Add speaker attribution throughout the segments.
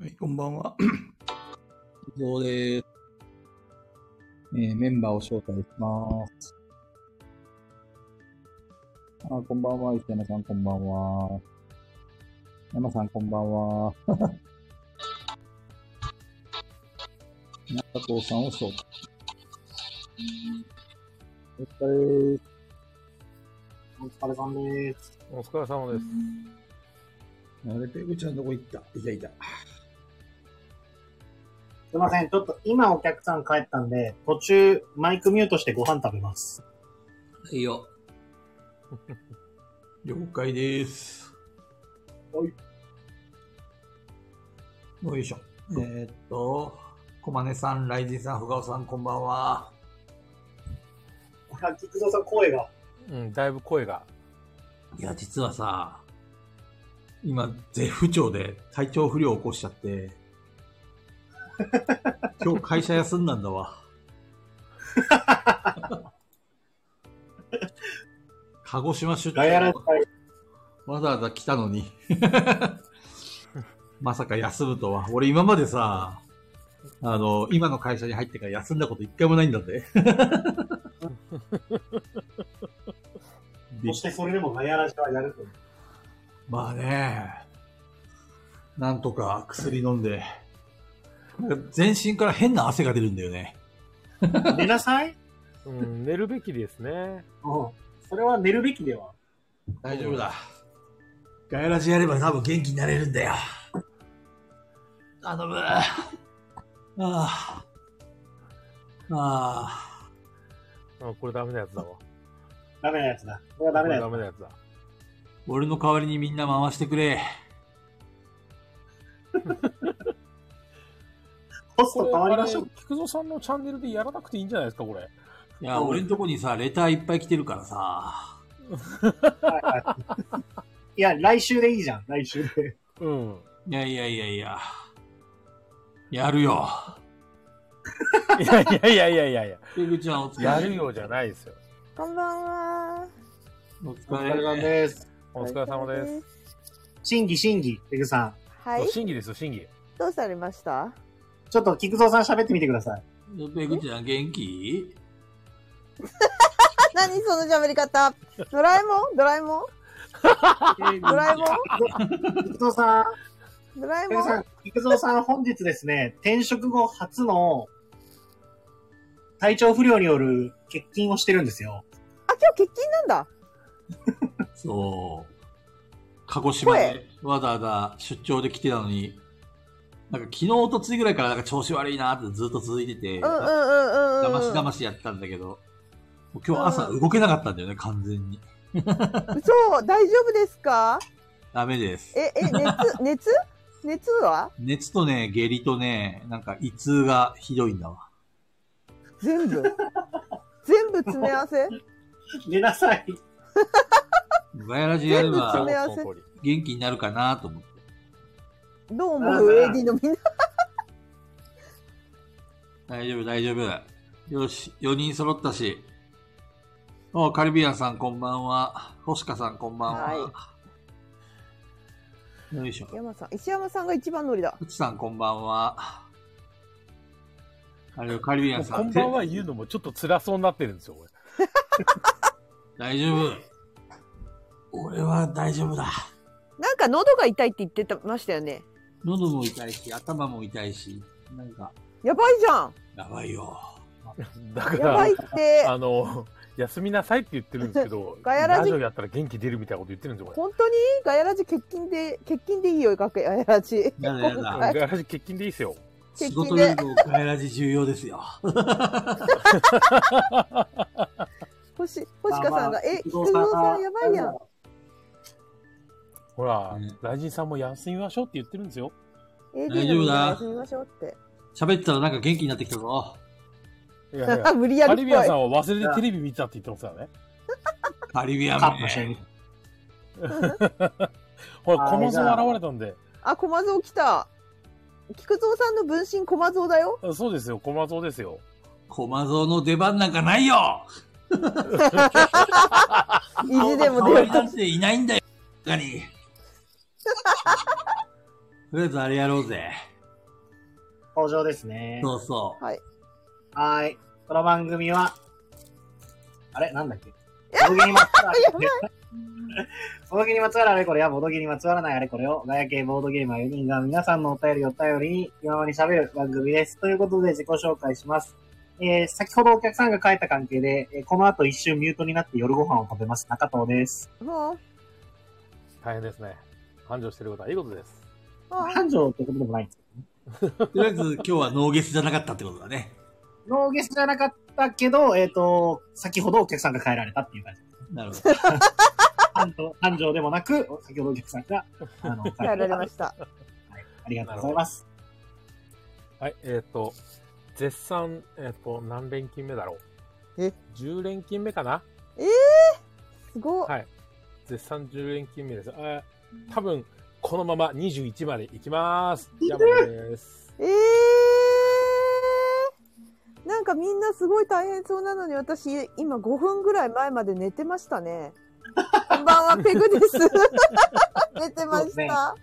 Speaker 1: はい、こんばんは。
Speaker 2: 以上です。えーメンバーを招待します。あー、こんばんは。石山さん、こんばんは。山さん、こんばんは。 中藤さんを招待。お疲れ。お疲れさんです。
Speaker 3: お疲れ様です。
Speaker 1: あれ、ペグちゃんどこ行ったいたいた。
Speaker 4: すいません。ちょっと今お客さん帰ったんで、途中マイクミュートしてご飯食べます。
Speaker 1: いいよ。 了解です。
Speaker 4: はい。
Speaker 1: よいしょ。えーっと、こまねさん、ライジンさん、ふがおさん、こんばんは。
Speaker 4: あ、菊蔵さん声が。
Speaker 3: うん、だいぶ声が。
Speaker 1: いや、実はさ、今、絶不調で体調不良を起こしちゃ って、今日会社休んだんだ わ。鹿児島出
Speaker 4: ガヤラ
Speaker 1: 張
Speaker 4: ジ。
Speaker 1: わざわざ来たのに。 まさか休むとは。俺今までさ、あの、今の会社に入ってから休んだこと一回もないんだ ぜ。
Speaker 4: そしてそれでもガヤラジはやると。
Speaker 1: まあね、なんとか薬飲んで、全身から変な汗が出るんだよね。
Speaker 4: 寝なさい
Speaker 3: うん、寝るべきですね。
Speaker 4: うん。それは寝るべきでは。
Speaker 1: 大丈夫だ。ガヤラジやれば多分元気になれるんだよ。頼む。ああ。ああ。
Speaker 3: あ、これダメなやつだわ。
Speaker 4: ダメなやつだ。これはダメなや
Speaker 3: こ
Speaker 4: つ。
Speaker 3: れダメなやつだ。
Speaker 1: 俺の代わりにみんな回してくれ。
Speaker 4: ホス
Speaker 3: こ
Speaker 4: ト
Speaker 3: れ、
Speaker 4: 変わりましょう。
Speaker 3: 菊蔵さんのチャンネルでやらなくていいんじゃないですか、これ。
Speaker 1: いや、俺んとこにさ、レターいっぱい来てるからさ。
Speaker 4: はいはいいや、来週でいいじゃん。来週で。
Speaker 3: うん。
Speaker 1: いやいやいやいや。やるよ。
Speaker 3: いやいやいやいやいやいや。
Speaker 1: ペグちゃんお疲れ。
Speaker 3: やるよじゃないですよ。
Speaker 5: こんばんは。
Speaker 1: お
Speaker 4: お
Speaker 1: 疲
Speaker 4: 疲れ
Speaker 1: れ。
Speaker 4: 様です。
Speaker 3: お疲れ様です。
Speaker 5: す。
Speaker 4: 審議審議、ペグさん。
Speaker 5: はい。
Speaker 3: 審議ですよ、審議。
Speaker 5: どうされました
Speaker 4: ちょっと菊蔵さん喋ってみてくだ さい。
Speaker 1: ペグちゃん元気
Speaker 5: あ、なにその喋り 方。ドラえもんドラえもんドラ えも
Speaker 4: 菊蔵さん、
Speaker 5: んドラえ
Speaker 4: ペ
Speaker 5: も
Speaker 4: グさ
Speaker 5: ん
Speaker 4: ん、菊蔵さん本日ですね、転職後初の体調不良による欠勤をしてるんですよ。
Speaker 5: あ、今日欠勤なんだ。
Speaker 1: そう。鹿児島でわざわざ出張で来てたのに、なんか昨日おとついぐらいからなんか調子悪いなってずっと続いてて、
Speaker 5: うん
Speaker 1: だ
Speaker 5: うんうん
Speaker 1: ま
Speaker 5: うん。
Speaker 1: しだましやったんだけど、もう今日朝動けなかったんだよね、完全に。
Speaker 5: そう、大丈夫ですか
Speaker 1: ダメです。
Speaker 5: え、え、 熱、熱熱は
Speaker 1: 熱とね、下痢とね、なんか胃痛がひどいんだわ。
Speaker 5: 全部。全部詰め合わせ
Speaker 4: 寝なさい。
Speaker 1: ガヤラジやれ
Speaker 5: 全部詰
Speaker 1: ば
Speaker 5: め合わせ
Speaker 3: この通り
Speaker 1: 元気になるかなと思って。
Speaker 5: どう思う ?AD のみんな。
Speaker 1: 大丈夫、大丈夫。よし、4人揃ったし。おカリビアンさんこんばんは。星香さんこんばんは。
Speaker 5: は
Speaker 1: よいしょ。
Speaker 5: 山さん、石山さんが一番乗りだ。
Speaker 1: うちさんこんばんは。あれよ、カリビアンさ
Speaker 3: こ
Speaker 1: ん。
Speaker 3: んばんは言うのもちょっと辛そうになってるんですよ、これ。
Speaker 1: て大丈夫。俺は大丈夫だ。
Speaker 5: なんか喉が痛いって言ってたましたよね。
Speaker 1: 喉も痛いし、頭も痛いし、なんか、
Speaker 5: やばい じゃん。
Speaker 1: やばいよ。
Speaker 3: だか
Speaker 5: やば
Speaker 3: ら
Speaker 5: いっ、て。
Speaker 3: あの、休みなさいって言ってるんですけど、
Speaker 5: ガヤラジ
Speaker 3: ジオやったら元気出るみたいなこと言ってるんですよ、これ。
Speaker 5: 本当にガヤラジ欠勤で、欠勤でいいよ、ガヤラジ。
Speaker 1: やだや
Speaker 3: うん
Speaker 1: だ。
Speaker 3: ガヤラジ欠勤でいいですよ。
Speaker 5: 欠
Speaker 1: 仕
Speaker 5: 勤
Speaker 1: 事よ
Speaker 5: で
Speaker 1: りもガヤラジ重要ですよ。
Speaker 5: 星、星香さん
Speaker 4: まあまあ
Speaker 5: が、え、菊蔵さんやばいやん。。
Speaker 3: ほら
Speaker 1: うん、
Speaker 3: ライジンさんも休みましょうって言ってるん ですよ。
Speaker 5: AD
Speaker 1: 大丈夫だ
Speaker 5: の休みましょうって。
Speaker 1: 喋ってたらなんか元気になってきたぞ。
Speaker 3: いやいや
Speaker 5: あ、無理や
Speaker 3: カリ
Speaker 5: りっ
Speaker 3: ビア
Speaker 5: ぽ
Speaker 3: ン
Speaker 5: い
Speaker 3: さ。んは忘れてテレビ見てたって言ってますからね。
Speaker 1: カリビアン
Speaker 4: カップしてる
Speaker 1: ね。
Speaker 3: ほら、小松も現れたんで。
Speaker 5: あ、小松尾来た。菊蔵さんの分身小松尾だよ。
Speaker 3: そうですよ、小松尾ですよ。
Speaker 1: 駒蔵の出番なんかないよ
Speaker 5: 意地でも
Speaker 1: 代わ
Speaker 5: 出
Speaker 1: り
Speaker 5: る。
Speaker 1: なんていないんだよ、他に。とりあえずあれやろうぜ。
Speaker 4: 登場ですね。
Speaker 1: そうそ
Speaker 5: はい。
Speaker 4: はーい。この番組は、あれなんだっけボドゲにまつわる、ボドゲにまつわるあれこれや、ボドゲにまつわらないあれこれを、ガヤ系ボードゲーマー4人が皆さんのお便りお便りに今まに喋る番組です。ということで自己紹介します。えー、先ほどお客さんが帰った関係で、えーこの後一瞬ミュートになって夜ご飯を食べます。中藤です。
Speaker 5: もう、
Speaker 3: 大変ですね。繁盛してることはいいことです。
Speaker 5: もう、
Speaker 4: 繁盛ってことでもないんです。
Speaker 1: う。とりあえず今日はノーゲスじゃなかったってことだね。
Speaker 4: ノーゲスじゃなかったけど、えっ、と、先ほどお客さんが帰られたっていう感じ。
Speaker 1: なるほど。
Speaker 4: 繁盛繁盛でもなく、先ほどお客さんが、あの、帰
Speaker 5: 帰られました。
Speaker 4: ありがとうございます。
Speaker 3: はい、えっ、と、絶賛、えっ、と、何連勤目だろう。
Speaker 5: え
Speaker 3: ?10 連勤目かな
Speaker 5: ええすごっ。
Speaker 3: はい。絶賛10連勤目です。あー多分、このまま21まで行きます。山です。
Speaker 5: ええなんかみんなすごい大変そうなのに私今5分ぐらい前まで寝てましたね。こんば んはペグです。 寝てました。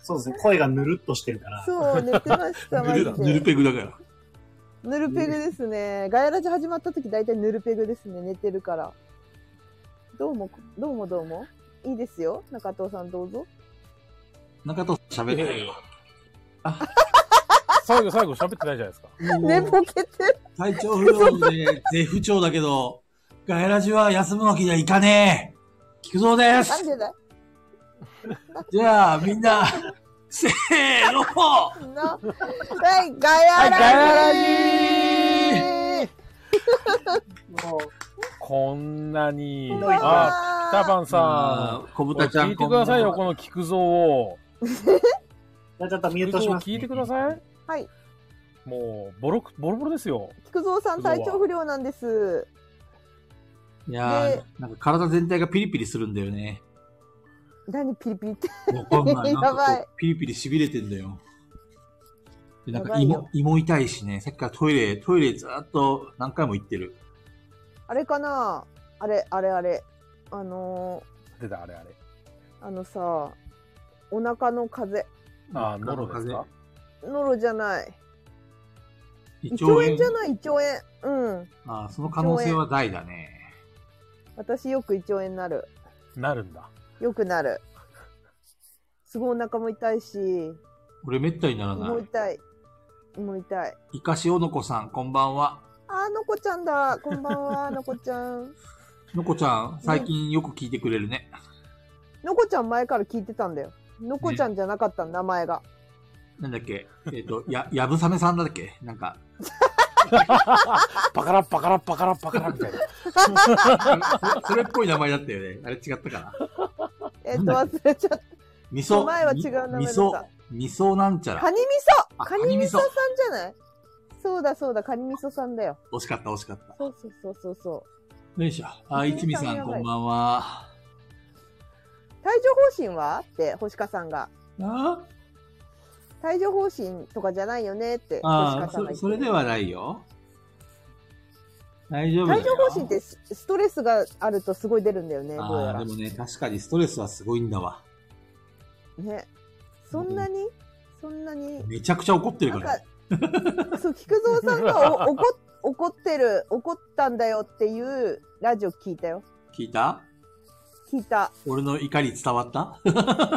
Speaker 4: そうですね、声がぬるっとしてるから。
Speaker 5: そう,、寝てました マ
Speaker 1: ぬ
Speaker 5: ジ
Speaker 1: るだぬる
Speaker 5: で。
Speaker 1: ペグだから。
Speaker 5: ぬるペグですね。ガヤラジ始まった時大体ぬるペグですね寝てるから。どうもどうもどうもいいですよ中藤さんどうぞ。
Speaker 1: 中藤さん喋ってないよ。
Speaker 3: 最後、最後喋ってないじゃないですか。
Speaker 5: 寝ぼけてる。
Speaker 1: 体調不良で絶不調だけど、ガヤラジは休むわけにはいかねえ。菊蔵で
Speaker 5: なん
Speaker 1: す。
Speaker 5: でだ
Speaker 1: じゃあみん な、せーの
Speaker 5: な。はいガヤラジ。
Speaker 1: はいガ
Speaker 4: もう
Speaker 3: こんなに
Speaker 4: ひ。どい
Speaker 3: あー、
Speaker 5: わ
Speaker 3: 北
Speaker 5: ー
Speaker 3: 番さん。
Speaker 1: あ、小豚ちゃん
Speaker 3: 聞いてくださいよ、この菊蔵を。
Speaker 4: じゃあちょっとミュー
Speaker 3: 菊
Speaker 4: トし
Speaker 3: 蔵
Speaker 4: ます、
Speaker 3: 聞いてください。
Speaker 5: はい。
Speaker 3: もう、ボロク、ボロボロですよ。
Speaker 5: 菊蔵さん体調不良なんです。
Speaker 1: いやー、なんか体全体がピリピリするんだよね。
Speaker 5: 何ピリピリって。
Speaker 1: わかんない。なんか
Speaker 5: やば
Speaker 1: こ
Speaker 5: いう
Speaker 1: ピリピリ痺れてんだよ。でなんか
Speaker 5: やばい
Speaker 1: 胃
Speaker 5: よ
Speaker 1: も胃も痛いしね、さっきからトイレ、トイレずーっと何回も行ってる。
Speaker 5: あれかなあれ、あれあれ。あの
Speaker 3: 出た、あれあれ。
Speaker 5: ー、あのさ、お腹の風邪。
Speaker 3: ああ、ノロですか
Speaker 5: ノロじゃない。
Speaker 1: 胃
Speaker 5: 胃
Speaker 1: 腸
Speaker 5: 腸炎
Speaker 1: 炎
Speaker 5: じゃない、胃腸炎。うん。
Speaker 1: あーその可能性は大だね。
Speaker 5: 私よく胃腸炎になる。
Speaker 3: なるんだ。
Speaker 5: よくなる。すごいお腹も痛いし、
Speaker 1: 俺めったになら
Speaker 5: 胃
Speaker 1: な
Speaker 5: も
Speaker 1: い。
Speaker 5: 痛い。胃も痛い。
Speaker 1: イカシオノコさん、こんばんは。
Speaker 5: あー、のこちゃんだ。こんばん は、のこちゃん。
Speaker 1: のこちゃん、最近よく聞いてくれるね。
Speaker 5: のこちゃん前から聞いてたんだよ。のこちゃんじゃなかったの、名前が。
Speaker 1: なんだっけえっ、と、や、やぶさめさんだっけなんか、
Speaker 3: パカラッパカラッパカラッパカラッ みたいな。
Speaker 1: そ それっぽい名前だったよね。あれ違ったかな
Speaker 5: えっ、と、
Speaker 1: なん
Speaker 5: 忘れちゃった。
Speaker 1: 味噌。
Speaker 5: 前は違う名前だった
Speaker 1: 味噌、味噌なんちゃ
Speaker 5: カ
Speaker 1: ら。
Speaker 5: ニ味噌
Speaker 1: あ
Speaker 5: カニ味噌さ
Speaker 1: カ
Speaker 5: ん
Speaker 1: ニ味
Speaker 5: じゃないそうだそうだ、カニ味噌さんだよ。
Speaker 1: 惜しかった、惜しかった。
Speaker 5: そうそうそうそうそう。
Speaker 1: よいしょ。あ、いちみさん、こんばんは。
Speaker 5: 帯状方針はって、星香さんが。
Speaker 1: あ
Speaker 5: 帯状方針とかじゃないよねって、星
Speaker 1: あ
Speaker 5: 香さんが言って
Speaker 1: そ、それではないよ。大丈夫だよ。
Speaker 5: 帯状方針ってスストレスがあるとすごい出るんだよね、どうや
Speaker 1: ああ、
Speaker 5: ら
Speaker 1: で。もね、確かにストレスはすごいんだわ。
Speaker 5: ね。そんなにそんなに
Speaker 1: めちゃくちゃ怒ってる
Speaker 5: な
Speaker 1: か
Speaker 5: ん
Speaker 1: ら。
Speaker 5: か、そう、菊蔵さんがお怒っ怒ってる、怒ったんだよっていうラジオ聞いたよ。
Speaker 1: 聞いた
Speaker 5: 聞いた。
Speaker 1: 俺の怒り伝わった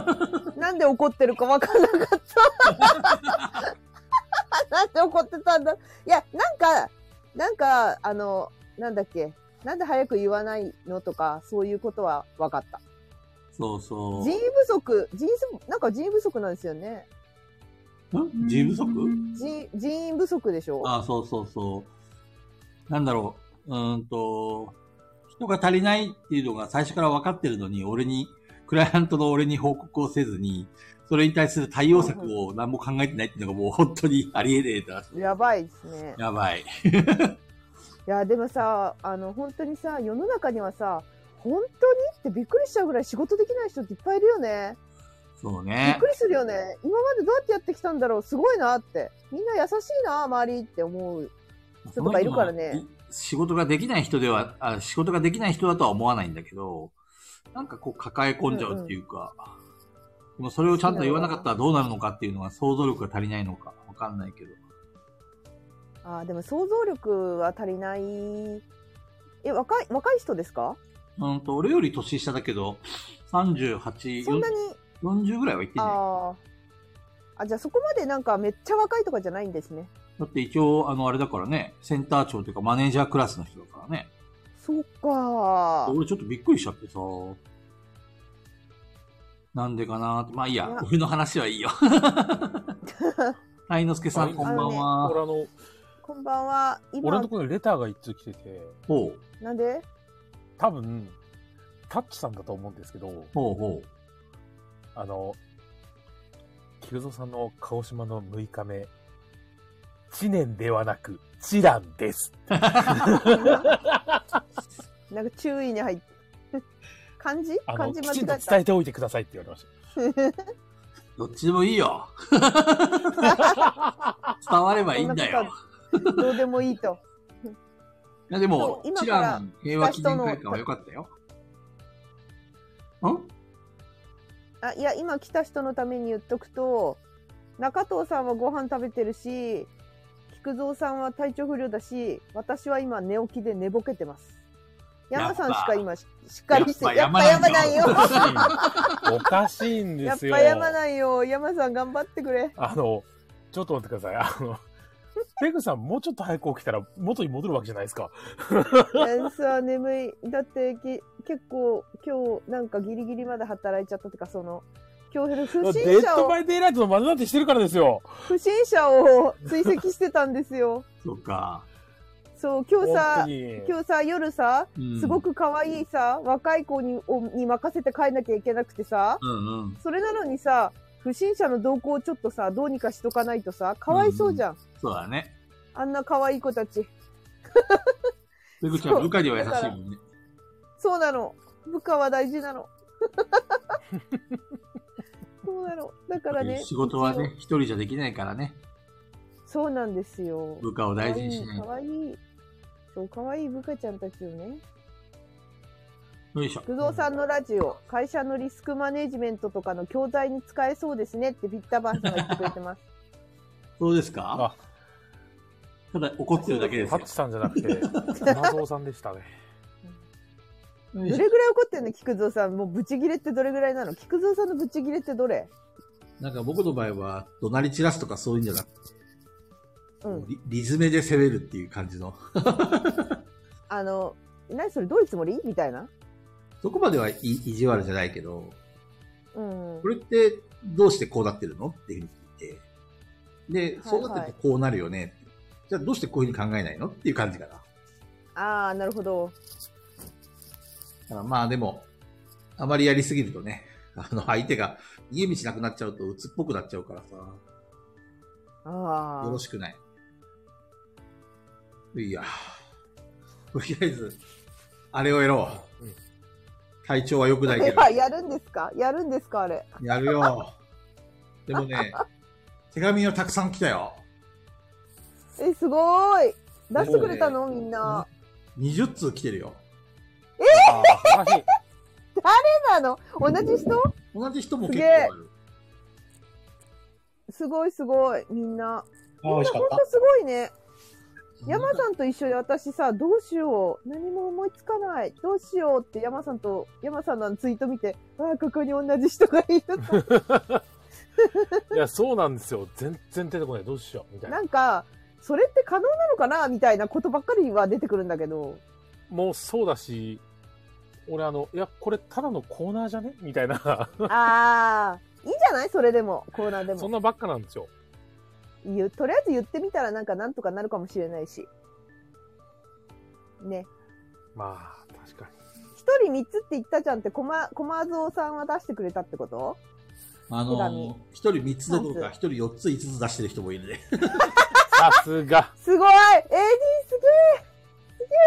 Speaker 5: なんで怒ってるか分からなかった。 なんで怒ってたんだ。いや、なんか、なんか、あの、なんだっけ。なんで早く言わないのとか、そういうことは分かった。
Speaker 1: そうそう。
Speaker 5: 人員不足、人員不足、なんか人員不足なんですよね。
Speaker 1: ん人不足
Speaker 5: 人人員不足でしょ
Speaker 1: ああ、そうそうそう。なんだろう。うーんと、人が足りないっていうのが最初から分かってるのに、俺に、クライアントの俺に報告をせずに、それに対する対応策を何も考えてないっていうのがもう本当にありえねえな。
Speaker 5: やばいですね。
Speaker 1: やばい。
Speaker 5: いや、でもさ、あの、本当にさ、世の中にはさ、本当にってびっくりしちゃうぐらい仕事できない人っていっぱいいるよね。
Speaker 1: そう
Speaker 5: び
Speaker 1: ね
Speaker 5: っく。りするよね。今までどうやってやってきたんだろう。すごいなって。みんな優しいな、周りって思う。人とかいるからね
Speaker 1: その人が。仕事ができない人ではあ、仕事ができない人だとは思わないんだけど、なんかこう抱え込んじゃうっていうか、でもそれをちゃんと言わなかったらどうなるのかっていうのは想像力が足りないのかわかんないけど。
Speaker 5: あーでも想像力は足りない。え、若い、若い人ですか
Speaker 1: うんと、俺より年下だけど、38、
Speaker 5: そんなに、
Speaker 1: 40ぐらいは言ってんじゃない
Speaker 5: ああ。あ、じゃあそこまでなんかめっちゃ若いとかじゃないんですね。
Speaker 1: だって一応、あの、あれだからね、センター長というかマネージャークラスの人だからね。
Speaker 5: そうか。
Speaker 1: 俺ちょっとびっくりしちゃってさ。なんでかなーって。まあいいや
Speaker 5: いや、
Speaker 1: 俺の話はいい よ。はいのすけさん、こんばんは。
Speaker 3: 俺あの、
Speaker 5: こんばんは。
Speaker 3: 俺
Speaker 5: 今
Speaker 3: のと、ころにレターが一通来てて、
Speaker 1: ほう、
Speaker 5: なんで
Speaker 3: 多分、タッチさんだと思うんですけど、
Speaker 1: ほうほう。
Speaker 3: あの、キルゾさんの鹿児島の6日目、知念ではなく、知覧です。
Speaker 5: なんか注意に入って。 漢字
Speaker 3: あ
Speaker 5: 漢
Speaker 3: の、
Speaker 5: 字
Speaker 3: き
Speaker 5: 間違
Speaker 3: ちんと
Speaker 5: え
Speaker 3: 伝えておいてくださいって言われました。
Speaker 1: どっちでもいいよ。 伝わればいいんだよ。
Speaker 5: た。どうでもいいと。
Speaker 1: いやでも、
Speaker 5: 今
Speaker 1: チ
Speaker 5: から
Speaker 1: ラン平和記念会館は良かったよ。ん
Speaker 5: あ、いや、今来た人のために言っとくと、中藤さんはご飯食べてるし、菊蔵さんは体調不良だし、私は今寝起きで寝ぼけてます。山さんしか今ししっかりして、や
Speaker 1: や
Speaker 5: っ
Speaker 1: っ
Speaker 5: ぱ
Speaker 1: ぱ
Speaker 5: や
Speaker 1: 山
Speaker 5: ま
Speaker 1: な
Speaker 5: なんい
Speaker 1: だ
Speaker 5: よ。
Speaker 3: おかしいんで
Speaker 5: やっ
Speaker 3: すよ。
Speaker 5: ぱやまないよ。山さん頑張ってくれ。
Speaker 3: あの、ちょっと待ってください。あの、ペグさんもうちょっと早く起きたら元に戻るわけじゃないですか。
Speaker 5: いやさあ眠いだってき結構今日なんかギリギリまで働いちゃったとかその今日不
Speaker 3: デ
Speaker 5: 審
Speaker 3: ッ
Speaker 5: 者
Speaker 3: ド
Speaker 5: を
Speaker 3: バイデイライトの真似なんてしてるからですよ。
Speaker 5: 不審者を追跡してたんですよ
Speaker 1: そうか。
Speaker 5: そう今日
Speaker 3: 本
Speaker 5: さ
Speaker 3: 当に。
Speaker 5: 今日さ夜さ
Speaker 1: うん
Speaker 5: すご。く可愛いさ、若い子にをに任せて帰んなきゃいけなくてさ
Speaker 1: うんうん。
Speaker 5: それなのにさ不審者の動向をちょっとさどうにかしとかないとさかわいそうじゃん、
Speaker 1: そうだね。
Speaker 5: あんな可愛い子たち
Speaker 1: ペグちゃ、
Speaker 5: そうん
Speaker 1: 部下には優しいもんね。
Speaker 5: そうなの。部下は大事な の。そうなの。だからね。
Speaker 1: 仕事はね、一人じゃできないからね。
Speaker 5: 一応。そうなんですよ。
Speaker 1: 部下を大事にしない
Speaker 5: か
Speaker 1: と。
Speaker 5: わいい。そう、かわいい部下ちゃんたちをね。
Speaker 1: よいしょ。
Speaker 5: 工藤さんのラジオ、会社のリスクマネジメントとかの教材に使えそうですねってピッタバンさんが言ってくれてます。
Speaker 1: そうですか
Speaker 3: あ
Speaker 1: ただ怒ってるだけです
Speaker 3: タ
Speaker 1: よ
Speaker 3: ッチ。さんじゃなくて、謎尾さんでしたね。
Speaker 1: よい
Speaker 5: ど
Speaker 1: しょ
Speaker 5: れぐらい怒ってんの菊蔵さん。もうブチギレってどれぐらいなの菊蔵さんのブチギレってどれ
Speaker 1: なんか僕の場合は、怒鳴り散らすとかそういうんじゃなくて、
Speaker 5: うん。
Speaker 1: リリズメで攻めるっていう感じの。
Speaker 5: あの、何それどういうつもりみたいな。
Speaker 1: そこまではい意地悪じゃないけど、
Speaker 5: うん
Speaker 1: こ。れってどうしてこうなってるのっていうふうに聞いて。
Speaker 5: い
Speaker 1: で、そうなってるとこうなるよね。じゃあどうしてこういうふうに考えないのっていう感じかな。だ
Speaker 5: ああ、なるほど。
Speaker 1: からまあでも、あまりやりすぎるとね、あの相手が家道なくなっちゃうと鬱っぽくなっちゃうからさ、よ
Speaker 5: ああ
Speaker 1: ろ。しくない。いや、とりあえず、あれをやろう。
Speaker 3: うん
Speaker 1: 体調は良くないけど。
Speaker 5: ややるんですかやるんですかあれ。
Speaker 1: やるよ。でも ね、手紙がたくさん来たよ。
Speaker 5: え、すごーい。出してくれたのみんな。
Speaker 1: 20通来てるよ。
Speaker 3: ああ、話。
Speaker 5: 誰なの同じ人
Speaker 1: 同じ人も
Speaker 5: す
Speaker 1: 結構
Speaker 5: げえ
Speaker 1: ある。
Speaker 5: すごいすごい。みんな。
Speaker 4: あ、美味しかっ
Speaker 5: ほんとすごいね。山さんと一緒で私さ、どうしよう。何も思いつかない。どうしようって山さんと、山さんのツイート見て、ああ、ここに同じ人がいると。
Speaker 3: いや、そうなんですよ。全然出てこない。どうしよう。みたいな
Speaker 5: な。んか、それって可能なのかなみたいなことばっかりは出てくるんだ けど。
Speaker 3: もうそうだし、俺あの、いや、これただのコーナーじゃねみたいな。
Speaker 5: ああ、いいんじゃないそれでも、コーナーで
Speaker 3: そん
Speaker 5: も。
Speaker 3: なばっかなんですよ。
Speaker 5: 言うとりあえず言ってみたらなんかなんとかなるかもしれないし。ね。
Speaker 3: まあ、確かに。
Speaker 5: 一人三つって言ったじゃんって、こま、こまぞうさんは出してくれたってこと
Speaker 1: あ
Speaker 5: 手紙
Speaker 1: の、一人3つどころか、
Speaker 5: 三つ
Speaker 1: 一人4つ、5つ出してる人もいるね。
Speaker 3: さすが。
Speaker 5: すごい !AD すげえすげ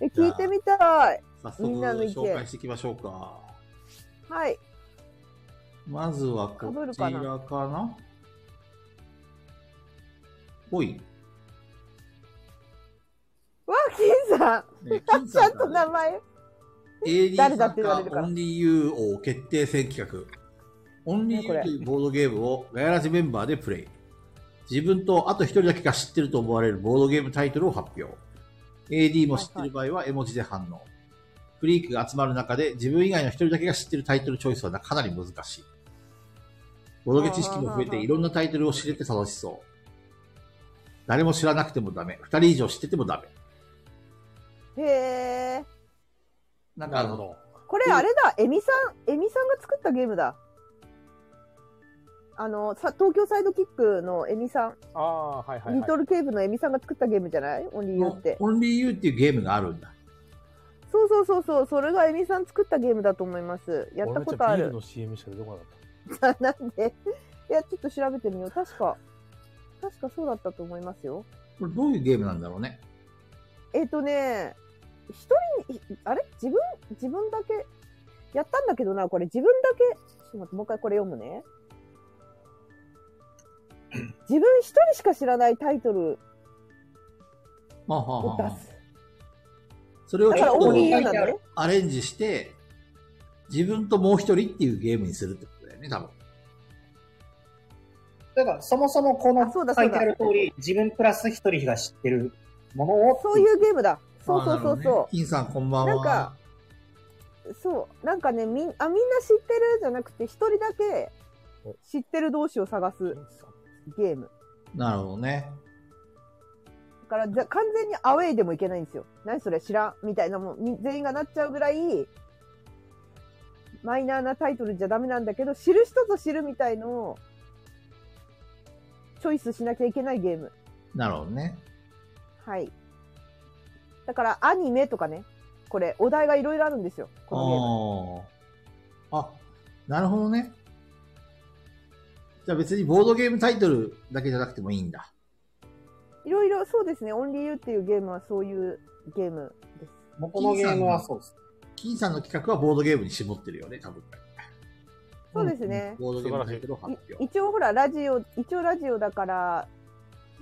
Speaker 5: え !AD! え、聞いてみたい
Speaker 1: 早
Speaker 5: み
Speaker 1: 速
Speaker 5: んなの意見
Speaker 1: 紹介していきましょうか。
Speaker 5: はい。
Speaker 1: まずはこ
Speaker 5: 被る
Speaker 1: ちら
Speaker 5: か
Speaker 1: か
Speaker 5: な
Speaker 1: な。ほい。
Speaker 5: わ、金さん
Speaker 1: ね
Speaker 5: ちゃんと名前。
Speaker 1: AD
Speaker 5: 誰だ
Speaker 1: 参
Speaker 5: って言われるか
Speaker 1: 加
Speaker 5: ら
Speaker 1: オンリーユー王決定戦企画。オンリーユーというボードゲームをガヤラジメンバーでプレイ。自分とあと一人だけが知ってると思われるボードゲームタイトルを発表。AD も知ってる場合は絵文字で反応。フリークが集まる中で自分以外の一人だけが知ってるタイトルチョイスはかなり難しい。ボードゲ知識も増えていろんなタイトルを知れて楽しそう。誰も知らなくてもダメ。二人以上知っててもダメ。
Speaker 5: へえ。
Speaker 1: なんか
Speaker 3: な
Speaker 1: あ
Speaker 3: るほ
Speaker 1: の、
Speaker 3: ど。
Speaker 5: これあれだ、エミさん、エミさんが作ったゲームだ。あの、さ東京サイドキックのエミさん、
Speaker 3: ああ、はいはい、
Speaker 5: リ
Speaker 3: は
Speaker 5: トルケーブのエミさんが作ったゲームじゃないオンリーユーって。
Speaker 1: オンリーユーっていうゲームがあるんだ。
Speaker 5: そうそうそうそう、それがエミさん作ったゲームだと思います。
Speaker 3: い。
Speaker 5: やったことあ
Speaker 3: 俺めっちゃビール
Speaker 5: る。
Speaker 3: の CM しか出てこなかった。
Speaker 5: なんでいや、ちょっと調べてみよう。確か、確かそうだったと思いますよ。
Speaker 1: これどういうゲームなんだろうね。
Speaker 5: えっ、とね、一人に、いあれ自分、自分だけ、やったんだけどな、これ自分だけ、ちょっと待って、もう一回これ読むね。自分一人しか知らないタイトル
Speaker 1: はあはあ
Speaker 5: を
Speaker 1: は
Speaker 5: 出
Speaker 1: あ
Speaker 5: す。
Speaker 1: それを
Speaker 5: だ
Speaker 1: ち
Speaker 5: から
Speaker 1: ょっ
Speaker 5: オ
Speaker 1: と
Speaker 5: ンリーユーなのね。
Speaker 1: アレンジして、自分ともう一人っていうゲームにするってことだよね、多分。
Speaker 4: だから、そもそもこの
Speaker 5: あそうだ
Speaker 4: 書いてある
Speaker 5: そうだ
Speaker 4: 通り、自分プラス一人が知ってるものを、
Speaker 5: そういうゲームだ。そう
Speaker 1: ああな
Speaker 5: そうそう
Speaker 1: るほどね
Speaker 5: そ
Speaker 1: 金さんこんばんは。
Speaker 5: なんかう。そう。なんかね、みん、あ、みんな知ってるじゃなくて、一人だけ知ってる同士を探すゲーム。
Speaker 1: なるほどね。
Speaker 5: だからざ完全にアウェイでもいけないんですよ。何それ知らんみたいなもんに全員がなっちゃうぐらいマイナーなタイトルじゃダメなんだけど知る人ぞ知るみたいのをチョイスしなきゃいけないゲーム。
Speaker 1: なるほどね。
Speaker 5: はい。だからアニメとかね。これお題がいろいろあるんですよ。このゲーム。
Speaker 1: あーあ、なるほどね。じゃあ別にボードゲームタイトルだけじゃなくてもいいんだ。
Speaker 5: いろいろそうですね。オンリーユーっていうゲームはそういうゲームです。
Speaker 4: 元のゲームはそうです。
Speaker 1: 金さんの企画はボードゲームに絞ってるよね、多分。
Speaker 5: そうですね。
Speaker 1: ボードゲームタイトルを発
Speaker 5: い
Speaker 1: 表。
Speaker 5: 一応ほらラジオ一応ラジオだから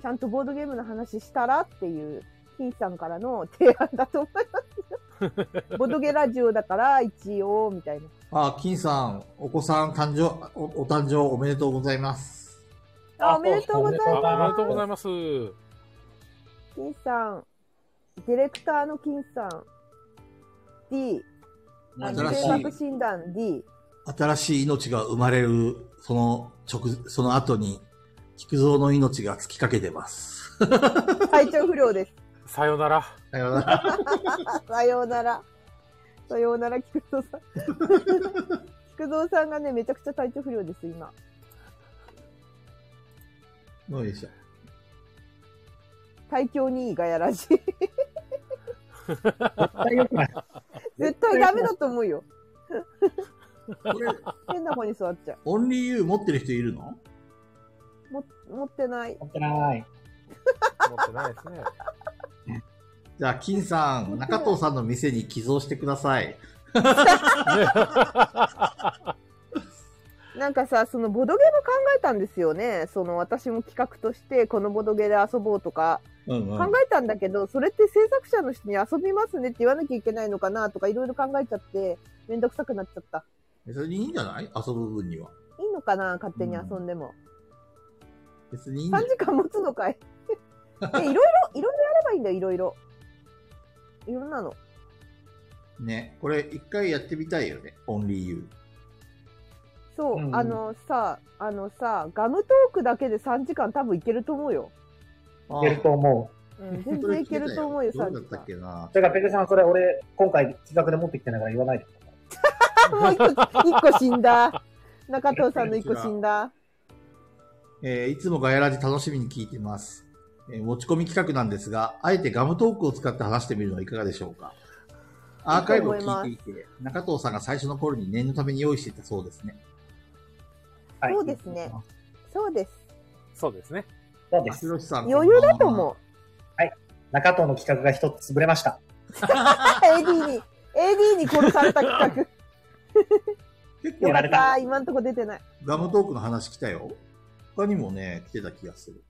Speaker 5: ちゃんとボードゲームの話したらっていう金さんからの提案だと思いますよボードゲラジオだから一応みたいな
Speaker 1: あ、金さん、お子さん誕生、おお誕生おめでとうございます。
Speaker 5: あおめでとうござい
Speaker 3: ああり
Speaker 5: ま
Speaker 3: がとうございます。
Speaker 5: す金さんディレクターの金さん D あ
Speaker 1: 新し
Speaker 5: 性
Speaker 1: い
Speaker 5: 格診断 D
Speaker 1: 新しい命が生まれる、その直、その後に、菊蔵の命が尽きかけてます。
Speaker 5: 体調不良です
Speaker 3: さよなら。
Speaker 1: さようなら。
Speaker 5: さようならさようなら菊蔵さん 菊蔵さんがねめちゃくちゃ体調不良です今
Speaker 1: どうでした
Speaker 5: 体調にいいガヤラジ
Speaker 4: 絶対良くない。
Speaker 5: 絶対ダメだと思うよ。
Speaker 1: これ、
Speaker 5: 変な方に座っちゃ
Speaker 1: オンリーユー持ってる人いるの
Speaker 5: う。も持ってない。
Speaker 4: 持ってない。
Speaker 3: 持ってないですね。
Speaker 1: じゃあ、金さん、中藤さんの店に寄贈してください。
Speaker 5: なんかさ、そのボドゲも考えたんですよね。その私も企画としてこのボドゲで遊ぼうとか
Speaker 1: うんう
Speaker 5: 考えたんだけど、それって制作者の人に遊びますねって言わなきゃいけないのかなとかいろいろ考えちゃってめんどくさくなっちゃった。
Speaker 1: 別にいいんじゃない遊ぶ分には。
Speaker 5: いいのかな勝手に遊んでも。
Speaker 1: 別にいいんじゃ
Speaker 5: 3
Speaker 1: ない
Speaker 5: 時間持つのかい。 でいろいろ、いろいろやればいいんだよ、いろいろ。いろんなの。
Speaker 1: ね。これ、一回やってみたいよね。オンリーユ
Speaker 5: そう、
Speaker 4: うん
Speaker 5: あのさ、あのさ、ガムトークだけで3時間多分いけると思うよ。
Speaker 1: ー。
Speaker 4: いけると思う。
Speaker 5: うん、全然いけると思うよ、
Speaker 1: それ
Speaker 5: 3
Speaker 1: 聞いたよどう
Speaker 5: 時
Speaker 1: だったっ
Speaker 5: 間。
Speaker 1: けな
Speaker 4: だから、ペグさん、それ俺、今回企画で持ってきてないから言わないで。
Speaker 5: あ、もう一個、一個死んだ。中藤さんの一個死んだ。
Speaker 1: えーいつもガヤラジ楽しみに聞いてます。えー持ち込み企画なんですが、あえてガムトークを使って話してみるのはいかがでしょうか。アーカイブを聞いていて、中藤さんが最初の頃に念のために用意していたそうですね。
Speaker 4: はい。
Speaker 5: そうですね。そうです。
Speaker 3: そうですね。
Speaker 4: そうです。
Speaker 1: 白さん
Speaker 5: 余裕だと思う。
Speaker 4: 中藤の企画が一つ潰れました。
Speaker 5: AD に、AD に殺された企
Speaker 1: う。結
Speaker 5: 画。
Speaker 1: 構
Speaker 5: よかった、今んとこ出てない。
Speaker 1: ガムトークの話来たよ。他にもね、来てた気がする。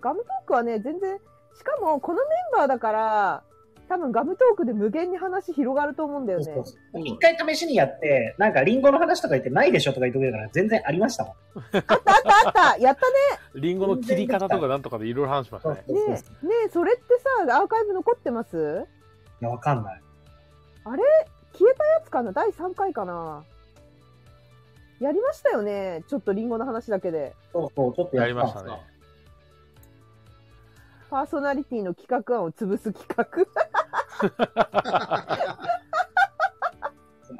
Speaker 5: ガムトークはね、全然、しかもこのメンバーだから、多分ガムトークで無限に話広がると思うんだよね。
Speaker 4: 一回試しにやって、なんかリンゴの話とか言ってないでしょとか言ってくれたから全然ありましたもん。
Speaker 5: あったあったあったやったね
Speaker 3: リンゴの切り方とかなんとかでいろいろ話しましたね。
Speaker 5: ねえ、ねえ、それってさ、アーカイブ残ってます
Speaker 4: いや、わかんない。
Speaker 5: 消えたやつかな第3回かなやりましたよねちょっとリンゴの話だけで。
Speaker 4: そうそう、ちょっと
Speaker 3: や
Speaker 4: や
Speaker 3: り
Speaker 4: り
Speaker 3: ま
Speaker 4: ま
Speaker 3: し
Speaker 4: したた
Speaker 3: ね。
Speaker 5: パーソナリティの企画案を潰す企画。
Speaker 4: あ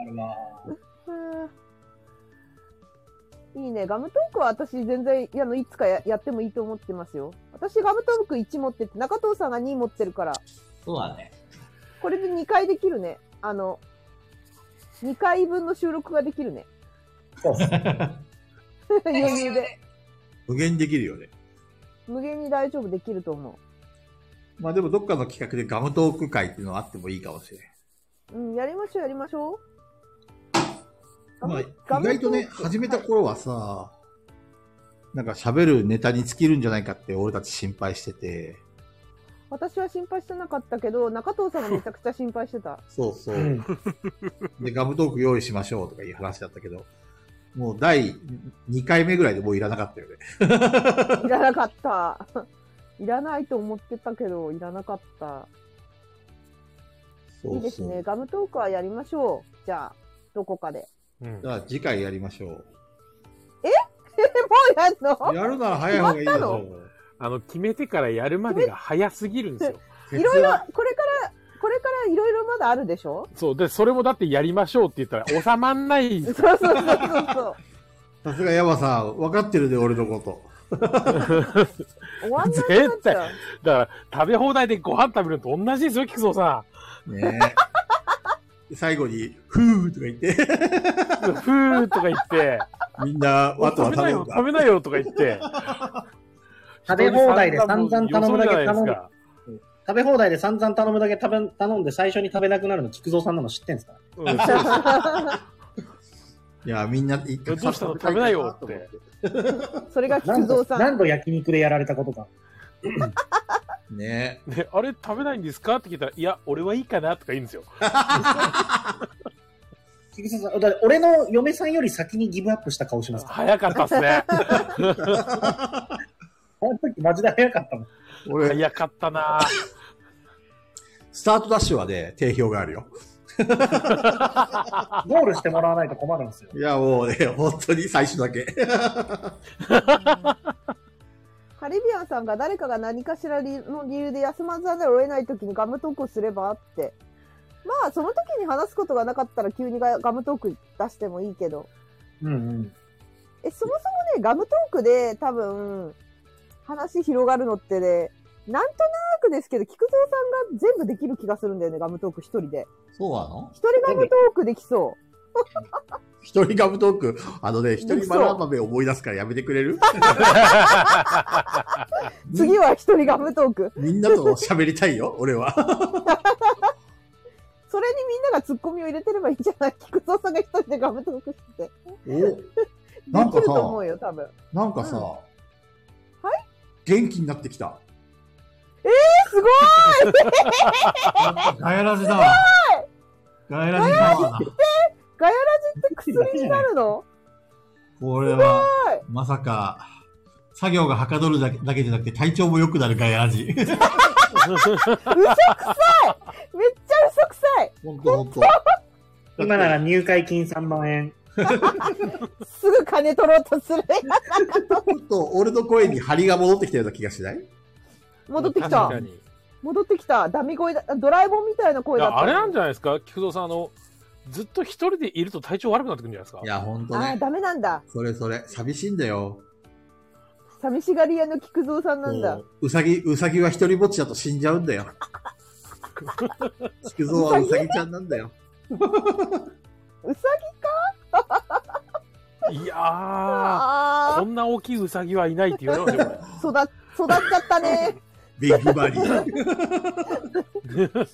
Speaker 4: るなぁ
Speaker 5: はあいいね。ガムトークは私全然、あの、いつかややってもいいと思ってますよ。私ガムトーク1持ってて、中藤さんが2持ってるから、
Speaker 1: そうだね。
Speaker 5: これで2回できるね。あの、2回分の収録ができるね。
Speaker 4: そうそう
Speaker 5: 余裕で。
Speaker 1: 無限にできるよね。
Speaker 5: 無限に大丈夫できると思
Speaker 1: まあでもどっかの企画でガムトーク会っていうのはあってもいいかもしれない。
Speaker 5: う。うん、やりましょう、やりましょう。ガム
Speaker 1: まあ、
Speaker 5: ガ
Speaker 1: 意外
Speaker 5: ムトーク
Speaker 1: とね、始めた頃はさ、なんか喋るネタに尽きるんじゃないかって俺たち心配してて、
Speaker 5: 私は心配してなかったけど、中藤さんがめちゃくちゃ心配してた。
Speaker 1: そうそう
Speaker 4: う。ん
Speaker 1: で、ガムトーク用意しましょうとかいう話だったけど、もう第2回目ぐらいでもういらなかったよね。
Speaker 5: いらなかった。いらないと思ってたけど、いらなかった。いいですね。ガムトークはやりましょう。じゃあ、どこかで。
Speaker 3: うん
Speaker 1: じ。ゃあ次回やりましょ
Speaker 5: え、
Speaker 1: う。
Speaker 5: もうやんの
Speaker 1: やるなら早い方がいいでしょ
Speaker 5: 決
Speaker 1: う。
Speaker 3: あの、決めてからやるまでが早すぎるんですよ。
Speaker 5: いろいろ、これから、これからいろいろまだあるでしょ
Speaker 3: そう。で、それもだってやりましょうって言ったら収まんないんで
Speaker 5: そう
Speaker 3: す
Speaker 5: そうそうそうそう。
Speaker 1: さすがヤマさん、分かってるで俺のこと。
Speaker 5: 終わんな くなっちゃう。
Speaker 3: だから、食べ放題でご飯食べるのと同じですよ、菊蔵さ
Speaker 1: ねえ最後に、ふーとか言って、
Speaker 3: ん。ふーとか言って、
Speaker 1: みんな、あとは
Speaker 3: 食
Speaker 1: 食
Speaker 3: べな
Speaker 1: べ
Speaker 3: よ
Speaker 1: よ、
Speaker 3: 食べなよとか言って。
Speaker 4: 食べ放題で散々頼むだけ
Speaker 3: よ
Speaker 4: 頼
Speaker 3: そじゃない
Speaker 4: む
Speaker 3: ですか。
Speaker 4: 食べ放題で散々頼むだけ食べ頼んで最初に食べなくなるの菊蔵さんなの知ってんすか
Speaker 3: うんそうです
Speaker 1: いや、みんな、一回
Speaker 3: どうしたの食べなよって。
Speaker 5: それが
Speaker 4: 何
Speaker 5: 菊
Speaker 4: 度
Speaker 5: 蔵さん。
Speaker 4: 何度焼肉でやられたことか。
Speaker 1: ねえ。
Speaker 3: で、あれ食べないんですかって聞いたら、いや、俺はいいかなとか言うんですよ。
Speaker 4: 菊蔵さん、だって俺の嫁さんより先にギブアップした顔しますから。
Speaker 3: 早かったっすね。
Speaker 4: あの時マジで早かったもん。
Speaker 1: 俺、
Speaker 3: 早かったなぁ
Speaker 1: スタートダッシュはね、定評があるよ。
Speaker 4: ゴールしてもらわないと困るんですよ。
Speaker 1: いや、もうね、本当に最初だけ。
Speaker 5: カリビアンさんが誰かが何かしらりの理由で休まざるを得ない時にガムトークをすればって。まあ、その時に話すことがなかったら急にガガムトーク出してもいいけど。
Speaker 4: うんうん。
Speaker 5: え、そもそもね、ガムトークで多分、話広がるのってね、なんとなくですけど、菊蔵さんが全部できる気がするんだよね、ガムトーク一人で。
Speaker 1: そうなの
Speaker 5: 一人ガムトークできそ
Speaker 1: 一人ガムトーク、あのね、一人マラ豆思い出すからやめてくれ る
Speaker 5: う。次は一人ガムトーク。
Speaker 1: みんなと喋りたいよ、俺は。
Speaker 5: それにみんながツッコミを入れてればいいんじゃない菊蔵さんが一人でガムトークしてて。
Speaker 1: おなん
Speaker 5: でき
Speaker 1: か
Speaker 5: ると思う
Speaker 1: さ、
Speaker 5: よ、多分。
Speaker 1: なんか
Speaker 5: うん
Speaker 1: さ、
Speaker 5: は
Speaker 1: 元気になってきた。
Speaker 6: ガヤラジだわ。ガヤラジだわ。
Speaker 5: で、薬になるの
Speaker 6: これは、まさか、作業がはかどるだけだけじゃなくて体調も良くなるガヤラジ。
Speaker 5: めっちゃ嘘くさい
Speaker 1: ほんとほんと。
Speaker 4: 今なら入会金3万円。
Speaker 5: すぐ金取ろうとす る。
Speaker 1: ちょっと俺の声に張りが戻ってきたような気がしない
Speaker 5: 戻ってき
Speaker 3: 確
Speaker 5: た
Speaker 3: か。に
Speaker 5: 戻ってきた。ダミ声だ。ドラえもんみたいない声だっ
Speaker 3: や
Speaker 5: た。
Speaker 3: あれなんじゃないですか菊蔵さん、あの、ずっと一人でいると体調悪くなってくるんじゃないですか
Speaker 1: いや、ほんと
Speaker 5: あー
Speaker 1: ね。
Speaker 5: ダメなんだ。
Speaker 1: それそれ、寂しいんだよ。
Speaker 5: 寂しがり屋の菊蔵さんなんだ
Speaker 1: も。ううさぎ、うさぎは一人ぼっちだと死んじゃうんだよ。菊蔵はうさぎちゃんなんだよ。
Speaker 5: うさぎ
Speaker 3: いやー、
Speaker 5: か
Speaker 3: こんな大きいうさぎはいないって言われますよ、こ
Speaker 5: 育っ育っちゃっ たね。
Speaker 1: ビッグバリー。
Speaker 3: れ。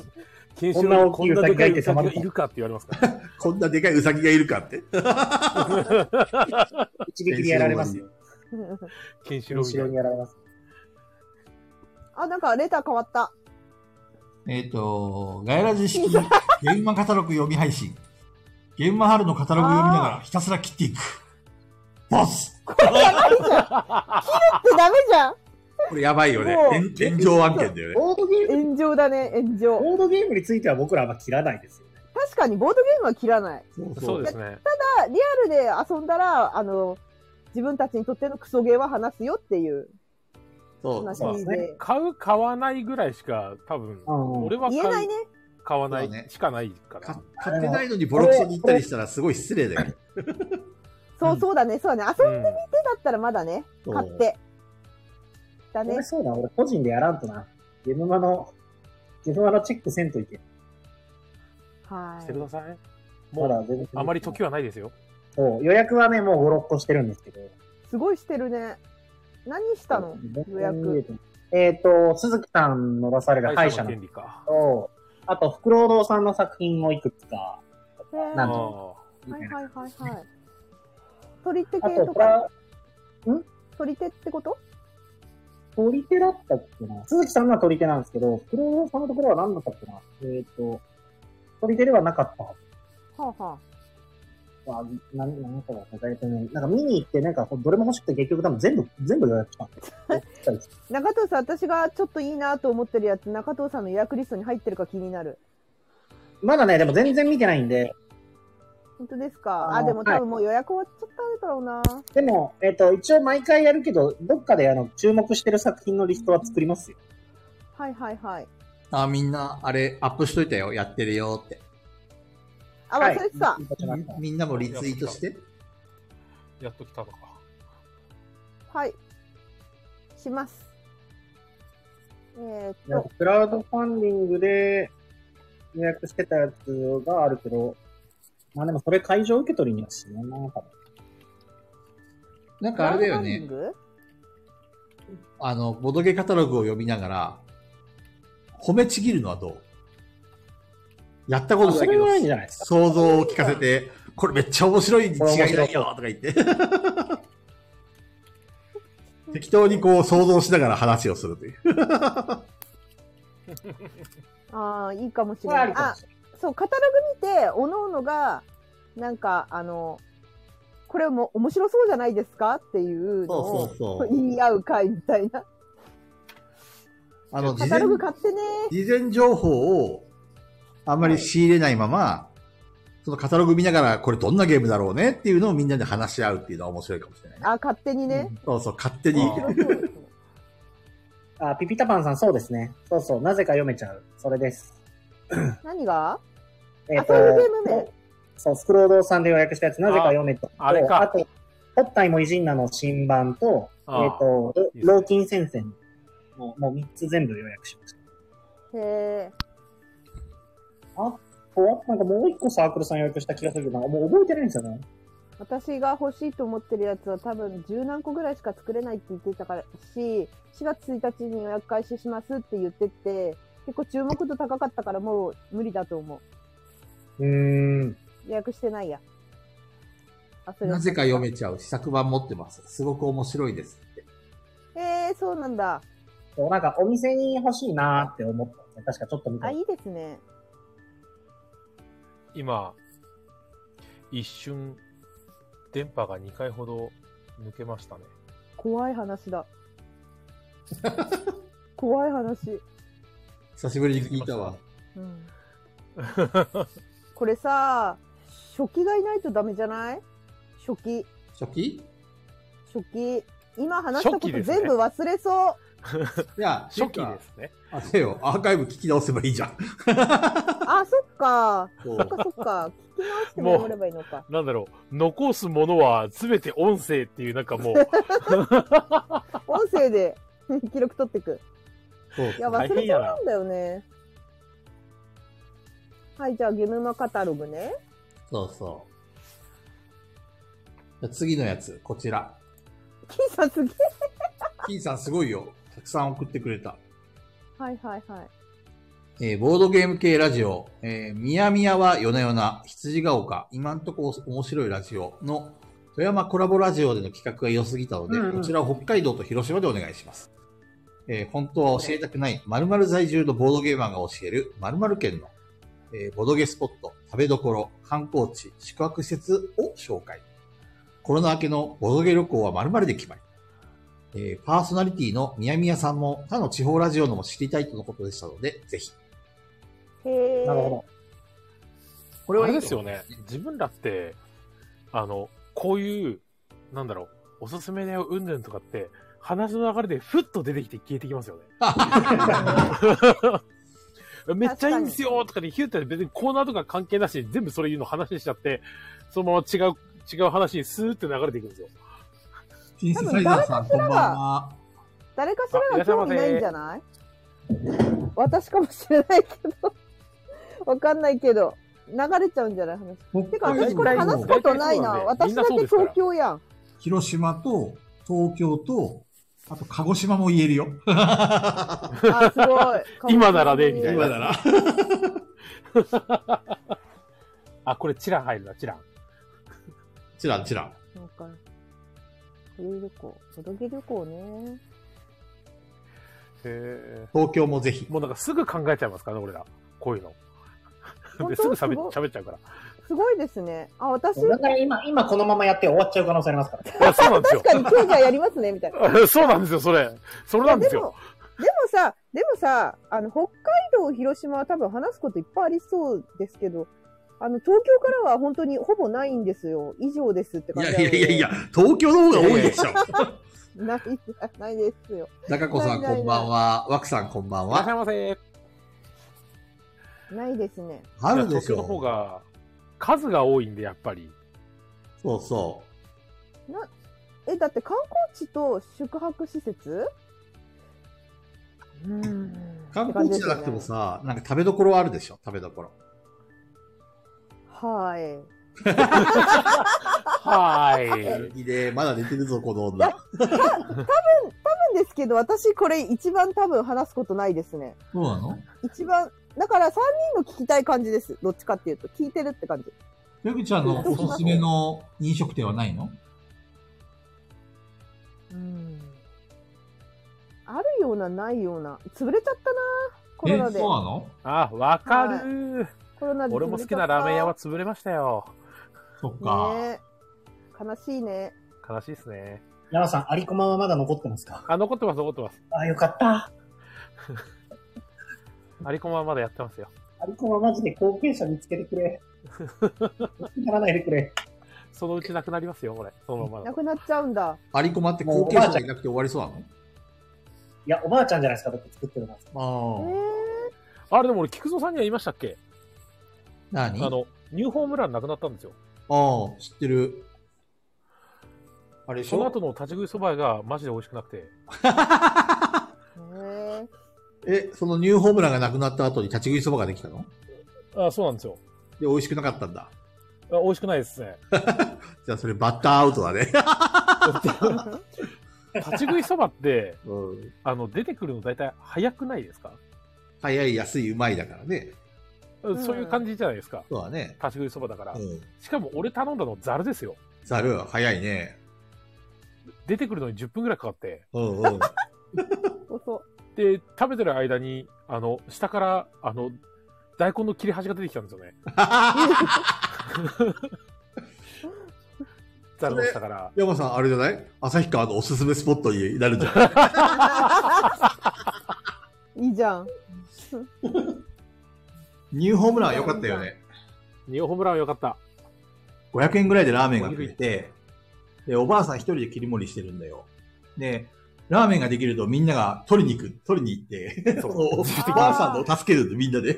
Speaker 3: ケンシ
Speaker 4: こんな
Speaker 3: ロウ
Speaker 4: 大
Speaker 3: こ
Speaker 4: きい
Speaker 3: ん
Speaker 4: ウ
Speaker 3: な
Speaker 4: サ
Speaker 3: で
Speaker 4: ギ
Speaker 3: か
Speaker 4: が
Speaker 3: い
Speaker 4: いうて
Speaker 3: さ
Speaker 4: た
Speaker 3: ぎ
Speaker 4: まるか
Speaker 3: がいるかって言われますから。
Speaker 1: こんなでかいうさぎがいるかって。
Speaker 4: 一撃でやられますよ。
Speaker 3: ケンシロウみ
Speaker 4: 後
Speaker 3: た
Speaker 4: ろ
Speaker 3: い
Speaker 4: に
Speaker 3: な
Speaker 4: やられます。
Speaker 5: あ、なんかレター変わった。
Speaker 7: えっ、と、ガヤラジ式ゲンマカタログ読み配信。ゲンマ春のカタログ読みながらひたすら切っていく。ボス
Speaker 5: ってダメじゃん
Speaker 1: これやばいよね
Speaker 5: もう。
Speaker 1: 炎炎上案件だよね。
Speaker 4: ボードゲーム、
Speaker 5: 炎上だね、炎上。
Speaker 4: ボードゲームについては僕らあんま切らないですよね。
Speaker 5: 確かにボードゲームは切らない。
Speaker 3: そうですね。
Speaker 5: ただ、リアルで遊んだら、あの、自分たちにとってのクソゲーは話すよっていう
Speaker 1: そう。
Speaker 5: 話
Speaker 4: そうですね
Speaker 5: で。
Speaker 3: 買う、買わないぐらいしか、多分、
Speaker 4: うん
Speaker 3: 俺は買
Speaker 5: 言えないうね。
Speaker 3: 買わな
Speaker 1: そうね
Speaker 3: いしかないから
Speaker 1: か。買ってないのにボロクソに言ったりしたらすごい失礼だよね。
Speaker 5: そうう、
Speaker 4: ん
Speaker 5: そうだね、そうだね。遊んでみてだったらまだね、
Speaker 1: そう
Speaker 5: 買って。だね
Speaker 4: 俺。そうだ、俺個人でやらんとな。ゲムマの、ゲムマのチェックせんといけ。
Speaker 3: うん
Speaker 5: は
Speaker 3: してく
Speaker 5: い。
Speaker 3: ださい。も
Speaker 4: まだ
Speaker 3: う、
Speaker 4: 全然。
Speaker 3: あまり時はないですよ。
Speaker 4: そう、予約はね、もう5、6個してるんですけど。
Speaker 5: すごいしてるね。何したの予約。
Speaker 4: えっ、と、鈴木さんの出される
Speaker 3: 会
Speaker 4: 歯医
Speaker 3: 社
Speaker 4: 者
Speaker 3: の
Speaker 4: の
Speaker 3: 権利か。
Speaker 4: と、あと、福労堂さんの作品をいくつか。
Speaker 5: へー
Speaker 4: な
Speaker 3: あ
Speaker 4: ん
Speaker 3: あ
Speaker 4: だ
Speaker 5: は
Speaker 4: ろ
Speaker 5: いはいはいはい。取り手
Speaker 4: あ
Speaker 5: 系
Speaker 4: と、
Speaker 5: と
Speaker 4: こ
Speaker 5: か、
Speaker 4: れ、
Speaker 5: 取り手ってこと
Speaker 4: 取り手だったっけな鈴木さんのは取り手なんですけど、福労堂さんのところは何だったっけなえっ、と、取り手ではなかったはず。
Speaker 5: はあはあ。
Speaker 4: あ、なんなんかは抱えてない。なんか見に行って、なんかこうどれも欲しくて結局多分全部、全部予 約した。
Speaker 5: 中藤さん、私がちょっといいなと思ってるやつ、中藤さんの予約リストに入ってるか気になる。
Speaker 4: まだね、でも全然見てないんで、
Speaker 5: 本当ですか。
Speaker 4: あ
Speaker 5: あ、
Speaker 4: ー
Speaker 5: でも
Speaker 4: は
Speaker 5: 多
Speaker 4: い
Speaker 5: 分もう予約終わっちゃったんだろうな。
Speaker 4: でも、えっ、と、一応毎回やるけど、どっかであの、注目してる作品のリストは作りますよ。
Speaker 5: はいはいはい。
Speaker 1: あ、みんな、あれ、アップしといたよ。やってるよって。
Speaker 5: あ、
Speaker 4: はい
Speaker 5: 忘れてた。
Speaker 1: みみんなもリツイートして。
Speaker 3: やっと来たのか。
Speaker 5: はい。します。えー、っと、
Speaker 4: クラウドファンディングで予約してたやつがあるけど、まあでもそれ会場受け取りにはしないな多分
Speaker 1: なんかあれだよね
Speaker 5: クラウドファンディン。グ
Speaker 1: あの、ボドゲカタログを読みながら、褒めちぎるのはどうやったことだけ
Speaker 4: あそれ
Speaker 1: ど
Speaker 4: はいいんじゃないで、すか
Speaker 1: 想像を聞かせて、これめっちゃ面白いに違いないよとか言って。 適当にこう想像しながら話をするという。
Speaker 5: ああ、いいかもし
Speaker 4: そ
Speaker 5: れ
Speaker 4: れはあ
Speaker 5: ない
Speaker 4: り。か
Speaker 5: あ
Speaker 4: も、しれない。
Speaker 5: そう、カタログ見て、おのおのが、なんか、あの、これも面白そうじゃないですかっていうの
Speaker 1: そ
Speaker 5: を
Speaker 1: うそうそう
Speaker 5: 言い合う会みたいな。
Speaker 1: あの、
Speaker 5: カ
Speaker 1: 事
Speaker 5: タ
Speaker 1: 前
Speaker 5: ロ、グ買ってね
Speaker 1: 事前情報をあんまり仕入れないまま、そのカタログ見ながら、これどんなゲームだろうねっていうのをみんなで話し合うっていうのは面白いかもしれないね。
Speaker 5: あ、勝手にね。
Speaker 1: そうそう、勝手に。
Speaker 3: あ
Speaker 5: 面白そうですね
Speaker 4: あ、ピピタパンさんそうですね。そうそう、なぜか読めちゃう。それです。
Speaker 5: 何が
Speaker 4: え
Speaker 5: あそういうゲーム名
Speaker 4: そう、スクロードさんで予約したやつ、なぜか読めと。
Speaker 3: ああれか
Speaker 4: あと、ホッタイも偉人なの新版と、えっ、
Speaker 3: ああ
Speaker 4: と、
Speaker 3: いいですね
Speaker 4: 老金戦線も、もう3つ全部予約しました。
Speaker 5: へえ。
Speaker 4: おなんかもう1個サークルさん予約した気がするけど、なんかもう覚えてないんですよね。
Speaker 5: 私が欲しいと思ってるやつは多分十何個ぐらいしか作れないって言ってたからし、4月1日に予約開始しますって言ってて、結構注目度高かったからもう無理だと思
Speaker 4: うーん。
Speaker 5: う。予約してないや。あ、それ
Speaker 1: なぜか読めちゃう試作版持ってます。すごく面白いですって。
Speaker 5: へえ、そうなんだ。
Speaker 4: そうなんかお店に欲しいなーって思ったんですね。確かちょっと見た
Speaker 5: あ、いいですね。
Speaker 3: 今、一瞬、電波が2回ほど抜けましたね。
Speaker 5: 怖い話だ。 怖い話。
Speaker 1: 久しぶりに聞いたわ。
Speaker 5: うん、これさ、初期がいないとダメじゃない初期。
Speaker 1: 初期
Speaker 5: 初期。今話したこ
Speaker 3: 初期
Speaker 5: と
Speaker 3: ですね
Speaker 5: 全部忘れそう。
Speaker 1: いや、
Speaker 3: 初期ですね。
Speaker 1: あせよ、アーカイブ聞き直せばいいじゃん。
Speaker 5: あ、そっか。
Speaker 1: そ
Speaker 5: そっかそっか。聞き直してもらればいいのか。
Speaker 3: なんだろう、残すものは全て音声っていう、なんかもう、
Speaker 5: 音声で 記録取ってく。
Speaker 1: そう
Speaker 5: いや、忘
Speaker 3: 大
Speaker 5: れそう
Speaker 3: 変やな
Speaker 5: なんだよね。はい、じゃあ、ゲームマカタログね。
Speaker 1: そうそう。じゃあ次のやつ、こちら。
Speaker 5: キーさんすげえ。
Speaker 1: キーさんすごいよ。たくさん送ってくれた。
Speaker 5: はいはいはい。
Speaker 1: えーボードゲーム系ラジオ、えー、みやみやはよなよな、羊が丘、今んとこ面白いラジオの富山コラボラジオでの企画が良すぎたので、
Speaker 4: うんうん
Speaker 1: こちらを北海道と広島でお願いします。えー本当は教えたくない、〇〇在住のボードゲーマーが教える〇〇県の、えーボードゲスポット、食べどころ、観光地、宿泊施設を紹介。コロナ明けのボードゲ旅行は〇〇で決まり。えーパーソナリティのみやみやさんも他の地方ラジオのも知りたいとのことでしたので、ぜひ。
Speaker 5: へえ。
Speaker 4: なるほど。
Speaker 3: これはあれですよね。自分らって、あの、こういう、なんだろう、おすすめだよ、うんぬんとかって、話の流れでふっと出てきて消えてきますよね。 めっちゃいいんですよとかでヒューって別にコーナーとか関係なし、全部それ言うの話しちゃって、そのまま違う、違う話にスーって流れていくんですよ。
Speaker 1: シンセサイザーさん、こんばんは。
Speaker 5: 誰かしらが興味ないんじゃない私かもしれないけど。 わかんないけど。流れちゃうんじゃない話。てか私これ話すことないな。
Speaker 3: 大体
Speaker 5: 私
Speaker 3: そ
Speaker 5: だ
Speaker 3: うなんだよみんなそう
Speaker 5: け
Speaker 3: ですから
Speaker 5: 東京やん。
Speaker 1: 広島と東京と、あと鹿児島も言えるよ。
Speaker 5: あ、すごい。
Speaker 3: 今ならねみたいな
Speaker 1: 今なら。
Speaker 3: あ、これチラン入るな、チラン。
Speaker 1: チランチラン。
Speaker 5: なんか、冬旅行、届け旅行ね。
Speaker 3: へ
Speaker 1: 東京もぜひ
Speaker 3: ー。もうなんかすぐ考えちゃいますからね、俺ら。こういうの。
Speaker 5: 本
Speaker 3: で
Speaker 5: 当
Speaker 3: すぐ喋
Speaker 5: すごい
Speaker 3: っ喋っちゃうから。
Speaker 5: すごいですね。あ、私、
Speaker 4: だから今、今このままやって終わっちゃう可能性ありますから ね。
Speaker 3: いやそうなんですよ
Speaker 5: 確。かに今日じゃあやりますね、みたいな。
Speaker 3: そうなんですよ、それ。それなんです
Speaker 5: いや
Speaker 3: よ。
Speaker 5: でも、でもさ、でもさ、あの、北海道、広島は多分話すこといっぱいありそうですけど、あの、東京からは本当にほぼないんですよ。以上ですって
Speaker 1: い
Speaker 5: 感じ
Speaker 1: や
Speaker 5: なの
Speaker 1: い
Speaker 5: で
Speaker 1: やいやいや、東京の方が多いでしょ。
Speaker 5: ない、ないですよ。
Speaker 1: 中子さんこんばんは。枠さんこんばん
Speaker 3: いらっしゃ
Speaker 1: は。
Speaker 3: いませ。
Speaker 5: ないですね。
Speaker 1: あるで
Speaker 3: 東
Speaker 1: し
Speaker 3: 京の方
Speaker 1: ょ。
Speaker 3: が数が多いんで、やっぱり。
Speaker 1: そうそ
Speaker 5: え、だって観光地と宿泊施設うん
Speaker 1: う。観光地じゃなくても。さ、なんか食べどころはあるでしょ。食べどころ。
Speaker 5: はい。
Speaker 3: は
Speaker 1: や
Speaker 3: ー
Speaker 1: る
Speaker 3: い。
Speaker 1: 気で、まだ寝てるぞ、この女。
Speaker 5: なんですけど、私これ一番多分話すことないですね。
Speaker 1: そうなの
Speaker 5: 一番、だから3人の聞きたい感じです。どっちかっていうと。聞いてるって感じ。
Speaker 1: ペグちゃんのおすすめの飲食店はないの
Speaker 5: うん。あるような、ないような。潰れちゃったなコロナ
Speaker 1: え
Speaker 5: で。
Speaker 1: そうなの
Speaker 3: あ、わかる。
Speaker 5: コロナで
Speaker 3: 俺も好きなラーメン屋は潰れましたよ。
Speaker 1: そっ
Speaker 5: か。
Speaker 1: か。
Speaker 5: ねえ悲しいね。
Speaker 3: 悲しいですね。
Speaker 4: 山さん、アリコマはまだ残ってますか
Speaker 3: あ、残ってます、残ってます。
Speaker 4: あ、よかった。
Speaker 3: アリコンはまだやってますよ。
Speaker 4: アリコママジで後継者見つけてくれ。 ならないでくれ。
Speaker 3: そのうちなくなりますよ、これ。そのままだ
Speaker 5: な
Speaker 3: と。
Speaker 5: くなっちゃうんだ。
Speaker 1: アリコマって後継者がいなくて終わりそうない
Speaker 4: や、おばあちゃんじゃないですか、だって作ってるのは。
Speaker 5: え
Speaker 1: のああ。
Speaker 3: あ
Speaker 5: え
Speaker 3: れ、でも俺、菊蔵さんには言いましたっけあ
Speaker 1: 何あ
Speaker 3: の、ニューホームランなくなったんですよ。
Speaker 1: あ、知ってる。あれでし
Speaker 3: その後
Speaker 1: ょ
Speaker 3: の立ち食いそばがマジで美味しくなくて。
Speaker 5: ね
Speaker 1: え、そのニューホームランがなくなった後に立ち食いそばができたの
Speaker 3: あ、そうなんですよ。
Speaker 1: で、美味しくなかったんだ。
Speaker 3: あ美味しくないですね。
Speaker 1: じゃあそれバッターアウトだね。
Speaker 3: 立ち食いそばって、
Speaker 1: うん。
Speaker 3: あの、出てくるの大体早くないですか
Speaker 1: 早い、安い、うまいだからね。
Speaker 5: ん
Speaker 3: そういう感じじゃないですか。
Speaker 1: そうだね。
Speaker 3: 立ち食いそばだから
Speaker 1: う。ん。
Speaker 3: しかも俺頼んだのザルですよ。
Speaker 1: ざる、早いね。
Speaker 3: 出てくるのに10分ぐらいかかって。
Speaker 1: うんうん。
Speaker 5: そうそう。
Speaker 3: で、食べてる間に、あの、下から、あの、大根の切れ端が出てきたんです よね。ザルの下から。
Speaker 1: 山さん、あれじゃない旭川のおすすめスポットになるんじゃない
Speaker 5: いいじゃん。
Speaker 1: ニューホームランは良かったよね。
Speaker 3: ニューホームランは良か った。
Speaker 1: 500円ぐらいでラーメンが食えて、で、おばあさん一人で切り盛りしてるんだよ。で、ラーメンができるとみんなが取りに行く、取りに行って、そのおばあさんのを助けるんだみんなで。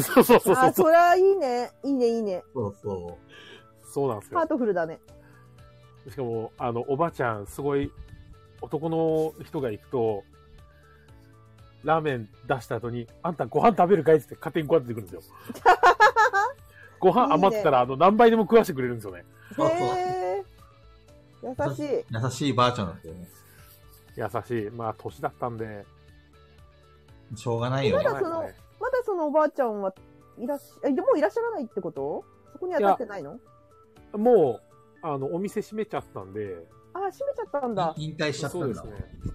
Speaker 3: そうそうそうそ
Speaker 5: あ
Speaker 3: う
Speaker 5: ー、。そりゃいいね。いいね、いいね。
Speaker 1: そうそ
Speaker 3: そうなんです
Speaker 5: ハー
Speaker 3: よ。
Speaker 5: トフルだね。
Speaker 3: しかも、あの、おばあちゃん、すごい、男の人が行くと、ラーメン出した後に、あんたご飯食べるかいっつって勝手にご飯出てくるんですよ。 ご飯余ってたら、あの、何倍でも食わしてくれるんですよね。
Speaker 1: そうそう
Speaker 5: へえ。優しい。
Speaker 1: う。優しいばあちゃんだったよね。
Speaker 3: 優しい。まあ、年だったんで。
Speaker 1: しょうがないよ
Speaker 5: 今
Speaker 1: ね。
Speaker 5: だそのまだそのおばあちゃんはいらっしゃ、え、でもいらっしゃらないってことそこには立ってないの
Speaker 3: もう、あの、お店閉めちゃったんで、
Speaker 5: あー、閉めちゃったんだ。
Speaker 1: 引退しちゃった
Speaker 3: そうんで
Speaker 1: だ
Speaker 3: すね。
Speaker 5: あ
Speaker 3: 引退しちゃ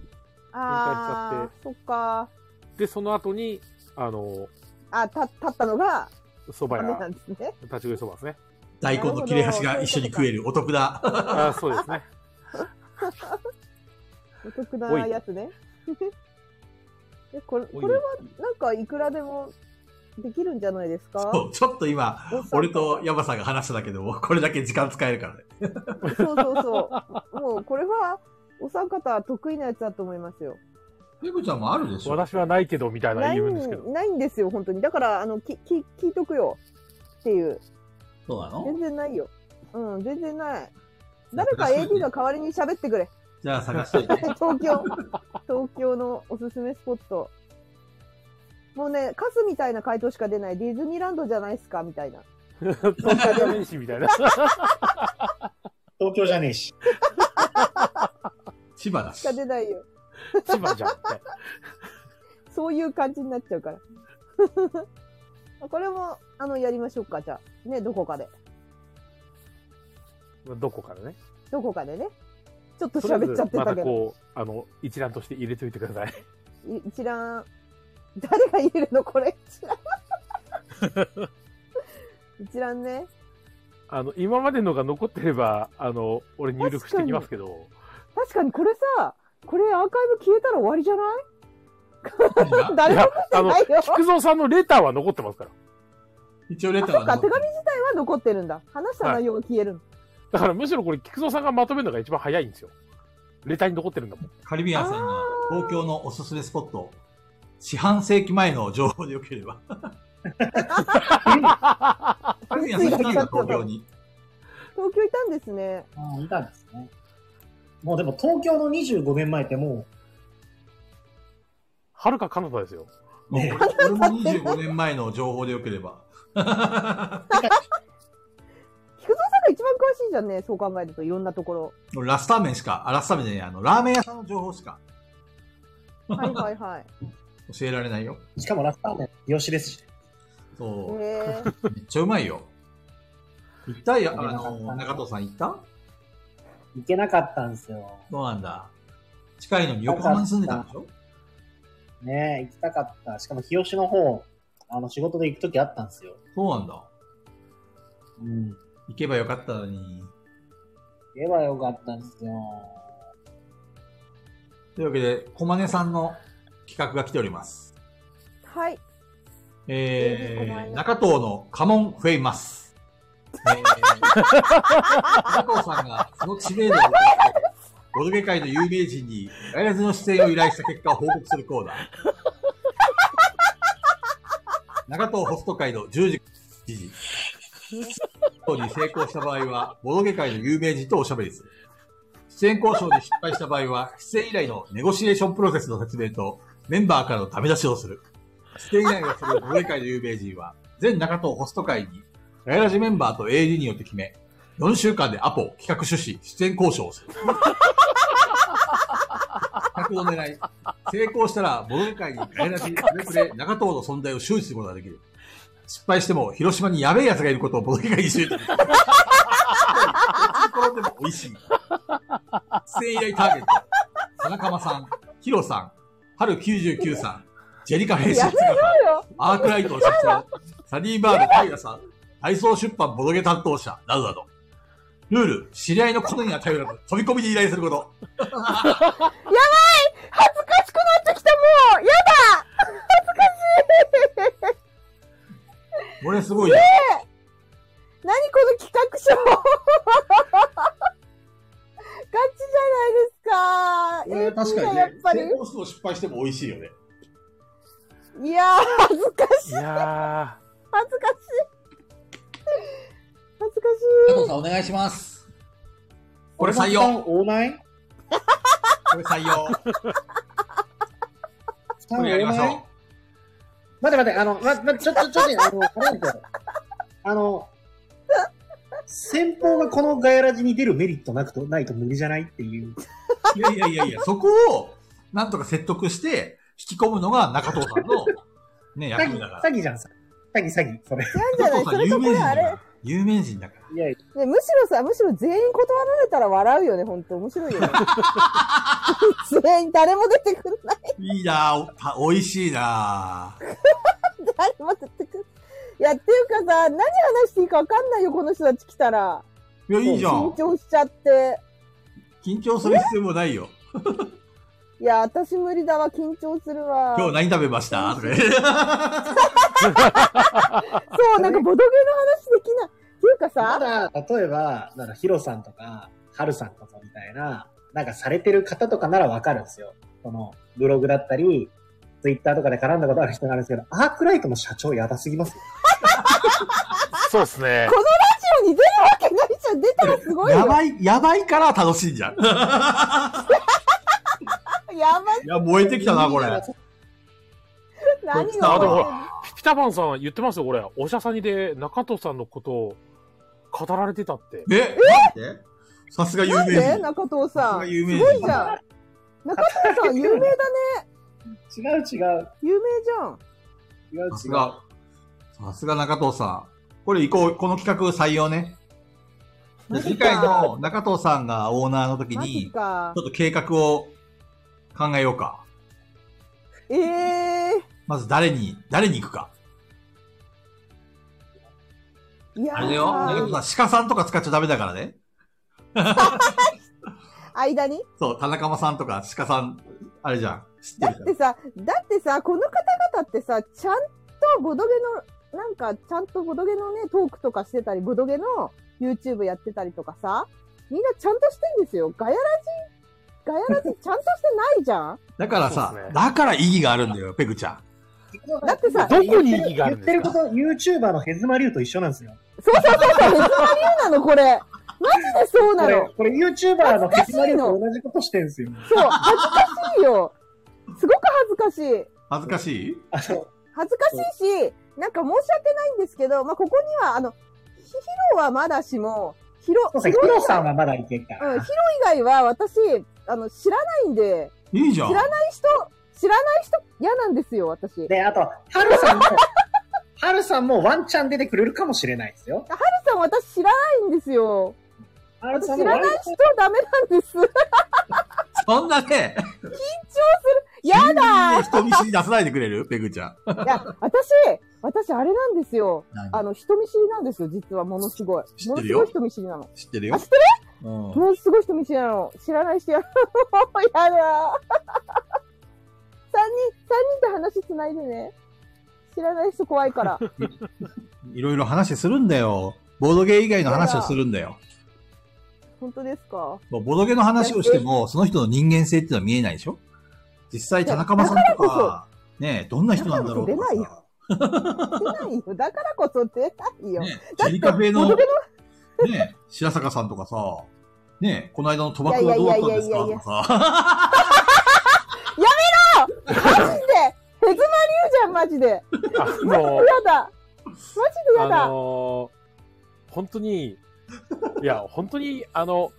Speaker 3: っ
Speaker 5: ああ、そっか。
Speaker 3: で、その後に、あの、
Speaker 5: あ、た、立ったのが、
Speaker 3: 蕎
Speaker 5: ダ
Speaker 3: 麦
Speaker 5: メ
Speaker 3: 屋
Speaker 5: な、んですね。
Speaker 3: 立ち食い蕎麦ですね。
Speaker 1: 大根の切れ端が一緒に食えるお得だ。
Speaker 3: あそうで すね。
Speaker 5: お得なやつね。 え、これ、これはなんかいくらでもできるんじゃないですか
Speaker 1: そうちょっと今、
Speaker 5: おっさん
Speaker 1: 俺とヤマさんが話しただけでも、これだけ時間使えるからね。
Speaker 5: そうそうそう。もうこれは、お三方得意なやつだと思いますよ。
Speaker 1: ペグちゃんもあるでしょ
Speaker 3: 私はないけど、みたいな
Speaker 5: ない
Speaker 3: 言うんですけど。
Speaker 5: ないんですよ、本当に。だから、あの、き、き、聞いとくよ。っていう。
Speaker 1: そうなの
Speaker 5: 全然ないよ。うん、全 然ない。誰か AD が代わりに喋ってくれ。
Speaker 1: じゃあ探しとい て。
Speaker 5: 東京。東京のおすすめスポット。もうね、カスみたいな回答しか出ない。ディズニーランドじゃないですかみたいな。
Speaker 3: そんなダメージみたいな。
Speaker 4: 東京じゃねえし。
Speaker 1: 千葉だ
Speaker 5: し
Speaker 1: し
Speaker 5: か。出ないよ。
Speaker 3: 千葉じゃん。
Speaker 5: そういう感じになっちゃうから。 これも、あの、やりましょうか、じゃあ。ね、どこかで。
Speaker 3: どこ からね。
Speaker 5: どこかでね。ちょっと
Speaker 3: とりあえ
Speaker 5: 喋っちゃって
Speaker 3: ずま
Speaker 5: た
Speaker 3: た
Speaker 5: けど。
Speaker 3: こう、あの、一覧として入れといてください。
Speaker 5: い一覧。誰が言えるのこれ、一覧。一覧ね。
Speaker 3: あの、今までのが残ってれば、あの、俺入力してきますけど、
Speaker 5: 確かにこれさ、これアーカイブ消えたら終わりじゃない
Speaker 1: 何が
Speaker 5: 誰も
Speaker 3: あの
Speaker 5: 残っ、てないよ。
Speaker 3: 菊蔵さんのレターは残ってますから。
Speaker 1: 一応レター
Speaker 5: そ
Speaker 1: は
Speaker 5: っか、
Speaker 1: 残
Speaker 5: 手
Speaker 1: って
Speaker 5: 紙
Speaker 1: る。
Speaker 5: 自体は残ってるんだ。話した内容が消えるの。
Speaker 3: だからむしろこれ、菊蔵さんがまとめるのが一番早いんですよ。レターに残ってるんだもん。
Speaker 1: カリビアンさんが東京のおすすめスポット、四半世紀前の情報でよけれ ば。カリビアンさん来たんだ、東京 に。
Speaker 5: 東京いたんですね。
Speaker 4: うん、いたんですね。もうでも東京の25年前っても
Speaker 3: はるか彼方ですよ。
Speaker 1: もう俺も25年前の情報でよければ。
Speaker 5: 菊蔵さんが一番詳しいじゃんね。そう考えると、いろんなところ。
Speaker 1: 俺ラスターメンしか、あ、ラスターメンじゃねえ、あの、ラーメン屋さんの情報しか
Speaker 5: はいはいはい。
Speaker 1: 教えられないよ。
Speaker 4: う、しかもラスターメン、吉ですし。
Speaker 1: そう。
Speaker 5: へえ。
Speaker 1: めっちゃうまいよ。行ったよ、
Speaker 4: 食べ
Speaker 1: あ
Speaker 4: なかったな
Speaker 1: の、中藤さん行った
Speaker 4: 行けなかったんですよ。
Speaker 1: そうなんだ。近いのに横浜に住んでたんでしょ
Speaker 4: ねえ、行きたかった。しかも日吉の方、あの、仕事で行くときあったんですよ。
Speaker 1: そうなんだ。
Speaker 4: うん。行
Speaker 1: 行けばよかったのに。
Speaker 4: けばよかったんですよ。
Speaker 1: というわけで、小金さんの企画が来ております。
Speaker 5: はい。えー小
Speaker 1: え
Speaker 5: 金
Speaker 1: ー、中藤の家紋増えます。えー、中藤さんがその知名度を生かして、ボドゲ界の有名人にガイラズの出演を依頼した結果を報告するコーナー。中藤ホスト界の10時記事。に成功した場合は、ボドゲ界の有名人とおしゃべりする。出演交渉に失敗した場合は、出演以来のネゴシエーションプロセスの説明と、メンバーからのダメ出しをする。出演以来をするボドゲ界の有名人は、全中東ホスト界に、ガイラジメンバーと AD によって決め、4週間でアポ、企画趣旨、出演交渉をする。企画の狙い。成功したら、ボドゲ界にガイラジ、それぞれ中東の存在を周知することができる。失敗しても、広島にやべえ奴がいることをボドゲ界に知る。ところでも美味しい。出演依頼ターゲット。田中間さん、ヒロさん、春99さん、ジェリカ編集長さん、アークライトの社長、サニーバードタイラさん、体操出版ボドゲ担当者、などなど。ルール、知り合いのことには頼らず、飛び込みで依頼すること。
Speaker 5: 恥ずかしくなってきた、もうや
Speaker 1: これすごいよ。
Speaker 5: 何この企画書 ガチじゃないですか AP だやっぱり。
Speaker 1: 功しても失敗しても美味しいよね。
Speaker 5: いやー、恥ずかし
Speaker 3: い
Speaker 5: い。
Speaker 3: や
Speaker 5: 恥ずかしい。恥ずか
Speaker 8: 加
Speaker 5: しい。
Speaker 8: 藤さんお願いします。
Speaker 1: これ採用。
Speaker 4: オーナイ
Speaker 1: これ採用。これやりましょ
Speaker 4: 待って待って、あの、ま、ま、ちょ、ちょ、ちょっと、あの、あれなんですよあの、先方がこのガヤラジに出るメリットなくと、ないと無理じゃないっていう。
Speaker 1: う。いやいやいやいや、そこを、なんとか説得して、引き込むのが中藤さんの、ね、
Speaker 4: 詐
Speaker 1: 役目
Speaker 4: 欺、
Speaker 1: だから。
Speaker 4: 詐欺じゃん、詐欺、詐欺、それ。
Speaker 5: なんじゃないそれ
Speaker 1: 有
Speaker 5: とこ
Speaker 1: 名人
Speaker 5: れ
Speaker 1: だ
Speaker 5: あ
Speaker 1: から
Speaker 5: れ、
Speaker 1: 有名人だから。
Speaker 4: いやい
Speaker 5: ね、むしろさ、むしろ全員断られたら笑うよね、ほんと。面白いよね。 全員、誰も出てくれない。
Speaker 1: いいなぁおた、美味しいなぁ。
Speaker 5: 誰も出てくれない。いや、っていうかさ、何話していいか分かんないよ、この人たち来たら。
Speaker 1: いや、いいじゃん
Speaker 5: 緊。張しちゃって。
Speaker 1: 緊張する必要もないよ。
Speaker 5: いや、私無理だわ、緊張するわ。
Speaker 1: 今日何食べましたとか
Speaker 5: そう、なんかボドゲの話できない。っていうか
Speaker 4: や。た
Speaker 5: さ、
Speaker 4: だ、例えば、なんかヒロさんとか、ハルさんとかみたいな、なんかされてる方とかならわかるんですよ。この、ブログだったり、ツイッターとかで絡んだことある人なんですけど、アークライトの社長やばすぎますよ。
Speaker 3: そうですね。
Speaker 5: ラジオに出るわけないじゃん。出たらすごいよ。
Speaker 1: や
Speaker 5: やば
Speaker 1: ばい、やばいから楽しいんじゃん。い
Speaker 5: い。
Speaker 1: や、燃えてきたな、これ。
Speaker 5: 何
Speaker 1: こいつ
Speaker 5: を
Speaker 1: な
Speaker 3: あ、でも
Speaker 5: 思
Speaker 3: ほ
Speaker 5: っ
Speaker 3: ら、ピピタパンさん言ってましたよ、これ。お医者さんにで中藤さんのことを語られてたって。
Speaker 1: えなんでさすが有名
Speaker 5: てんのなんで
Speaker 1: 人。
Speaker 5: 中藤
Speaker 1: さす
Speaker 5: さ
Speaker 1: が
Speaker 5: ん。
Speaker 1: 有名
Speaker 5: すごいじ
Speaker 1: 人。
Speaker 5: ゃん。中藤さん、有名だね。
Speaker 4: 違う違う。
Speaker 5: 有名じゃん。
Speaker 4: 違う
Speaker 1: さす
Speaker 4: 違う。
Speaker 1: が、さすが中藤さん。これ行こう、この企画採用ね。で
Speaker 5: マジか
Speaker 1: 次回の中藤さんがオーナーの時
Speaker 5: マジ
Speaker 1: に、ち
Speaker 5: か
Speaker 1: ょ。っと計画を考えようか。
Speaker 5: ええ
Speaker 1: まず誰に、誰に行くか。
Speaker 5: ー。いやー
Speaker 1: あれだよ、中藤さん、鹿さんとか使っちゃダメだからね。
Speaker 5: 間に
Speaker 1: そう、田中間さんとか鹿さん、あれじゃん。知って
Speaker 5: だ
Speaker 1: る
Speaker 5: っ
Speaker 1: じゃ
Speaker 5: てさ、だってさ、この方々ってさ、ちゃんとボドゲの、なんか、ちゃんとボドゲのね、トークとかしてたり、ボドゲの YouTube やってたりとかさ、みんなちゃんとしてんですよ。ガヤラジ、ガヤラジちゃんとしてない じゃん
Speaker 1: ん。だからさ、
Speaker 3: そうっすね
Speaker 1: だから意義があるんだよ、ペグちゃん。
Speaker 5: だってさ、
Speaker 3: どこに意義があるん
Speaker 4: 言
Speaker 3: で
Speaker 4: っ
Speaker 3: す
Speaker 4: て
Speaker 3: か
Speaker 4: ること、YouTuber のヘズマリュウと一緒なんですよ。
Speaker 5: そうそうそうそう、ヘズマリュウなの、これ。マジでそう
Speaker 4: こ
Speaker 5: な
Speaker 4: れ
Speaker 5: の。、
Speaker 4: これ YouTuber のヘズマリュウと同じことしてるんですよ。
Speaker 5: そう、恥ずかしいよ。すごく恥ずかしい。
Speaker 1: 恥ずかしい
Speaker 4: あの、
Speaker 5: 恥ずかしいし、なんか申し訳ないんですけど、まあ、ここには、あの、ヒヒロはまだしも、ヒロ、
Speaker 4: そうですね、ヒロさんはまだいけるか
Speaker 5: うん、ヒロ
Speaker 4: ら。
Speaker 5: 以外は私、あの、知らないんで、
Speaker 1: いいじゃん
Speaker 5: 知。らない人、知らない人嫌なんですよ、私。ハル
Speaker 4: で、あと、ハルさんも、ハルさんもワンチャン出てくれるかもしれないですよ。
Speaker 5: さん私知らないんですよ。
Speaker 4: ハル
Speaker 5: 知
Speaker 4: さ
Speaker 5: ら
Speaker 4: んも
Speaker 5: ない
Speaker 4: ワンチ
Speaker 5: 人ダメなんです。
Speaker 1: そんなね、
Speaker 5: やだ
Speaker 1: 人見知り出さないでくれるペグちゃん。
Speaker 5: いや、私、私あれなんですよ。あの、人見知りなんですよ、実は、ものすごい。
Speaker 1: 知っ
Speaker 5: も
Speaker 1: て
Speaker 5: の
Speaker 1: るよ
Speaker 5: すごい人見知りなの。
Speaker 1: 知ってるよ
Speaker 5: あ。知ってものすごい人見知りなの。知らない人やろ。 やだ。三人、三人で話つないでね。知らない人怖 いから。
Speaker 1: うんいろいろ話するんだよ。ボードゲー以外の話をするんだよ。
Speaker 5: 本当ですか
Speaker 1: ボードゲーの話をしても、その人の人間性っていうのは見えないでしょ実際、田中間さんと
Speaker 5: だから
Speaker 1: か、ねえどんな人なんだろうとか
Speaker 5: だ
Speaker 1: さ。
Speaker 5: か出ないよ。だからこそ出ないよ。
Speaker 1: ね
Speaker 5: だ
Speaker 1: え
Speaker 5: っ
Speaker 1: ジェリカフェ
Speaker 5: て、
Speaker 1: の、
Speaker 5: 元
Speaker 1: ね
Speaker 5: 手の
Speaker 1: え白坂さんとかさ、ねえこの間の賭博はどうだったんですか
Speaker 5: いやいやいやいやいや
Speaker 1: とかさ。
Speaker 5: マジでヘズマリュウじゃん、マジで。や
Speaker 3: あもう、あ
Speaker 5: だ。マジでやだ。
Speaker 3: のー本当に、いや、本当に、あの、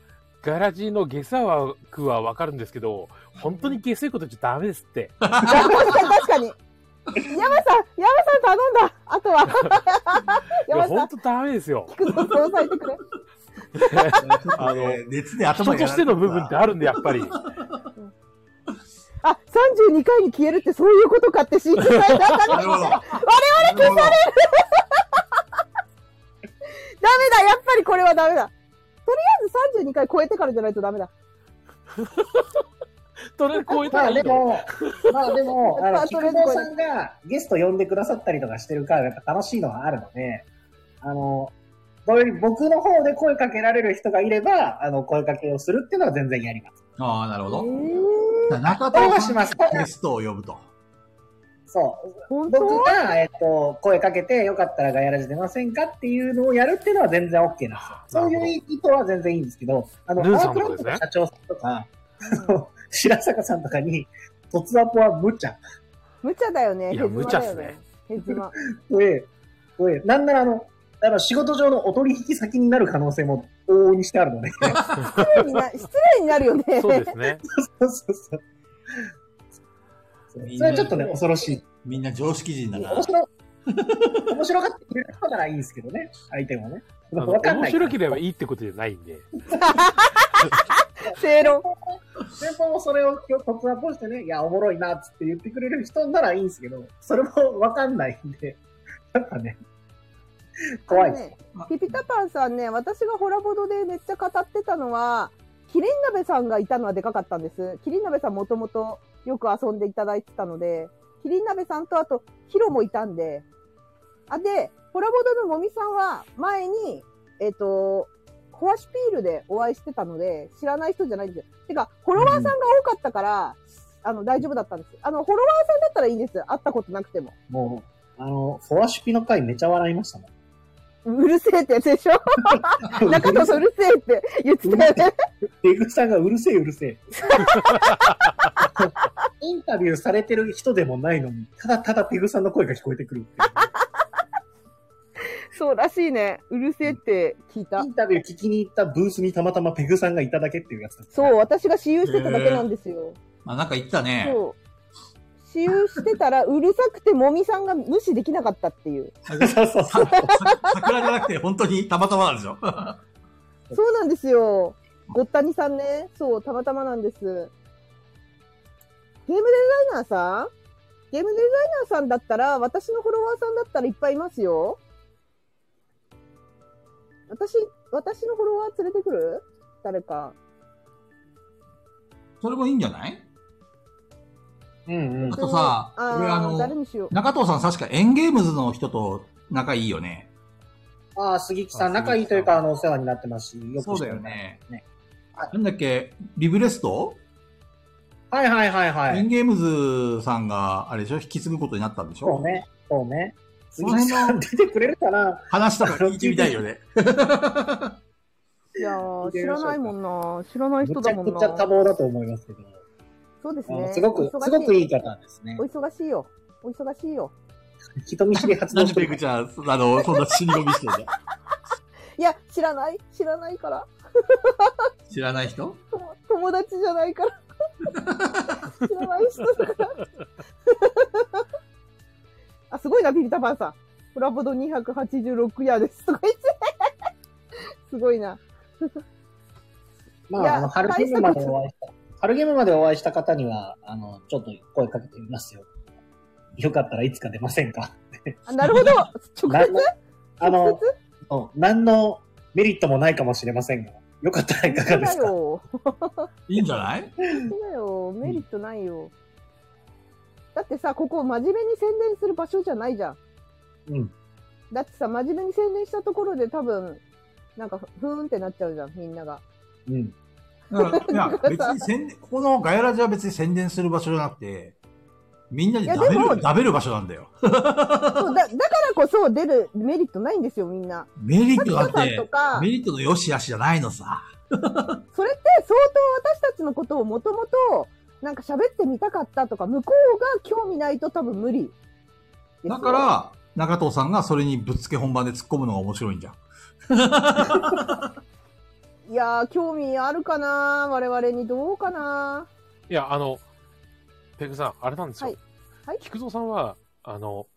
Speaker 3: ガラジーのゲスワークはわかるんですけど、本当にゲスいこと言っちゃダメですって。
Speaker 5: 確かに、確かに。山さん、山さん頼んだ。あとは。
Speaker 3: いや、
Speaker 5: 山さ
Speaker 3: 本
Speaker 5: ん、
Speaker 3: 当ダメですよ。
Speaker 5: くぞ、そうさえてくれ。
Speaker 1: あの、熱で
Speaker 3: 人
Speaker 1: 頭
Speaker 3: としての部分ってあるんで、やっぱ り。
Speaker 5: あ、32回に消えるってそういうことかって知りたいな。
Speaker 1: な
Speaker 5: ダ
Speaker 1: る
Speaker 5: メだ、
Speaker 1: ほど。
Speaker 5: やっ
Speaker 1: 我々消される
Speaker 5: ぱりこれはダメだ。とりあえず32回超えてからじゃないとダメだ。
Speaker 3: それ超えた
Speaker 4: ま
Speaker 3: ら
Speaker 4: あ
Speaker 3: いい
Speaker 4: で
Speaker 3: の。
Speaker 4: も、まあで も、あ
Speaker 5: まあ
Speaker 4: の、
Speaker 5: そ
Speaker 4: 菊
Speaker 5: れ
Speaker 4: 蔵
Speaker 5: で
Speaker 4: さんがゲスト呼んでくださったりとかしてるから、やっぱ楽しいのはあるので、あの、これより僕の方で声かけられる人がいれば、あの、声かけをするっていうのは全然やります。
Speaker 1: ああ、なるほ
Speaker 5: え
Speaker 1: ど。
Speaker 5: ー、
Speaker 1: 中
Speaker 4: これは
Speaker 1: 田
Speaker 4: し
Speaker 1: さん
Speaker 4: ます。
Speaker 1: ゲストを呼ぶと。
Speaker 4: そう。
Speaker 5: 本当
Speaker 4: 僕が、えっと、声かけて、よかったらガヤラジ出ませんかっていうのをやるっていうのは全然 OK なんですよ。そういう意図は全然いいんですけど、あの、
Speaker 3: ルー
Speaker 4: ア
Speaker 3: さ
Speaker 4: ー
Speaker 3: ん
Speaker 4: ク
Speaker 3: と
Speaker 4: ラ
Speaker 3: か
Speaker 4: ン
Speaker 3: で
Speaker 4: ドの社長
Speaker 3: すね
Speaker 4: さんとか、あの白坂さんとかに、突アポは無茶。
Speaker 5: 無茶だよね。
Speaker 3: いや
Speaker 5: ヘズマだ
Speaker 3: 無
Speaker 5: よ
Speaker 3: 茶っすね。
Speaker 5: ヘズマ。
Speaker 4: で、で、なんならあの、あの仕事上のお取引先になる可能性も往々にしてあるので、
Speaker 5: 失礼にな、失礼になるよね。
Speaker 3: そうですね。
Speaker 4: そうそうそう。それはちょっとね、恐ろしい。
Speaker 1: みんな常識人だな
Speaker 4: 面。白い面白がってくれる人ならいいんですけどね、相手もね。
Speaker 3: あの
Speaker 4: わかんない
Speaker 3: 面
Speaker 4: から。
Speaker 3: 白ければいいってことじゃないんで。
Speaker 5: 正論。
Speaker 4: 先方もそれを今日突破ポしてね、いや、おもろいなっつって言ってくれる人ならいいんですけど、それもわかんないんで、 なんかね、怖いです。
Speaker 5: ね、ピピタパンさんね、私がホラボドでめっちゃ語ってたのは、キリン鍋さんがいたのはでかかったんです。キリン鍋さんもともとよく遊んでいただいてたので、キリン鍋さんとあとヒロもいたんで、あ、で、ホラボドのもみさんは前に、えっ、と、コアシピールでお会いしてたので、知らない人じゃないんですよ。てか、フォロワーさんが多かったから、あの、大丈夫だったんです。あの、フォロワーさんだったらいいんです。会ったことなくても。
Speaker 4: もう、あの、フォアシュピの回めちゃ笑いましたもん。
Speaker 5: うるせえってやつでしょ中藤さんうるせえって言ってたよね。
Speaker 4: デグさんがうるせえうるせえ。 インタビューされてる人でもないのに、ただただペグさんの声が聞こえてくるっていう
Speaker 5: そうらしいね。うるせえって聞いた
Speaker 4: イ。ンタビュー聞きに行ったブースにたまたまペグさんがいただけっていうやつだった
Speaker 5: そう、私が私有してただけなんですよ。
Speaker 1: あ、なんか言ってたね。
Speaker 5: そう。私有してたらうるさくてもみさんが無視できなかったっていう。
Speaker 4: そうそう そう。
Speaker 1: さ桜じゃなくて、本当にたまたまなんです よ。
Speaker 5: そうなんですよ。ごったにさんね。そう、たまたまなんです。ゲームデザイナーさんゲームデザイナーさんだったら、私のフォロワーさんだったらいっぱいいますよ。私、私のフォロワー連れてくる誰か。
Speaker 1: それもいいんじゃない
Speaker 4: うんうん
Speaker 1: あ。とさ
Speaker 5: あ
Speaker 1: 俺あ
Speaker 5: ー
Speaker 1: の
Speaker 5: 誰にしよう。
Speaker 1: 中藤さん確かエンゲームズの人と仲いいよね。
Speaker 4: ああ、杉木さん、仲いいというか、あの、お世話になってますし、よく知って
Speaker 1: そ
Speaker 4: る
Speaker 1: うだよ。ね。
Speaker 4: ね
Speaker 1: なんだっけ、リブレスト、
Speaker 4: はいはいはいは
Speaker 1: エ
Speaker 4: い
Speaker 1: ン。ゲームズさんが、あれでしょ引き継ぐことになったんでしょ
Speaker 4: そう。ね。そうね。
Speaker 1: そ
Speaker 4: 杉
Speaker 1: の
Speaker 4: 木
Speaker 1: 辺
Speaker 4: さ
Speaker 1: の
Speaker 4: ん出てくれるかな
Speaker 1: 話とか聞いてみたい よね。
Speaker 5: いやー知らないもんな。知らない
Speaker 4: め
Speaker 5: 人
Speaker 4: ち
Speaker 5: だ
Speaker 4: ゃ
Speaker 5: もん
Speaker 4: く
Speaker 5: な。
Speaker 4: ちゃ多忙だと思いますけど。
Speaker 5: そうです
Speaker 4: あの
Speaker 5: ね。
Speaker 4: すごく、
Speaker 5: お忙し
Speaker 4: すごくいい方ですね
Speaker 5: お。忙しいよ。お忙しいよ。
Speaker 4: 人見知り発
Speaker 1: な
Speaker 4: 動
Speaker 1: ん
Speaker 4: し
Speaker 1: で
Speaker 4: て
Speaker 1: ペ
Speaker 4: る
Speaker 1: グちゃん、あの、そんな死に込みしてんだ
Speaker 5: いや、知らない。知らないから。
Speaker 1: 知らない人
Speaker 5: 友友達じゃないから。 知らない人だから。 あ、すごいな、ピリタパンさん。コラボド286ヤーです。すごいですね。 すごいな。
Speaker 4: ま
Speaker 5: いや
Speaker 4: あ、あの、春ゲームまでお会いした、春ゲームまでお会いした方には、あの、ちょっと声かけてみますよ。よかったらいつか出ませんか
Speaker 5: あなる ほど。直
Speaker 4: 何
Speaker 5: 接
Speaker 4: の、あの
Speaker 5: 直、接
Speaker 4: うん何のメリットもないかもしれませんが、よかったらいかがで
Speaker 5: だ
Speaker 4: すか
Speaker 5: よ。
Speaker 1: いいんじゃない
Speaker 5: そうだよ。メリットないよ。だってさ、ここ真面目に宣伝する場所じゃないじゃん。
Speaker 4: うん。
Speaker 5: だってさ、真面目に宣伝したところで多分、なんか、ふふーんってなっちゃうじゃん、みんなが。
Speaker 4: うん。
Speaker 1: だからいや、別に宣伝、ここのガヤラジは別に宣伝する場所じゃなくて、みんなに
Speaker 5: いや
Speaker 1: ダベ
Speaker 5: でも
Speaker 1: る、ダベる場所なんだよ。
Speaker 5: そうだだからこそ出るメリットないんですよ、みんな。
Speaker 1: メリッ
Speaker 5: さ
Speaker 1: トだっ
Speaker 5: きこさんと
Speaker 1: て、
Speaker 5: か
Speaker 1: メ、リットの良し悪しじゃないのさ。
Speaker 5: それって相当私たちのことをもともと、なんか喋ってみたかったとか、向こうが興味ないと多分無理ですよ。
Speaker 1: だから、中藤さんがそれにぶっつけ本番で突っ込むのが面白いんじゃん。
Speaker 5: いやー、興味あるかな我々にどうかない
Speaker 3: や、あの、ペグさん、あれなんですよ。
Speaker 5: はいはい
Speaker 3: 菊蔵さんは、あの、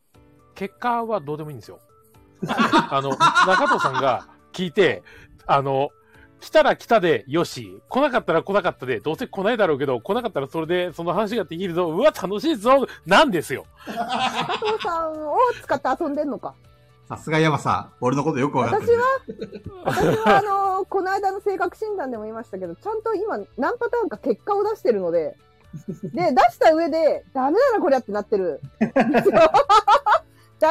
Speaker 3: 結果はどうでもいいんですよ。 あの、中藤さんが聞いて、あの、来たら来たでよし、来なかったら来なかったで、どうせ来ないだろうけど、来なかったらそれでその話ができるぞ、うわ、楽しいぞ、なんですよ。
Speaker 5: お父さんを使って遊んでんのか。
Speaker 1: さすが山さん、俺のことよくわかって
Speaker 5: 私
Speaker 1: る。
Speaker 5: は、私はあのーこの間の性格診断でも言いましたけど、ちゃんと今何パターンか結果を出してるので、で、出した上で、ダメだなこりゃってなってる。 ダ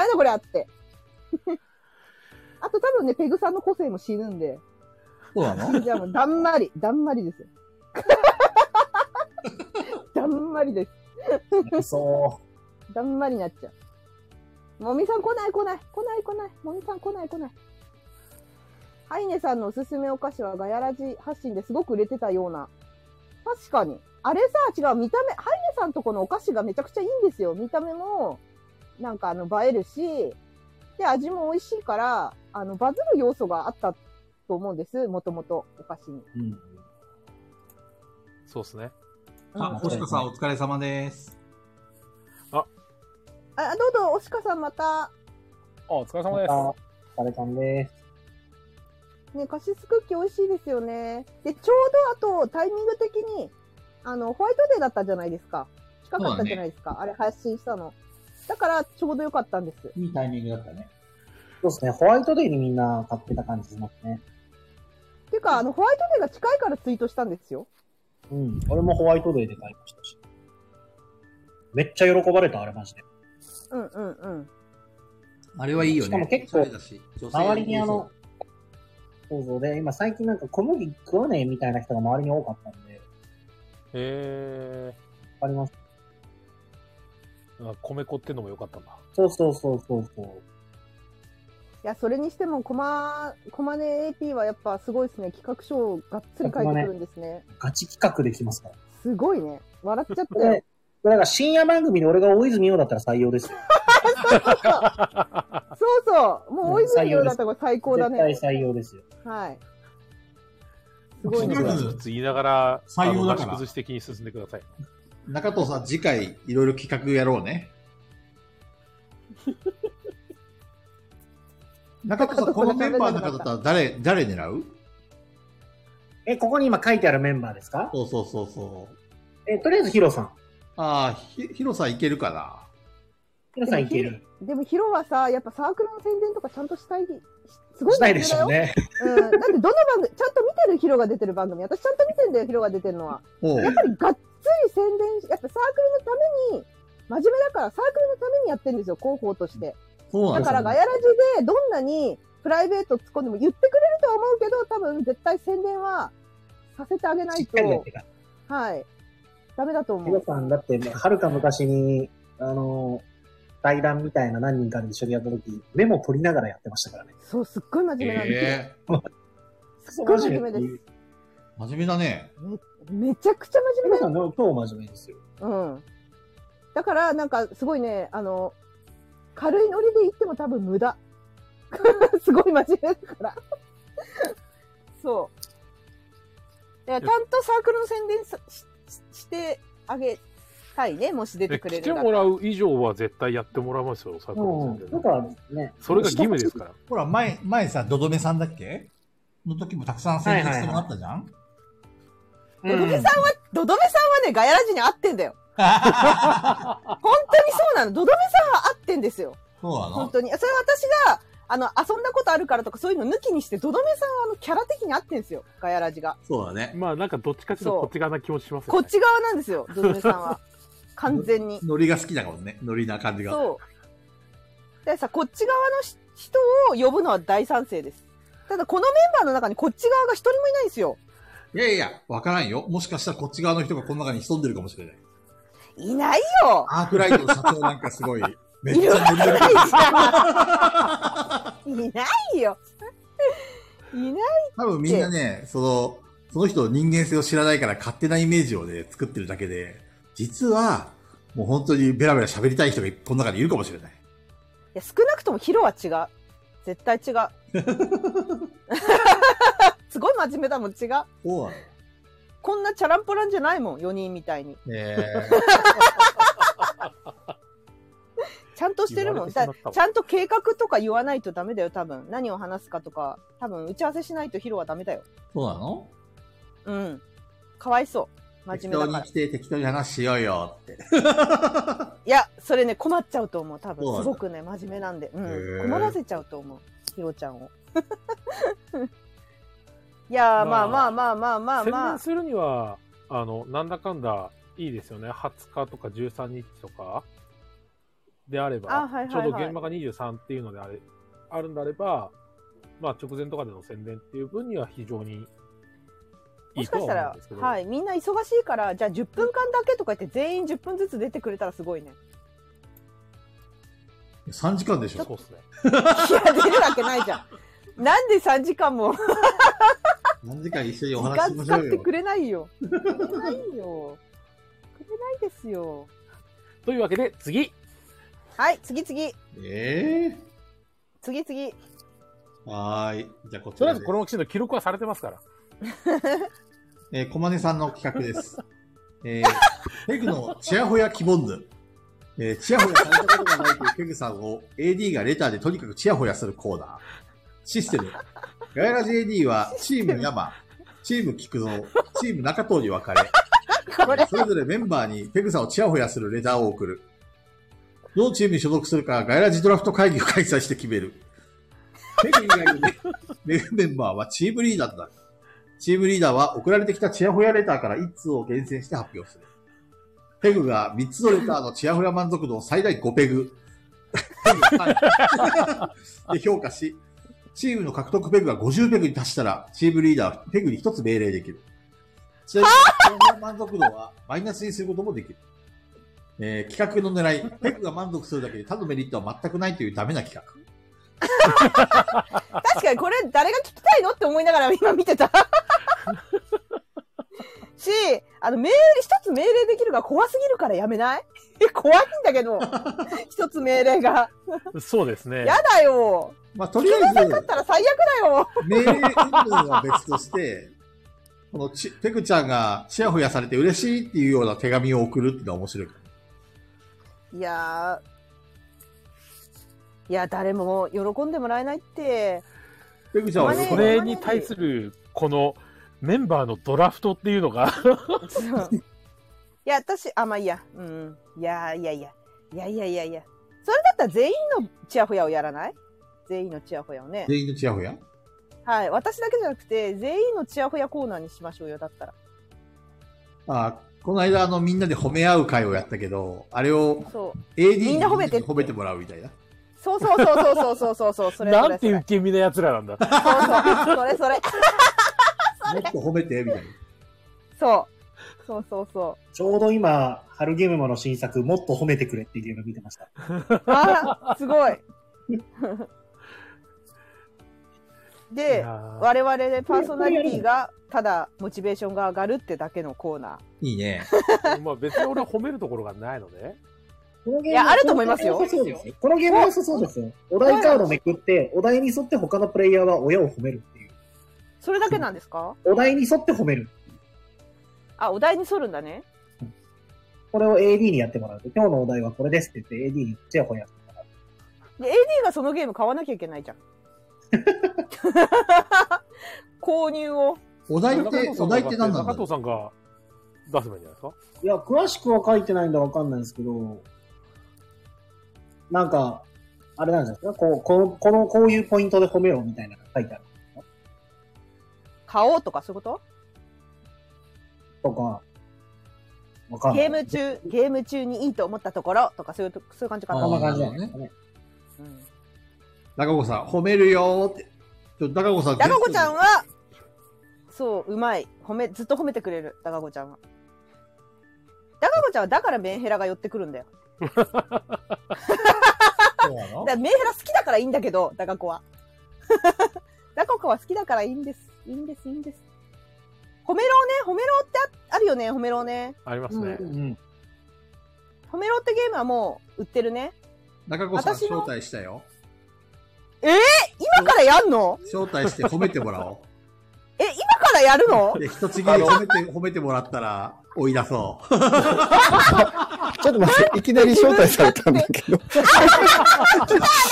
Speaker 5: メだこりゃって。あと多分ね、ペグさんの個性も死ぬんで、
Speaker 1: そうなの
Speaker 5: じゃあもうだんまり、だんまりですよ。 だんまりです。
Speaker 4: そ
Speaker 5: だんまりになっちゃう。もみさん来ない来ない来ない来ないもみさん来ない来ない。ハイネさんのおすすめお菓子はガヤラジ発信ですごく売れてたような。確かに。あれさ、違う、見た目、ハイネさんとこのお菓子がめちゃくちゃいいんですよ。見た目も、なんかあの、映えるし、で、味も美味しいから、あの、バズる要素があったと思うんです。もともと、お菓子に。
Speaker 4: う。うん。
Speaker 3: そうですね。
Speaker 5: うん
Speaker 1: あ、星香さんお疲れ様です。
Speaker 5: あ、どうぞ、おしかさんまた、
Speaker 3: お疲れ様
Speaker 4: ま
Speaker 3: で
Speaker 4: た、
Speaker 3: す。
Speaker 4: お疲れさんです。
Speaker 5: ね、カシスクッキー美味しいですよね。で、ちょうどあとタイミング的に、あの、ホワイトデーだったじゃないですか。近かったじゃないですか。あれ配信したの。だから、ちょうどよかったんです。
Speaker 1: いいタイミングだったね。
Speaker 4: そうですね、ホワイトデーにみんな買ってた感じしますね。
Speaker 5: てか、あの、ホワイトデーが近いからツイートしたんですよ。
Speaker 4: うん、俺もホワイトデーで買いましたし。めっちゃ喜ばれた、あれマジで。
Speaker 5: うんうんうん。
Speaker 9: あれはいいよね。
Speaker 4: しかも結構
Speaker 9: おしゃれだし、女性
Speaker 4: 周りにあの、そうそうで、今最近なんか小麦食わねえみたいな人が周りに多かったんで、
Speaker 3: え
Speaker 4: わかります。
Speaker 3: ー、あ米粉ってのも良かったんだ。
Speaker 4: そうそうそうそうそう。
Speaker 5: いや、それにしても、コマ、コマネ AP はやっぱすごいですね。企画書をがっつり書いてくるんですね。
Speaker 4: ガチ企画できますから。
Speaker 5: すごいね。笑っちゃっ
Speaker 4: こ
Speaker 5: たよ
Speaker 4: れ。、だから深夜番組で俺が大泉洋だったら採用ですよ。
Speaker 5: そうそう。もう大泉洋だったらこれ最高だね。
Speaker 4: 絶対採用ですよ。
Speaker 5: はい。す
Speaker 1: と
Speaker 5: ごい
Speaker 1: り
Speaker 5: ね
Speaker 1: あえ。
Speaker 3: ずつ言いながら、
Speaker 1: 採用だから
Speaker 3: あのなし崩し的に進んでください。
Speaker 1: 中藤さん、次回いろいろ企画やろう ね。中藤さん、このメンバーの中だったら誰、誰狙う
Speaker 4: え、ここに今書いてあるメンバーですか
Speaker 1: そうそうそうそう。
Speaker 4: え、とりあえずヒロさん。
Speaker 1: ああ、ひ、ヒロさんいけるかな
Speaker 4: ヒロさんいける。
Speaker 5: でもヒロはさ、やっぱサークルの宣伝とかちゃんとしたい、しすごい
Speaker 4: したいでしょう
Speaker 5: ね。
Speaker 4: ね。
Speaker 5: うん。だってどの番組、ちゃんと見てるヒロが出てる番組。私ちゃんと見てんだよ、ヒロが出てるのは。
Speaker 1: おう
Speaker 5: やっぱりがっつり宣伝し、やっぱサークルのために、真面目だからサークルのためにやってるんですよ、広報として。
Speaker 1: そうなん
Speaker 5: だ
Speaker 1: で
Speaker 5: か
Speaker 1: す
Speaker 5: ら
Speaker 1: よ
Speaker 5: ガヤラジでどんなにプライベート突っ込んでも言ってくれるとは思うけど、多分絶対宣伝はさせてあげ な
Speaker 4: し
Speaker 5: い
Speaker 4: っかりやっ
Speaker 5: と
Speaker 4: て、から。
Speaker 5: はい。ダメだと
Speaker 4: ヒ
Speaker 5: 思
Speaker 4: ロ
Speaker 5: う。
Speaker 4: さんだ って、はるか昔に、あの、対談みたいな何人かで一緒にやった時、メモ取りながらやってましたからね。
Speaker 5: そう、すっごい真面目なんですよ。
Speaker 1: え
Speaker 5: すっごい真面目です。
Speaker 1: え真面目だね。
Speaker 5: めちゃくちゃ真
Speaker 4: ヒ
Speaker 5: 面目
Speaker 4: ロさん、でも超真面目ですよ。
Speaker 5: うん。だから、なんか、すごいね、あの、軽いノリで言っても多分無駄。 すごい真面目だから。そう。だから、ちゃんとサークルの宣伝さしししてあげたいね、もし出て
Speaker 3: え
Speaker 5: くれ
Speaker 3: 来
Speaker 5: る
Speaker 3: て
Speaker 5: んだ
Speaker 3: もらう以上は絶対やってもらいますよ、サークル
Speaker 4: う
Speaker 3: の宣
Speaker 4: ん。
Speaker 3: 伝
Speaker 4: な
Speaker 3: は
Speaker 4: んかね、
Speaker 3: それが義務ですから。
Speaker 1: ほら、前、前さ、ドドメさんだっけの時もたくさん宣伝してもらったじゃん、
Speaker 5: ドドメさんは、ドドメさんはね、ガヤラジに合ってんだよ。本当にそうなの。ドドメさんは合ってんですよ。
Speaker 1: そうなの
Speaker 5: 本当に。それは私が、あの、遊んだことあるからとかそういうの抜きにして、ドドメさんはあの、キャラ的に合ってんですよ。ガヤラジ が。
Speaker 1: そうだね。
Speaker 3: まあなんかどっちかっていうと
Speaker 5: そう
Speaker 3: こっち側な気もします
Speaker 5: こ
Speaker 3: よ
Speaker 5: っ
Speaker 3: ね。
Speaker 5: ち側なんですよ、ドドメさん は。完全に。
Speaker 1: ノリが好きだからね。ノリな感じが。
Speaker 5: そう。でさ、こっち側のし人を呼ぶのは大賛成です。ただ、このメンバーの中にこっち側が一人もいないんですよ。
Speaker 1: いやいや、わからんよ。もしかしたらこっち側の人がこの中に潜んでるかもしれない。
Speaker 5: いないよ
Speaker 1: アークライトの社長なんかす ごい。めっ
Speaker 5: い
Speaker 1: ち
Speaker 5: る
Speaker 1: ゃ
Speaker 5: わ
Speaker 1: ノ
Speaker 5: け
Speaker 1: リノ
Speaker 5: な
Speaker 1: リ
Speaker 5: いじゃんいない よ いない
Speaker 1: 多分みんなね、その、その人の人間性を知らないから勝手なイメージをね、作ってるだけで、実は、もう本当にベラベラ喋りたい人がこの中にいるかもしれない。
Speaker 5: いや少なくともヒロは違う絶対違うすごい真面目だもん違う
Speaker 1: そうなの
Speaker 5: こんなチャランポランじゃないもん4人みたいに
Speaker 1: え
Speaker 5: ちゃんとしてるも
Speaker 3: 言
Speaker 5: ん
Speaker 3: わ
Speaker 5: だ
Speaker 3: れてしまったわ
Speaker 5: ちゃんと計画とか言わないとダメだよ多分何を話すかとか多分打ち合わせしないとヒロはダメだよ
Speaker 1: そうなの
Speaker 5: うんかわいそう真
Speaker 1: 適当
Speaker 5: 面目だ
Speaker 1: に
Speaker 5: から
Speaker 1: 来て適当に話しようよって。
Speaker 5: いやそれね困っちゃうと思う多
Speaker 1: そうな
Speaker 5: 分
Speaker 1: んだ
Speaker 5: すごくね真面目なんで、う
Speaker 1: へ
Speaker 5: ん、
Speaker 1: ー
Speaker 5: 困らせちゃうと思うヒロちゃんを いやーまあまあまあまあまあ
Speaker 3: 宣
Speaker 5: まあ
Speaker 3: 伝するには、あの、なんだかんだいいですよね。20日とか13日とかであれば、
Speaker 5: あはいはいはい
Speaker 3: ちょうど現場が23っていうのであれ、あるんであれば、まあ直前とかでの宣伝っていう分には非常にい
Speaker 5: も
Speaker 3: い
Speaker 5: し
Speaker 3: とは
Speaker 5: か
Speaker 3: 思うん
Speaker 5: したら
Speaker 3: ですけ、ど。
Speaker 5: はい、みんな忙しいから、じゃあ10分間だけとか言って全員10分ずつ出てくれたらすごいね。
Speaker 1: 3時間でし
Speaker 3: そう
Speaker 1: ょ
Speaker 3: ですね。
Speaker 5: いや、出るわけないじゃん。なんで3時間も
Speaker 1: 何時間一緒に
Speaker 5: 時
Speaker 1: お話しし
Speaker 5: 間
Speaker 1: まし
Speaker 5: 使
Speaker 1: ょ
Speaker 5: っ
Speaker 1: う
Speaker 5: て
Speaker 1: よ
Speaker 5: く。れないよ。くれないよ。くれないですよ。
Speaker 3: というわけで、次
Speaker 5: はい、次々。
Speaker 1: ええ
Speaker 5: 次々。
Speaker 1: はーい。じゃあこち
Speaker 3: と
Speaker 1: ら
Speaker 3: りあえ
Speaker 1: で
Speaker 3: ず、このきちんと記録はされてますから。
Speaker 1: えー、 小金さんの企画です。えー、ペグのチヤホヤ希望図。ええー、チヤホヤされたことがないというペグさんを AD がレターでとにかくチヤホヤするコーナー。システム。ガヤラジ AD はチーム山、チーム菊蔵、チーム中藤に分かれ、
Speaker 5: これ
Speaker 1: それぞれメンバーにペグさんをチヤホヤするレターを送る。どのチームに所属するかガヤラジドラフト会議を開催して決める。ペグ以外のメメンバーはチームリーダーとなる。チームリーダーは送られてきたチヤホヤレターから1通を厳選して発表する。ペグが3つのレターのチヤホヤ満足度を最大5ペグ。ペグ3で評価し、チームの獲得ペグが50ペグに達したら、チームリーダー、ペグに1つ命令できる。ちなみに、チヤホヤ満足度はマイナスにすることもできる。えー企画の狙い、ペグが満足するだけで他のメリットは全くないというダメな企画。
Speaker 5: 確かにこれ誰が聞きたいのって思いながら 今見てた。し、あの、命令、一つ命令できるが怖すぎるからやめない 怖いんだけど、一つ命令が。
Speaker 3: そうですね。
Speaker 5: やだよ。
Speaker 1: まあ、とりあえず
Speaker 5: だっ、たら最悪だよ。
Speaker 1: 命令云々は別として、このち、ペクちゃんがチヤホヤされて嬉しいっていうような手紙を送るっていうのは面白い。
Speaker 5: いやー、いや、誰も喜んでもらえないって、
Speaker 1: ペクちゃんは
Speaker 5: まあね
Speaker 1: こ
Speaker 3: そ
Speaker 1: れ、
Speaker 3: れに対する、この、メンバーのドラフトっていうのが、
Speaker 5: そういや、私、あ、まあいいや。うん。いやいやいや。いやいやいやいや。それだったら全員のチヤホヤをやらない全員のチヤホヤをね。
Speaker 1: 全員のチヤホヤ
Speaker 5: はい。私だけじゃなくて、全員のチヤホヤコーナーにしましょうよ、だったら。
Speaker 1: あこの間、あの、みんなで褒め合う会をやったけど、あれを
Speaker 5: そう。
Speaker 1: AD に
Speaker 5: みんな褒めてって
Speaker 1: 褒めてもらうみたいな。
Speaker 5: そうそうそうそうそうそうそう。それそ
Speaker 3: な
Speaker 5: れ
Speaker 3: ん
Speaker 5: そ
Speaker 3: て
Speaker 5: れ。
Speaker 3: 受け身な奴らなんだ。
Speaker 5: そうそう。それそれ。
Speaker 1: もっと褒めて、みたいな。
Speaker 5: そう。そうそうそ
Speaker 4: ちょうど今、春ゲームマの新作、もっと褒めてくれっていうゲーム見てました。
Speaker 5: う。あー すごい。
Speaker 3: い
Speaker 5: で
Speaker 3: や、ー
Speaker 5: 我々でパーソナリティが、ただ、モチベーションが上がるってだけのコーナー。
Speaker 1: いいね。
Speaker 3: まあ別に俺は褒めるところがないので、
Speaker 4: このゲーム
Speaker 5: いやあると思いますよ
Speaker 4: このゲーム良さそうですよこのゲーム良さそうですよ。お題カードめくって、お題に沿って他のプレイヤーは親を褒めるっていう。
Speaker 5: それだけなんですか
Speaker 4: お題に沿って褒める。
Speaker 5: あ、お題に沿るんだね。
Speaker 4: これを AD にやってもらうと、今日のお題はこれですって言って AD にちやほや。
Speaker 5: で、AD がそのゲーム買わなきゃい けないじゃん。購入を。
Speaker 1: お題って、お題って何なんだ
Speaker 3: 中
Speaker 1: ろ
Speaker 3: 藤さんが出せばいいんじゃないですか
Speaker 4: いや、詳しくは書いてないんでわかんないんですけど、なんか、あれなんじゃないですかこう、この、この、こういうポイントで褒めようみたいなの書いてある。
Speaker 5: 買おうとかそういうこと
Speaker 4: とか、わかんな
Speaker 5: ゲ
Speaker 4: い。
Speaker 5: ーム中、ゲーム中にいいと思ったところとかそういうと、そういう感じか
Speaker 4: こ
Speaker 5: な。
Speaker 4: んな感じなんですかね。
Speaker 5: うん
Speaker 1: 中子さん、褒めるよーって。ちょ中子さん、
Speaker 5: ダカ子ちゃん
Speaker 1: ん
Speaker 5: は、そう、うまい。褒め、ずっと褒めてくれる、ダカ子ちゃんは。ダカ子ちゃんはだからメンヘラが寄ってくるんだよ。
Speaker 1: そうなの
Speaker 5: だからメンヘラ好きだからいいんだけど、ダカ子は。 ダカ子は好きだからいいんです。いいんです、いいんです。褒めろうね、褒めろうってああるよね、褒めろうね。
Speaker 3: ありますね。
Speaker 4: うん。
Speaker 5: 褒めろうってゲームはもう売ってるね。
Speaker 1: 中子さん、
Speaker 5: 私の
Speaker 1: 招待したよ。
Speaker 5: 今からやんの
Speaker 1: 招待して褒めてもらお
Speaker 5: え、今からやるの
Speaker 1: う。で、一ちぎり褒めて、褒めてもらったら、追い出そう。
Speaker 2: ちょっと待って、いきなり招待されたんだけど。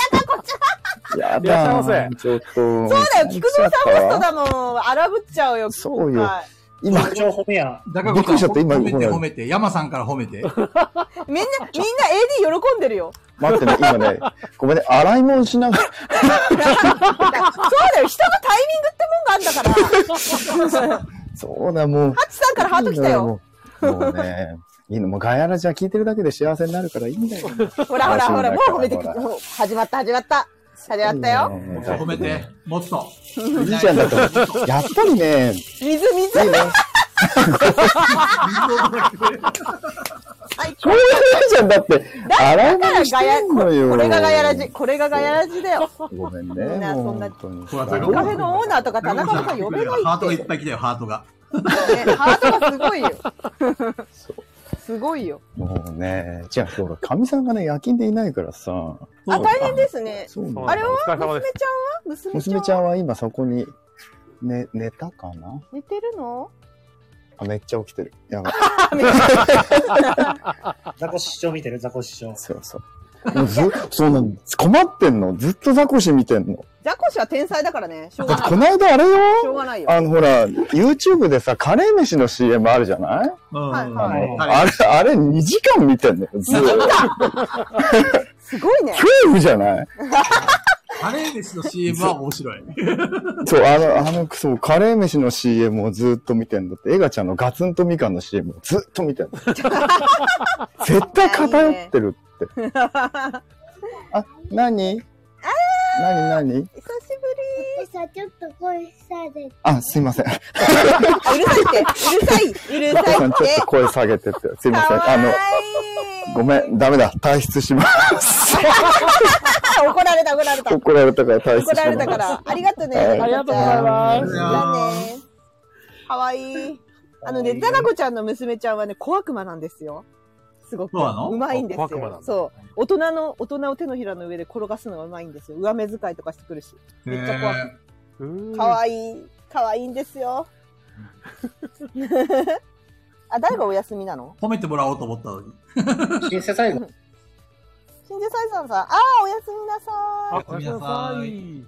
Speaker 2: やだ
Speaker 3: いらっしゃいま
Speaker 2: ちょっと。そう
Speaker 5: そうだよ、菊蔵さんホストだもん。荒ぶっちゃうよ。
Speaker 2: そうよ
Speaker 5: はい
Speaker 2: 今、
Speaker 4: 一応褒めや。
Speaker 1: 中
Speaker 2: びっく
Speaker 1: 子
Speaker 2: りしち
Speaker 1: さ
Speaker 2: ゃ
Speaker 1: ん、
Speaker 2: った今
Speaker 1: 褒めて
Speaker 2: ごめん
Speaker 1: 褒めて。山さんから褒めて。
Speaker 5: みんな、みんな AD 喜んでるよ。
Speaker 2: 待ってね、今ね、ごめんね、洗い物しながら、
Speaker 5: だからそうだよ、人のタイミングってもんがあんだから。
Speaker 2: そうだ、もう。
Speaker 5: ハチさんからハート来たよ。
Speaker 2: いいのよ。もうもうね、いいの、もうガヤラジは聞いてるだけで幸せになるからいいんだよ。
Speaker 5: ほらほらほら、もう褒めてく
Speaker 2: ほら
Speaker 5: もう始まった始まった。始まったよ。
Speaker 2: もう
Speaker 1: 褒めて。もっと。
Speaker 2: いいじゃんだって。やっぱりね、
Speaker 5: 水水。
Speaker 2: いいね。
Speaker 5: 最
Speaker 2: しょうがないじゃん、だって。洗い
Speaker 5: だか
Speaker 2: 物
Speaker 5: ら
Speaker 2: し
Speaker 5: ガヤ、
Speaker 2: てんのよ。
Speaker 5: これがガヤラジ、。これがガヤラジだよ。
Speaker 2: ごめんね。
Speaker 5: みんな
Speaker 2: も
Speaker 5: そ
Speaker 2: うん
Speaker 5: な
Speaker 2: 本当に。
Speaker 1: ほら
Speaker 2: だ
Speaker 5: カ
Speaker 2: か
Speaker 5: フェのオーナーとか田中とか呼べない
Speaker 1: ハー
Speaker 5: っ。
Speaker 1: トがいってぱい来たよ、ハートが。
Speaker 5: ねハートがす ごいよ。すごいよ。
Speaker 2: もうね、違う、ほら、かみさんがね、夜勤でいないからさ。
Speaker 5: あ、大変ですね。
Speaker 2: そうなんだ
Speaker 3: そう
Speaker 5: あれは
Speaker 3: お疲れ様
Speaker 5: 娘
Speaker 3: です
Speaker 5: ちゃんは娘ちゃん
Speaker 2: 娘
Speaker 5: は
Speaker 2: ちゃんは今そこに、ね、寝たかな
Speaker 5: 寝てるの
Speaker 2: あ、めっちゃ起きてる。やばい。
Speaker 5: あめっちゃ
Speaker 4: ザコシショウ見てるザコシショウ。
Speaker 2: そうそう。もうずそうなんです。困ってんのずっとザコシ見てんの。
Speaker 5: ザコシは天才だからね。しょう
Speaker 2: だ
Speaker 5: が
Speaker 2: って
Speaker 5: ない。
Speaker 2: この間あれよ
Speaker 5: しょうがないよ。
Speaker 2: あのほら、YouTube でさ、カレー飯の CM あるじゃない
Speaker 1: うん
Speaker 5: はい
Speaker 2: あ
Speaker 5: はい。
Speaker 2: の、あれ、あれ2時間見てんのよ。ずっと。
Speaker 5: すごいね。
Speaker 2: 恐怖じゃない
Speaker 1: カレー飯の CM は面 白い。
Speaker 2: そう、あの、あの、そう、カレー飯の CM をずっと見てんだって、エガちゃんのガツンとみかんの CM をずっと見てん の。絶対偏ってるって。あ、なになになに
Speaker 5: 久しぶ
Speaker 10: さ、ちょっと声されて。
Speaker 2: あ、すいません。
Speaker 5: り。うるさいって。う
Speaker 2: ガッ
Speaker 5: るさい。うる
Speaker 2: さ
Speaker 5: さい
Speaker 2: ん
Speaker 5: っ
Speaker 2: ちょってと。声下げてって。すいませ
Speaker 5: か
Speaker 2: ん。あ
Speaker 5: わ
Speaker 2: の、
Speaker 5: いい。
Speaker 2: ごめん、ダメだ。退出し ます。
Speaker 5: あ怒られた、怒られた。怒
Speaker 2: 怒られたから退出します。
Speaker 5: られたから。ありがとうね。
Speaker 2: はいあ
Speaker 3: りがとうござい
Speaker 1: あり
Speaker 3: ま
Speaker 1: がと
Speaker 3: す
Speaker 1: うござい
Speaker 5: じゃ
Speaker 1: ま
Speaker 5: あね。かわいい。あのね、ザナコちゃんの娘ちゃんはね、小悪魔なんですよ。すごく。
Speaker 1: そうなの
Speaker 5: うまいんです
Speaker 3: あ小悪魔なん
Speaker 5: よ
Speaker 3: だ。
Speaker 5: そう。大人の、大人を手のひらの上で転がすのがうまいんですよ。上目遣いとかしてくるし。めっちゃ怖
Speaker 1: え
Speaker 3: うーん
Speaker 5: かわいい。かわいいんで すよ。あ、誰がお休みなの
Speaker 1: ー褒めてもらおうと思ったのに。
Speaker 4: シンセサイズ。
Speaker 5: シンジサイさんさん、ああ、おやすみなさ
Speaker 3: あ、ごめんなさ
Speaker 1: ごめ
Speaker 3: い。
Speaker 5: い。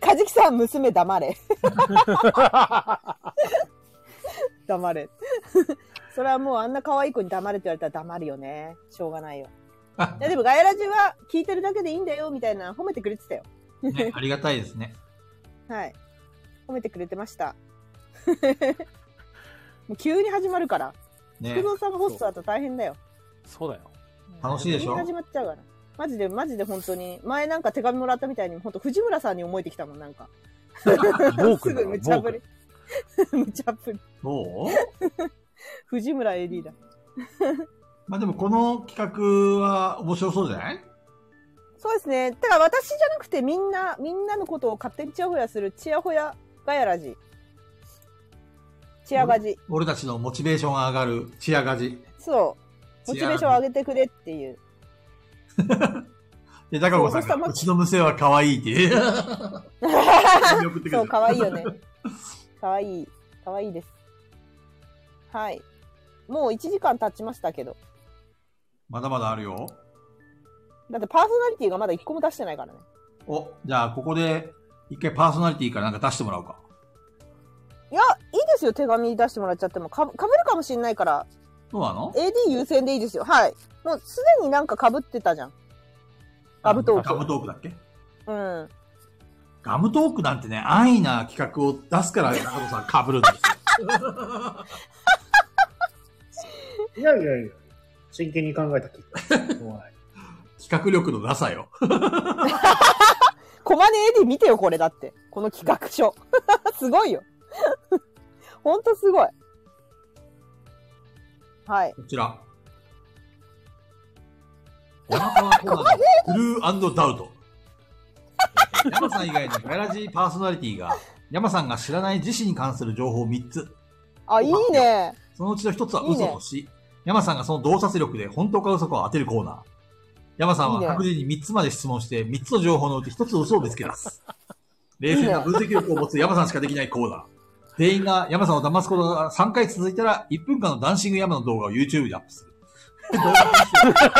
Speaker 5: カジキさん、娘黙れ。黙れ。それはもうあんな可愛い子に黙れって言われたら黙るよね。しょうがないよ。いやでもガヤラジは聞いてるだけでいいんだよみたいな褒めてくれてたよ。
Speaker 1: ね、ありがたいですね。
Speaker 5: はい。褒めてくれてました。 もう急に始まるから。
Speaker 1: ね
Speaker 5: 福、蔵さんがホストだと大変だよ。
Speaker 3: そうだよ。
Speaker 1: 楽しいで
Speaker 5: 急
Speaker 1: し
Speaker 5: に
Speaker 1: ょ
Speaker 5: 始まっちゃうから。マジでマジで本当に。前なんか手紙もらったみたいに、本当藤村さんに思えてきたもん、なんか。
Speaker 3: 暴
Speaker 5: す
Speaker 3: 君だ
Speaker 5: ぐ
Speaker 3: よ
Speaker 5: 無茶ぶり。 無茶ぶり。
Speaker 1: どう
Speaker 5: 藤村 AD だ。
Speaker 1: まあでもこの企画は面白そうじゃない
Speaker 5: そうですね。だから私じゃなくてみんな、みんなのことを勝手にチヤホヤする、チヤホヤガヤラジ。チヤガジ。
Speaker 1: 俺たちのモチベーションが上がるチアガジ。
Speaker 5: そう。モチベーション上げてくれっていう。
Speaker 1: で、高子さん
Speaker 5: そうそし
Speaker 1: が、
Speaker 5: たらま
Speaker 1: うちの娘は可愛いって 言う。送ってくれた
Speaker 5: そう、可愛いよね。可愛い可愛いです。はい。もう1時間経ちましたけど。
Speaker 1: まだまだあるよ。
Speaker 5: だってパーソナリティがまだ1個も出してないからね。
Speaker 1: お、じゃあここで、一回パーソナリティからなんか出してもらおうか。
Speaker 5: いや、いいですよ。手紙出してもらっちゃっても。かぶかぶるかもしんないから、
Speaker 1: そうなの
Speaker 5: AD 優先でいいですよ。はい。もうすでになんかかぶってたじゃん。ガブトー
Speaker 1: ガムトークだっけ
Speaker 5: ク。うん。
Speaker 1: ガムトークなんてね、安易な企画を出すから、中野さん被るんですよ。
Speaker 4: いやいやいや。真剣に考えたき っと。怖い。
Speaker 1: 企画力のなさよ。
Speaker 5: コマネ AD 見てよ、これだって。この企画書。 すごいよ。 ほんとすごい。はい。
Speaker 1: こちら。山川コナのブルーダウト。山さん以外のガヤラジーパーソナリティが、山さんが知らない自身に関する情報3つ。
Speaker 5: あ、いいね。
Speaker 1: そのうちの一つは嘘とし、山さんがその洞察力で本当か嘘かを当てるコーナー。山さんはい
Speaker 5: いね
Speaker 1: 各自に3つまで質問して、3つの情報のうち1つ嘘を見つけ出す。冷静な分析力を持つ山さんしかできないコーナー。全員が山さんを騙すことが3回続いたら、1分間のダンシング山の動画を YouTube でアップする。 動画を見せる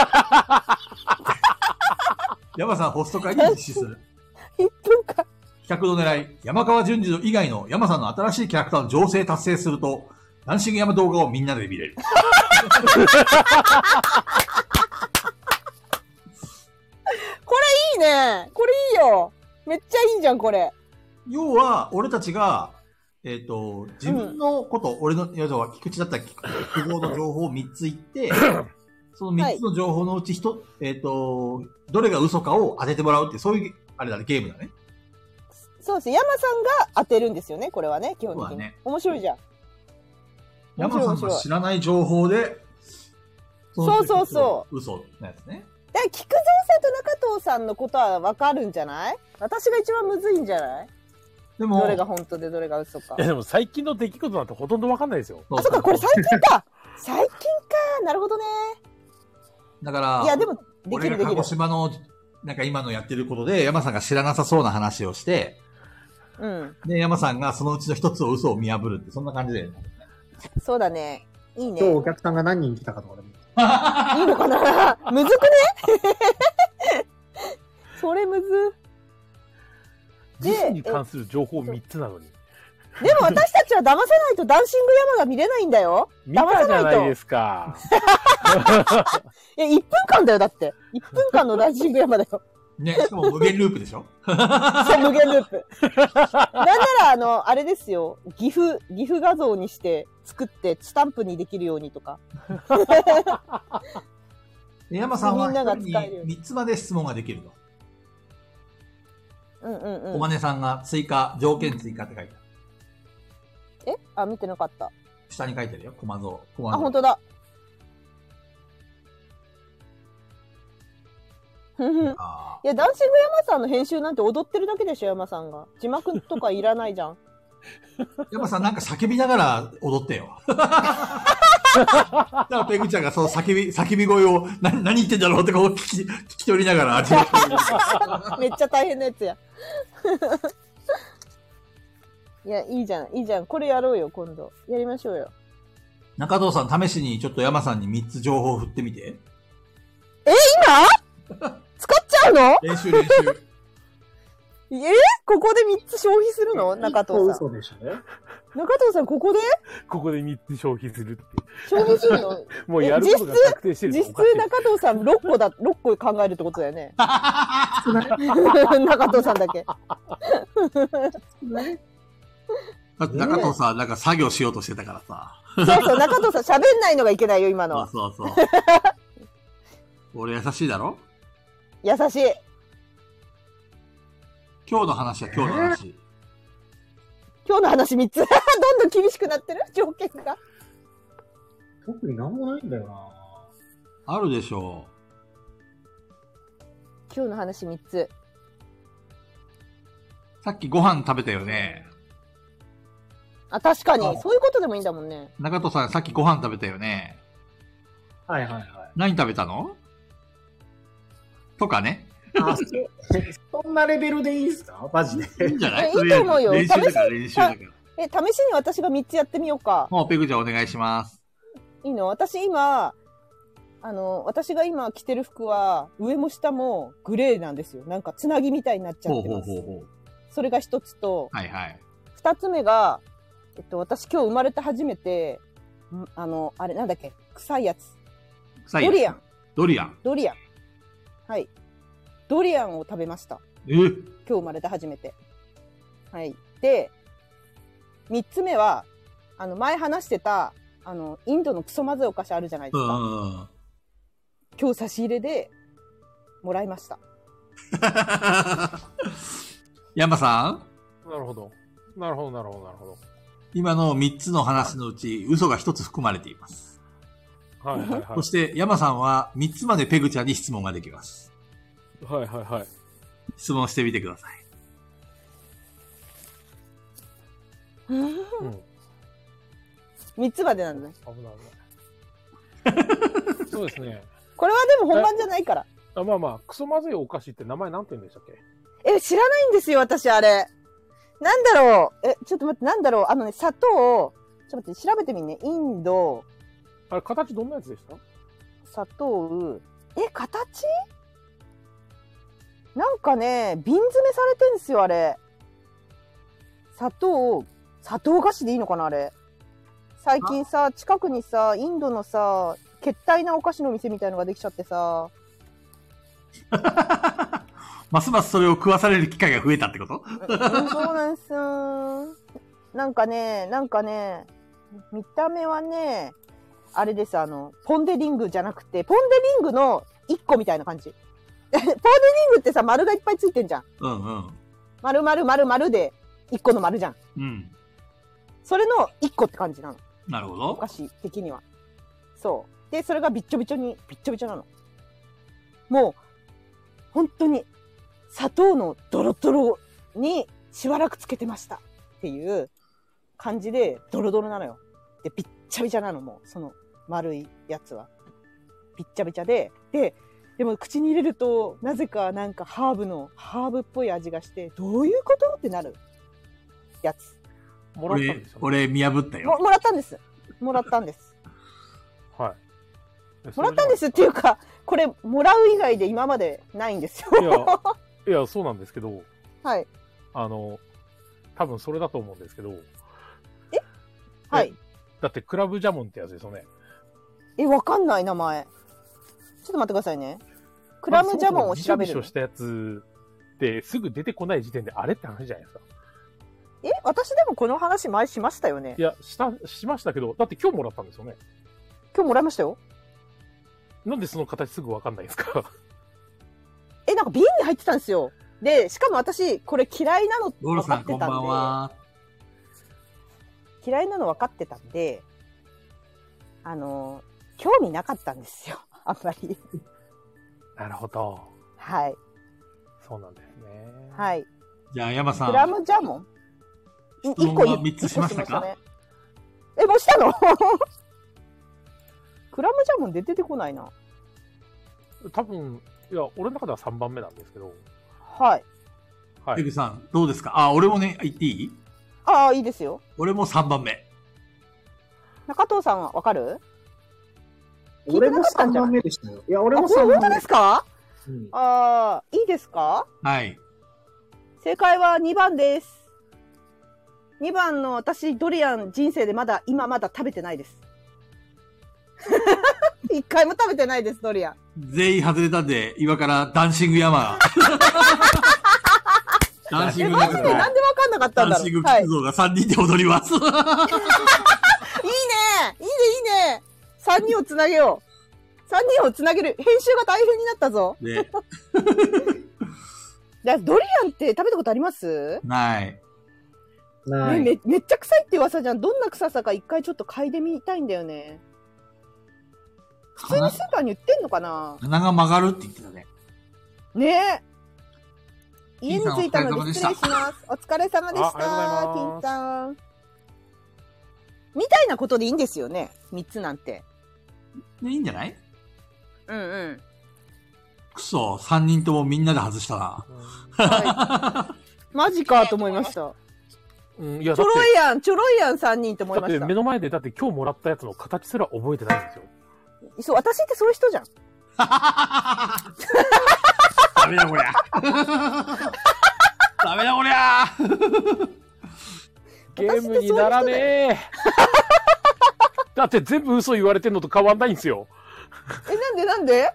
Speaker 1: 山さんホスト会に実施する。
Speaker 5: 1分間。
Speaker 1: 企画の狙い、山川淳二郎以外の山さんの新しいキャラクターの情勢達成すると、ダンシング山動画をみんなで見れる。
Speaker 5: いいね。これいいよ。めっちゃいいじゃん、これ。
Speaker 1: 要は、俺たちが、えっ、と、自分のこと、俺の、要は、菊池だったら、希望の情報を3つ言 って、その3つの情報のうち一、えっ、と、どれが嘘かを当ててもらうっていう、そういう、あれだね、ゲームだね。
Speaker 5: そうですね。山さんが当てるんですよね、これはね、基本
Speaker 1: そ
Speaker 5: 的
Speaker 1: う
Speaker 5: に。
Speaker 1: だね
Speaker 5: 面白いじゃん。面
Speaker 1: 山
Speaker 5: 白い
Speaker 1: さ
Speaker 5: 面
Speaker 1: ん
Speaker 5: 白い
Speaker 1: が知らない情報で、。
Speaker 5: そうそうそう
Speaker 1: 嘘のやつね。
Speaker 5: だから、菊蔵さんと中藤さんのことはわかるんじゃない私が一番むずいんじゃない
Speaker 1: でも、
Speaker 5: どれが本当でどれが嘘か
Speaker 3: い。やでも最近の出来事なんてほとんどわかんないですよ。
Speaker 1: そう
Speaker 5: あ、そっか、これ最近 か。最近か。なるほどね。
Speaker 1: だから、
Speaker 5: いや、でも、でき
Speaker 1: 俺
Speaker 5: る
Speaker 1: が
Speaker 5: で
Speaker 1: 鹿
Speaker 5: きる
Speaker 1: 児。島の、なんか今のやってることで、山さんが知らなさそうな話をして、
Speaker 5: うん。
Speaker 1: で、山さんがそのうちの一つを嘘を見破るって、そんな感じで。
Speaker 5: そうだね。いいね
Speaker 4: 今。日お客さんが何人来たかとかでもいい。
Speaker 5: いいのかなむずくね それむず。
Speaker 3: 自身に関する情報3つなのに。
Speaker 5: でも私たちは騙さないとダンシング山が見れないんだよ。。
Speaker 3: 見たじゃないですすか。
Speaker 5: いや、1分間だよ、だって。1分間のダンシング山だよ。
Speaker 1: ね、しかも無限ループでしょ
Speaker 5: そう無限ループ。なんなら、あの、あれですよ。岐阜、岐阜画像にして作って、スタンプにできるようにとか。
Speaker 1: で山さんは
Speaker 5: みんなが
Speaker 1: 一
Speaker 5: 使える
Speaker 1: 人に3つまで質問ができると。
Speaker 5: うんうん
Speaker 1: お
Speaker 5: う
Speaker 1: ま
Speaker 5: ん。
Speaker 1: ねさんが追加、条件追加って書いてある。
Speaker 5: えあ、見てなかった。
Speaker 1: 下に書いてあるよ、コマゾー。コマ
Speaker 5: あ、
Speaker 1: ゾー
Speaker 5: 本当だ。ふふん
Speaker 1: あ
Speaker 5: いや、ダンシング山さんの編集なんて踊ってるだけでしょ、山さんが。字幕とかいらないじゃん。
Speaker 1: ー山さんなんか叫びながら踊って よ。だからペグちゃんがその叫び、叫び声を何何言ってんだろうとかを聞き、聞き取りながら 味わってる。
Speaker 5: めっちゃ大変なやつ や。いや、いいじゃん、いいじゃん。これやろうよ、今度。やりましょうよ。
Speaker 1: 中藤さん試しにちょっと山さんに3つ情報を振ってみて。
Speaker 5: 今使っちゃうの
Speaker 1: 練習練習。
Speaker 5: えここで3つ消費するの中藤さん。
Speaker 4: 嘘でしょ
Speaker 5: 中藤さん、ここで
Speaker 3: ここで3つ消費するって。
Speaker 5: 消費するの
Speaker 3: もうやることが確定してる
Speaker 5: 実
Speaker 3: お
Speaker 5: 質
Speaker 3: かしい
Speaker 5: 中藤さん6個だ、六個考えるってことだよね。 中藤さんだけ。
Speaker 1: だって中藤さんなんか作業しようとしてたからさ。
Speaker 5: そうそう、中藤さん喋んないのがいけないよ、今の
Speaker 1: そう
Speaker 5: は。
Speaker 1: そう そう。俺優しいだろ
Speaker 5: 優しい。
Speaker 1: 今日の話は今日の話。
Speaker 5: 今日の話3つ。ど んどん厳しくなってる条件が。
Speaker 4: 特になんもないんだよ
Speaker 1: あるでしょ
Speaker 5: 今日の話3つ。
Speaker 1: う。さっきご飯食べたよね。
Speaker 5: あ、確かに
Speaker 1: あ。
Speaker 5: そういうことでもいいんだもんね。
Speaker 1: 中戸さんさっきご飯食べたよね。
Speaker 4: な。はいはいはい。
Speaker 1: 何食べたのとかね。
Speaker 4: あ、そ そんなレベルでいいんすかマジで。
Speaker 1: いいんじゃない
Speaker 5: いやいいと思うよ
Speaker 1: 練習だから練習だから。
Speaker 5: え、試しに私が3つやってみようか。
Speaker 1: もうペグちゃんお願いします。
Speaker 5: いいの私今、あの、私が今着てる服は、上も下もグレーなんですよ。なんかつなぎみたいになっちゃ
Speaker 1: ほ
Speaker 5: っ
Speaker 1: う
Speaker 5: て
Speaker 1: ほう
Speaker 5: ます。
Speaker 1: ほうほう。
Speaker 5: それが一つと、
Speaker 1: はいはい。
Speaker 5: 二つ目が、えっと、私今日生まれて初めて、んあの、あれなんだっけ、臭いやつ。
Speaker 1: 臭い
Speaker 5: ドリアン。
Speaker 1: ドリアン。
Speaker 5: ドリアン。はい。ドリアンを食べました。
Speaker 1: え
Speaker 5: 今日生まれて初めて。はい。で、三つ目は、あの、前話してた、あの、インドのクソまずいお菓子あるじゃないで
Speaker 1: う
Speaker 5: す
Speaker 1: ん
Speaker 5: か。
Speaker 1: うんうん。
Speaker 5: 今日差し入れで、もらいました。
Speaker 1: 山さん
Speaker 3: なるほど。なるほど、なるほど、なるほ
Speaker 1: 今の3つの話のうち、嘘が1つ含まれています。
Speaker 3: ど。はいはいは
Speaker 1: そして、山さんは3つまでペグちゃんに質問ができます。
Speaker 3: い。はいはいはい。
Speaker 1: 質問してみてください。
Speaker 3: うん。
Speaker 5: 三つまでなんだね。
Speaker 3: 危ない危ない。そうですね。
Speaker 5: これはでも本番じゃないから。
Speaker 3: あまあまあ、クソまずいお菓子って名前なんて言うんでしたっけ
Speaker 5: え、知らないんですよ、私、あれ。なんだろう。え、ちょっと待って、なんだろう。あのね、砂糖、ちょっと待って、調べてみんね。インド、
Speaker 3: あれ、形どんなやつでした
Speaker 5: 砂糖、え、形なんかね、瓶詰めされてんすよ、あれ。砂糖、砂糖菓子でいいのかな、あれ。最近さ、近くにさ、インドのさ、決体なお菓子の店みたいのができちゃってさ、
Speaker 1: ますますそれを食わされる機会が増えたってこと
Speaker 5: うんそうなんすよなんかね、なんかね、見た目はね、あれです、あの、ポンデリングじゃなくて、ポンデリングの1個みたいな感じ。ポンデリングってさ、丸がいっぱいついてんじゃん。
Speaker 1: うんうん。
Speaker 5: 丸丸丸丸で、1個の丸じゃん。
Speaker 1: うん。
Speaker 5: それの1個って感じなの。
Speaker 1: なるほ
Speaker 5: お
Speaker 1: ど
Speaker 5: 菓。子的には。そう。で、それがびっちょびちょに、びっちょびちょなの。もう、本当に、砂糖のドロドロにしばらくつけてました。っていう感じで、ドロドロなのよ。で、びっちゃびちゃなの、もう。その丸いやつは。びっちゃびちゃで。で、でも口に入れると、なぜかなんかハーブの、ハーブっぽい味がして、どういうことってなるやつ。
Speaker 3: もらったん
Speaker 1: 俺
Speaker 3: です、よ、ね。
Speaker 1: 俺見破ったよ
Speaker 5: も。もらったんです。もらったんです。
Speaker 3: はい。
Speaker 5: もらったんですっていうか、これ、もらう以外で今までないんです
Speaker 3: い
Speaker 5: よ。
Speaker 3: や、いや、そうなんですけど、
Speaker 5: はい。
Speaker 3: あの、多分それだと思うんですけど、
Speaker 5: はい。
Speaker 3: だってクラブジャモンってやつですよね。
Speaker 5: え、わかんない名前。ちょっと待ってくださいね。クラムジャモンを
Speaker 3: まあそ
Speaker 5: 調べ
Speaker 3: もそもビショ
Speaker 5: るの
Speaker 3: ビショ。したやつってすぐ出てこない時点であれって話じゃないですか。
Speaker 5: え、私でもこの話前しましたよね
Speaker 3: い。や、した、しましたけど、だって今日もらったんですよね。
Speaker 5: 今日もらいましたよ。
Speaker 3: なんでその形すぐわかんないんですか
Speaker 5: え、なんか瓶に入ってたんですよ。で、しかも私、これ嫌いなの
Speaker 1: ゴロ
Speaker 5: 分か
Speaker 1: さ
Speaker 5: っ
Speaker 1: ん、
Speaker 5: てた
Speaker 1: こ
Speaker 5: ん
Speaker 1: んば、ん
Speaker 5: で
Speaker 1: は。
Speaker 5: 嫌いなの分かってたんで、あの、興味なかったんですよ。あんまり。
Speaker 3: なるほど。
Speaker 5: はい。
Speaker 3: そうなんですね。
Speaker 5: はい。
Speaker 1: じゃあ、山さ
Speaker 5: クラ
Speaker 1: ん、
Speaker 5: ムジャモン
Speaker 1: 質
Speaker 5: 一
Speaker 1: 問
Speaker 5: 個
Speaker 1: は三つしましたか
Speaker 5: 一個ねえ、もうしたの クラムジャモンで出てこないな。
Speaker 3: 多分、いや、俺の中では3番目なんですけど、
Speaker 5: はい。
Speaker 3: は
Speaker 1: ペ
Speaker 3: い
Speaker 1: グ。さん、どうですかあ、俺もね、言っていい
Speaker 5: ああ、いいですよ。
Speaker 1: 俺も3番目。
Speaker 5: 中藤さんはわかる
Speaker 4: 俺も3番目でしたよ。いや、俺
Speaker 5: あ
Speaker 4: も
Speaker 5: ほん
Speaker 4: 3
Speaker 5: 本
Speaker 4: 番
Speaker 5: 当
Speaker 4: 目
Speaker 5: ですか
Speaker 4: うん
Speaker 5: ああ、いいですか
Speaker 1: はい。
Speaker 5: 正解は2番です。2番の私、ドリアン人生でまだ、今まだ食べてないです。一回も食べてないです、ドリアン。
Speaker 1: 全員外れたんで、今からダンシング山。 ダンシ
Speaker 5: え、
Speaker 1: ング
Speaker 5: マジ
Speaker 1: 山
Speaker 5: でなんでわかんなかったん
Speaker 1: ダン
Speaker 5: だろ
Speaker 1: シン
Speaker 5: う。
Speaker 1: グ
Speaker 5: はい。い
Speaker 1: キ
Speaker 5: い
Speaker 1: ズ
Speaker 5: ね
Speaker 1: が3人で踊り ます。
Speaker 5: いいねいいね !3 人をつなげよう。3人をつなげる。編集が大変になったぞ。
Speaker 1: ね、
Speaker 5: だドリアンって食べたことあります、
Speaker 1: ない。
Speaker 4: な
Speaker 5: ね
Speaker 4: い。
Speaker 5: めめっちゃ臭いって噂じゃん。どんな臭さか一回ちょっと嗅いでみたいんだよね。普通に
Speaker 1: 鼻
Speaker 5: スーパーに売ってんのかな
Speaker 1: 鼻が曲がるって言ってたね。
Speaker 5: ねえ。
Speaker 1: 金さ
Speaker 5: 家に
Speaker 1: ん
Speaker 5: 着いたので失礼します。お疲れ様でした。
Speaker 3: あありがとうご
Speaker 5: 金
Speaker 3: ざ
Speaker 5: さん。みたいなことでいいんですよね。三つなんて。
Speaker 1: でいいんじゃない
Speaker 5: うんうん。
Speaker 1: くそ、3人ともみんなで外したな。
Speaker 5: はい、マジかと思いました。
Speaker 3: うん、いや、
Speaker 5: ち
Speaker 3: だ
Speaker 5: ょ
Speaker 3: っ
Speaker 5: ろいやん、ちょろいやん三人と思
Speaker 3: て、
Speaker 5: い
Speaker 3: だ
Speaker 5: ま
Speaker 3: って
Speaker 5: した
Speaker 3: 目。の前で、だって今日もらったやつの形すら覚えてないんですよ。
Speaker 5: そう、私ってそういう 人じゃん。
Speaker 1: ダメだこりゃ。ダメだこりゃ。
Speaker 3: ゲームにならねえ。 だって全部嘘言われてんのと変わんないんですよ。
Speaker 5: え、なんでなんで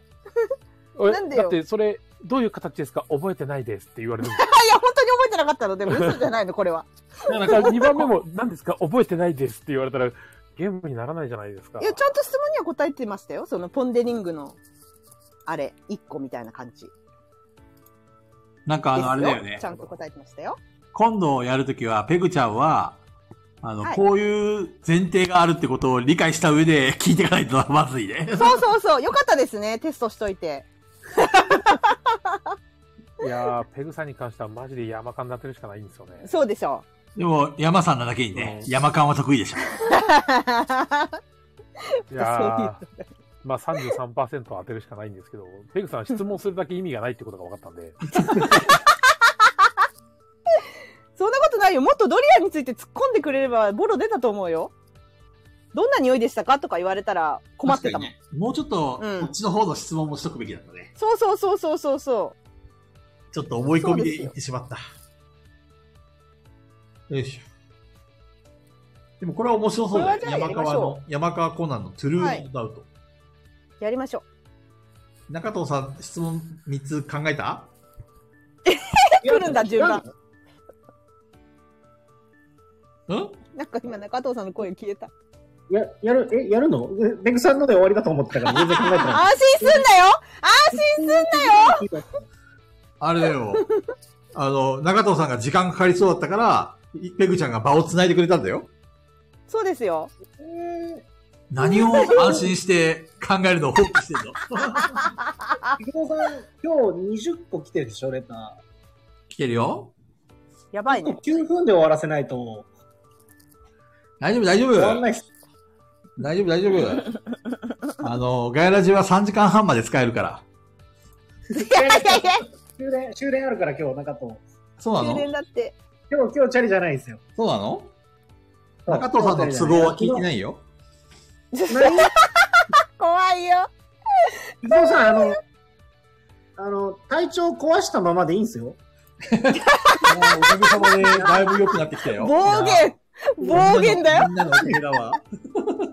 Speaker 3: え
Speaker 5: なんでよ
Speaker 3: だってそれ、どういう形ですか覚えてないですって言われるんです
Speaker 5: いや、本当に覚えてなかったので、嘘じゃ ないの、これは。
Speaker 3: よ。だから2番目も、何ですか覚えてないですって言われたら、ゲームにならないじゃないですか。
Speaker 5: いや、ちゃんと質問には答えてましたよ。その、ポンデリングの、あれ、一個みたいな感じ。
Speaker 1: なんかあの、あれだよ
Speaker 5: で
Speaker 1: ね
Speaker 5: すち。ゃんと答えてましたよ。
Speaker 1: 今度やるときは、ペグちゃんは、あの、
Speaker 5: はい
Speaker 1: こういう前提があるってことを理解した上で聞いていかないとまずいね。
Speaker 5: そうそうそう。よかったですね。テストしといて。
Speaker 3: いやー、ペグさんに関してはマジで山間になってるしかないんですよね。
Speaker 5: そう でしょ
Speaker 1: でも、山さんなだけにね、
Speaker 3: うん
Speaker 1: 山間は得意でした。
Speaker 3: いやー、まあ33%当てるしかないんですけど、ペグさん質問するだけ意味がないってことが分かったんで、
Speaker 5: う。そんなことないよ。もっとドリアンについて突っ込んでくれれば、ボロ出たと思うよ。どんな匂いでしたかとか言われたら困ってたもん。
Speaker 1: 確かにねもうちょっと、
Speaker 5: うん
Speaker 1: こっちの方の質問もしとくべきだったね。
Speaker 5: そうそうそうそうそうそ
Speaker 1: ちょっと思い込みで言ってしまった。
Speaker 11: よいしょ。
Speaker 1: でもこれは面白そうだよ
Speaker 5: これはじゃあや
Speaker 11: 山
Speaker 5: りま
Speaker 11: 川
Speaker 5: しょ
Speaker 11: の、山川コナンのトゥルーダウト。
Speaker 5: う。やりましょ
Speaker 11: 中藤さん、質問3つ考えた
Speaker 5: う。来るんだ、順番。
Speaker 11: ん
Speaker 5: なんか今、中藤さんの声消 えた。
Speaker 4: や、やる、え、やるのえペグさんので終わりだと思ってたから、全然考えてない。
Speaker 5: 安心すんなよ安心すん
Speaker 11: あれだよ。あの、中藤さんが時間かかりそうだったから、ペグちゃんが場を繋いでくれたんだよ。
Speaker 5: そうですよ。
Speaker 1: 何を安心して考えるのを放棄してんの
Speaker 4: ペグさん、 今日20個来てるでしょ、レター。
Speaker 1: 来てるよ。
Speaker 5: やばいね。
Speaker 4: 9分で終わらせないと、
Speaker 11: 大丈夫、大丈夫。
Speaker 4: 終わんな
Speaker 11: 大
Speaker 4: いっす。
Speaker 11: 丈夫、大丈夫。あの、ガヤラジは3時間半まで使えるから。
Speaker 5: いやいやいや、
Speaker 4: 終電、終電あるから今日、中藤。
Speaker 11: そうな
Speaker 5: 終電
Speaker 11: の
Speaker 5: だって。
Speaker 4: 今日、今日チャリじゃないですよ。
Speaker 11: そうなの中藤さんの都合は聞いてないよ。
Speaker 5: 怖いよ。
Speaker 4: 伊藤さん、あの、あの、体調壊したままでいいんですよ。
Speaker 1: おかげさまでだいぶ良くなってきたよ。
Speaker 5: 暴言暴言だよ
Speaker 1: みんなのみんなのおかげだわ。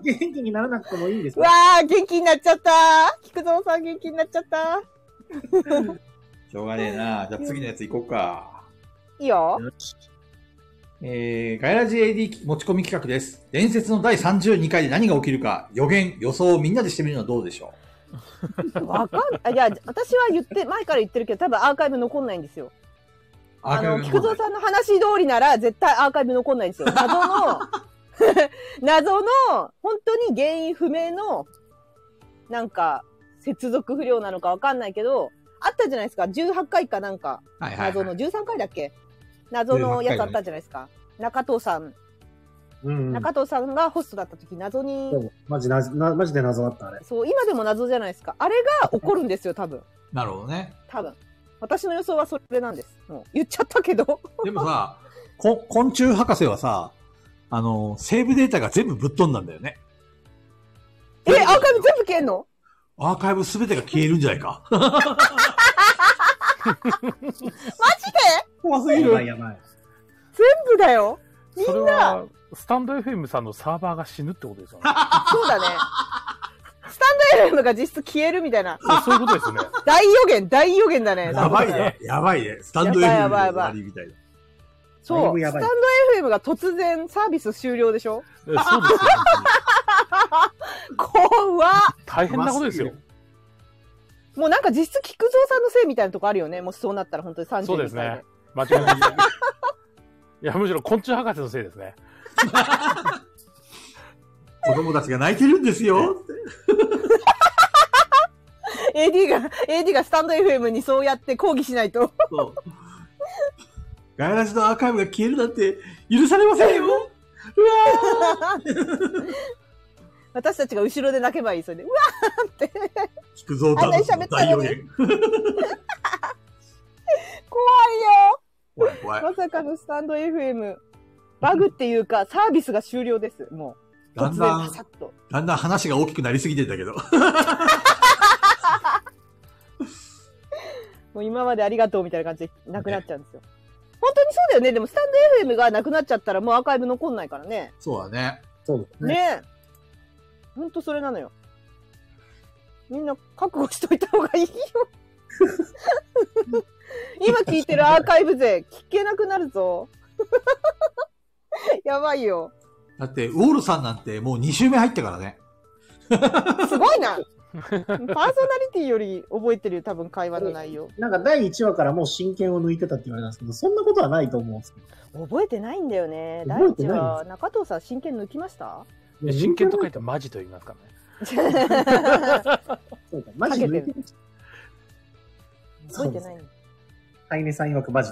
Speaker 4: 元気にならなくてもいいんですよ
Speaker 5: わ。あ、元気になっちゃった菊蔵さん元気になっちゃった
Speaker 1: しょうがねえな。じゃあ次のやつ行こうか。
Speaker 5: いいよ。
Speaker 1: えー、ガイラジ AD 持ち込み企画です。伝説の第32回で何が起きるか、予言、予想をみんなでしてみるのはどうでしょ
Speaker 5: わかんあいや、私は言って、前から言ってるけど、多分アーカイブ残んないんですよ。
Speaker 1: う
Speaker 5: あの、菊蔵
Speaker 1: ん。
Speaker 5: さんの話通りなら、絶対アーカイブ残んないんですよ。謎の、 謎の、本当に原因不明の、なんか、接続不良なのかわかんないけど、あったじゃないですか。18回かなんか、
Speaker 1: はいはい、
Speaker 5: 謎
Speaker 1: は
Speaker 5: の、
Speaker 1: い。
Speaker 5: 13回だっけ謎のやつあったじゃないですか。中藤さん、
Speaker 4: うん、うん。
Speaker 5: 中藤さんがホストだった時、謎に、
Speaker 4: そうマジな、なマジで謎だった、あれ。
Speaker 5: そう、今でも謎じゃないですか。あれが起こるんですよ、多分。
Speaker 1: なるほどね。
Speaker 5: 多分。私の予想はそれなんです。もう言っちゃったけど。
Speaker 1: でもさ、こ昆虫博士はさ、あの、セーブデータが全部ぶっ飛んだんだよね。
Speaker 5: え、アーカイブ全部消えんの
Speaker 1: アーカイブ全てが消えるんじゃないか。怖すぎ
Speaker 4: やばい
Speaker 1: る。
Speaker 4: やばい。
Speaker 5: 全部だよ。 みんな
Speaker 3: それは、スタンド FM さんのサーバーが死ぬってことですよね。
Speaker 5: そうだね。スタンド FM が実質消えるみたいな。
Speaker 3: そういうことですね。
Speaker 5: 大予言、大予言だね。
Speaker 1: やばいね。やばいね。スタンド F
Speaker 5: や
Speaker 1: の
Speaker 5: ばいや
Speaker 1: 終
Speaker 5: ばい
Speaker 1: わりみたいな。
Speaker 4: だ
Speaker 5: そ。
Speaker 4: いうぶ
Speaker 5: ス
Speaker 4: や
Speaker 5: タ
Speaker 4: ば
Speaker 5: ン
Speaker 4: い
Speaker 5: ド FM が突然サービス終了でしょ
Speaker 3: えそうですよ。
Speaker 5: 怖っ
Speaker 3: 大変なことですよ。
Speaker 5: もうなんか実質菊蔵さんのせいみたいなとこあるよね。もしそうなったら本当に32回
Speaker 3: そうですね。間違いない。 いや、むしろ昆虫博士のせいですね。
Speaker 1: 子供たちが泣いてるんですよ。
Speaker 5: AD が、AD がスタンド FM にそうやって抗議しないと。
Speaker 1: そう。ガイラジのアーカイブが消えるなんて許されませんよ。
Speaker 5: 私たちが後ろで泣けばいい。それで、うわーって。
Speaker 1: 菊蔵
Speaker 5: あんなに
Speaker 1: 太郎
Speaker 5: 喋
Speaker 1: の
Speaker 5: った
Speaker 1: 大
Speaker 5: の
Speaker 1: 予
Speaker 5: に
Speaker 1: 言。
Speaker 5: 怖いよ
Speaker 1: 怖い怖 い。
Speaker 5: まさかのスタンド FM。バグっていうか、サービスが終了です。もう。
Speaker 1: だ
Speaker 5: 突
Speaker 1: ん
Speaker 5: 然
Speaker 1: だ
Speaker 5: パ
Speaker 1: ん
Speaker 5: サ、ッと。
Speaker 1: だんだん話が大きくなりすぎてんだけど。
Speaker 5: もう今までありがとうみたいな感じでなくなっちゃうんですよ。本当にそうだよね。でもスタンド FM がなくなっちゃったらもうアーカイブ残んないからね。
Speaker 1: そうだね。
Speaker 4: そうですね。
Speaker 5: ねえ。ほんとそれなのよ。みんな覚悟しといた方が いいよ。今聞いてるアーカイブ勢、聞けなくなるぞ。 やばいよ。
Speaker 1: だって、ウォールさんなんてもう2週目入ったからね。
Speaker 5: すごいな。パーソナリティより覚えてるよ、多分会話の内容。
Speaker 4: なんか第1話からもう真剣を抜いてたって言われたんですけど、そんなことはないと思うんですけど。
Speaker 5: 覚えてないんだよね。第
Speaker 4: 覚えて
Speaker 5: 一
Speaker 4: ない
Speaker 5: は中藤さん真剣抜きました
Speaker 3: 真剣と書いてマジと言いますからね。
Speaker 4: そうか、マジ抜いてました。
Speaker 5: 覚えてない。
Speaker 4: ハイネさん曰くマジ。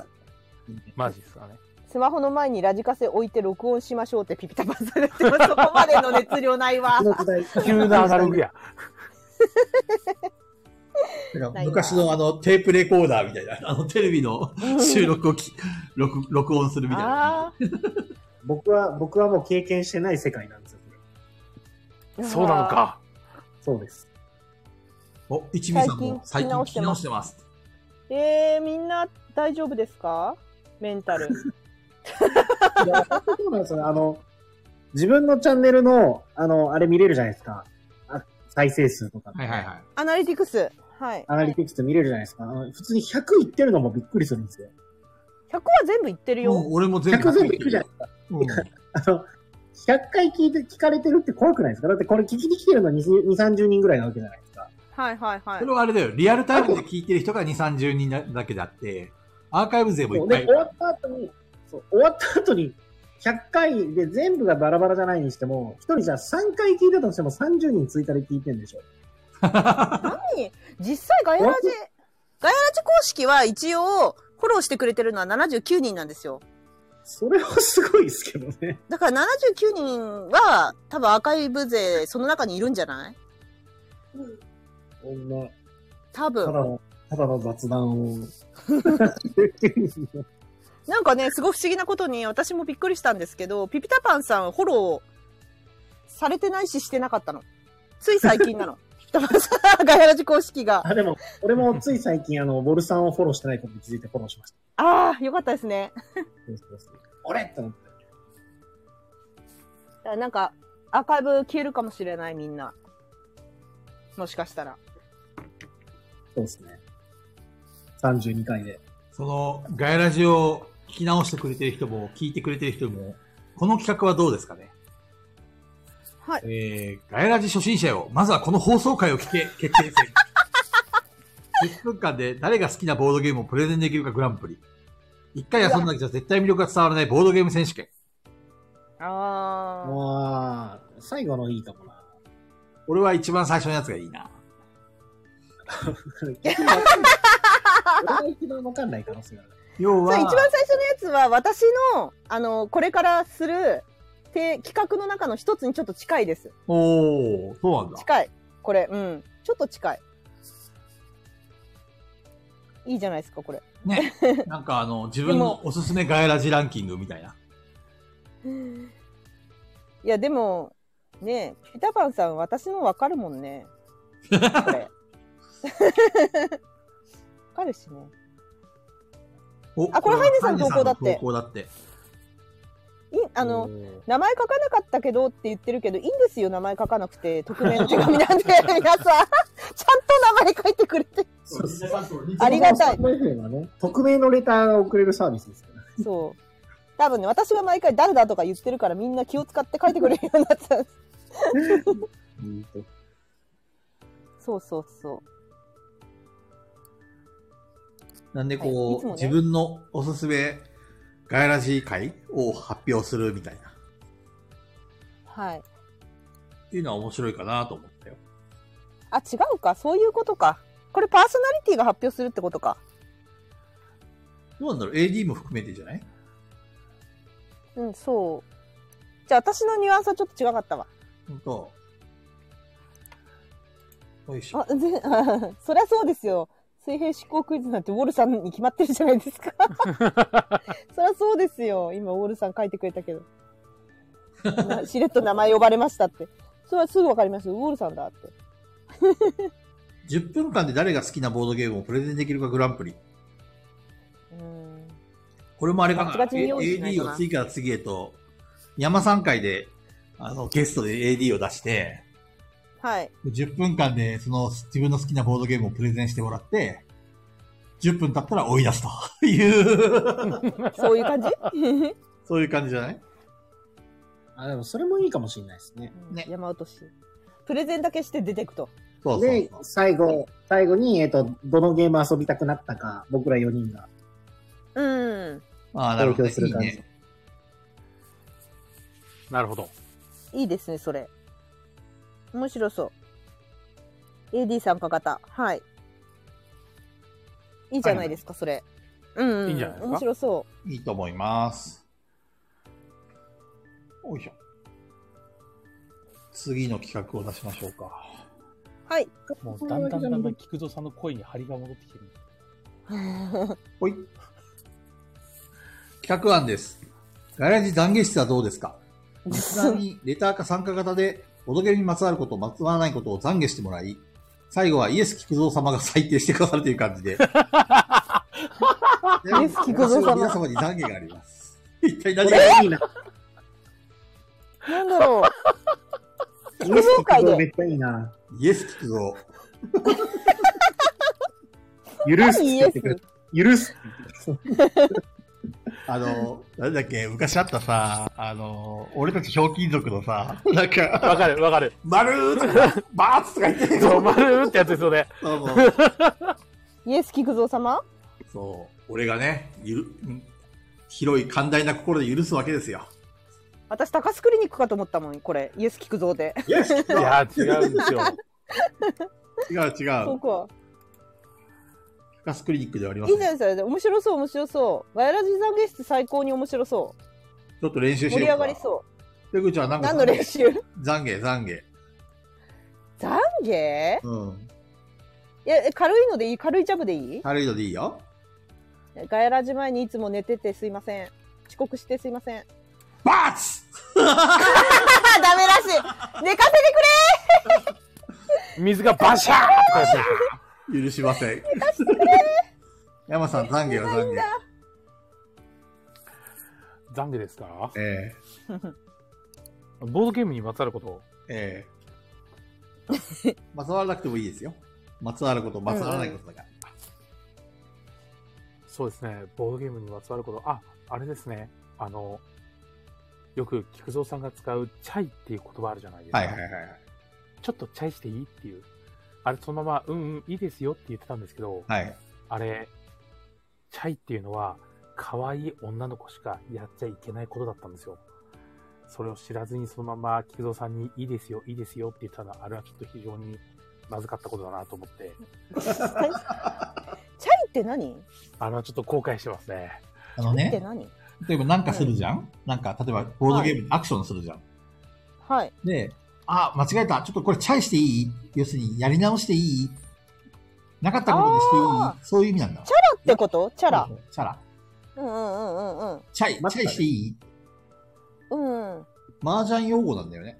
Speaker 3: マジです からね。
Speaker 5: スマホの前にラジカセ置いて録音しましょうってピピタパンされてます。そこまでの熱量ないわ
Speaker 4: こ。の時代。
Speaker 3: 急なアナログや。
Speaker 1: なんか
Speaker 5: ないわ
Speaker 1: 昔のあのテープレコーダーみたいな、あのテレビの収録をき録録音するみたいな。
Speaker 5: ああ
Speaker 4: 僕は、僕はもう経験してない世界なんですよ。
Speaker 5: ー。
Speaker 3: そうなのか。
Speaker 4: そうです。
Speaker 1: お、一味さんも最近
Speaker 5: 最近
Speaker 1: 聞
Speaker 5: 聞
Speaker 1: き
Speaker 5: き
Speaker 1: 直
Speaker 5: 直
Speaker 1: し
Speaker 5: してて
Speaker 1: ます。
Speaker 5: えー、みんな大丈夫ですかメンタ ル。
Speaker 4: いやそうなんですよ。あの、自分のチャンネルの、あの、あれ見れるじゃないですか。あ再生数とか。
Speaker 1: はいはいはい。
Speaker 5: アナリティクス。はい。
Speaker 4: アナリティクスって見れるじゃないですか。あの普通に100いってるのもびっくりするんですよ。
Speaker 5: 100は全部言ってる
Speaker 1: もう
Speaker 5: よ。
Speaker 1: 俺も全部
Speaker 4: 100全部いくじゃないですか。
Speaker 1: うん
Speaker 4: あの、100回聞いて、聞かれてるって怖くないですかだってこれ聞きに来てるの2、30人ぐらいなわけじゃないですか。
Speaker 5: はいはいは
Speaker 1: そ
Speaker 5: い
Speaker 1: れ。はあれだよ。リアルタイムで聞いてる人が2、30人だだけだって、アーカイブ勢もい
Speaker 4: そ
Speaker 1: っ
Speaker 4: う
Speaker 1: ぱ
Speaker 4: で、
Speaker 1: いい
Speaker 4: 終
Speaker 1: る。
Speaker 4: わった後に、そう終わった後に、100回で全部がバラバラじゃないにしても、一人じゃあ3回聞いたとしても30人追加で聞いてるんでしょ。
Speaker 5: 何実際ガヤラジ、ガヤラジ公式は一応フォローしてくれてるのは79人なんですよ。
Speaker 4: それはすごいですけどね。
Speaker 5: だから79人は多分アーカイブ勢その中にいるんじゃない
Speaker 4: こんな、ただ
Speaker 5: 多分。
Speaker 4: の、ただの雑談を。
Speaker 5: なんかね、すごい不思議なことに私もびっくりしたんですけど、ピピタパンさんフォローされてないししてなかったの。つい最近なの。北村さん、ガヤラジ公式が。
Speaker 4: あ、でも、俺もつい最近、あの、ボルさんをフォローしてないことに気づいてフォローしました。
Speaker 5: ああ、よかったですね。
Speaker 4: 俺って思って。
Speaker 5: だからなんか、アーカイブ消えるかもしれない、みんな。もしかしたら。
Speaker 4: そうですね。32回で。
Speaker 1: その、ガヤラジを聞き直してくれてる人も、聞いてくれてる人も、この企画はどうですかね
Speaker 5: はい。
Speaker 1: えー、ガヤラジ初心者よ。まずはこの放送回を聞け、決定戦。10分間で誰が好きなボードゲームをプレゼンできるかグランプリ。一回遊んだけじゃ絶対魅力が伝わらないボードゲーム選手権。
Speaker 5: ああ。
Speaker 4: ああ、最後のいいかもな。
Speaker 1: 俺は一番最初のやつがいいな。
Speaker 4: 逆にわかんない。俺が一番わかんない可能性がある。
Speaker 1: 要
Speaker 5: そう、
Speaker 1: は、
Speaker 5: 一番最初のやつは、私の、あの、これからする、て、企画の中の一つにちょっと近いです。
Speaker 1: おー、そうなんだ。
Speaker 5: 近い。これ、うん。ちょっと近い。いいじゃないですか、これ。
Speaker 1: ね。なんかあの、自分のおすすめガヤラジランキングみたいな。
Speaker 5: いや、でも、ねえ、ピタパンさん、私のわかるもんね。これ。 わかるしね。
Speaker 1: お
Speaker 5: あこれハイネさん
Speaker 1: ハイネ
Speaker 5: 投稿だって
Speaker 1: 投稿だって。
Speaker 5: いあの、
Speaker 4: おー、
Speaker 5: 名前書かなかったけどって言ってるけど、いいんですよ、名前書かなくて、匿名の手紙なんで、皆さん、ちゃんと名前書いてくれて。
Speaker 4: そうですね。
Speaker 5: ありがたい
Speaker 4: この人はね、匿名のレターが送れるサービスですから。
Speaker 5: そう。多分ね、私が毎回誰だとか言ってるから、みんな気を使って書いてくれるようになった。そうそうそ
Speaker 1: なんでこう、
Speaker 5: はいいつもね
Speaker 1: 自分のおすすめガヤラジ会を発表するみたいな。っ
Speaker 5: う。はい。
Speaker 1: ていうのは面白いかなと思ったよ。
Speaker 5: あ、違うか、そういうことか。これパーソナリティが発表するってことか。
Speaker 1: どうなんだろう ?AD も含めてじゃない
Speaker 5: うん、そう。じゃあ、私のニュアンスはちょっと違かったわ。
Speaker 1: ほんと。よいしょ
Speaker 5: あ。、 ぜ、そりゃそうですよ。水平思考クイズなんてウォルさんに決まってるじゃない ですか。そりゃそうですよ。今、ウォルさん書いてくれたけど。な しれっと名前呼ばれましたって。それはすぐわかりますよ。ウォルさんだって。
Speaker 1: 10分間で誰が好きなボードゲームをプレゼンできるかグランプリ。
Speaker 5: うん。
Speaker 1: これもあれか
Speaker 5: ガ
Speaker 1: な
Speaker 5: チガチに用意しないと
Speaker 1: ?AD
Speaker 5: な
Speaker 1: を次から次へと、山3回で、あの、ゲストで AD を出して、
Speaker 5: はい。
Speaker 1: 10分間で、その、自分の好きなボードゲームをプレゼンしてもらって、10分経ったら追い出すという、
Speaker 5: そういう感じ
Speaker 1: そういう感じじゃない
Speaker 4: あ、でもそれもいいかもしれないですね。
Speaker 1: ね
Speaker 5: 山落とし。プレゼンだけして出てくと。
Speaker 1: そうそう
Speaker 4: で
Speaker 1: そう、。
Speaker 4: 最後、最後に、えっと、どのゲーム遊びたくなったか、僕ら4人が。
Speaker 5: うん。
Speaker 1: ああ、なるほど、ね。
Speaker 4: 投票する
Speaker 1: いい
Speaker 4: 感じ
Speaker 1: ね。
Speaker 3: なるほど。
Speaker 5: いいですね、それ。面白そう。AD 参加型。はい。いいじゃないですか、それ。うん、うん。
Speaker 3: いいんじゃないですか
Speaker 5: 面白そ
Speaker 1: いいと思います。おいしょ。次の企画を出しましょうか。
Speaker 5: う。はい。
Speaker 2: もうだんだんだんだん菊蔵さんの声に張りが戻ってきてる。
Speaker 1: ほい。企画案です。ガヤラジ懺悔室はどう ですかリスナーにレターか参加型で、ボドゲにまつわること、まつわらないことを懺悔してもらい、最後はイエス・菊蔵様が採定してくださるという感 じで。イ
Speaker 5: エス菊蔵様
Speaker 1: 皆様に懺悔があります。一体何が
Speaker 4: い いな。
Speaker 5: なんだろう。
Speaker 4: イエス
Speaker 5: 同会で
Speaker 4: めっちゃいいな。
Speaker 1: イエス・菊 蔵。
Speaker 4: 許すって
Speaker 5: 何イ
Speaker 4: 言
Speaker 5: エ
Speaker 4: ってくれ
Speaker 5: ス
Speaker 4: た。許すって言ってくれ
Speaker 1: あの、なんだっけ、昔あったさ、あの、俺たちひょうきん族の さ、なんか、
Speaker 3: わかるわかる。
Speaker 1: 丸ーとか、バーツとか言ってる
Speaker 3: そう、まるってやつですよね。
Speaker 1: そうそう
Speaker 5: イエス菊蔵様
Speaker 1: そう、俺がね、ゆる、ん広い寛大な心で許すわけですよ。
Speaker 5: 私、高須クリニックかと思ったもん、これ。イエス菊蔵で。
Speaker 1: イエス
Speaker 3: いや、違うんですよ。
Speaker 1: 違う違
Speaker 5: そうう。か。
Speaker 1: フカスクリニックではありま
Speaker 5: い
Speaker 1: せ。
Speaker 5: いじゃなんいですか。面白そう、面白そう。ガヤラジ懺悔室最高に面白そう。
Speaker 1: ちょっと練習し
Speaker 5: 盛
Speaker 1: よう
Speaker 5: り
Speaker 1: か。。
Speaker 5: 上がりそう
Speaker 1: ペグちゃん、な
Speaker 5: う。
Speaker 1: んか、
Speaker 5: 何の練習
Speaker 1: 懺悔、懺悔。
Speaker 5: 懺悔
Speaker 1: うん。
Speaker 5: いや、え軽いのでいい軽いジャブでいい
Speaker 1: 軽いのでいいよ。
Speaker 5: ガヤラジ前にいつも寝ててすいません。遅刻してすいません。あ、
Speaker 1: バーツ
Speaker 5: ダメらしい。寝かせてくれ
Speaker 3: 水がバシャーッと返ってくる
Speaker 1: 許しません。 山さん、懺悔は懺悔。
Speaker 3: 懺悔ですか
Speaker 1: え
Speaker 3: ボードゲームにまつわること
Speaker 1: えええまつわらなくてもいいですよ。まつわること、まつわらないことだから。
Speaker 3: そうですね、ボードゲームにまつわること、あ、あれですね、あの、よく菊蔵さんが使うチャイっていう言葉あるじゃないですか。
Speaker 1: はいはいはいはい。
Speaker 3: ちょっとチャイしていいっていう。あれ、そのまま、うんうん、いいですよって言ってたんですけど、
Speaker 1: はい。
Speaker 3: あれ、チャイっていうのは、可愛い女の子しかやっちゃいけないことだったんですよ。それを知らずにそのまま菊蔵さんに、いいですよ、いいですよって言ったのは、あれはちょっと非常にまずかったことだなと思って、
Speaker 5: チャイって何チ
Speaker 3: あれはちょっと後悔してますね。
Speaker 1: あの
Speaker 5: ャイって
Speaker 1: ね、
Speaker 5: 何
Speaker 1: 例えばなんかするじゃんなんか、例えばボードゲームでアクションするじゃん。
Speaker 5: はい。
Speaker 1: で、あ、間違えた。ちょっとこれチャイしていい要するに、やり直していいなかったことにして
Speaker 5: あ
Speaker 1: いいそういう意味なんだ。チ
Speaker 5: ってことチャラ。。
Speaker 1: チャラ。
Speaker 5: うんうんうんうん
Speaker 1: チャイ、チ
Speaker 4: 待っ
Speaker 1: ャ
Speaker 4: て
Speaker 1: イしていい
Speaker 5: うん。うん。
Speaker 1: 麻雀用語なんだよね。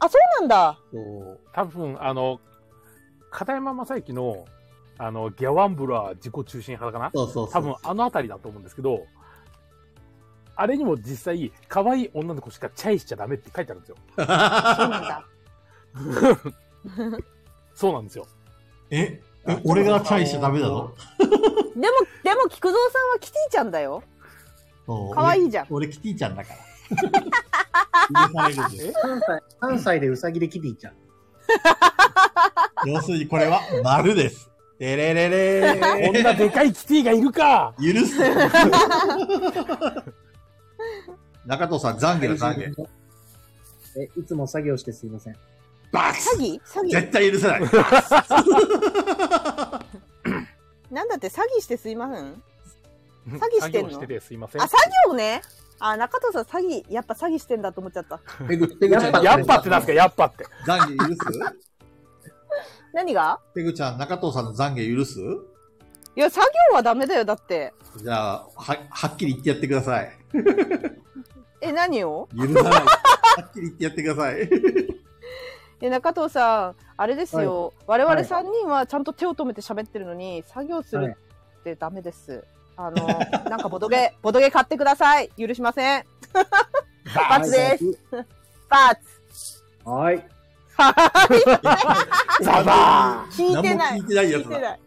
Speaker 5: あ、そうなんだ。
Speaker 1: そう。
Speaker 3: 多分あの片山正幸のあのギャワンブラー自己中心派かな
Speaker 1: そうそうそう。
Speaker 3: 多分あの辺りだと思うんですけどあれにも実際可愛い女の子しかチャイしちゃダメって書いてあるんですよ
Speaker 5: そうなんだ。
Speaker 3: そうなんですよ
Speaker 1: え、え俺がチャイしちゃダメだぞ。
Speaker 5: でも、でも、菊蔵さんはキティちゃんだよ。
Speaker 1: そう
Speaker 5: 可愛いじゃん。
Speaker 1: 俺、俺キティちゃんだから。許されるんです
Speaker 4: 3歳、3歳でウサギでキティちゃん。
Speaker 1: 要するにこれは丸です。てれれれ
Speaker 3: こん
Speaker 1: ー。
Speaker 3: なでかいキティがいる か
Speaker 1: 許す。中藤さん、懺悔だ懺悔。
Speaker 4: え、いつも作業してすいません。
Speaker 1: バ
Speaker 5: 詐
Speaker 1: ツ
Speaker 5: 欺詐欺
Speaker 1: 絶対許せない。
Speaker 5: なんだって詐欺してすいません
Speaker 3: 詐
Speaker 5: 欺してんの
Speaker 3: しててすいません
Speaker 5: あ、詐欺をね。あ、中藤さん詐欺、やっぱ詐欺してんだと思っちゃった。
Speaker 1: ペグ、ペグちゃん、
Speaker 3: やっぱってなんですかやっぱって
Speaker 1: 懺悔許す
Speaker 5: 何が
Speaker 1: ペグちゃん、中藤さんの懺悔許す
Speaker 5: いや、詐欺はダメだよ、だって。
Speaker 1: じゃあ、は、はっきり言ってやってください。
Speaker 5: え、何を
Speaker 1: 許さない。はっきり言ってやってください。
Speaker 5: え、中藤さん、あれですよ。我々三人はちゃんと手を止めて喋ってるのに、作業するってダメです。あの、 なんかボドゲ、ボドゲ買ってください。許しません。バツです。バツ。
Speaker 4: はい。
Speaker 3: ザバ
Speaker 5: 聞いてない。
Speaker 1: 何も聞いてないやつだ
Speaker 5: 聞いてない。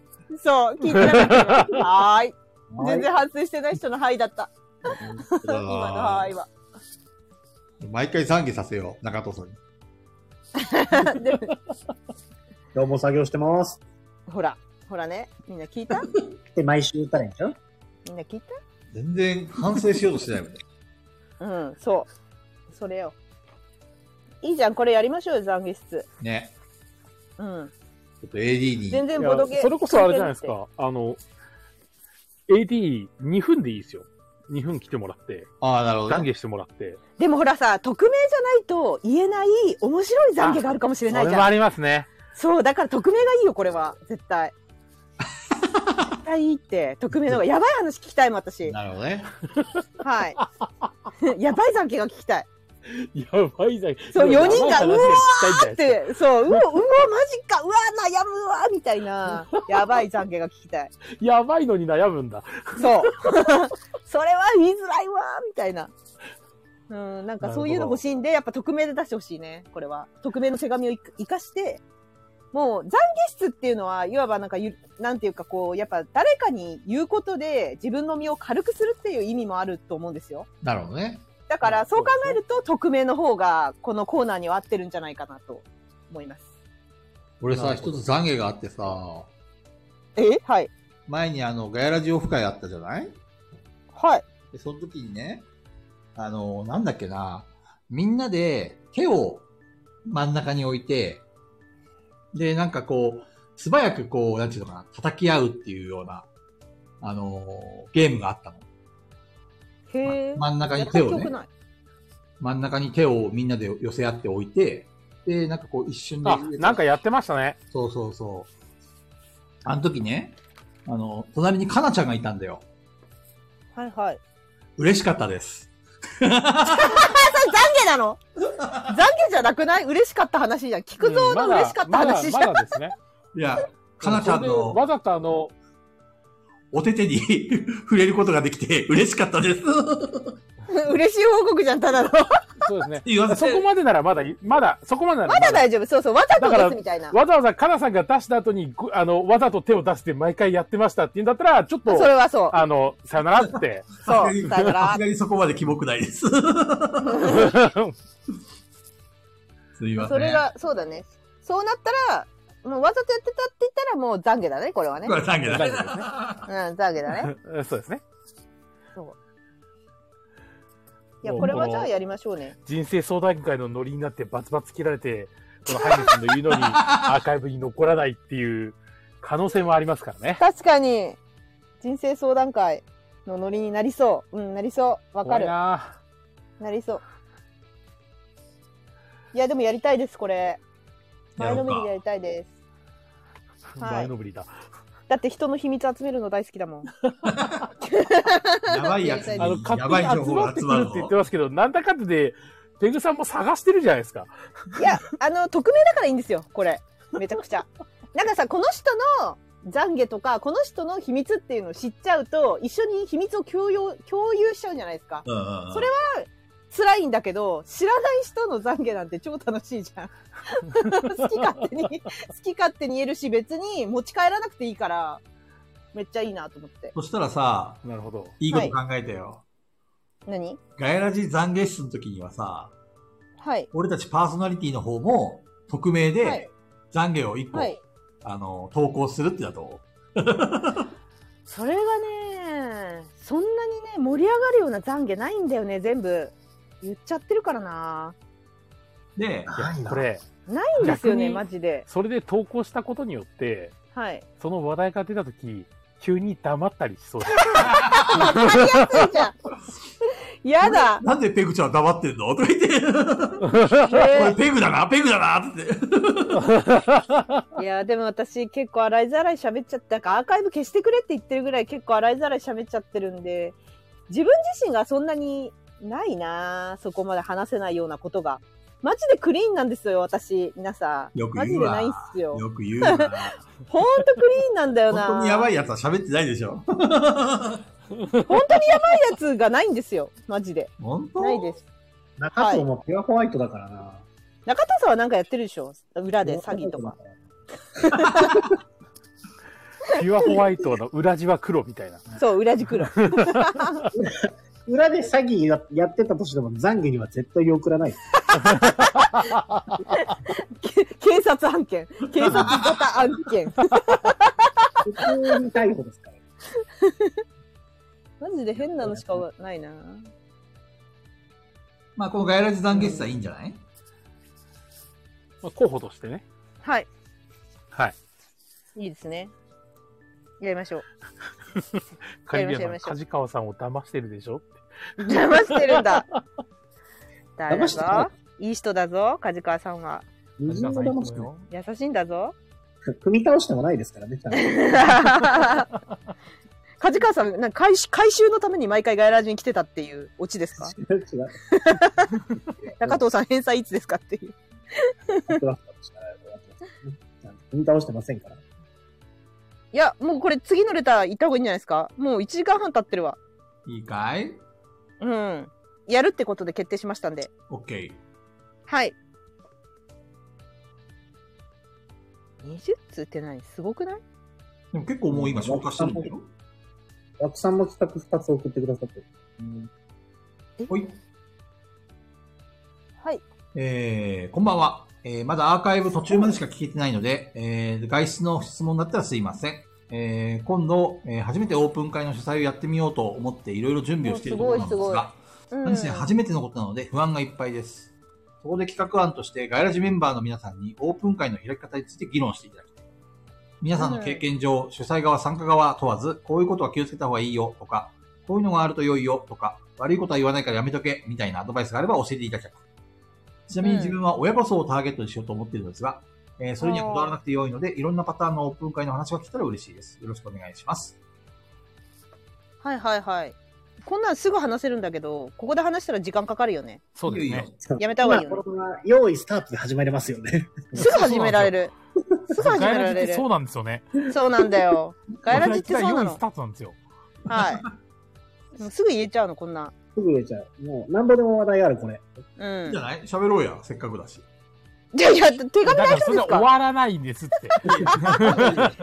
Speaker 5: そう、聞いてなかった。はーい。
Speaker 4: は
Speaker 5: 全
Speaker 4: い。
Speaker 5: 然反省してない人の「はい」だった今の「はい」は
Speaker 1: 毎回懺悔させよう、中藤さんに。
Speaker 5: でも
Speaker 4: 今日も作業してます。
Speaker 5: ほらほらねみんな聞いた
Speaker 4: って毎週打たれんじゃん
Speaker 5: みんな聞い
Speaker 1: 全然反省しようとしてないもんね。
Speaker 5: たうんそうそれよいいじゃんこれやりましょうよ懺悔室
Speaker 1: ね。
Speaker 5: うん
Speaker 1: ちょっと AD に。
Speaker 5: 全然
Speaker 3: ー
Speaker 5: ボド
Speaker 3: い
Speaker 5: ゲ
Speaker 3: やそれこそあれじゃないですかあの AD2 分でいいですよ2分来てもらって
Speaker 1: ああ、なるほど
Speaker 3: 懺
Speaker 1: ね。
Speaker 3: 悔してもらって
Speaker 5: でもほらさ匿名じゃないと言えない面白い懺悔があるかもしれない
Speaker 3: そ
Speaker 5: じ
Speaker 3: れも
Speaker 5: ゃ
Speaker 3: あ
Speaker 5: ん
Speaker 3: りますね
Speaker 5: そうだから匿名がいいよこれは絶対絶対いいって匿名の方がやばい話聞きたいもん私
Speaker 1: なるほどね。
Speaker 5: はいやばい 懺悔が聞きたい
Speaker 3: やばいじゃん。
Speaker 5: そう
Speaker 3: やばい
Speaker 5: 4人が
Speaker 3: 話
Speaker 5: う
Speaker 3: 聞
Speaker 5: わっ
Speaker 3: きたいんじゃないで
Speaker 5: て、そう、うわ、うわ、マジか、うわ、悩むわ、みたいな、やばい懺悔が聞きたい。
Speaker 3: すかやばいのに悩むんだ。
Speaker 5: そう。 それは言いづらいわ、みたいな。うん、なんかそういうの欲しいんで、やっぱ匿名で出してほしいね、これは。匿名の手紙をい生かして、もう懺悔室っていうのは、いわばなんかゆ、なんていうかこう、やっぱ誰かに言うことで自分の身を軽くするっていう意味もあると思うんですよ。
Speaker 1: なるほどね。
Speaker 5: だから、そう考えると、匿名の方が、このコーナーには合ってるんじゃないかなと思います。
Speaker 1: 俺さ、一つ懺悔があってさ、
Speaker 5: えはい。
Speaker 1: 前にあの、ガヤラジオフ会あったじゃない
Speaker 5: はい。
Speaker 1: で、その時にね、あの、なんだっけな、みんなで手を真ん中に置いて、で、なんかこう、素早くこう、なんていうのかな、叩き合うっていうような、あのーゲームがあったの。
Speaker 5: へえ。
Speaker 1: 真ん中
Speaker 5: や
Speaker 1: に
Speaker 5: った
Speaker 1: 手
Speaker 5: 記
Speaker 1: を
Speaker 5: 憶
Speaker 1: ね、
Speaker 5: ない。
Speaker 1: 真ん中に手をみんなで寄せ合って置いて、で、なんかこう一瞬で
Speaker 3: あ、なんかやってましたね。
Speaker 1: そうそうそう。あの時ね、あの、隣にかなちゃんがいたんだよ。
Speaker 5: はいはい。
Speaker 1: 嬉しかったです。
Speaker 5: それ懺悔なの懺悔じゃなくない嬉しかった話じゃん。菊蔵の嬉しかった話じゃ
Speaker 3: まだま
Speaker 5: ん。
Speaker 3: だですね。
Speaker 1: いや、かなちゃん
Speaker 3: それで
Speaker 1: の
Speaker 3: わざとあの、
Speaker 1: お手手に 触れることができて嬉しかったです。
Speaker 5: 嬉しい報告じゃん、ただの。
Speaker 3: そうですね。
Speaker 1: 言わせ
Speaker 3: そこまでならまだ、まだ、そこまでなら
Speaker 5: まだ大丈夫。そうそう。わざ
Speaker 3: だ
Speaker 5: と
Speaker 3: か
Speaker 5: で
Speaker 3: ら、
Speaker 5: すみたいな。
Speaker 3: わざわざカナさんが出した後に、ごあの、わざと手を出して毎回やってましたって言うんだったら、ちょっ
Speaker 5: そ
Speaker 3: と、
Speaker 5: れはそう。
Speaker 3: あの、さよなら って。
Speaker 5: そ
Speaker 1: さす
Speaker 5: う。
Speaker 1: が
Speaker 5: だか
Speaker 1: にさ
Speaker 5: ら
Speaker 1: す、がにそこまでキモくないです。すいません。
Speaker 5: それが、そうだね。そうなったら、もうわざとやってたって言ったらもう懺悔だね、これはね。
Speaker 1: こ
Speaker 5: うん、
Speaker 1: れ懺悔だ
Speaker 3: 懺悔ですね
Speaker 5: 懺悔だ ね。
Speaker 3: そうですね。
Speaker 5: いや、これはじゃあやりましょうね。
Speaker 3: 人生相談会のノリになってバツバツ切られて、このハイネさんの言うの にアーカイブに残らないっていう可能性もありますからね。
Speaker 5: 確かに、人生相談会のノリになりそう。うん、なりそう。わか
Speaker 3: 怖い
Speaker 5: る。な
Speaker 3: な
Speaker 5: りそう。いや、でもやりたいです、これ。
Speaker 1: や
Speaker 5: 前
Speaker 1: ろ
Speaker 5: の
Speaker 1: う
Speaker 5: めりでや
Speaker 1: か。
Speaker 5: りたいです。
Speaker 3: ぁ
Speaker 5: はい
Speaker 3: 前のぶりだ。
Speaker 5: だって人の秘密集めるの大好きだもん。
Speaker 1: やばいやつに、
Speaker 3: あの、
Speaker 1: やばい
Speaker 3: 勝手
Speaker 1: 情報
Speaker 3: に集ま
Speaker 1: が
Speaker 3: って
Speaker 1: 集
Speaker 3: く
Speaker 1: ま
Speaker 3: る
Speaker 1: る
Speaker 3: って言
Speaker 1: の
Speaker 3: って。ますけど、なんだかんだで、ペグさんも探してるじゃないですか。
Speaker 5: いや、あの、匿名だからいいんですよ、これ。めちゃくちゃ。なんかさ、この人の懺悔とか、この人の秘密っていうのを知っちゃうと、一緒に秘密を共有共有しちゃうじゃないですか。
Speaker 1: うんうんうん
Speaker 5: それ辛いんだけど、知らない人の懺悔なんて超楽しいじゃん。好き勝手に、好き勝手に言えるし、別に持ち帰らなくていいから、めっちゃいいなと思って。
Speaker 1: そしたらさ、
Speaker 3: なるほど。
Speaker 1: いいこと考えたよ。
Speaker 5: 何
Speaker 1: ガヤラジ懺悔室の時にはさ、
Speaker 5: はい。
Speaker 1: 俺たちパーソナリティの方も、匿名
Speaker 5: はい
Speaker 1: で懺悔を一個、
Speaker 5: はい。
Speaker 1: あの、投稿するってだと。
Speaker 5: それがね、そんなにね、盛り上がるような懺悔ないんだよね、全部。言っちゃってるからな。
Speaker 1: で、
Speaker 4: ないな
Speaker 3: これ、
Speaker 5: ないんですよ
Speaker 3: 逆
Speaker 5: ね、
Speaker 3: に
Speaker 5: マジで。
Speaker 3: それで投稿したことによって、
Speaker 5: はい。
Speaker 3: その話題が出たとき、急に黙ったりし そうです。
Speaker 5: わかりやすいじゃん。 やだ。
Speaker 1: なんでペグちゃんは黙ってんのとか言って、俺
Speaker 5: え
Speaker 1: ペグだな、ペグだなって言って。
Speaker 5: ーいや、でも私結構洗いざらい喋っちゃって、なんかアーカイブ消してくれって言ってるぐらい結構洗いざらい喋っちゃってるんで、自分自身がそんなにないなそこまで話せないようなことが。マジでクリーンなんですよ、私。皆さん。
Speaker 1: よく
Speaker 5: マジ
Speaker 1: 言
Speaker 5: で
Speaker 1: うわ。
Speaker 5: ないっすよ。
Speaker 1: よく言うわ。
Speaker 5: ほんとクリーンなんだよ
Speaker 1: 本
Speaker 5: な
Speaker 1: 当にやば
Speaker 5: い
Speaker 1: いやつは喋ってないでしょ。
Speaker 5: やつがないんですよ、マジで。
Speaker 1: 本当
Speaker 5: ないです。
Speaker 4: 中藤もピュアホワイトだからな。
Speaker 5: 中田さんはなんかやってるでしょ裏で詐欺とか。。
Speaker 3: ピュアホワイトの裏地は黒みたいな。
Speaker 5: そう、裏地黒。
Speaker 4: 裏で詐欺ややってたとしても、懺悔には絶対送らない。
Speaker 5: け 警察案件。警察型案件。
Speaker 4: 普通に逮捕ですから。
Speaker 5: マジで変なのしかないな。
Speaker 1: まあ、このガヤラジ懺悔室はいいんじゃない
Speaker 3: まあ、候補としてね。
Speaker 5: はい。
Speaker 3: はい。
Speaker 5: いいですね。やりましょう。
Speaker 3: カリビア
Speaker 5: や
Speaker 3: さ
Speaker 5: り
Speaker 3: ん、
Speaker 5: ましょうやりましょう
Speaker 3: 梶川さんを騙してるでしょ
Speaker 5: 邪魔してる んだ。誰だ
Speaker 4: 騙してな
Speaker 5: ぞ。いい人だぞ、梶川さんは。
Speaker 4: 無
Speaker 3: 梶
Speaker 4: 人の
Speaker 3: 川さんい
Speaker 4: 騙
Speaker 3: いと
Speaker 4: し
Speaker 3: 思うよ。
Speaker 5: 優しいんだぞ。
Speaker 4: 組み倒してもないですからね、ちゃんと。
Speaker 5: 梶川さん、なんか回収回収のために毎回ガイラージに来てたっていうオチですか
Speaker 4: 違う違う。
Speaker 5: 中藤さん返済いつですかっていう。
Speaker 4: あとは私からやってますからねちゃんと組み倒してませんから。
Speaker 5: いや、もうこれ次のレター行った方がいいんじゃないですかもう1時間半経ってるわ。
Speaker 1: いいかい
Speaker 5: うん。やるってことで決定しましたんで。
Speaker 1: ?OK。
Speaker 5: はい。20通って何すごくない
Speaker 1: でも結構もう今消化してるんだよ。
Speaker 4: 枠さんも企画2つ送ってくださってる。
Speaker 1: ほい。
Speaker 5: はい。
Speaker 1: えー、こんばんは。えー、まだアーカイブ途中までしか聞けてないので、えー、外出の質問だったらすいません。えー、今度、えー初めてオープン会の主催をやってみようと思っていろいろ準備をしているところなんです
Speaker 5: おすごいすごい
Speaker 1: が、何せ初めてのことなので不安がいっぱいです。そこで企画案として、ガイラジメンバーの皆さんにオープン会の開き方について議論していただきたい。皆さんの経験上、主催側、参加側問わず、こういうことは気をつけた方がいいよとか、こういうのがあると良いよとか、悪いことは言わないからやめとけみたいなアドバイスがあれば教えていただきたい。ちなみに自分は親こそをターゲットにしようと思っているのですが、えーそれにはこだわらなくて良いので、いろんなパターンのオープン会の話が来たら嬉しいです。よろしくお願いします。
Speaker 5: はいはいはい。こんなんすぐ話せるんだけど、ここで話したら時間かかるよね。
Speaker 3: そうですね。
Speaker 5: やめた方がいいよね
Speaker 4: 今このまま用意スタートで始まりますよね。
Speaker 5: すぐ始められる。すぐ始め
Speaker 3: ガイラ
Speaker 5: ら
Speaker 3: ジっ
Speaker 5: れ
Speaker 3: て
Speaker 5: る。
Speaker 3: そうなんですよね。
Speaker 5: そうなんだよ。ガイラジってそうな
Speaker 3: ガイラジが用意
Speaker 5: の
Speaker 3: ス。タートなんですよ。
Speaker 5: はい。もうすぐ言えちゃうの、こんな。
Speaker 4: すぐ言えちゃう。もう、なんぼでも話題ある、これ。
Speaker 5: うん。
Speaker 1: じゃない喋ろうや、せっかくだし。
Speaker 5: いやいや、手紙
Speaker 3: だか
Speaker 5: ない
Speaker 3: ら
Speaker 5: 人
Speaker 3: そ
Speaker 5: で
Speaker 3: れ
Speaker 5: す
Speaker 3: 終
Speaker 5: か
Speaker 3: わらないんですって。
Speaker 5: せっかく考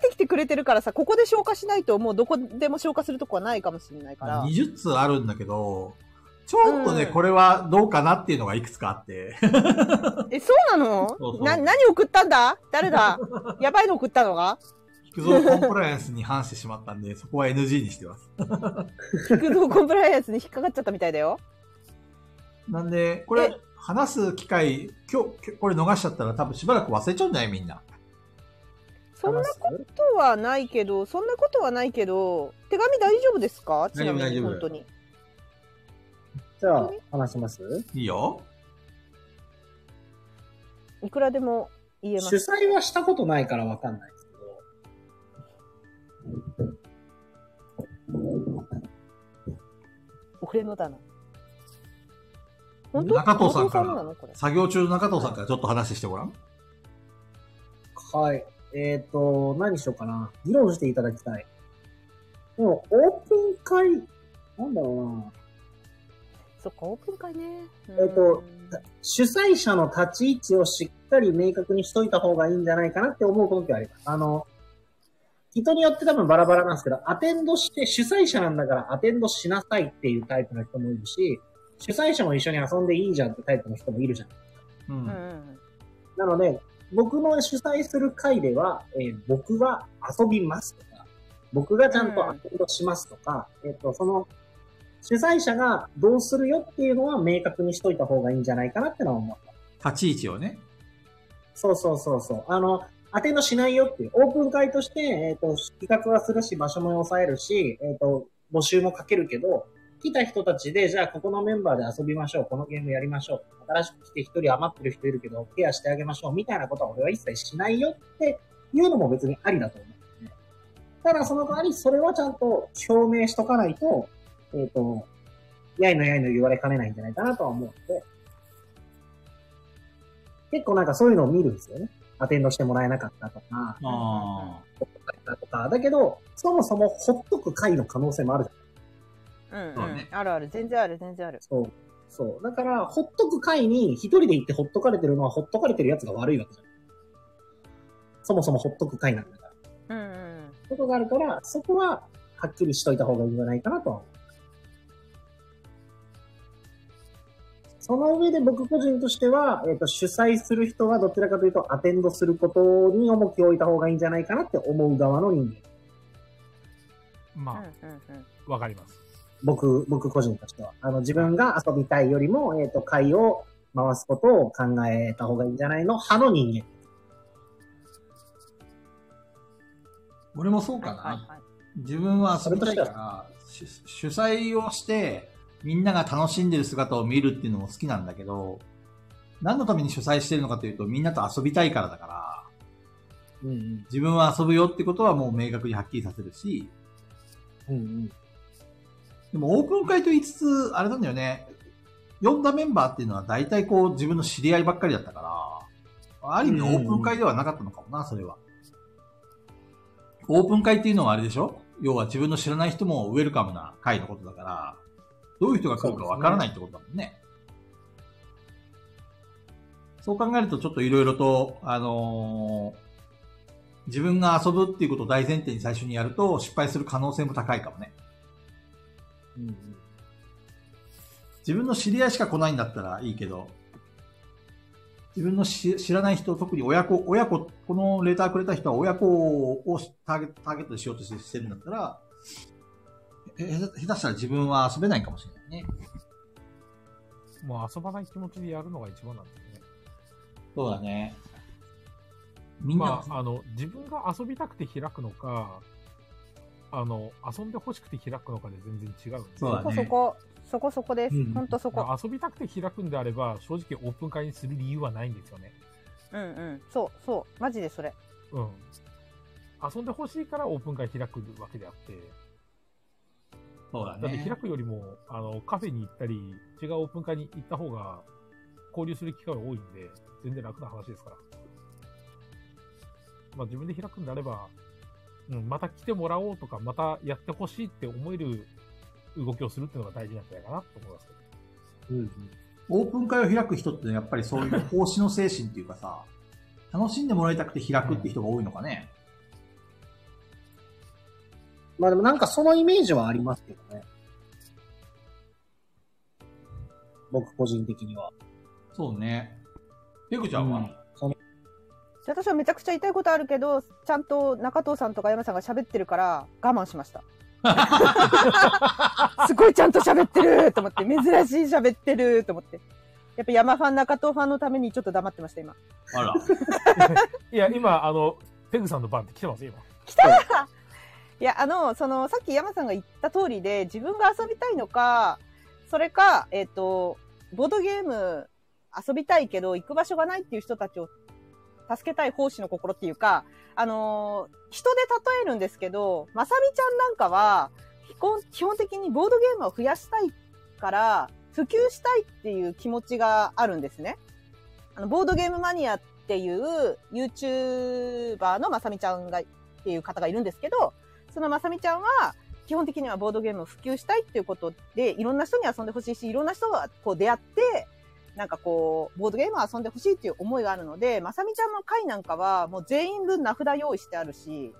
Speaker 5: えてきてくれてるからさ、ここで消化しないと、もうどこでも消化するとこはないかもしれないから。
Speaker 1: 20通あるんだけど、ちょっとね、
Speaker 5: うん
Speaker 1: これはどうかなっていうのがいくつかあ って。
Speaker 5: え、そうなの
Speaker 1: そうそう
Speaker 5: な、何送ったんだ 誰だやばいの送ったのが
Speaker 1: 菊蔵コンプライアンスに反してしまったんで、そこは NG にしてます。
Speaker 5: 菊蔵コンプライアンスに引っかかっちゃったみたいだよ。
Speaker 1: なんで、こ
Speaker 5: え
Speaker 1: れ、話す機会、今日、今日これ逃しちゃったら多分しばらく忘れちゃうんじゃないみんな。
Speaker 5: そんなことはないけど、そんなことはないけど、手紙大丈夫ですかちなみ
Speaker 1: 大
Speaker 5: に、
Speaker 1: 丈夫
Speaker 5: 本当に。
Speaker 4: じゃあ、話します
Speaker 1: いいよ。
Speaker 5: いくらでも言えま
Speaker 4: 主
Speaker 5: す。
Speaker 4: 催はしたことないからわかんないですけど。
Speaker 5: 俺のだな。本当
Speaker 1: 中藤さんか
Speaker 5: 中のなの
Speaker 1: ら
Speaker 5: これ、
Speaker 1: 作業中の中藤さんからちょっと話してごらん。
Speaker 4: はい。えっ、と、何しようかな。議論していただきたい。でも、オープン会、なんだろ
Speaker 5: そっか、オープン会ね。え
Speaker 4: えっとうな。主催者の立ち位置をしっかり明確にしといた方がいいんじゃないかなって思う根拠はあります。あの、人によって多分バラバラなんですけど、アテンドして、主催者なんだからアテンドしなさいっていうタイプの人もいるし、主催者も一緒に遊んでいいじゃんってタイプの人もいるじゃん。
Speaker 1: う。
Speaker 5: うんうんん
Speaker 4: なので、僕の主催する会では、えー僕は遊びますとか、僕がちゃんとアテンドしますとか、えっ、と、その、主催者がどうするよっていうのは明確にしといた方がいいんじゃないかなってのは思った。
Speaker 1: 立ち位置をね。
Speaker 4: そうそうそうそう。あの、アテンドしないよっていう、オープン会として、えっ、と、企画はするし、場所も抑えるし、えっ、と、募集もかけるけど、来た人たちで、じゃあここのメンバーで遊びましょう、このゲームやりましょう、新しく来て一人余ってる人いるけど、ケアしてあげましょう、みたいなことは俺は一切しないよっていうのも別にありだと思う。ただその代わり、それはちゃんと表明しとかないと、えっ、と、やいのやいの言われかねないんじゃないかなとは思うので、結構なんかそういうのを見るんですよね。アテンドしてもらえなかったとか、
Speaker 1: あ
Speaker 4: だとか、だけど、そもそもほっとく回の可能性もあるじゃん。
Speaker 5: うん
Speaker 1: そううんね。
Speaker 5: あるある、全然ある、全然ある。
Speaker 4: そう。そう。だから、ほっとく会に一人で行ってほっとかれてるのは、ほっとかれてるやつが悪いわけじゃん。そもそもほっとく会なんだから。
Speaker 5: うんうん。
Speaker 4: ことがあるから、そこは、はっきりしといた方がいいんじゃないかなとは思う。その上で僕個人としては、えっ、と、主催する人はどちらかというと、アテンドすることに重きを置いた方がいいんじゃないかなって思う側の人間。
Speaker 5: うん
Speaker 3: ま
Speaker 5: うんうん
Speaker 3: あ、わかります。
Speaker 4: 僕、僕個人としては。あの、自分が遊びたいよりも、えっ、と、会を回すことを考えた方がいいんじゃないの派の人間。
Speaker 1: あ。俺もそうか
Speaker 5: は
Speaker 1: な。
Speaker 5: いはい
Speaker 1: 自分は遊びたいから、主主催をして、みんなが楽しんでる姿を見るっていうのも好きなんだけど、何のために主催してるのかというと、みんなと遊びたいからだから、
Speaker 4: うんうん。
Speaker 1: 自分は遊ぶよってことはもう明確にはっきりさせるし、
Speaker 4: うんうん。
Speaker 1: でもオープン会と言いつつ、あれなんだよね、呼んだメンバーっていうのは大体こう自分の知り合いばっかりだったから、ある意味オープン会ではなかったのかもな、それは。オープン会っていうのはあれでしょ要は自分の知らない人もウェルカムな会のことだから、どういう人が来るかわからないってことだもんね。そう考えるとちょっといろいろと、あのー自分が遊ぶっていうことを大前提に最初にやると失敗する可能性も高いかもね。
Speaker 4: うんうん
Speaker 1: 自分の知り合いしか来ないんだったらいいけど、自分のし知らない人、特に親子、親子、このレターくれた人は親子をターゲターゲットにしようとしてしてるんだったら、えへ下手したら自分は遊べないかもしれないね。
Speaker 3: もう遊ばない気持ちでやるのが一番なんですよね。
Speaker 1: そうだね。みんな、
Speaker 3: まあ、あの、自分が遊びたくて開くのか、あの、遊んで欲しくて開くのかで全然違うんで。
Speaker 1: そうだ
Speaker 5: そこ
Speaker 1: ね
Speaker 5: そこ、そこそこです
Speaker 1: うん。
Speaker 5: ほんとそこ。
Speaker 3: まあ遊びたくて開くんであれば、正直オープン会にする理由はないんですよね。
Speaker 5: うんうん。そうそう。マジでそれ。
Speaker 3: うん。遊んで欲しいからオープン会開くわけであって、
Speaker 1: そうだ
Speaker 3: だって
Speaker 1: ね。
Speaker 3: 開くよりも、あの、カフェに行ったり、違うオープン会に行った方が、交流する機会が多いんで、全然楽な話ですから。まあ自分で開くんであれば、うん、また来てもらおうとか、またやってほしいって思える動きをするっていうのが大事なんじゃないかなと思いますけど。
Speaker 1: オープン会を開く人ってやっぱりそういう奉仕の精神っていうかさ、楽しんでもらいたくて開くって人が多いのかね。
Speaker 4: まあでもなんかそのイメージはありますけどね。僕個人的には。
Speaker 1: そうね。ペグちゃんは、
Speaker 5: 私はめちゃくちゃ言いたいことあるけどちゃんと中藤さんとか山さんが喋ってるから我慢しま したすごいちゃんと喋ってると思って珍しい喋ってると思ってやっぱ山ファン中藤ファンのためにちょっと黙ってました今
Speaker 1: あら。
Speaker 3: いや、今、あの、ペグさんの番って来てます、今。
Speaker 5: いやあのそのさっき山さんが言った通りで自分が遊びたいのかそれかえっ、とボードゲーム遊びたいけど行く場所がないっていう人たちを助けたい奉仕の心っていうかあのー人で例えるんですけどまさみちゃんなんかは基本基本的にボードゲームを増やしたいから普及したいっていう気持ちがあるんですね。あのボードゲームマニアっていう YouTuber のまさみちゃんがっていう方がいるんですけどそのまさみちゃんは、基本的にはボードゲームを普及したいっていうことで、いろんな人に遊んでほしいし、いろんな人がこう出会って、なんかこう、ボードゲームを遊んでほしいっていう思いがあるので、まさみちゃんの回なんかは、もう全員分名札用意してあるし、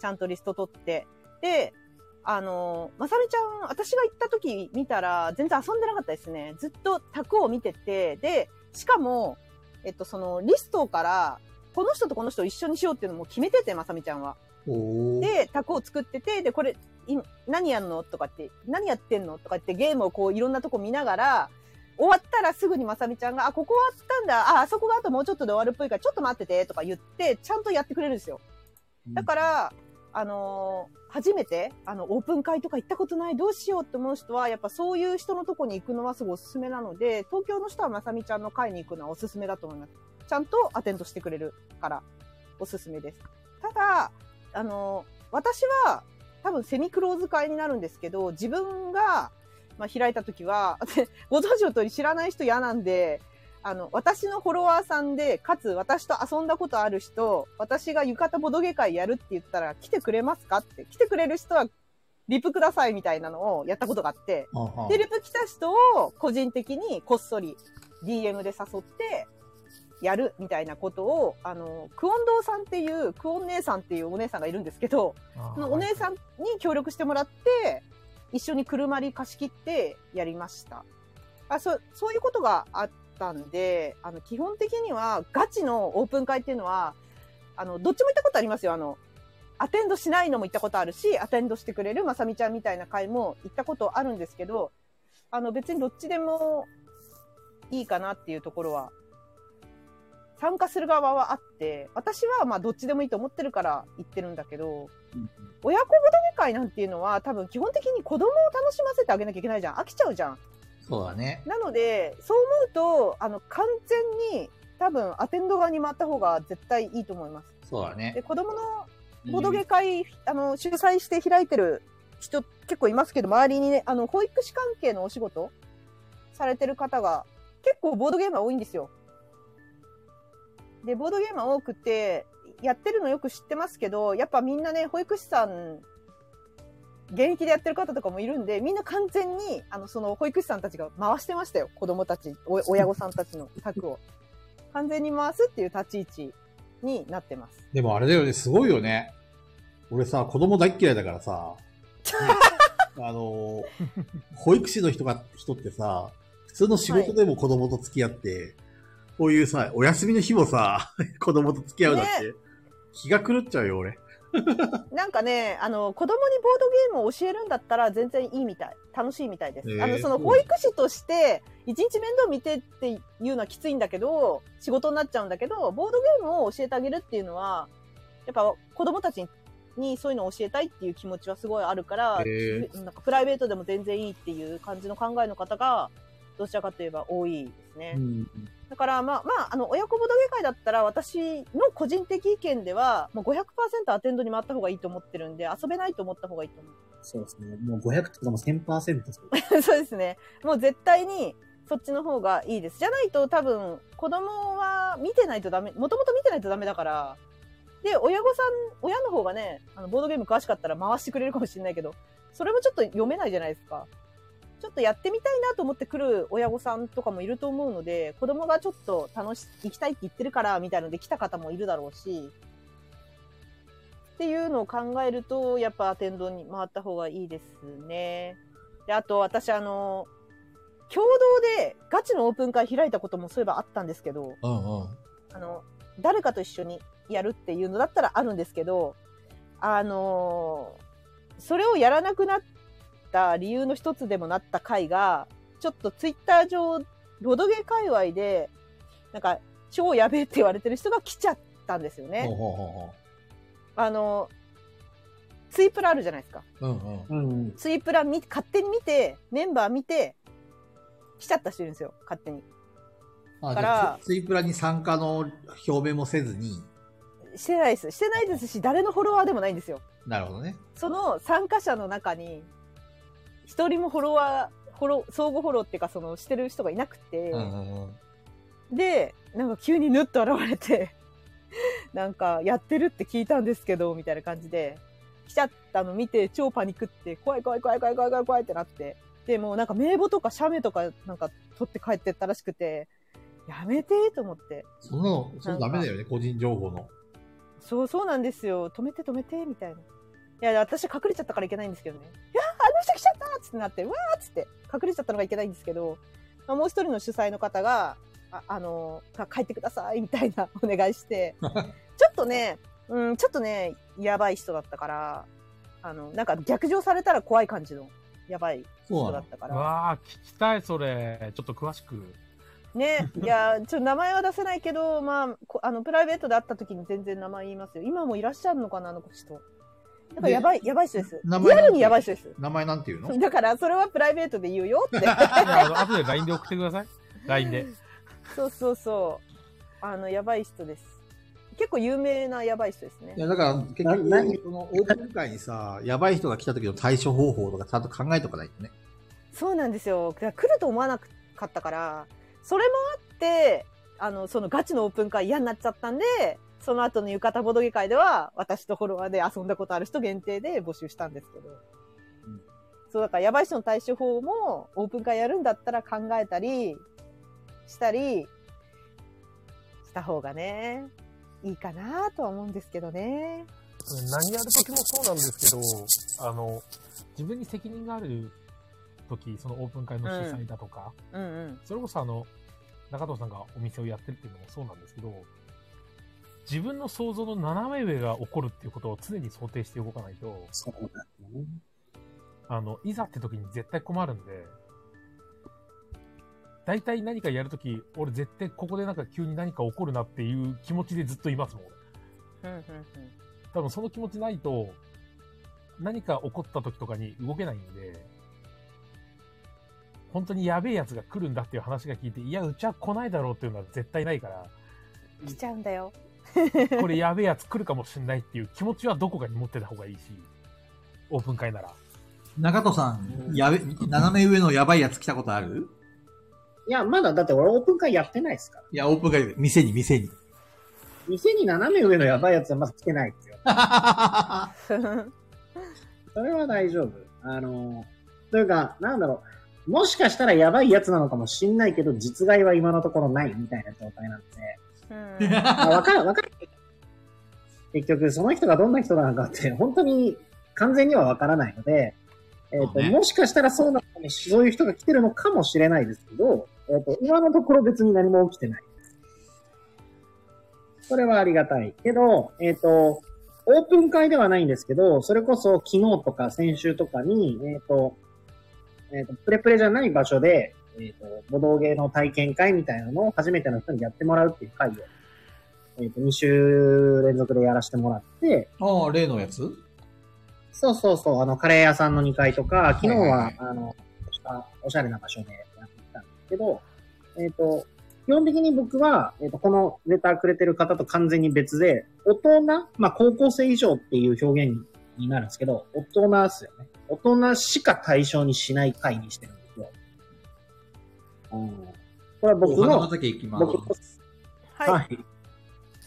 Speaker 5: ちゃんとリスト取って。で、あの、まさみちゃん、私が行った時見たら、全然遊んでなかったですね。ずっと卓を見てて、で、しかも、えっと、その、リストから、この人とこの人を一緒にしようっていうのも決めてて、まさみちゃんは。
Speaker 1: おー
Speaker 5: で、タコを作ってて、で、これ、い何やんのとかって、何やってんのとかってゲームをこういろんなとこ見ながら、終わったらすぐにまさみちゃんが、あ、ここ終わったんだ、あ、あそこがあともうちょっとで終わるっぽいから、ちょっと待ってて、とか言って、ちゃんとやってくれるんですよ。だから、あのー初めて、あの、オープン会とか行ったことない、どうしようって思う人は、やっぱそういう人のとこに行くのはすごいおすすめなので、東京の人はまさみちゃんの会に行くのはおすすめだと思います。ちゃんとアテンドしてくれるから、おすすめです。ただ、あの、私は多分セミクローズ会になるんですけど、自分が、まあ、開いた時は、 でご存知の通り知らない人嫌なんで、あの、私のフォロワーさんで、かつ私と遊んだことある人、私が浴衣ボドゲ会やるって言ったら来てくれますかって、来てくれる人はリプくださいみたいなのをやったことがあって、
Speaker 1: あは
Speaker 5: で、リプ来た人を個人的にこっそり DM で誘ってやるみたいなことを、あの、クオン堂さんっていう、クオン姉さんっていうお姉さんがいるんですけど、そのお姉さんに協力してもらって、一緒に車に貸し切ってやりました。あそそういうことがあったんで、あの、基本的にはガチのオープン会っていうのは、あの、どっちも行ったことありますよ。あの、アテンドしないのも行ったことあるし、アテンドしてくれるまさみちゃんみたいな会も行ったことあるんですけど、あの、別にどっちでもいいかなっていうところは、参加する側はあって、私はまあどっちでもいいと思ってるから行ってるんだけど、親子ボドゲ会なんていうのは多分基本的に子供を楽しませてあげなきゃいけないじゃん。飽きちゃうじゃん。
Speaker 1: そうだね。
Speaker 5: なので、そう思うと、あの、完全に多分アテンド側に回った方が絶対いいと思います。
Speaker 1: そうだね。
Speaker 5: で、子供のボドゲ会、あの、主催して開いてる人結構いますけど、周りにね、あの、保育士関係のお仕事されてる方が結構ボードゲームは多いんですよ。で、ボードゲームは多くて、やってるのよく知ってますけど、やっぱみんなね、保育士さん、現役でやってる方とかもいるんで、みんな完全に、あの、その保育士さんたちが回してましたよ。子供たち、お親御さんたちの卓を。完全に回すっていう立ち位置になってます。
Speaker 1: でもあれだよね、すごいよね。俺さ、子供大っ嫌いだから さ、あのー、保育士の人が、人ってさ、普通の仕事でも子供と付き合って、こういうさ、お休みの日もさ、 子供と付き合うなんて、気が狂っちゃうよ、俺。
Speaker 5: なんかね、あの、子供にボードゲームを教えるんだったら全然いいみたい。楽しいみたいです。
Speaker 1: へえ
Speaker 5: あの、その、
Speaker 1: そう
Speaker 5: 保育士として、一日面倒見てっていうのはきついんだけど、仕事になっちゃうんだけど、ボードゲームを教えてあげるっていうのは、やっぱ子供たちにそういうのを教えたいっていう気持ちはすごいあるから、
Speaker 1: へ
Speaker 5: なんかプライベートでも全然いいっていう感じの考えの方がどちらかといえば多いですね。
Speaker 2: うん
Speaker 5: だから、まあ、まあ、あの、親子ボドゲ会だったら、私の個人的意見では、もう500%アテンドに回った方がいいと思ってるんで、遊べないと思った方がいいと思
Speaker 4: そうですね。もう500とかも1000%です
Speaker 5: う。 そうですね。もう絶対に、そっちの方がいいです。じゃないと、多分、子供は見てないとダメ、もともと見てないとダメだから、で、親御さん、親の方がね、あの、ボードゲーム詳しかったら回してくれるかもしれないけど、それもちょっと読めないじゃないですか。ちょっとやってみたいなと思ってくる親御さんとかもいると思うので、子供がちょっと楽し、行きたいって言ってるから、みたいなので来た方もいるだろうし、っていうのを考えると、やっぱアテンドに回った方がいいですね。で、あと私あの、共同でガチのオープン会開いたこともそういえばあったんですけど、
Speaker 11: うんうん。
Speaker 5: あの、誰かと一緒にやるっていうのだったらあるんですけど、あのーそれをやらなくなった理由の一つでもなった回が、ちょっとツイッター上、ロドゲ界隈で、なんか、超やべえって言われてる人が来ちゃったんですよ
Speaker 11: ほう
Speaker 5: ね。
Speaker 11: ほうほうほ
Speaker 5: あのーツイプラあるじゃないですか。
Speaker 11: う。うんうん。
Speaker 4: うんうん。
Speaker 5: ツイプラ見、勝手に見て、メンバー見て、来ちゃった人いるんですよ、勝手に。
Speaker 11: あ
Speaker 5: か
Speaker 11: じ
Speaker 5: ら
Speaker 11: ゃあツツイプラに参加の表明もせずに、
Speaker 5: してないです。してないですし、誰のフォロワーでもないんですよ。
Speaker 11: なるほどね。
Speaker 5: その参加者の中に、一人もフォロワー、フォロー、相互フォローっていうか、その、してる人がいなく
Speaker 11: う
Speaker 5: て、
Speaker 11: んうんうん。
Speaker 5: で、なんか急にぬっと現れて、 なんか、やってるって聞いたんですけど、みたいな感じで、来ちゃったの見て、超パニックって、怖い怖い怖い怖い怖い怖い怖いってなって、で、もうなんか名簿とか写メとか、なんか取って帰ってったらしくて、やめてと思って。
Speaker 11: そんなの、そんなのダメだよね、個人情報の。
Speaker 5: そうそうなんですよ。止めて止めて、みたいな。いや、私隠れちゃったからいけないんですけどね。いや、あの人来ちゃったっつってなって、うわーっつって、隠れちゃったのがいけないんですけど、まあ、もう一人の主催の方が、ああの、か帰ってください、みたいな お願いして、ちょっとね、うん、ちょっとね、やばい人だったから、あの、なんか逆上されたら怖い感じの、やばい
Speaker 11: そう
Speaker 5: 人だ
Speaker 11: なの
Speaker 5: っ。たから。
Speaker 3: わあ、聞きたい、それ。ちょっと詳しく。
Speaker 5: ね、いや、ちょっと名前は出せないけど、 まあ、こあの、プライベートで会った時に全然名前言いますよ。今もいらっしゃるのかな、あの人。だからやばい、やばい人です。
Speaker 11: 名前
Speaker 5: リアルにやばい人です。
Speaker 11: 名前なんていうの
Speaker 5: だから、それはプライベートで言うよ って。
Speaker 3: じゃあ、あの、後で LINE で送ってください。LINE で。
Speaker 5: そうそうそう。あの、やばい人です。結構有名なやばい人ですね
Speaker 11: い。や、だから、結
Speaker 4: な
Speaker 11: 局
Speaker 4: 何、
Speaker 11: そのオープン会にさ、やばい人が来た時の対処方法とかちゃんと考えとかないとね。
Speaker 5: そうなんですよ。だから来ると思わなかったから、それもあって、あの、そのガチのオープン会嫌になっちゃったんで、その後の浴衣ボドゲ会では、私とフォロワーで遊んだことある人限定で募集したんですけど。そう、だから、やばい人の対処法も、オープン会やるんだったら考えたり、したり、した方がね、いいかなとは思うんですけどね。
Speaker 3: 何やる時もそうなんですけど、あの、自分に責任がある時、そのオープン会の主催だとか、
Speaker 5: うんうん。
Speaker 3: それこそあの、中藤さんがお店をやってるっていうのもそうなんですけど、自分の想像の斜め上が起こるっていうことを常に想定して動かないと、
Speaker 4: そうなんですね。
Speaker 3: あの、いざって時に絶対困るんで、大体何かやるとき、俺絶対ここでなんか急に何か起こるなっていう気持ちでずっといますもん。
Speaker 5: うんうんうん。
Speaker 3: 多分その気持ちないと、何か起こった時とかに動けないんで、本当にやべえやつが来るんだっていう話が聞いて、いや、うちは来ないだろうっていうのは絶対ないから、
Speaker 5: 来ちゃうんだ よ。
Speaker 3: これやべえやつ来るかもしんないっていう気持ちはどこかに持ってた方がいいし、オープン会なら。
Speaker 11: 中戸さん、やべ、斜め上のやばいやつ来たことある
Speaker 4: いや、まだだって俺オープン会やってないですから。
Speaker 11: いや、オープン会で、店に、店に。
Speaker 4: 店に斜め上のやばいやつはまだ来てないですよ。それは大丈夫。あの、というか、なんだろう。もしかしたらやばいやつなのかもしんないけど、実害は今のところないみたいな状態なんで。
Speaker 5: うん
Speaker 4: まあわかる、わかる。結局、その人がどんな人なのかって、本当に完全にはわからないので、えっ、
Speaker 11: そ
Speaker 4: と、
Speaker 11: うね
Speaker 4: もしかしたらそうなのかもしそういう人が来てるのかもしれないですけど、えっ、と、今のところ別に何も起きてない。それはありがたい。けど、えっ、と、オープン会ではないんですけど、それこそ昨日とか先週とかに、えっ、と、えっ、と、プレプレじゃない場所で、えっ、と、ボドゲの体験会みたいなのを初めての人にやってもらうっていう会をえっ、と、2週連続でやらせてもらって、
Speaker 11: ああ、例のやつ
Speaker 4: そうそうそう、あの、カレー屋さんの2階とか、昨日は、
Speaker 11: はいはいはい
Speaker 4: あの、おしゃおしゃれな場所でやってきたんですけど、えっ、と、基本的に僕は、えっ、と、このレターくれてる方と完全に別で、大人、まあ、高校生以上っていう表現になるんですけど、大人ですよね。大人しか対象にしない会にしてるんですよ。うん。これは僕
Speaker 12: お花
Speaker 4: の、
Speaker 12: 畑行きます
Speaker 4: 僕個はい。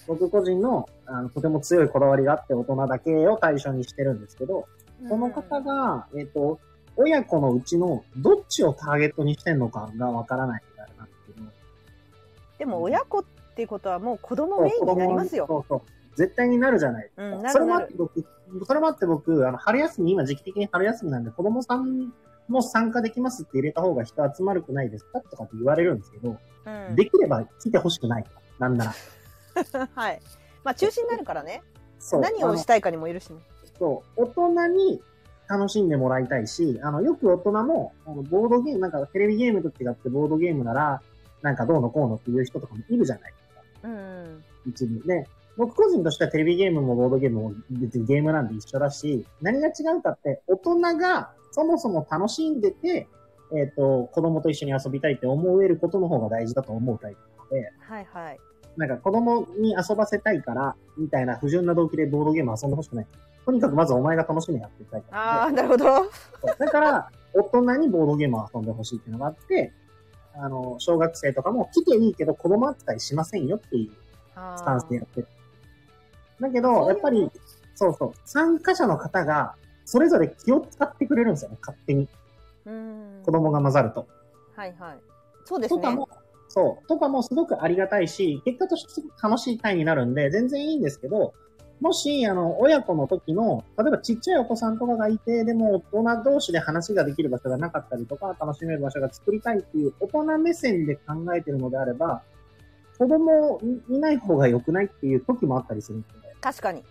Speaker 4: 僕個人のあのとても強いこだわりがあって、大人だけを対象にしてるんですけど、この方が、えっ、と、親子のうちのどっちをターゲットにしてんのかがわからないみたいなんですけど、
Speaker 5: でも親子っていうことはもう子供メインになりますよ。
Speaker 4: そうそう絶対になるじゃないですか。
Speaker 5: うんなる
Speaker 4: それもあって僕、それもあって僕、あの、春休み、今時期的に春休みなんで、子供さんも参加できますって入れた方が人集まるくないですかとかって言われるんですけど、
Speaker 5: うん
Speaker 4: できれば来てほしくない。なんなら。
Speaker 5: はい。まあ中心になるからね。
Speaker 4: そう
Speaker 5: 何をしたいかにもよるしね。
Speaker 4: そう、大人に楽しんでもらいたいし、あの、よく大人も、あのボードゲーム、なんかテレビゲームと違ってボードゲームなら、なんかどうのこうのっていう人とかもいるじゃないですか。
Speaker 5: うん。
Speaker 4: 一部で、僕個人としてはテレビゲームもボードゲームも別にゲームなんで一緒だし、何が違うかって、大人がそもそも楽しんでて、えっ、と、子供と一緒に遊びたいって思えることの方が大事だと思うタイプなので、
Speaker 5: はいはい。
Speaker 4: なんか子供に遊ばせたいから、みたいな不純な動機でボードゲーム遊んでほしくない。とにかくまずお前が楽しみやっていたいから。
Speaker 5: ああ、なるほど。
Speaker 4: そうだから、大人にボードゲームを遊んでほしいっていうのがあって、あの、小学生とかも来ていいけど子供扱いしませんよっていう
Speaker 5: あー
Speaker 4: スタンスでやってる。だけど、やっぱり、そうそう、参加者の方が、それぞれ気を使ってくれるんですよね、勝手に。
Speaker 5: うん。
Speaker 4: 子供が混ざると。
Speaker 5: はいはい。そうです
Speaker 4: とか
Speaker 5: ね。
Speaker 4: も、そう、とかもすごくありがたいし、結果としてすごく楽しい単位になるんで、全然いいんですけど、もし、あの、親子の時の、例えばちっちゃいお子さんとかがいて、でも大人同士で話ができる場所がなかったりとか、楽しめる場所が作りたいっていう大人目線で考えてるのであれば、子供いない方が良くないっていう時もあったりするんですよね。
Speaker 5: 確かに。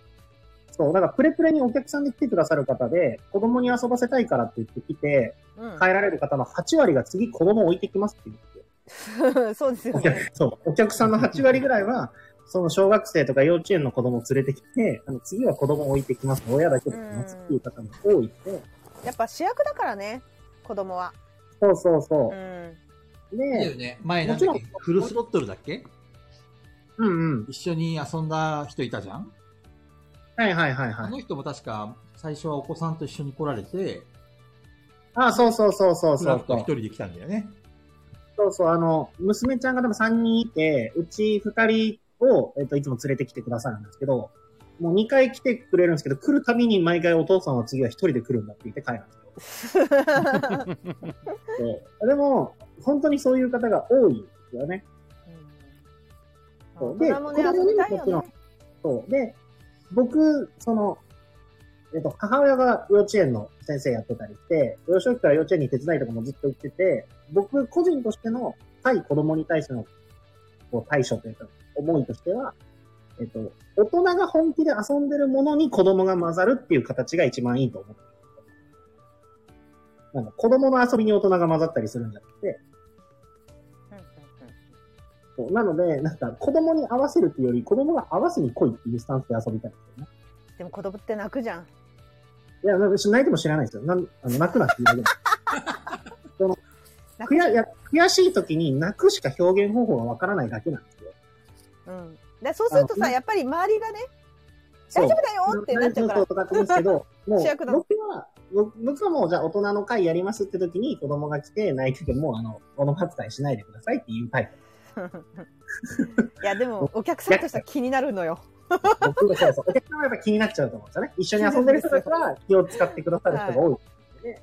Speaker 4: そう、だからプレプレにお客さんで来てくださる方で、子供に遊ばせたいからって言ってきて、
Speaker 5: うん。
Speaker 4: 帰られる方の8割が次子供置いてきますって言って。
Speaker 5: そうですよ
Speaker 4: お
Speaker 5: ね。
Speaker 4: 客そう、お客さんの8割ぐらいは、その小学生とか幼稚園の子供を連れてきて、あの次は子供を置いてきます、親だけで来ますっていう方も多いので、
Speaker 5: やっぱ主役だからね、子供は。
Speaker 4: そうそうそうう。
Speaker 5: ん。
Speaker 12: だよ
Speaker 4: で、
Speaker 12: ね。前な
Speaker 4: も
Speaker 12: ん
Speaker 4: ち
Speaker 12: だ
Speaker 4: ろ
Speaker 12: っ
Speaker 4: ん
Speaker 12: けフルスロットルだっけ
Speaker 4: うんうん。
Speaker 12: 一緒に遊んだ人いたじゃん
Speaker 4: はいはいはい
Speaker 12: あ
Speaker 4: はい。
Speaker 12: の人も確か最初はお子さんと一緒に来られて、
Speaker 4: あ、そうそうそうそう
Speaker 12: ふ
Speaker 4: そ
Speaker 12: ら
Speaker 4: う
Speaker 12: っ
Speaker 4: そ
Speaker 12: と
Speaker 4: う
Speaker 12: 一。人で来たんだよね。
Speaker 4: そうそう、あの、娘ちゃんが多分3人いて、うち2人を、えっと、いつも連れてきてくださるんですけど、もう2回来てくれるんですけど、来るたびに毎回お父さんは次は1人で来るんだって言って帰るんですよ。そうでも、本当にそういう方が多いんですよね。そう
Speaker 5: 大
Speaker 4: で、
Speaker 5: 人もね、
Speaker 4: 子供
Speaker 5: 遊
Speaker 4: に
Speaker 5: び
Speaker 4: も
Speaker 5: たい
Speaker 4: も
Speaker 5: よ
Speaker 4: ちろ
Speaker 5: ね
Speaker 4: ん。、そう。で、僕、その、えっと、母親が幼稚園の先生やってたりして、幼少期から幼稚園に手伝いとかもずっと行ってて、僕個人としての対子供に対してのこう対処というか、思いとしては、えっと、大人が本気で遊んでるものに子供が混ざるっていう形が一番いいと思ってるなんか子供の遊びに大人が混ざったりするんじゃなくて、
Speaker 5: うんうんうん
Speaker 4: そうなので、なんか子供に合わせるっていうより、子供が合わせに来いっていうスタンスで遊びたいんですよね。
Speaker 5: でも子供って泣くじゃん。
Speaker 4: いや、なんか泣いても知らないですよ。なんあの泣くなって言われる。その
Speaker 5: 泣
Speaker 4: 悔
Speaker 5: くじゃん
Speaker 4: やいや悔しい時に泣くしか表現方法がわからないだけなんですよ。
Speaker 5: うん。でそうすると
Speaker 4: あ
Speaker 5: さ、
Speaker 4: の
Speaker 5: やっぱり周りがね、
Speaker 4: そう
Speaker 5: 大丈夫だよってなっちゃうから
Speaker 4: そう。そうそうそうそうそう
Speaker 5: 主
Speaker 4: そうそ
Speaker 5: 役
Speaker 4: う
Speaker 5: だ
Speaker 4: もう僕は、僕僕はもうじゃあ大人の会やりますって時に子供が来て泣いてても、あの、この扱いしないでくださいっていうタイプ。
Speaker 5: いやでもお客さんとしては気になるのよ。
Speaker 4: 僕はそうそう。お客さんはやっぱ気になっちゃうと思うんですよね。一緒に遊んでる人たちは気を使ってくださる人が多い。で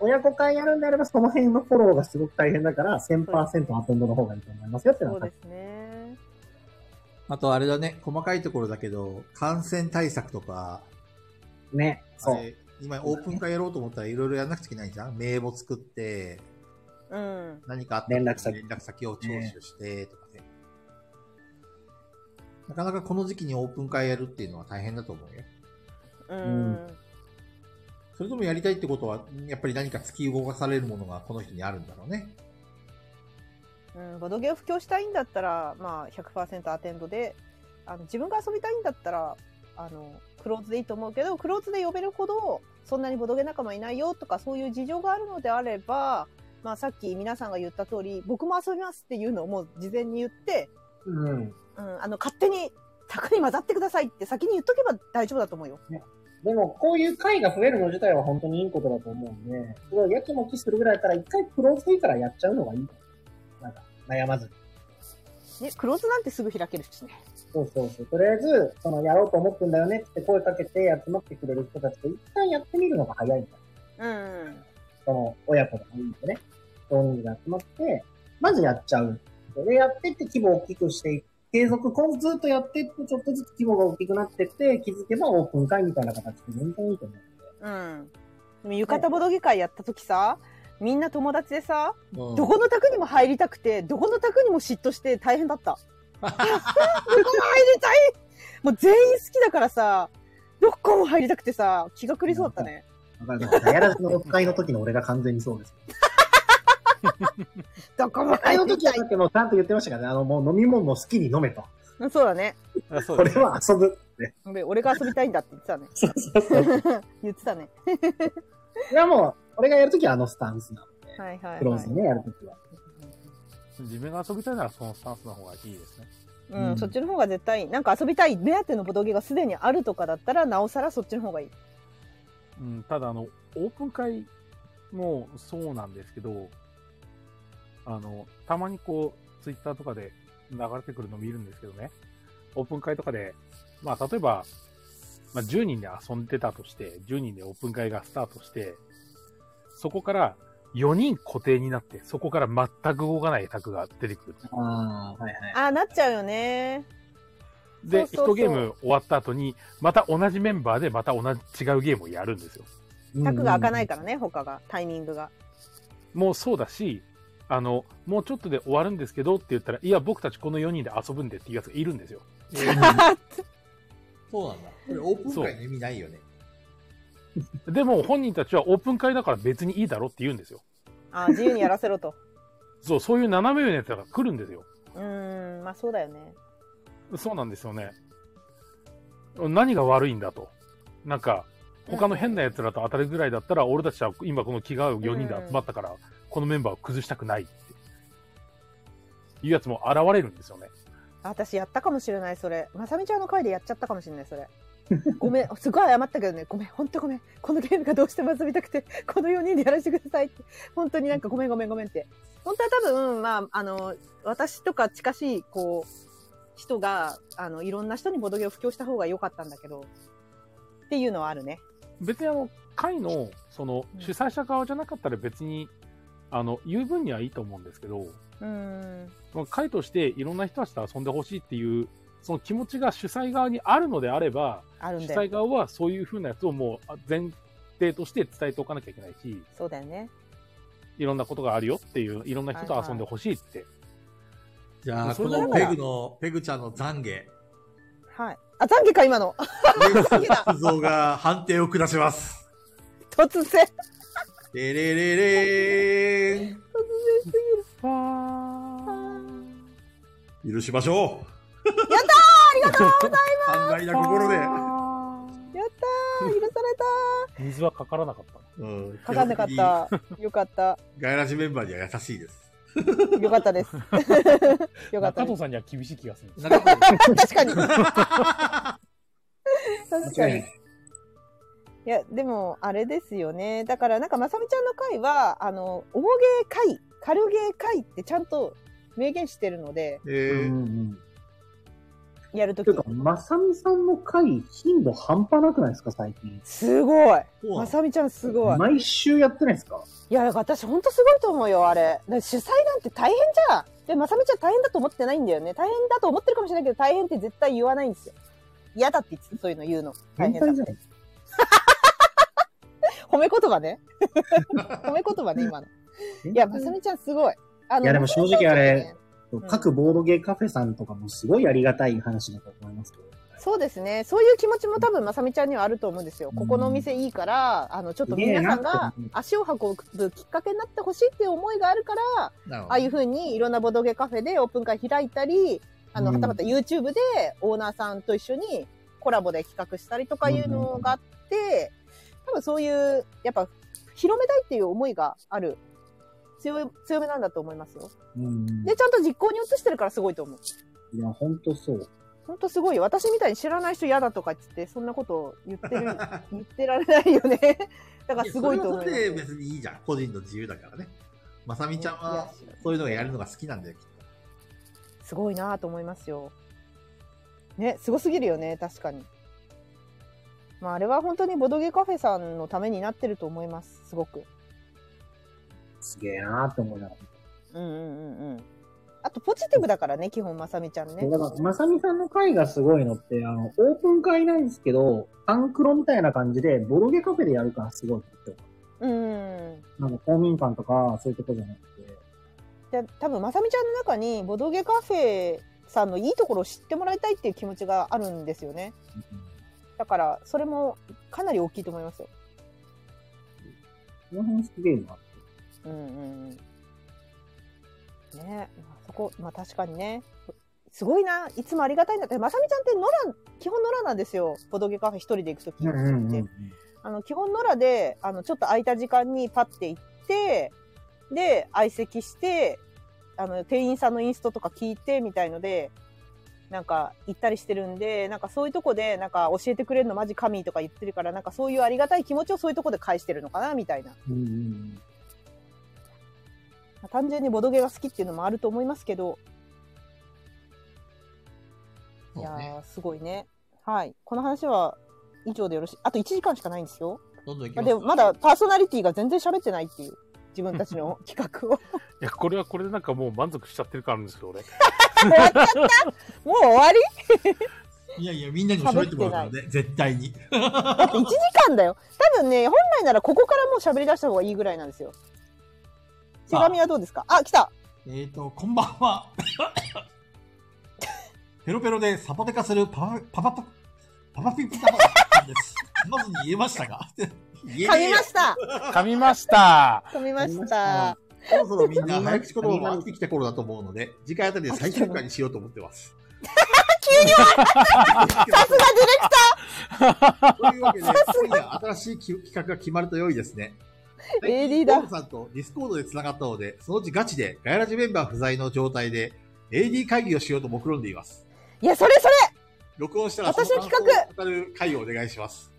Speaker 4: 親子会やるんであれば、その辺のフォローがすごく大変だから、1000%アテンドの方がいいと思いますよっていうの
Speaker 5: そ
Speaker 4: は
Speaker 5: うですね。
Speaker 12: あとあれだね、細かいところだけど、感染対策とか、
Speaker 4: ね、
Speaker 12: あ
Speaker 4: そう。
Speaker 12: れ今オープン会やろうと思ったらいろいろやんなくちゃいけないじゃん名簿作って、
Speaker 5: うん。
Speaker 12: 何かあったら
Speaker 4: 連絡先
Speaker 12: 連絡先を聴取してとかね。なかなかこの時期にオープン会やるっていうのは大変だと思うよ。
Speaker 5: うん。
Speaker 12: それでもやりたいってことは、やっぱり何か突き動かされるものがこの人にあるんだろうね。
Speaker 5: うん。ボドゲを布教したいんだったら、まあ100%アテンドで、あの自分が遊びたいんだったら、あのクローズでいいと思うけど、クローズで呼べるほどそんなにボドゲ仲間いないよとかそういう事情があるのであれば、まあさっき皆さんが言った通り、僕も遊びますっていうのをもう事前に言って、
Speaker 4: うん。
Speaker 5: うん、あの、勝手に卓に混ざってくださいって先に言っとけば大丈夫だと思うよ。
Speaker 4: でも、こういう会が増えるの自体は本当にいいことだと思うんで、すごいやきもきするぐらいだから、一回クローズいいからやっちゃうのがいい。なんか、悩まずに。
Speaker 5: ね、クローズなんてすぐ開けるしね。
Speaker 4: そうそうそう。とりあえず、その、やろうと思ってんだよねって声かけて集まってくれる人たちと一旦やってみるのが早いんだ。
Speaker 5: うん。
Speaker 4: その、親子でもいいんでね。大人数で集まって、まずやっちゃう。で、やってって規模を大きくしていく。継続、こうずっとやってって、ちょっとずつ規模が大きくなってって、気づけばオープン会みたいな形で全然いいと思う。
Speaker 5: うん。でも浴衣ボドゲ会やった時さ、みんな友達でさ、
Speaker 12: うん
Speaker 5: どこの宅にも入りたくて、どこの宅にも嫉妬して大変だった。 やったーどこも入りたいもう全員好きだからさ、どこも入りたくてさ、気が狂いそうだったね。
Speaker 4: わかるわ。ガヤラジのオフ会の時の俺が完全にそう です。
Speaker 5: どこ
Speaker 4: オ
Speaker 5: も
Speaker 4: フ会
Speaker 5: 入
Speaker 4: の
Speaker 5: り
Speaker 4: 時はだってもうちゃんと言ってましたからね。あの、もう飲み物も好きに飲めと。
Speaker 5: たい。そうだね。
Speaker 4: これは遊ぶって。
Speaker 5: 俺俺が遊びたいんだって言ってたね。 言ってたね。
Speaker 4: いやもう、俺がやる時はあのスタンスなの。
Speaker 5: はいはい、
Speaker 4: クロー
Speaker 5: は
Speaker 4: ズ
Speaker 5: い
Speaker 4: で。ね、やる時は。
Speaker 3: 自分が遊びたいならそのスタンスの方がいいですね。
Speaker 5: うん、そっちの方が絶対いい。なんか遊びたい目当てのボドゲがすでにあるとかだったら、なおさらそっちの方がいい。
Speaker 3: うん、ただあの、オープン会もそうなんですけど、あの、たまにこう、ツイッターとかで流れてくるの見るんですけどね、オープン会とかで、まあ例えば、まあ10人で遊んでたとして、10人でオープン会がスタートして、そこから4人固定になって、そこから全く動かない卓が出てくる。
Speaker 4: ああ、はいはい。
Speaker 5: ああ、なっちゃうよね。
Speaker 3: で、
Speaker 5: そうそうそう
Speaker 3: 1ゲーム終わった後に、また同じメンバーでまた同じ違うゲームをやるんですよ。
Speaker 5: 卓が開かない
Speaker 4: か
Speaker 5: からね、他が、タイミングが。
Speaker 3: もうそうだし、あの、もうちょっとで終わるんですけどって言ったら、いや、僕たちこの4人で遊ぶんでっていうやつがいるんですよ。
Speaker 12: そうなんだ。これオープン会の意味ないよね。
Speaker 3: でも本人たちはオープン会だから別にいいだろって言うんですよ。
Speaker 5: ああ、自由にやらせろと。
Speaker 3: そう、そういう斜め上のやつが来るんですよ。
Speaker 5: うーん、まあそうだよね。
Speaker 3: そうなんですよね。何が悪いんだと。なんか、他の変なやつらと当たるぐらいだったら、俺たちは今この気が合う4人で集まったから、このメンバーを崩したくないっていうやつも現れるんですよね。
Speaker 5: 私やったかもしれない、それ。まさみちゃんの回でやっちゃったかもしれない、そ れ。ごめん、すごい謝ったけどね、ごめん、ほんとごめん。このゲームがどうしても遊びたくて、 この4人でやらせてくださいって。本当になんかごめんごめんごめんって。本当は多分、まあ、あの、私とか近しい、こう、人が、あの、いろんな人にボドゲを布教した方が良かったんだけど、っていうのはあるね。
Speaker 3: 別にあの会のその
Speaker 5: うん
Speaker 3: 主催者側じゃなかったら別にあの言う分にはいいと思うんですけど、
Speaker 5: うーん。
Speaker 3: まあ、会としていろんな人たちと遊んでほしいっていうその気持ちが主催側にあるのであれば
Speaker 5: あるん
Speaker 3: 主
Speaker 5: だよ。
Speaker 3: 催側はそういうふうなやつをもう前提として伝えておかなきゃいけないし
Speaker 5: そうだよね。
Speaker 3: いろんなことがあるよっていういろんな人
Speaker 5: は
Speaker 3: と
Speaker 5: いはい
Speaker 3: 遊んでほしいって、
Speaker 12: じゃあ、
Speaker 3: そ
Speaker 12: こ
Speaker 3: れだ
Speaker 12: の
Speaker 3: か
Speaker 12: ペ
Speaker 3: ら
Speaker 12: グの、ペグちゃんの懺悔。
Speaker 5: はい。あ、懺悔か、今 の。懺悔だ。
Speaker 12: 鈴蔵が判定を下します。
Speaker 5: 突然。
Speaker 12: レレレレーン。
Speaker 5: 突然すぎる。
Speaker 12: 許しましょ
Speaker 5: やった
Speaker 12: う。寛大な心で。
Speaker 5: ーやったー許された
Speaker 3: 水はかからなかった
Speaker 12: うん
Speaker 5: ーかかんなかっ。た。よかった。
Speaker 12: ガイラジメンバーには優しいです。
Speaker 5: よかったです。よかっ
Speaker 3: 中
Speaker 5: たで
Speaker 3: 藤
Speaker 5: す。
Speaker 3: さんには厳しい気がする
Speaker 12: 中藤
Speaker 5: 確かに。確か
Speaker 4: 間違
Speaker 5: に。
Speaker 4: い
Speaker 5: いや、でも、あれですよね。だから、なんか、まさみちゃんの回は、あの、大芸会、軽芸会ってちゃんと明言してるので、
Speaker 4: う
Speaker 12: え
Speaker 4: ん
Speaker 12: ー
Speaker 4: うん。
Speaker 5: やると
Speaker 4: て
Speaker 5: き
Speaker 4: いう。か、まさみさんの回、頻度半端なくないですか、最近。
Speaker 5: すごい。
Speaker 12: そうな
Speaker 5: ま
Speaker 12: の
Speaker 5: さみちゃんすごい。
Speaker 4: 毎週やってないですか
Speaker 5: いや、だから私、ほんとすごいと思うよ、あれ。だから主催なんて大変じゃん。で、まさみちゃん大変だと思ってないんだよね。大変だと思ってるかもしれないけど、大変って絶対言わないんですよ。嫌だって言ってたそういうの言うの。大
Speaker 4: 全
Speaker 5: 変だ
Speaker 4: 体
Speaker 5: っ
Speaker 4: じゃ
Speaker 5: て
Speaker 4: ない。
Speaker 5: 褒め言葉ね。 褒め言葉ね、今の。いや、まさみちゃんすごい。あの
Speaker 4: いやでも正直あれ。
Speaker 5: ん
Speaker 4: 各ボードゲーカフェさんとかもすごいありがたい話だと思いますけど。
Speaker 5: そうですね。そういう気持ちも多分、まさみちゃんにはあると思うんですよ。ここのお店いいから、あの、ちょっと皆さんが足を運ぶきっかけになってほしいっていう思いがあるから、
Speaker 12: なる
Speaker 5: ああいうふうにいろんなボドゲカフェでオープン会開いたり、あの、
Speaker 4: うん
Speaker 5: はたまた YouTube でオーナーさんと一緒にコラボで企画したりとかいうのがあって、多分そういう、やっぱ広めたいっていう思いがある強い強めなんだと思いますよ。
Speaker 13: うん。
Speaker 5: で、ちゃんと実行に移してるからすごいと思う。
Speaker 13: いや、ほんとそう。
Speaker 5: ほんとすごいよ。私みたいに知らない人嫌だとか言って、そんなこと言っ てる、言ってられないよね。 だからすごいと思
Speaker 1: それはそ
Speaker 5: いま
Speaker 1: れ
Speaker 5: す。
Speaker 1: で別にいいじゃん。個人の自由だからね。まさみちゃんは、そういうのがやるのが好きなんだよ、きっ
Speaker 5: すごいなと思いますよ。ね、すごすぎるよね、確かに。まあ、あれは本当にボドゲカフェさんのためになってると思います、すごく。
Speaker 4: すげえなーって思いながら。
Speaker 5: うんうんうんうん。あと、ポジティブだからね、基本、まさみちゃんね。
Speaker 4: だから、まさみさんの回がすごいのって、あの、オープン会なんですけど、アンクロみたいな感じで、ボロゲカフェでやるからすごいなって思
Speaker 5: うん。
Speaker 4: う。なんか公民館とか、そういうとこじゃなくて。
Speaker 5: じゃあ多分まさみちゃんの中にボドゲカフェさんのいいところを知ってもらいたいっていう気持ちがあるんですよね。だからそれもかなり大きいと思いますよ。
Speaker 4: この辺すげえな。
Speaker 5: うんうんうん。ねえ、まあ、そこまあ確かにね。すごいないつもありがたいんだってまさみちゃんってノラ基本ノラなんですよボドゲカフェ一人で行く時
Speaker 4: うんうんうん。
Speaker 5: あの基本ノラであのちょっと空いた時間にパッて行ってで相席してあの店員さんのインストとか聞いてみたいのでなんか行ったりしてるんでなんかそういうとこでなんか教えてくれるのマジ神とか言ってるからなんかそういうありがたい気持ちをそういうとこで返してるのかなみたいな
Speaker 4: うんうん
Speaker 5: 単純にボドゲが好きっていうのもあると思いますけど、いやーすごいねはいこの話は以上でよろしいあと1時間しかないんですよ
Speaker 1: と。どんどん行き
Speaker 5: ま
Speaker 1: ま
Speaker 5: あ
Speaker 1: す
Speaker 5: でもまだパーソナリティが全然喋ってないっていう自分たちの企画を
Speaker 3: いや、これはこれでなんかもう満足しちゃってる感あるんですけ ど、俺。
Speaker 5: 終わっちゃったもう終わり
Speaker 1: いやいや、みんなにも喋ってもらうからね、絶対に。
Speaker 5: だって1時間だよ多分ね本来ならここからもう喋り出した方がいいぐらいなんですよ手紙はどうですかあ来た
Speaker 1: えっと、こんばん は。ペロペロでサポテカするパパ、パパ、パパピピタパさんです。まずに言えましたが。言
Speaker 5: 噛みま
Speaker 1: た。
Speaker 5: した
Speaker 3: 噛みました。
Speaker 5: 噛みました
Speaker 1: そろそろみんな早口言葉も飽きてきた頃だと思うので、次回あたりで最終回にしようと思って ます。
Speaker 5: さすがディレクタ
Speaker 1: というわけで、今夜新しい企画が決まると良いですね。
Speaker 5: AD だ
Speaker 1: ボブさんとディスコードで繋がったので、そのうちガチでガヤラジメンバー不在の状態で AD 会議をしようと目論んでいます。
Speaker 5: ーいやそれそれ
Speaker 1: 録音したら
Speaker 5: 私の企画
Speaker 1: を語る会をお願いします。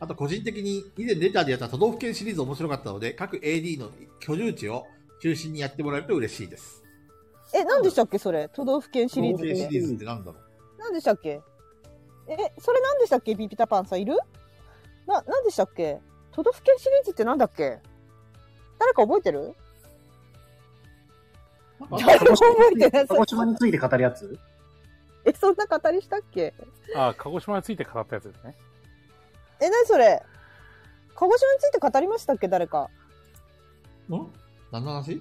Speaker 1: あと個人的に以前レターでやった都道府県シリーズ面白かったので、各 AD の居住地を中心にやってもらえると嬉しいです。
Speaker 5: え何でしたっけそれ都道府県シリーズ
Speaker 1: 都道府県シリーズって何だろう
Speaker 5: 何でしたっけえそれ何でしたっけビビタパンさんいるな何でしたっけ都道府県シリーズって何だっけ誰か覚えてる
Speaker 4: 鹿児
Speaker 5: 誰も覚えてない
Speaker 4: 島について語るやつ
Speaker 5: えそんな語りしたっけ
Speaker 3: あ、鹿児島について語ったやつですね。
Speaker 5: え何それ鹿児島について語りましたっけ誰か
Speaker 1: ん何の話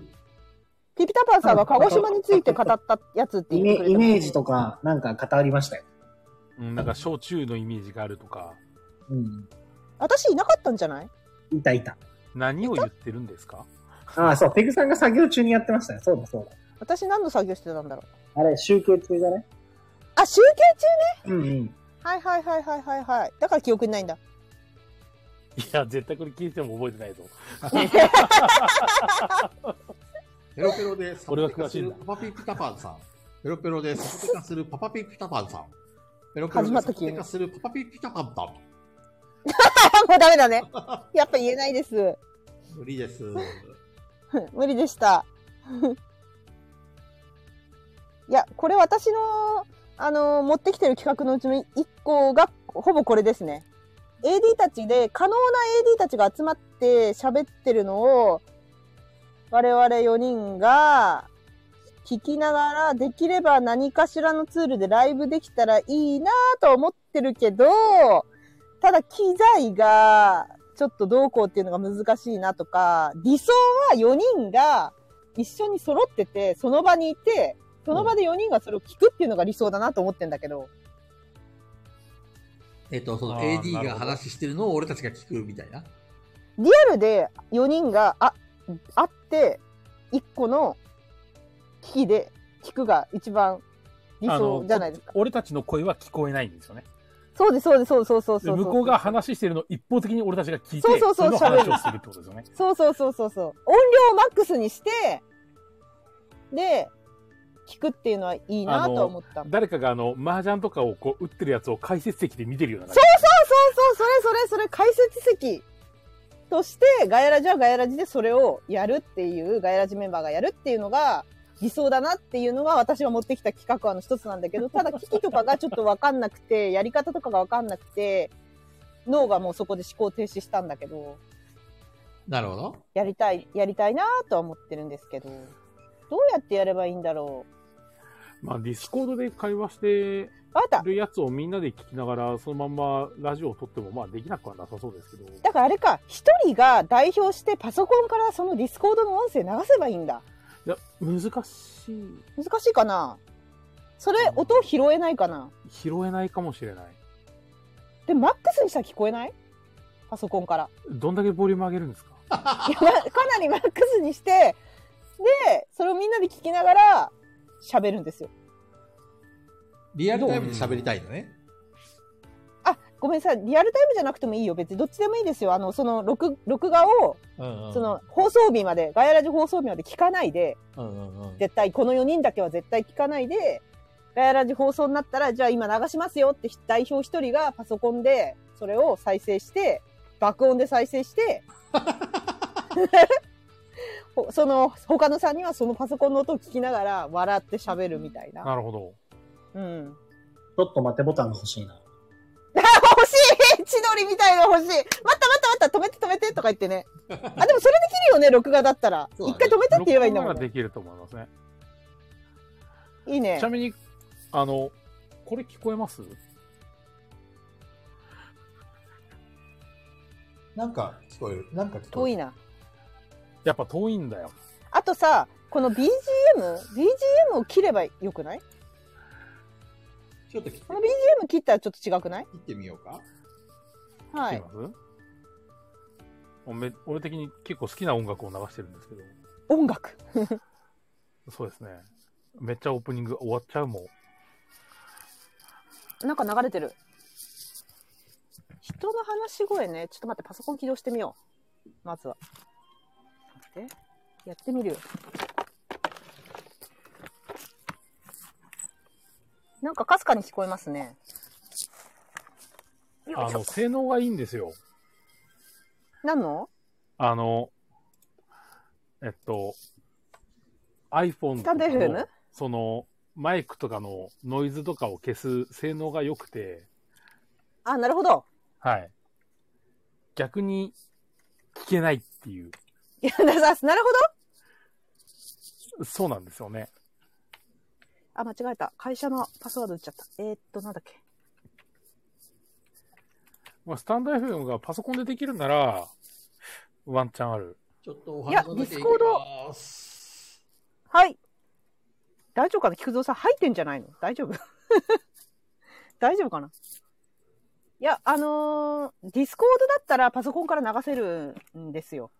Speaker 5: ピピタパンさんは鹿児島について語ったやつって
Speaker 4: イ
Speaker 5: 言っ
Speaker 4: メ
Speaker 5: てくれた
Speaker 4: イメージとか、なんか語りましたよ。
Speaker 3: うん、なんか焼酎のイメージがあるとか、
Speaker 4: うん。
Speaker 5: 私いなかったんじゃない
Speaker 4: いたいた。
Speaker 3: 何を言ってるんですか
Speaker 4: ああ、そう、ペグさんが作業中にやってましたね。そうだそうだ。
Speaker 5: 私何の作業してたんだろう
Speaker 4: あれ、集計中じゃね
Speaker 5: あ集計中
Speaker 4: うんうん。
Speaker 5: はいはいはいはいはいはいだから記憶にないん だ
Speaker 3: いや、絶対これ聞いても覚えてないぞ。
Speaker 1: ペロペロでサポ
Speaker 3: 俺は
Speaker 1: テ
Speaker 3: 詳
Speaker 1: カ
Speaker 3: し
Speaker 1: す
Speaker 3: いん
Speaker 1: る
Speaker 3: だ
Speaker 1: パパピピタパンさん。ペロペロでサポテカするパパピピタパンさん。ペロペロ
Speaker 5: 始ま
Speaker 1: でサ
Speaker 5: った
Speaker 1: ポテ
Speaker 5: 急に
Speaker 1: カするパパピピタパンパン。
Speaker 5: あもうダメだねやっぱ言えないです
Speaker 1: 無理です。
Speaker 5: 無理でした。いや、これ私の、あの持ってきてる企画のうちの1個が、ほぼこれですね。AD たちで、可能な AD たちが集まって喋ってるのを、我々4人が、聞きながら、できれば何かしらのツールでライブできたらいいなと思ってるけど、ただ機材が、ちょっとどうこうっていうのが難しいなとか、理想は4人が一緒に揃ってて、その場にいて、その場で4人がそれを聞くっていうのが理想だなと思ってんだけど、
Speaker 1: えっと、その
Speaker 3: あーな
Speaker 1: AD
Speaker 3: るほ
Speaker 1: が
Speaker 3: ど
Speaker 1: 話してるのを俺たちが聞くみたいな。
Speaker 5: リアルで4人が、あ、会って、1個の機器で聞くが一番理
Speaker 3: あの
Speaker 5: 想じゃないですか。
Speaker 3: 俺たちの声は聞こえないんですよね。
Speaker 5: そうです、そうです、そうそうそう
Speaker 3: で
Speaker 5: そう。
Speaker 3: 向こうが話してるのを一方的に俺たちが聞いて、
Speaker 5: そうそうそう
Speaker 3: の話をするってことですよね。
Speaker 5: そうそうそうそうそう。音量をマックスにして、で、聞くっていうのはいいなとは思った。そう
Speaker 3: 誰かがあの、麻雀とかをこう、打ってるやつを解説席で見てるような感
Speaker 5: そうそうそう、それそれそれ、解説席として、ガヤラジはガヤラジでそれをやるっていう、ガヤラジメンバーがやるっていうのが、理想だなっていうのが私が持ってきた企画案の一つなんだけど、ただ機器とかがちょっとわかんなくて、やり方とかがわかんなくて、脳がもうそこで思考停止したんだけど、
Speaker 12: なるほど。
Speaker 5: やりたい、やりたいなとは思ってるんですけど、どうやってやればいいんだろう。
Speaker 3: まあ、ディスコードで会話して
Speaker 5: わかった
Speaker 3: るやつをみんなで聞きながら、そのまんまラジオを撮っても、まあ、できなくはなさそうですけど。
Speaker 5: だからあれか、一人が代表してパソコンからそのディスコードの音声流せばいいんだ。
Speaker 3: いや、難しい。
Speaker 5: 難しいかなそれ、音拾えないかな
Speaker 3: 拾えないかもしれない。
Speaker 5: で、マックスにしたら聞こえないパソコンから。
Speaker 3: どんだけボリューム上げるんですか
Speaker 5: いやまかなりマックスにして、で、それをみんなで聞きながら喋るんですよ。
Speaker 12: リアルタイムで喋りたいのね。
Speaker 5: あ、ごめんなさい。リアルタイムじゃなくてもいいよ。別にどっちでもいいですよ。あの、その録、録画を、
Speaker 12: うんうん
Speaker 5: その放送日まで、ガヤラジ放送日まで聞かないで、
Speaker 12: うんうんうん
Speaker 5: 絶対、この4人だけは絶対聞かないで、ガヤラジ放送になったら、じゃあ今流しますよって代表一人がパソコンで、それを再生して、爆音で再 生して、ほその、他の3人はそのパソコンの音を聞きながら笑って喋るみたいな。
Speaker 3: なるほど。
Speaker 5: うん。
Speaker 4: ちょっと待ってボタンが欲しいな。
Speaker 5: あ、欲しい千鳥みたいなの欲しい待った待った待った止めて止めてとか言ってね。あ、でもそれできるよね、録画だったら。
Speaker 12: そう
Speaker 5: 一、
Speaker 12: だね
Speaker 5: 回止めたって言えばいいんだ
Speaker 3: 録画
Speaker 5: もん
Speaker 3: なら
Speaker 5: ね。
Speaker 3: できると思いますね。
Speaker 5: いいね
Speaker 3: ちな。みに、あの、これ聞こえます
Speaker 12: なんか聞こえる。なんか聞こ
Speaker 5: 遠
Speaker 12: える。
Speaker 5: いな。
Speaker 3: やっぱ遠いんだよ。
Speaker 5: あとさ、この BGM、BGM を切ればよくない
Speaker 12: ちょっと切って
Speaker 5: この BGM 切ったらちょっと違くない
Speaker 12: 切ってみようか。
Speaker 5: は
Speaker 3: 聞
Speaker 5: い
Speaker 3: け。ます俺俺的に結構好きな音楽を流してるんですけど、
Speaker 5: 音楽。
Speaker 3: そうですね。めっちゃオープニング終わっちゃうもん。
Speaker 5: なんか流れてる。人の話し声ね。ちょっと待って、パソコン起動してみよう。まずは。待って。やってみるよ。なんかかすかに聞こえますね。よ
Speaker 3: あ
Speaker 5: い しょ
Speaker 3: の、性能がいいんですよ。
Speaker 5: 何の
Speaker 3: あの、えっと、iPhone
Speaker 5: ス
Speaker 3: と
Speaker 5: タ
Speaker 3: か
Speaker 5: ンド FM？
Speaker 3: の、その、マイクとかのノイズとかを消す性能が良くて、
Speaker 5: あ、なるほど。
Speaker 3: はい。逆に聞けないっていう。
Speaker 5: いや、ななるほど。
Speaker 3: そうなんですよね。
Speaker 5: あ、間違えた。会社のパスワード打っちゃった。えー、っと、なんだっけ。
Speaker 3: まあ、スタンド FM がパソコンでできるなら、ワンチャンある。
Speaker 12: ちょっとお
Speaker 5: いや
Speaker 12: 話の中
Speaker 5: ディ
Speaker 12: で
Speaker 5: ス
Speaker 12: い
Speaker 5: コード
Speaker 12: きます。
Speaker 5: はい。大丈夫かな菊蔵さん入ってんじゃないの大丈夫 大丈夫かないや、あのーディスコードだったらパソコンから流せるんですよ。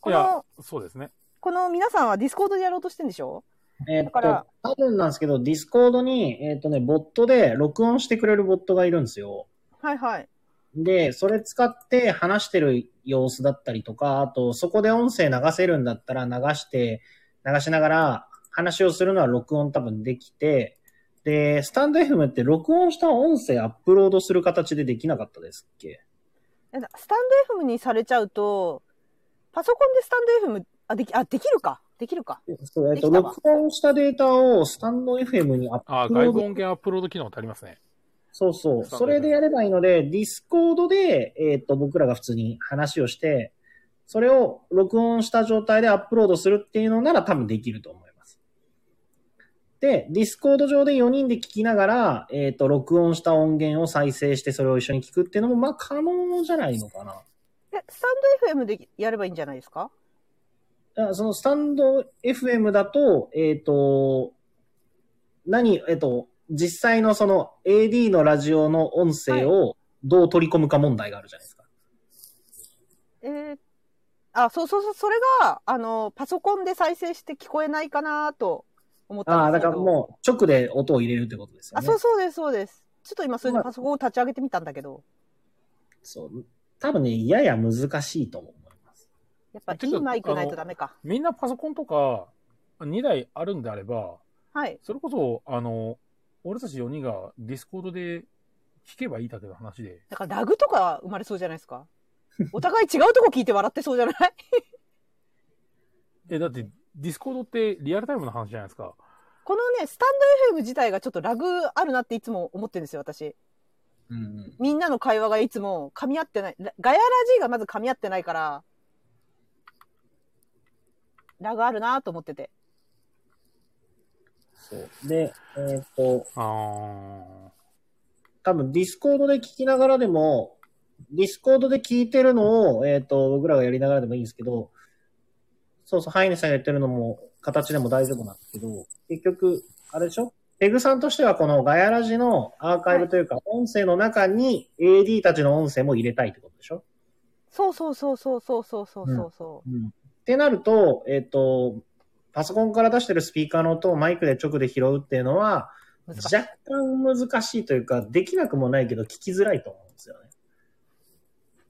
Speaker 5: こ
Speaker 3: いや
Speaker 5: の、、
Speaker 3: そうですね。
Speaker 5: この皆さんはディスコードでやろうとしてんでしょ
Speaker 4: えーっ
Speaker 5: だから
Speaker 4: と、多分なんですけど、ディスコードに、えーっとね、ボットで録音してくれるボットがいるんですよ。
Speaker 5: はいはい。
Speaker 4: で、それ使って話してる様子だったりとか、あと、そこで音声流せるんだったら流して、流しながら話をするのは録音多分できて、で、スタンド FM って録音した音声アップロードする形でできなかったですっけ
Speaker 5: なんだスタンド FM にされちゃうと、パソコンでスタンド FM、あ、でき、あ、できるか。できるか。
Speaker 4: そう、えっと、
Speaker 5: できたわ
Speaker 4: 録音したデータをスタンド FM にア
Speaker 3: あ
Speaker 4: ッ
Speaker 3: ー、
Speaker 4: プロー
Speaker 3: 外
Speaker 4: ド
Speaker 3: 部音源アップロード機能ってありますね。
Speaker 4: そうそう。
Speaker 3: スタンド
Speaker 4: そ
Speaker 3: FM
Speaker 4: れでやればいいので、ディスコードで、えっ、と、僕らが普通に話をして、それを録音した状態でアップロードするっていうのなら多分できると思います。で、ディスコード上で4人で聞きながら、えっ、と、録音した音源を再生してそれを一緒に聞くっていうのも、まあ、可能じゃないのかな。
Speaker 5: え、スタンド FM でやればいいんじゃないですか
Speaker 4: だからそのスタンド FM だと、えっ、と、何、えっ、と、実際のその AD のラジオの音声をどう取り込むか問題があるじゃないですか。
Speaker 5: えーあ、そうそうそう、それが、あの、パソコンで再生して聞こえないかなと思った
Speaker 4: ああ、
Speaker 5: んで
Speaker 4: だ
Speaker 5: すけ
Speaker 4: か
Speaker 5: ど。
Speaker 4: らもう直で音を入れるってことですよ
Speaker 5: あ、
Speaker 4: ね。
Speaker 5: そうそうです、そうです。ちょっと今それでパソコンを立ち上げてみたんだけど、
Speaker 4: そう。多分ね、やや難しいと思う。
Speaker 5: やっぱいいマイクないとダメか。
Speaker 3: みんなパソコンとか2台あるんであれば、
Speaker 5: はい。
Speaker 3: それこそ、あの、俺たち4人がディスコードで聞けばいいだけの話で。
Speaker 5: だからラグとか生まれそうじゃないですか。お互い違うとこ聞いて笑ってそうじゃない
Speaker 3: え、だって、ディスコードってリアルタイムの話じゃないですか。
Speaker 5: このね、スタンド FM 自体がちょっとラグあるなっていつも思ってるんですよ、私。
Speaker 2: うん。
Speaker 5: みんなの会話がいつも噛み合ってない。らガヤラジがまず噛み合ってないから、ラグあるなと思ってて。
Speaker 4: そう。で、えーっと、
Speaker 3: あー
Speaker 4: 多分ディスコードで聞きながらでも、ディスコードで聞いてるのを、えーっと、僕らがやりながらでもいいんですけど、そうそう、ハイネさんが言ってるのも、形でも大丈夫なんですけど、結局、あれでしょペグさんとしてはこのガヤラジのアーカイブというか、音声の中に AD たちの音声も入れたいってことでしょ
Speaker 5: そうそうそうそうそうそうそうそうそ
Speaker 4: ってなると、えっ、と、パソコンから出してるスピーカーの音をマイクで直で拾うっていうのは、
Speaker 5: う。難しい。
Speaker 4: 若干難しいというか、できなくもないけど聞きづらいと思うんですよね。っ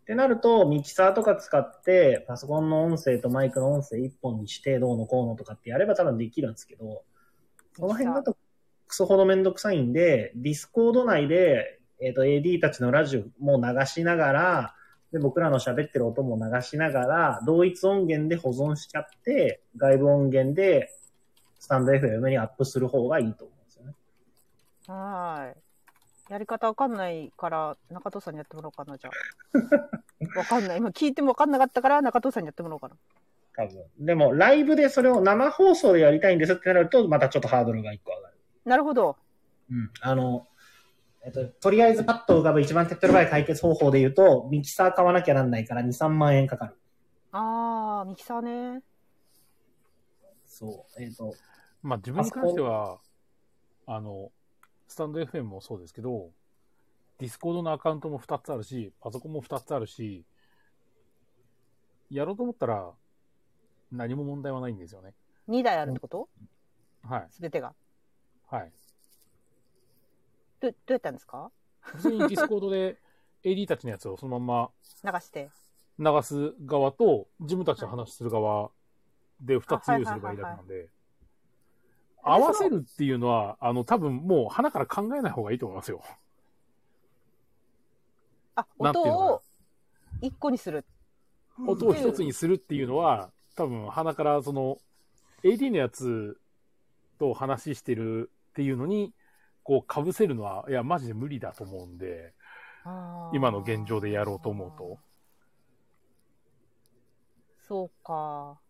Speaker 4: てなると、ミキサーとか使って、パソコンの音声とマイクの音声一本にして、どうのこうのとかってやれば多分できるんですけど、その辺だとクソほどめんどくさいんで、ディスコード内で、えっ、と、AD たちのラジオも流しながら、で、僕らの喋ってる音も流しながら、同一音源で保存しちゃって、外部音源で、スタンド FM にアップする方がいいと思うんですよね。
Speaker 5: はーい。やり方わかんないから、中藤さんにやってもらおうかな、じゃあ。わかんない。今聞いてもわかんなかったから、中藤さんにやってもらおうかな。
Speaker 4: 多分。でも、ライブでそれを生放送でやりたいんですってなると、またちょっとハードルが一個上がる。
Speaker 5: なるほど。
Speaker 4: うん。あの、えっと、とりあえずパッと浮かぶ一番手っ取り早い解決方法で言うと、ミキサー買わなきゃなんないから2、3万円かかる。
Speaker 5: あー、ミキサーね。
Speaker 4: そう。えっ、と、
Speaker 3: まあ自分に関しては、あの、スタンド FM もそうですけど、ディスコードのアカウントも2つあるし、パソコンも2つあるし、やろうと思ったら何も問題はないんですよね。
Speaker 5: 2台あるってこと
Speaker 3: はい。
Speaker 5: すべてが。
Speaker 3: はい。
Speaker 5: ど、どうやったんですか
Speaker 3: 普通にディスコードで AD たちのやつをそのま
Speaker 5: 流して。
Speaker 3: ま流す側と、自分たちの話する側で2つ用意すればいいだけなんで、合わせるっていうのは、あの、多分もう鼻から考えない方がいいと思いますよ。
Speaker 5: あ、
Speaker 3: なんて
Speaker 5: 音
Speaker 3: いうのかな
Speaker 5: を1個にする。
Speaker 3: 音を一つにするっていうのは、多分鼻からその AD のやつと話してるっていうのに、こう被せるのは、いや、マジで無理だと思うんで、
Speaker 5: あー
Speaker 3: 今の現状でやろうと思うと。。
Speaker 5: そうか。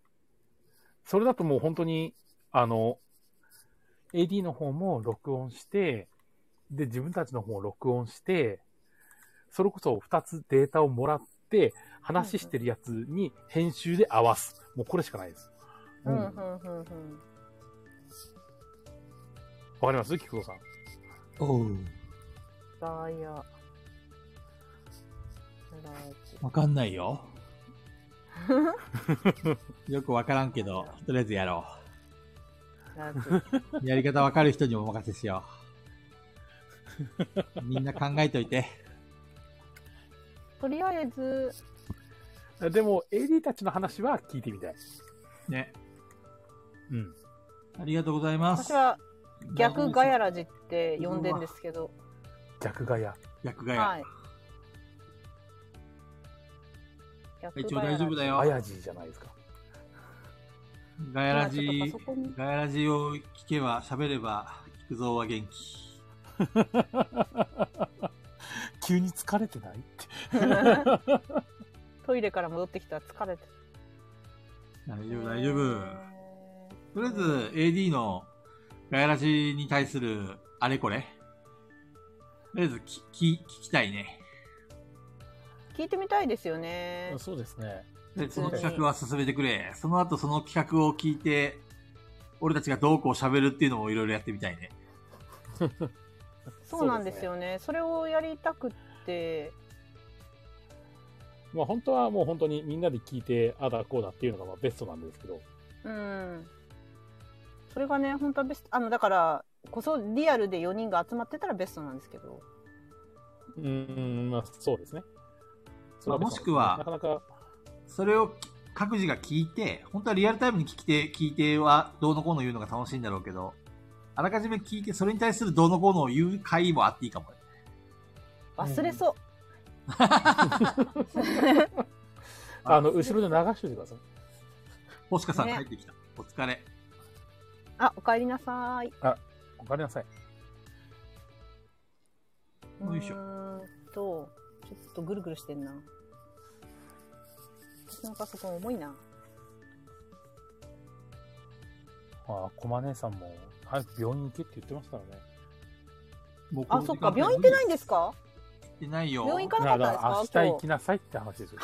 Speaker 3: それだともう本当に、あの、AD の方も録音して、で、自分たちの方も録音して、それこそ2つデータをもらって、話してるやつに編集で合わす。もうこれしかないです。
Speaker 5: うん、うん、うん、うん。
Speaker 3: わかります菊蔵さん。
Speaker 2: おう。
Speaker 5: ダイヤ。ラジ
Speaker 1: わかんないよ。よくわからんけど、とりあえずやろ
Speaker 5: ラジ
Speaker 1: う。やり方わかる人にお任せしよう。みんな考えといて。
Speaker 5: とりあえず、
Speaker 3: でも、AD たちの話は聞いてみたい。
Speaker 1: ね。
Speaker 3: うん。
Speaker 1: ありがとうございます。
Speaker 5: 私は逆ガヤラジって呼んでんですけど、
Speaker 3: 逆ガヤ。
Speaker 1: 逆がや。
Speaker 5: はい。逆
Speaker 1: 一応
Speaker 5: ガヤラ
Speaker 1: 大
Speaker 5: ジ
Speaker 1: 丈夫だ
Speaker 3: ア
Speaker 1: よ。
Speaker 3: ヤジーじゃないですか。
Speaker 1: ガヤラジ
Speaker 5: 今ちょっとパソコン
Speaker 1: ガヤラジを聞けば、喋れば、菊蔵は元気。
Speaker 3: 急に疲れてないって。
Speaker 5: トイレから戻ってきたら疲れて
Speaker 1: 大
Speaker 5: る
Speaker 1: 丈夫、大丈夫。とりあえず AD のガヤラジに対するあれこれ。とりあえずきき聞きたいね。
Speaker 5: 聞いてみたいですよね。
Speaker 3: そうですね。
Speaker 1: で、その企画は進めてくれ。その後その企画を聞いて、俺たちがどうこう喋るっていうのもいろいろやってみたいね。
Speaker 5: そうなんですよね。それをやりたくって、
Speaker 3: まあ本当はもう本当にみんなで聞いて、あだこうだっていうのがまあベストなんですけど。
Speaker 5: うん。それがね、本当はベスト、あの、だから、こそリアルで4人が集まってたらベストなんですけど。
Speaker 3: うーん、まあ、そうですね。
Speaker 1: まあもしくは
Speaker 3: なかなか、
Speaker 1: それを各自が聞いて、本当はリアルタイムに聞きて、聞いてはどうのこうの言うのが楽しいんだろうけど、あらかじめ聞いて、それに対するどうのこうのを言う回もあっていいかもね。
Speaker 5: 忘れそう。
Speaker 3: あの、後ろで流しておいてください。
Speaker 1: 星香さん
Speaker 5: ね
Speaker 1: 帰ってきた。お疲れ。
Speaker 5: あ、お帰りなさい。
Speaker 3: わかりなさい。
Speaker 1: よいしょ
Speaker 5: うーんと、ちょっとぐるぐるしてんな。私のパソコン重いな。
Speaker 3: まあ、コマ姉さんも、早く病院行けって言ってましたからね。
Speaker 1: もうこ
Speaker 5: あ、
Speaker 1: の時
Speaker 5: そっ
Speaker 1: 間
Speaker 5: か、病院行ってないんですか
Speaker 1: 行ってないよ。
Speaker 5: 病院行か
Speaker 3: だ
Speaker 5: な
Speaker 3: か
Speaker 5: かった
Speaker 3: ら
Speaker 5: んです
Speaker 3: 明日
Speaker 5: か今
Speaker 3: 行
Speaker 5: 日
Speaker 3: き。なさいって話ですよ。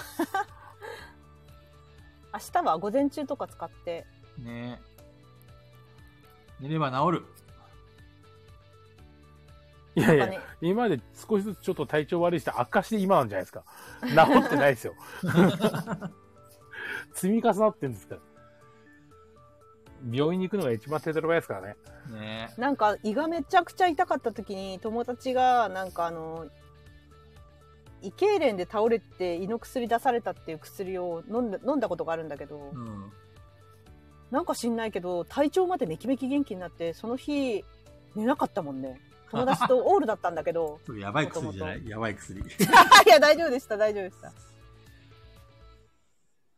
Speaker 5: 明日は午前中とか使って。
Speaker 1: ね寝れば治る。
Speaker 3: いやい
Speaker 5: な
Speaker 3: や
Speaker 5: んか、ね
Speaker 3: 今まで少しずつちょっと体調悪いして悪化して今なんじゃないですか。治ってないですよ。積み重なってんですから。病院に行くのが一番手っ取り早いですからね。
Speaker 1: ね
Speaker 5: なんか胃がめちゃくちゃ痛かった時に友達がなんかあの胃痙攣で倒れて胃の薬出されたっていう薬を飲んだ飲んだことがあるんだけど、
Speaker 1: うん。
Speaker 5: なんか知んないけど体調までめきめき元気になってその日寝なかったもんね友達とオールだったんだけ ど
Speaker 1: それやばい薬じゃないやばい薬。
Speaker 5: いや大丈夫でした大丈夫でした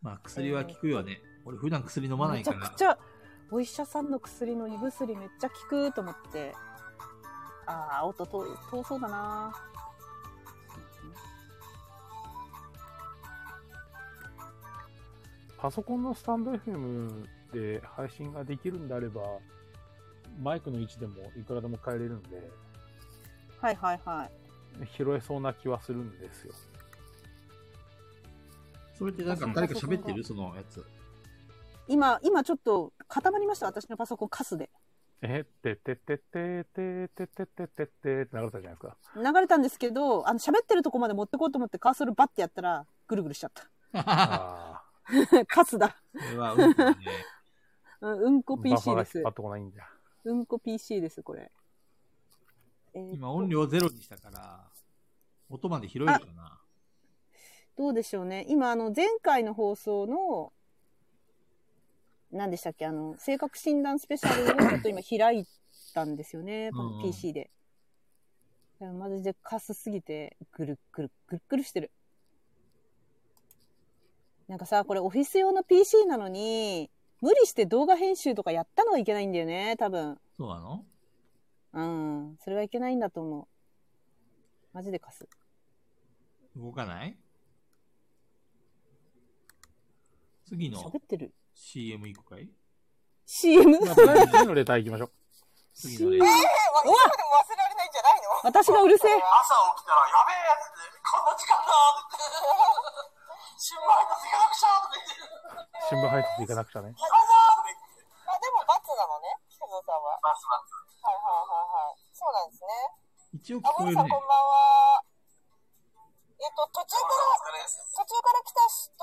Speaker 1: まあ薬は効くよね。俺普段薬飲まない
Speaker 5: めち
Speaker 1: か
Speaker 5: ゃく
Speaker 1: ら。
Speaker 5: ちゃお医者さんの薬の胃薬めっちゃ効くと思ってああ音と遠そうだな
Speaker 3: パソコンのスタンド FM で配信ができるんであれば、マイクの位置でもいくらでも変えれるんで、
Speaker 5: はいはいはい
Speaker 3: 拾えそうな気はするんですよ。
Speaker 1: それってなんか誰か喋ってるそのやつ。
Speaker 5: 今、今ちょっと固まりました、私のパソコン、カスで。
Speaker 3: えってってってってってってってってってってって流れたじゃないですか。
Speaker 5: 流れたんですけど、あの、喋ってるとこまで持ってこうと思ってカーソルバッてやったら、ぐるぐるしちゃった。
Speaker 3: あ
Speaker 5: カスだ。
Speaker 1: それはうんこ だね。
Speaker 5: うんうんこ
Speaker 3: ーバッファ
Speaker 5: PC
Speaker 3: ーが
Speaker 5: で
Speaker 3: 引
Speaker 5: す
Speaker 3: っ張。ってこないんだ。
Speaker 5: うんこ PC です、これ。えー
Speaker 1: 今音量ゼロにしたから、音まで拾えるかな。
Speaker 5: どうでしょうね。今、あの、前回の放送の、何でしたっけ、あの、性格診断スペシャルをちょっと今開いたんですよね、こ
Speaker 1: うんう
Speaker 5: の
Speaker 1: ん
Speaker 5: PC で。いやマジでカスすぎて、ぐるっぐるっぐるっぐるしてる。なんかさ、これオフィス用の PC なのに、無理して動画編集とかやったのはいけないんだよね、多分。
Speaker 1: そうなの
Speaker 5: うん。それはいけないんだと思う。マジでカス。
Speaker 1: 動かない次の
Speaker 5: 喋ってる。
Speaker 1: CM 行くかい
Speaker 5: CM?
Speaker 3: まあとりあえず次のレター行きましょう。
Speaker 1: 次のレ
Speaker 5: 私がうるせえ。
Speaker 12: 朝起きたら、やべえやつこんな時間だって新聞配達行かなくちゃって
Speaker 3: 新聞配達行かなくちゃね。
Speaker 14: あ、でもバツなのね、菊蔵さんは。バツバツ。はいはいはいはい。そうなんです
Speaker 1: 一
Speaker 14: ね。
Speaker 1: 応聞
Speaker 14: あ、
Speaker 1: こ
Speaker 14: ボ
Speaker 1: える
Speaker 14: ルさん
Speaker 1: ね
Speaker 14: こんばんは。えっと、途中から、途中から来た人、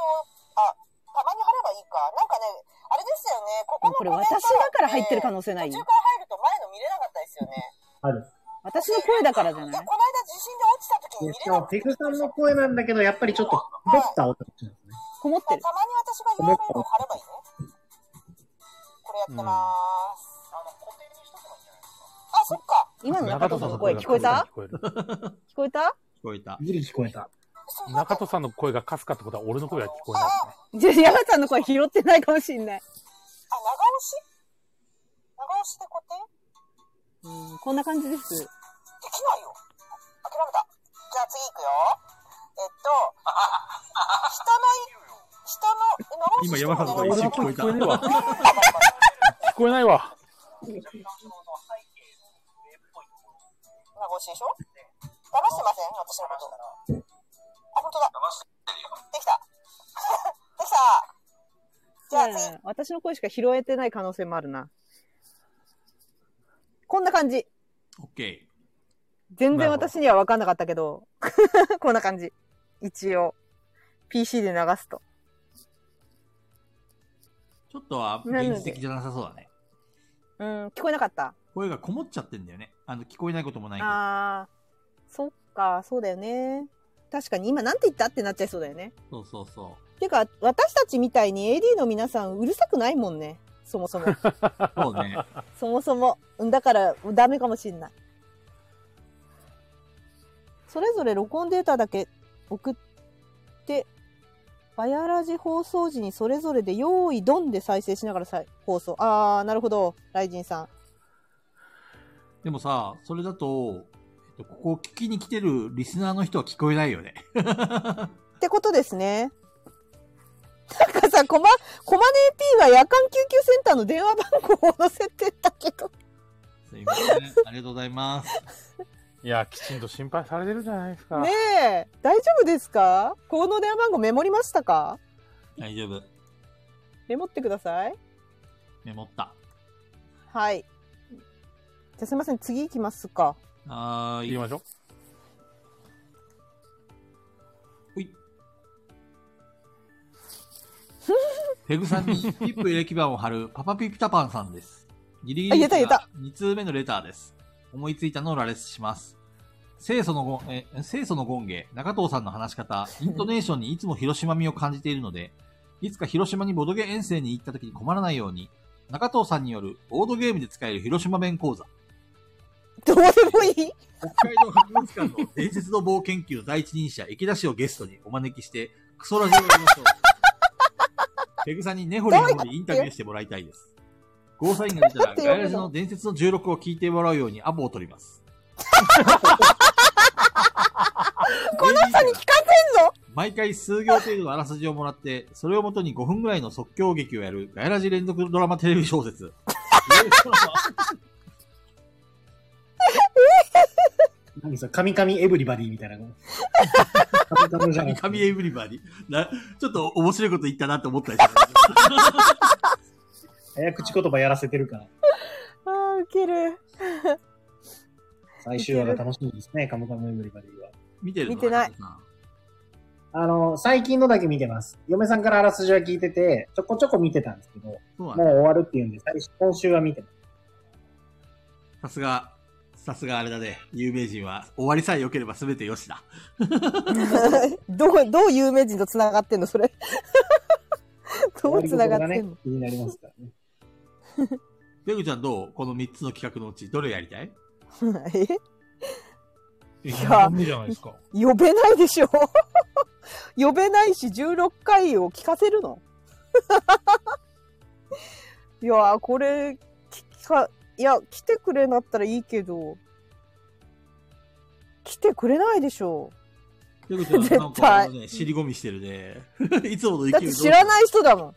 Speaker 14: あ、たまに貼ればいいか。なんかね、あれですよね、ここ
Speaker 5: これ
Speaker 14: のコメント
Speaker 5: 私だから入ってる可
Speaker 14: 欄
Speaker 5: 能性ない
Speaker 14: 途
Speaker 5: よ。
Speaker 14: 中から入ると前の見れなかったですよね。
Speaker 5: 私の声だからじゃ
Speaker 14: で、
Speaker 5: な
Speaker 14: こ
Speaker 5: い
Speaker 14: の間地震で落ちた時に見れ
Speaker 4: で
Speaker 14: な
Speaker 4: も
Speaker 14: くて。
Speaker 4: ペグさんの声なんだけど、やっぱりちょっと、どった音なんですね。
Speaker 5: こもってる。
Speaker 14: たまに私が URL を貼ればいいのこれやってまーす。あの、固定にしとけばいいんじゃな
Speaker 5: 今の中
Speaker 14: いですか。あ、そっか。
Speaker 5: 戸さんの声聞こえた
Speaker 3: 聞こえる
Speaker 1: 聞こえ
Speaker 5: 聞こえた
Speaker 1: た。
Speaker 4: ギリ聞こえた。
Speaker 14: そうそう
Speaker 3: 中戸さんの声がかすかってことは俺の声は聞こえないですね。
Speaker 5: じゃあ、山ちゃんの声拾ってないかもしんない。
Speaker 14: あ、長押し長押しで固定で
Speaker 5: うん、こんな感じです。
Speaker 14: きないよ。諦めた。じゃあ次行くよ。えっと、人の
Speaker 1: 今山里が
Speaker 14: い、人の、長押ししても長押
Speaker 1: 一
Speaker 14: し
Speaker 1: 応聞こえた。
Speaker 3: 聞こえねえわ。聞こえないわ。
Speaker 14: 長押しでしょ騙してません私のこと。あ、本当だ。 できた。 できた。じゃあ次。
Speaker 5: うん私の声しか拾えてない可能性もあるな。こんな感じ。
Speaker 1: オッケ
Speaker 5: 全
Speaker 3: な
Speaker 5: 然
Speaker 3: るほど
Speaker 5: 私には分かんなかったけど、 こんな感じ。一応。PC で流すと。
Speaker 1: ー。ちょっとは現実的じゃなさそうだね。
Speaker 5: うん、聞こえなかった。
Speaker 1: 声がこもっちゃってんだよね。あの、聞こえないこともないけど。
Speaker 5: あー、そっか、そうだよね。確かに今なんて言ったってなっちゃいそうだよね。
Speaker 1: そうそうそ
Speaker 5: てか、私たちみたいに AD の皆さんうるさくないもんね。そもそも。
Speaker 1: う。そうね。
Speaker 5: そもそも。うんだから、ダメかもしんない。それぞれ録音データだけ送って、バヤラジ放送時にそれぞれで用意ドンで再生しながらさ放送。あー、なるほど。ライジンさん。
Speaker 1: でもさ、それだと、えっとここを聞きに来てるリスナーの人は聞こえないよね。
Speaker 5: ってことですね。なんかさ、コマ、コマネ AP は夜間救急センターの電話番号を載せてたけど。
Speaker 1: すいません。ありがとうございます。
Speaker 3: いや、きちんと心配されてるじゃないですか。
Speaker 5: ねえ、大丈夫ですかこの電話番号メモりましたか
Speaker 1: 大丈夫。
Speaker 5: メモってください。
Speaker 1: メモった。
Speaker 5: はい。じゃあすいません、次行きますか。
Speaker 1: はーい。行き
Speaker 3: ましょう。
Speaker 1: ペグさんにピップエレキ板を貼るパパピピタパンさんです。ギリギ
Speaker 5: あ
Speaker 1: リ
Speaker 5: 言えた言えた
Speaker 1: 2通目のレターです。思いついたのを羅列します。清楚のご、え、清楚の権下、中藤さんの話し方、イントネーションにいつも広島味を感じているので、いつか広島にボドゲ遠征に行った時に困らないように、中藤さんによるボードゲームで使える広島弁講座、
Speaker 5: どうでもいい
Speaker 1: 北海道博物館の伝説の棒研究の第一人者、池田氏をゲストにお招きして、クソラジオをやりま しょう。ペグさんに根掘り葉掘りインタビューしてもらいたいです。ゴーサインが出たら、ガヤラジの伝説の16を聞いてもらうようにアポを取ります。
Speaker 5: この人に聞かせんの
Speaker 1: 毎回数行程度のあらすじをもらって、それをもとに5分ぐらいの即興劇をやる、ガヤラジ連続ドラマテレビ小説。
Speaker 4: 何それ、カミカミエブリバディみたいな。カミカミじゃない
Speaker 1: 神エブリバディ。な、ちょっと面白いこと言ったなって思ったりする。
Speaker 4: 早口言葉やらせてるから。
Speaker 5: あー、ウケる。
Speaker 4: 最終話が楽しみですね、カムカムエブリバディは。
Speaker 1: 見て
Speaker 5: 見てない。
Speaker 4: あの、最近のだけ見てます。嫁さんからあらすじは聞いてて、ちょこちょこ見てたんですけど、も
Speaker 1: そう
Speaker 4: う
Speaker 1: なんだ
Speaker 4: 終わるっていうんで、最初今週は見てま
Speaker 1: さ
Speaker 4: す。
Speaker 1: すが、さすがあれだね。有名人は、終わりさえ良ければ全て良しだ。
Speaker 5: どう、どう有名人と繋がってんのそれ。どう繋がってん
Speaker 4: 終わりど
Speaker 5: の、
Speaker 4: ころがね、気になりますからね。
Speaker 1: ペグちゃんどうこの3つの企画のうち、どれやりたい
Speaker 5: え
Speaker 12: い
Speaker 5: や
Speaker 12: なんでじゃないですか。
Speaker 5: 呼べないでしょ 呼べないし16回を聞かせるの いやーこれ聞かいや来てくれなったらいいけど来てくれないでしょ
Speaker 1: ペグちゃん、
Speaker 5: 絶対
Speaker 1: なんかあのね、尻込みしてるね。 いつもの
Speaker 5: だ
Speaker 1: 勢
Speaker 5: っ
Speaker 1: いど
Speaker 5: て
Speaker 1: う
Speaker 5: 知らない人だもん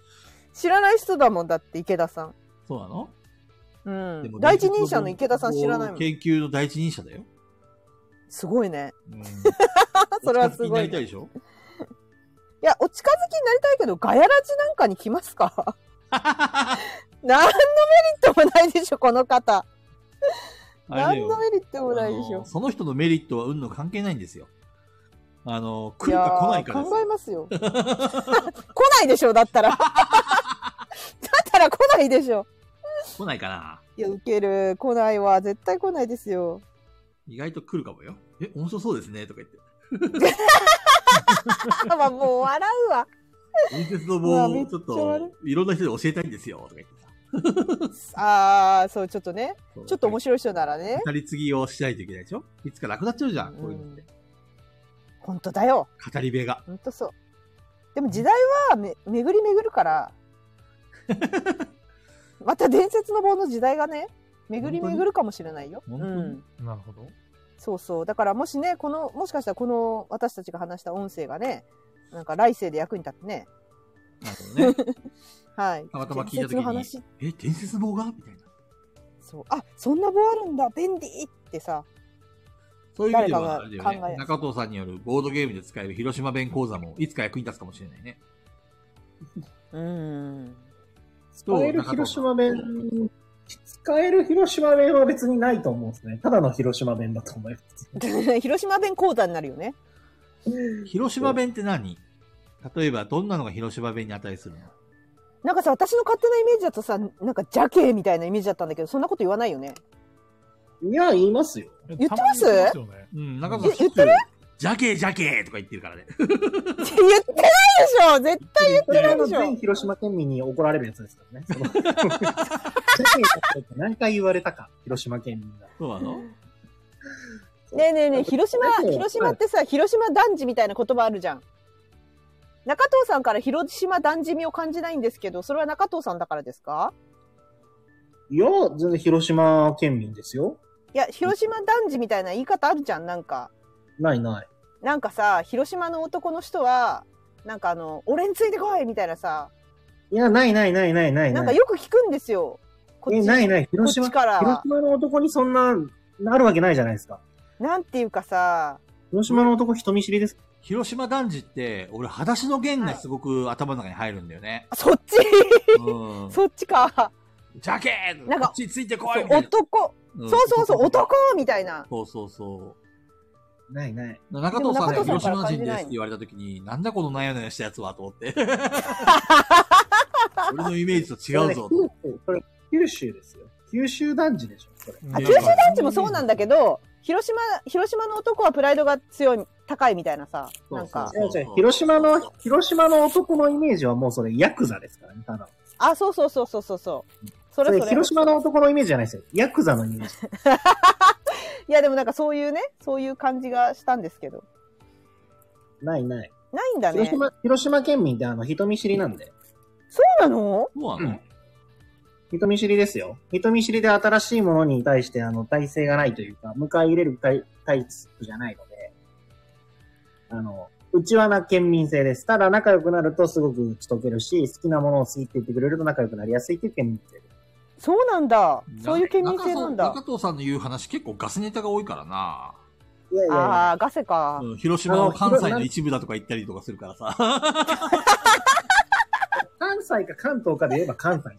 Speaker 5: 知らない人だもんだって池田さん
Speaker 1: そうなの
Speaker 5: うん、
Speaker 1: でも
Speaker 5: 第一人者の池田さん知らないもん
Speaker 1: 研究の第一人者だよ。
Speaker 5: すごいね
Speaker 1: うん
Speaker 5: それはす
Speaker 1: お近づきに
Speaker 5: ご
Speaker 1: ないりたいで
Speaker 5: ね
Speaker 1: しょ
Speaker 5: いや、お近づきになりたいけど、ガヤラジなんかに来ますか 何のメリットもないでしょ、この方。
Speaker 1: あれだ
Speaker 5: 何
Speaker 1: よ
Speaker 5: のメリットもないでし
Speaker 1: あの
Speaker 5: ょ。
Speaker 1: その人のメリットは運の関係ないんですよ。あの、来
Speaker 5: い
Speaker 1: る
Speaker 5: や
Speaker 1: か
Speaker 5: ー
Speaker 1: 来ないかです
Speaker 5: 考えますよ。 来ないでしょ、だったら。だったら来ないでしょ。
Speaker 1: 来ないかない
Speaker 5: や、ウケる。来ないわ。絶対来ないですよ。
Speaker 1: 意外と来るかもよ。え、面白そうですねとか言って。
Speaker 5: あまあ、もう笑うわ。
Speaker 1: 伝説の
Speaker 5: うわ
Speaker 1: 棒
Speaker 5: めっ
Speaker 1: を
Speaker 5: ちゃ
Speaker 1: ちょっと、いろんな人に教えたいんですよとか言ってさ。
Speaker 5: ああ、そう、ちょっとね
Speaker 1: そう。
Speaker 5: ちょっと面白い人ならね。
Speaker 1: 語り継ぎをしないといけないでしょいつかなくなっちゃうじゃん、こういうのって。
Speaker 5: 本当だよ。
Speaker 1: 語り部 が。
Speaker 5: 本当そう。でも時代はめ巡り巡 るから。また伝説の棒の時代がね、巡り巡るかもしれないよ。う
Speaker 1: 本当に
Speaker 5: ん。
Speaker 3: なるほど。
Speaker 5: そうそう。だからもしね、この、もしかしたらこの私たちが話した音声がね、なんか来世で役に立ってね。
Speaker 1: なるほどね。
Speaker 5: はい。
Speaker 1: たまたま聞いた
Speaker 5: 伝
Speaker 1: とき
Speaker 5: 説の
Speaker 1: に
Speaker 5: 話。、
Speaker 1: え、伝説棒がみたいな。
Speaker 5: そう。あ、そんな棒あるんだ、便利ってさ。
Speaker 1: そういう意味では、あれ
Speaker 5: 誰
Speaker 1: だ
Speaker 5: かが考え
Speaker 1: よね、中藤さんによるボードゲームで使える広島弁講座もいつか役に立つかもしれないね。
Speaker 5: うん。
Speaker 1: どう
Speaker 4: 使える広島弁、使える広島弁は別にないと思うんですね。ただの広島弁だと思います。
Speaker 5: 広島弁講座になるよね。
Speaker 1: 広島弁って何例えば、どんなのが広島弁に値するの
Speaker 5: なんかさ、私の勝手なイメージだとさ、なんか邪気みたいなイメージだったんだけど、そんなこと言わないよね。
Speaker 4: いや、言いますよ。
Speaker 5: 言ってます
Speaker 1: よねうん、中田さん、
Speaker 5: 言ってる
Speaker 1: ジャケージャケーとか言ってるからね。
Speaker 5: 言ってないでしょ絶対言ってないでしょ
Speaker 4: 全広島県民に怒られるやつですからね。その ジャケット何回言われたか、広島県民が。
Speaker 1: そうなの
Speaker 5: ねえねえねえ、広島、
Speaker 4: はい
Speaker 5: 広島ってさ、広島男児みたいな言葉あるじゃん。中藤さんから広島男児味を感じないんですけど、それは中藤さんだからですか
Speaker 4: いや、全然広島県民ですよ。
Speaker 5: いや、広島男児みたいな言い方あるじゃん、なんか。
Speaker 4: ないない。
Speaker 5: なんかさ、広島の男の人は、なんかあの、俺についてこいみたいなさ、
Speaker 4: いや、ないないないないないない。
Speaker 5: なんかよく聞くんですよ。こっ
Speaker 4: え
Speaker 5: ち
Speaker 4: ないない。広島、
Speaker 5: こっちから
Speaker 4: 広
Speaker 5: は。
Speaker 4: 島の男にそんな、なるわけないじゃないですか。
Speaker 5: なんていうかさ、
Speaker 4: 広島の男人見知りです。
Speaker 1: 広島男児って、俺、裸足の弦がすごく頭の中に入るんだよね。
Speaker 5: そっち、
Speaker 1: うん。
Speaker 5: そっちか。
Speaker 1: ジャケー
Speaker 5: なん
Speaker 1: こ
Speaker 5: か
Speaker 1: っちついてこいみたいな
Speaker 5: 男、
Speaker 1: うん
Speaker 5: そうそうそう、男みたいな。
Speaker 1: そうそうそ
Speaker 4: ないない。
Speaker 1: う。中藤さんが
Speaker 5: でも中藤
Speaker 1: 広
Speaker 5: さんから
Speaker 1: 島
Speaker 5: 感
Speaker 1: 人
Speaker 5: じ
Speaker 1: です
Speaker 5: ない
Speaker 1: って言われた時に、なんだこのなやなやしたやつはと思 って。俺のイメージと違うぞと。
Speaker 4: それ、九州ですよ。九州男児でしょ、それ。
Speaker 5: あ九州男児もそうなんだけど、広島、広島の男はプライドが強い、高いみたいなさ、なんか。
Speaker 4: 違う違う広島の、広島の男のイメージはもうそれ、ヤクザですからね、ただの。
Speaker 5: あ、そうそうそうそうそうそう。
Speaker 4: そ
Speaker 5: それ
Speaker 4: れ
Speaker 5: それ。
Speaker 4: 広島の男のイメージじゃないですよ。ヤクザのイメージ。
Speaker 5: いや、でもなんかそういうね、そういう感じがしたんですけど。
Speaker 4: ないない。
Speaker 5: ないんだね。
Speaker 4: 広島、広島県民ってあの、人見知りなんで。
Speaker 5: そうなの
Speaker 1: そうなの
Speaker 4: 人見知りですよ。人見知りで新しいものに対して、あの、耐性がないというか、迎え入れるタイタイプじゃないので、あの、うちはな県民性です。ただ仲良くなるとすごく打ち解けるし、好きなものを好きって言ってくれると仲良くなりやすいっていう県民性です。
Speaker 5: そうなんだ。そういう県民性なんだ
Speaker 1: 中。藤さんの言う話結構ガスネタが多いからな。
Speaker 4: いやいやいや
Speaker 5: ああ、ガセか。
Speaker 1: うん広島の関西の一部だとか言ったりとかするから さ。
Speaker 4: 関西か関東かで言えば関西じゃない。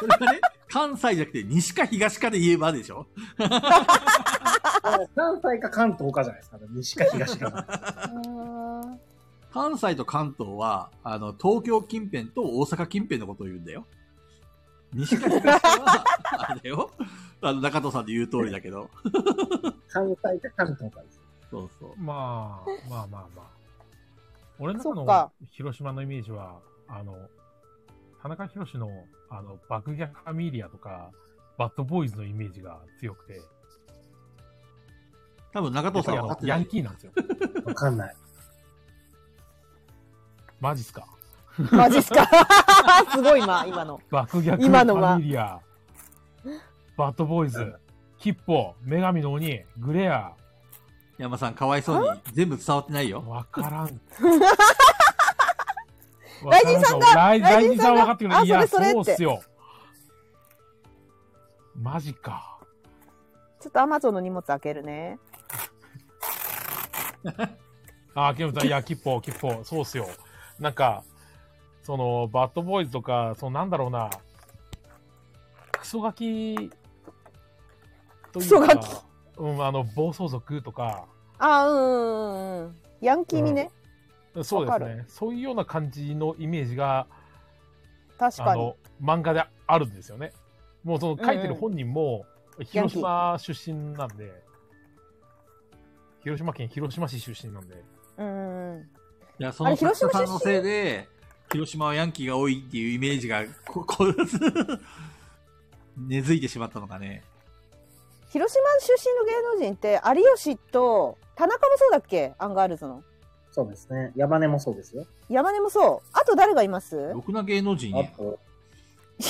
Speaker 1: それはね、関西じゃなくて西か東かで言えばでしょ
Speaker 4: 関西か関東かじゃないですか。西か東か。
Speaker 1: 関西と関東は、あの、東京近辺と大阪近辺のことを言うんだよ。西か東かは、 あれよ。あの、中藤さんの言う通りだけど。
Speaker 4: 関西か関東かです。
Speaker 1: そうそう。
Speaker 3: まあ、まあまあまあ。俺の中
Speaker 5: そっか
Speaker 3: の広島のイメージは、あの、田中宏の、あの、爆逆ファミリアとか、バッドボーイズのイメージが強くて、
Speaker 1: 多分中藤さんは分かって
Speaker 3: ヤ
Speaker 1: な
Speaker 3: ン
Speaker 1: い。
Speaker 3: キーなんですよ。
Speaker 4: わかんない。
Speaker 3: マジっすか。
Speaker 5: マジっすか。 すごいな、今の。
Speaker 3: 爆逆フ
Speaker 5: 今のは
Speaker 3: ァミリア、バッドボーイズ、キッポ、女神の鬼、グレア、
Speaker 1: 山さん、かわいそうに全部伝わってないよ。
Speaker 3: わからん。
Speaker 5: 大臣さんが
Speaker 3: ライ大臣さんは分かってくれない。いや、
Speaker 5: 大臣さ
Speaker 3: そ
Speaker 5: んがあそれ
Speaker 3: うっ
Speaker 5: それって
Speaker 3: すよ。マジか。
Speaker 5: ちょっとアマゾンの荷物開けるね。
Speaker 3: あ、ケムさん、いや、キッポ、キッポ、そうっすよ。なんか、その、バッドボーイズとか、その、なんだろうな、クソガキというか、
Speaker 5: クソガキ
Speaker 3: うん、あの、暴走族とか、
Speaker 5: あーうんうんうん。ヤンキー味ね。
Speaker 3: そうで
Speaker 5: わ
Speaker 3: す
Speaker 5: か
Speaker 3: ね。そういうような感じのイメージが、
Speaker 5: 確
Speaker 3: あ
Speaker 5: かに
Speaker 3: の。、漫画であるんですよね。もう、その、書いてる本人も、広島出身なんで、広島県広島市出身なんで、
Speaker 5: うんうん。
Speaker 1: いや、その
Speaker 5: あれ広
Speaker 1: 作
Speaker 5: 島
Speaker 1: 家さんのせいで、広島はヤンキーが多いっていうイメージが、こ、 こ、根付いてしまったのかね。
Speaker 5: 広島出身の芸能人って、有吉と、田中もそうだっけアンガールズの。
Speaker 4: そうですね。山根もそうですよ。
Speaker 5: 山根もそう。あと誰がいます
Speaker 1: ろくな芸能人
Speaker 4: あ
Speaker 1: や。
Speaker 4: と、
Speaker 5: い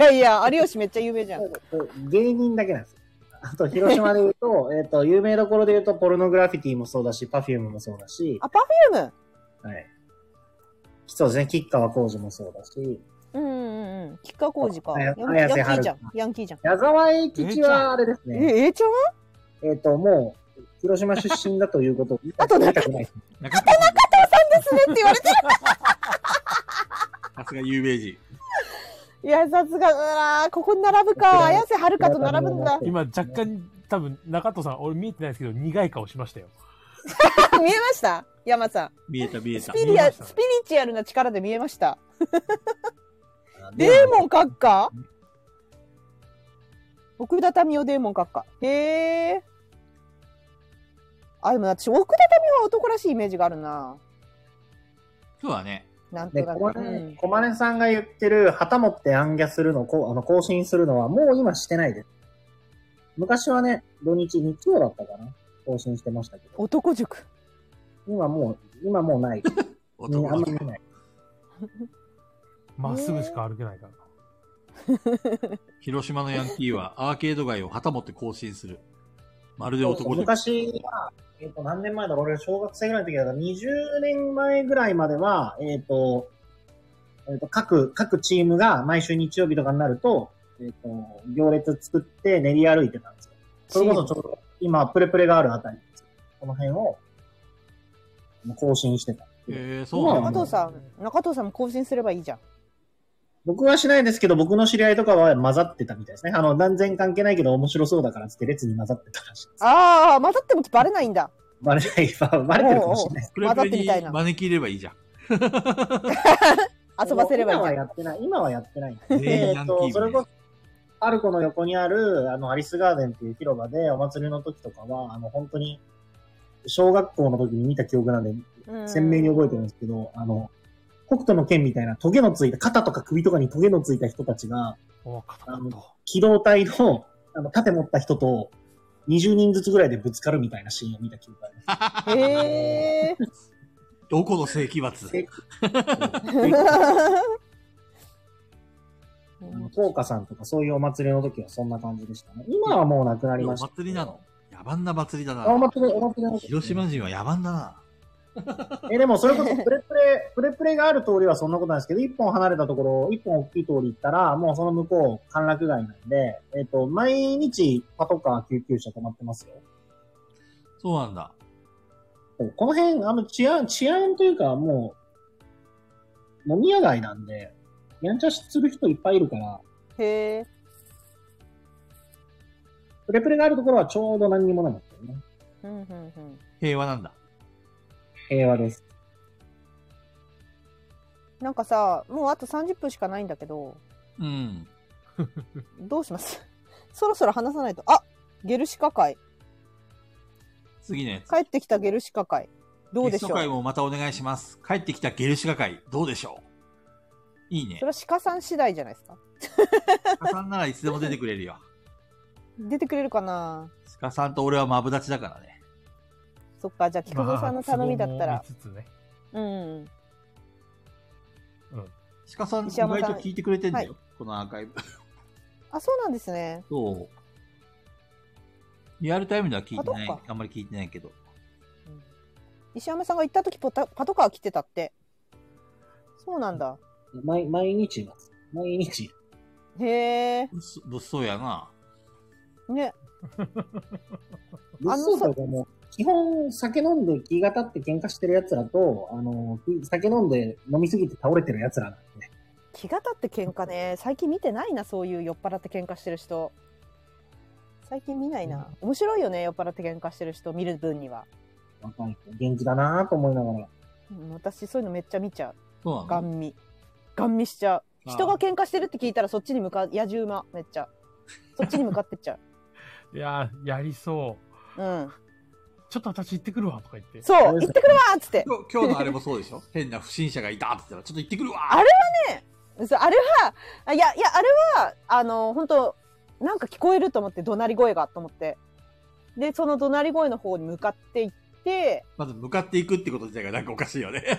Speaker 5: やいや、有吉めっちゃ有名じゃん。
Speaker 4: 芸人だけなんですよ。あと、広島で言う と、えっと、有名どころで言うと、ポルノグラフィティもそうだし、パフュームもそうだし、
Speaker 5: あ、パフューム
Speaker 4: はい。そうですね、吉川浩司もそうだし、
Speaker 5: うんうんうん。吉川浩司か。
Speaker 4: あ
Speaker 5: ヤ
Speaker 4: や
Speaker 5: ンヤン
Speaker 4: 綾
Speaker 5: キ
Speaker 4: 瀬は
Speaker 5: ー
Speaker 4: る
Speaker 5: じゃ
Speaker 4: か
Speaker 5: ん。ヤンキーじゃん。
Speaker 4: 矢沢永吉はあれですね、
Speaker 5: え、えーちゃんは
Speaker 4: えっと、もう、広島出身だということを言いた
Speaker 5: あと中
Speaker 4: くない。
Speaker 1: 中田さん
Speaker 5: ですねって言わ れて。
Speaker 1: さすが有名人。
Speaker 5: いや、さすがだな。ここに並ぶか。綾瀬はるかと並ぶ んだ。
Speaker 3: 今、若干、多分、中戸さん、俺見えてないですけど、苦い顔しましたよ。
Speaker 5: 見えました山さん。
Speaker 1: 見えた見えた
Speaker 5: ス。ピリ
Speaker 3: 見
Speaker 5: ア、
Speaker 3: えまし
Speaker 5: ス
Speaker 3: たね
Speaker 5: ピリチュアルな力で見えました。
Speaker 4: あ
Speaker 5: デーモン閣下奥田民生デーモン閣下。へえ。あ、でも私、奥田民生は男らしいイメージがあるな。
Speaker 1: そうだね。
Speaker 5: なんと
Speaker 4: で、
Speaker 5: な
Speaker 4: 小
Speaker 5: く。
Speaker 4: 金
Speaker 5: うん
Speaker 4: 小金さんが言ってる、旗持って暗ャするのをこうあの更新するのは、もう今してないです。昔はね、土日、日曜だったかな。更新してましたけど。
Speaker 5: 男塾。
Speaker 4: 今もう、今もうない。うんあんま見ない。
Speaker 3: まっすぐしか歩けないから。
Speaker 1: 広島のヤンキーはアーケード街を旗持って更新する。まるで男塾。
Speaker 4: 昔は、えっ、と、何年前だろう俺、小学生ぐらいの時だから、20年前ぐらいまでは、えっ、と、えっ、と、各、各チームが毎週日曜日とかになると、えっ、と、行列作って練り歩いてたんですよ。それこそちょっと、今、プレプレがあるあたりですこの辺を、更新してた。
Speaker 1: えー、
Speaker 4: そうな
Speaker 5: 中
Speaker 4: んだ
Speaker 5: 藤さん、中藤さんも更新すればいいじゃん。
Speaker 4: 僕はしないですけど、僕の知り合いとかは混ざってたみたいですね。あの、断然関係ないけど面白そうだからっつって列に混ざってたらしい。
Speaker 5: ああ、混ざってもバレないんだ。
Speaker 4: バレない、バレてるかもしれないです。
Speaker 1: プレプレに招き入ればいいじゃん。
Speaker 5: 遊ばせればいい
Speaker 4: 今
Speaker 5: じゃ
Speaker 4: は
Speaker 5: ん
Speaker 4: やってない。今はやってない。
Speaker 1: 全員
Speaker 4: え
Speaker 1: ヤ
Speaker 4: っ
Speaker 1: ンキーみたい
Speaker 4: と、
Speaker 1: な
Speaker 4: それこそ、アルコの横にある、あの、アリスガーデンっていう広場で、お祭りの時とかは、あの、本当に、小学校の時に見た記憶なんで、
Speaker 5: うん
Speaker 4: 鮮明に覚えてるんですけど、あの、北斗の剣みたいなトゲのついた、肩とか首とかにトゲのついた人たちが、あの機動隊の、あの、盾持った人と、20人ずつぐらいでぶつかるみたいなシーンを見た記憶があります。
Speaker 5: へえ。
Speaker 1: どこの世紀末
Speaker 4: あの福岡さんとかそういうお祭りの時はそんな感じでしたね。今はもうなくなり
Speaker 1: お
Speaker 4: ました。
Speaker 1: 祭りなの野蛮な祭りだな。
Speaker 4: お祭り、お祭りの時
Speaker 1: 広島人は野蛮だな。
Speaker 4: え、でもそれこそプレプレ、プレプレがある通りはそんなことないですけど、一本離れたところ、一本大きい通り行ったら、もうその向こう、歓楽街なんで、えっ、と、毎日パトカー、救急車止まってますよ。
Speaker 1: そうなんだ。
Speaker 4: この辺、あの、治安、治安というか、もう、飲み屋街なんで、やんちゃする人いっぱいいるから、
Speaker 5: へえ。
Speaker 4: プレプレがあるところはちょうど何にもなかったよね。
Speaker 5: うんうんうん。
Speaker 1: 平和なんだ。
Speaker 4: 平和です。
Speaker 5: なんかさ、もうあと30分しかないんだけど、
Speaker 1: うん。
Speaker 5: どうします そろそろ話さないと。あゲルシカ会。
Speaker 1: 次ね。
Speaker 5: 帰ってきたゲルシカ会。どうで
Speaker 1: ゲ
Speaker 5: し
Speaker 1: ス
Speaker 5: ょ
Speaker 1: ト
Speaker 5: う
Speaker 1: 会もまたお願いします。帰ってきたゲルシカ会、どうでしょういいね
Speaker 5: それ。は鹿さん次第じゃないですか。
Speaker 1: 鹿さんならいつでも出てくれるよ。
Speaker 5: 出てくれるかな
Speaker 1: 鹿さんと俺はマブダチだからね。
Speaker 5: そっか、じゃあ、菊蔵さんの頼みだったら。
Speaker 3: つね。
Speaker 5: うん。
Speaker 1: 鹿さん意
Speaker 5: 石山
Speaker 1: 外
Speaker 5: さん
Speaker 1: と聞いてくれてんだよ。
Speaker 5: は
Speaker 1: このアーカイブ。
Speaker 5: あ、そうなんですね。
Speaker 1: そう。リアルタイムでは聞いてない。
Speaker 5: あそっか
Speaker 1: あんまり聞いてないけど。
Speaker 5: 石山さんが行った時ポタパトカー来てたって。そうなんだ。
Speaker 4: 毎、毎日います。毎日。
Speaker 5: へえ。
Speaker 1: 物物騒やな。
Speaker 5: ね。
Speaker 4: 物騒というかもう基本酒飲んで気が立って喧嘩してる奴らと、あの、酒飲んで飲みすぎて倒れてる奴らなんで。
Speaker 5: 気が立って喧嘩ね。最近見てないな、そういう酔っ払って喧嘩してる人。最近見ないな。面白いよね、酔っ払って喧嘩してる人見る分には。
Speaker 4: 若い子、元気だなぁと思いながら。
Speaker 5: うん私、そういうのめっちゃ見ちゃう。
Speaker 1: そう
Speaker 5: ガン見。ガン見しちゃう。
Speaker 1: ああ
Speaker 5: 人が喧嘩してるって聞いたらそっちに向かう。野獣馬、めっちゃ。そっちに向かってっちゃ
Speaker 3: いやー、やりそ う。
Speaker 5: う。うん。
Speaker 3: ちょっと私行ってくるわとか言って。
Speaker 5: そう行ってくるわーっつって。
Speaker 1: 今日今日のあれもそうでしょ 変な不審者がいたって言ったら、ちょっと行ってくるわ
Speaker 5: あれはね、そうあれは、あいや、いや、あれは、あの、本当なんか聞こえると思って、怒鳴り声がと思って。で、その怒鳴り声の方に向かっていって、
Speaker 1: まず向かっていくってこと自体がなんかおかしいよね。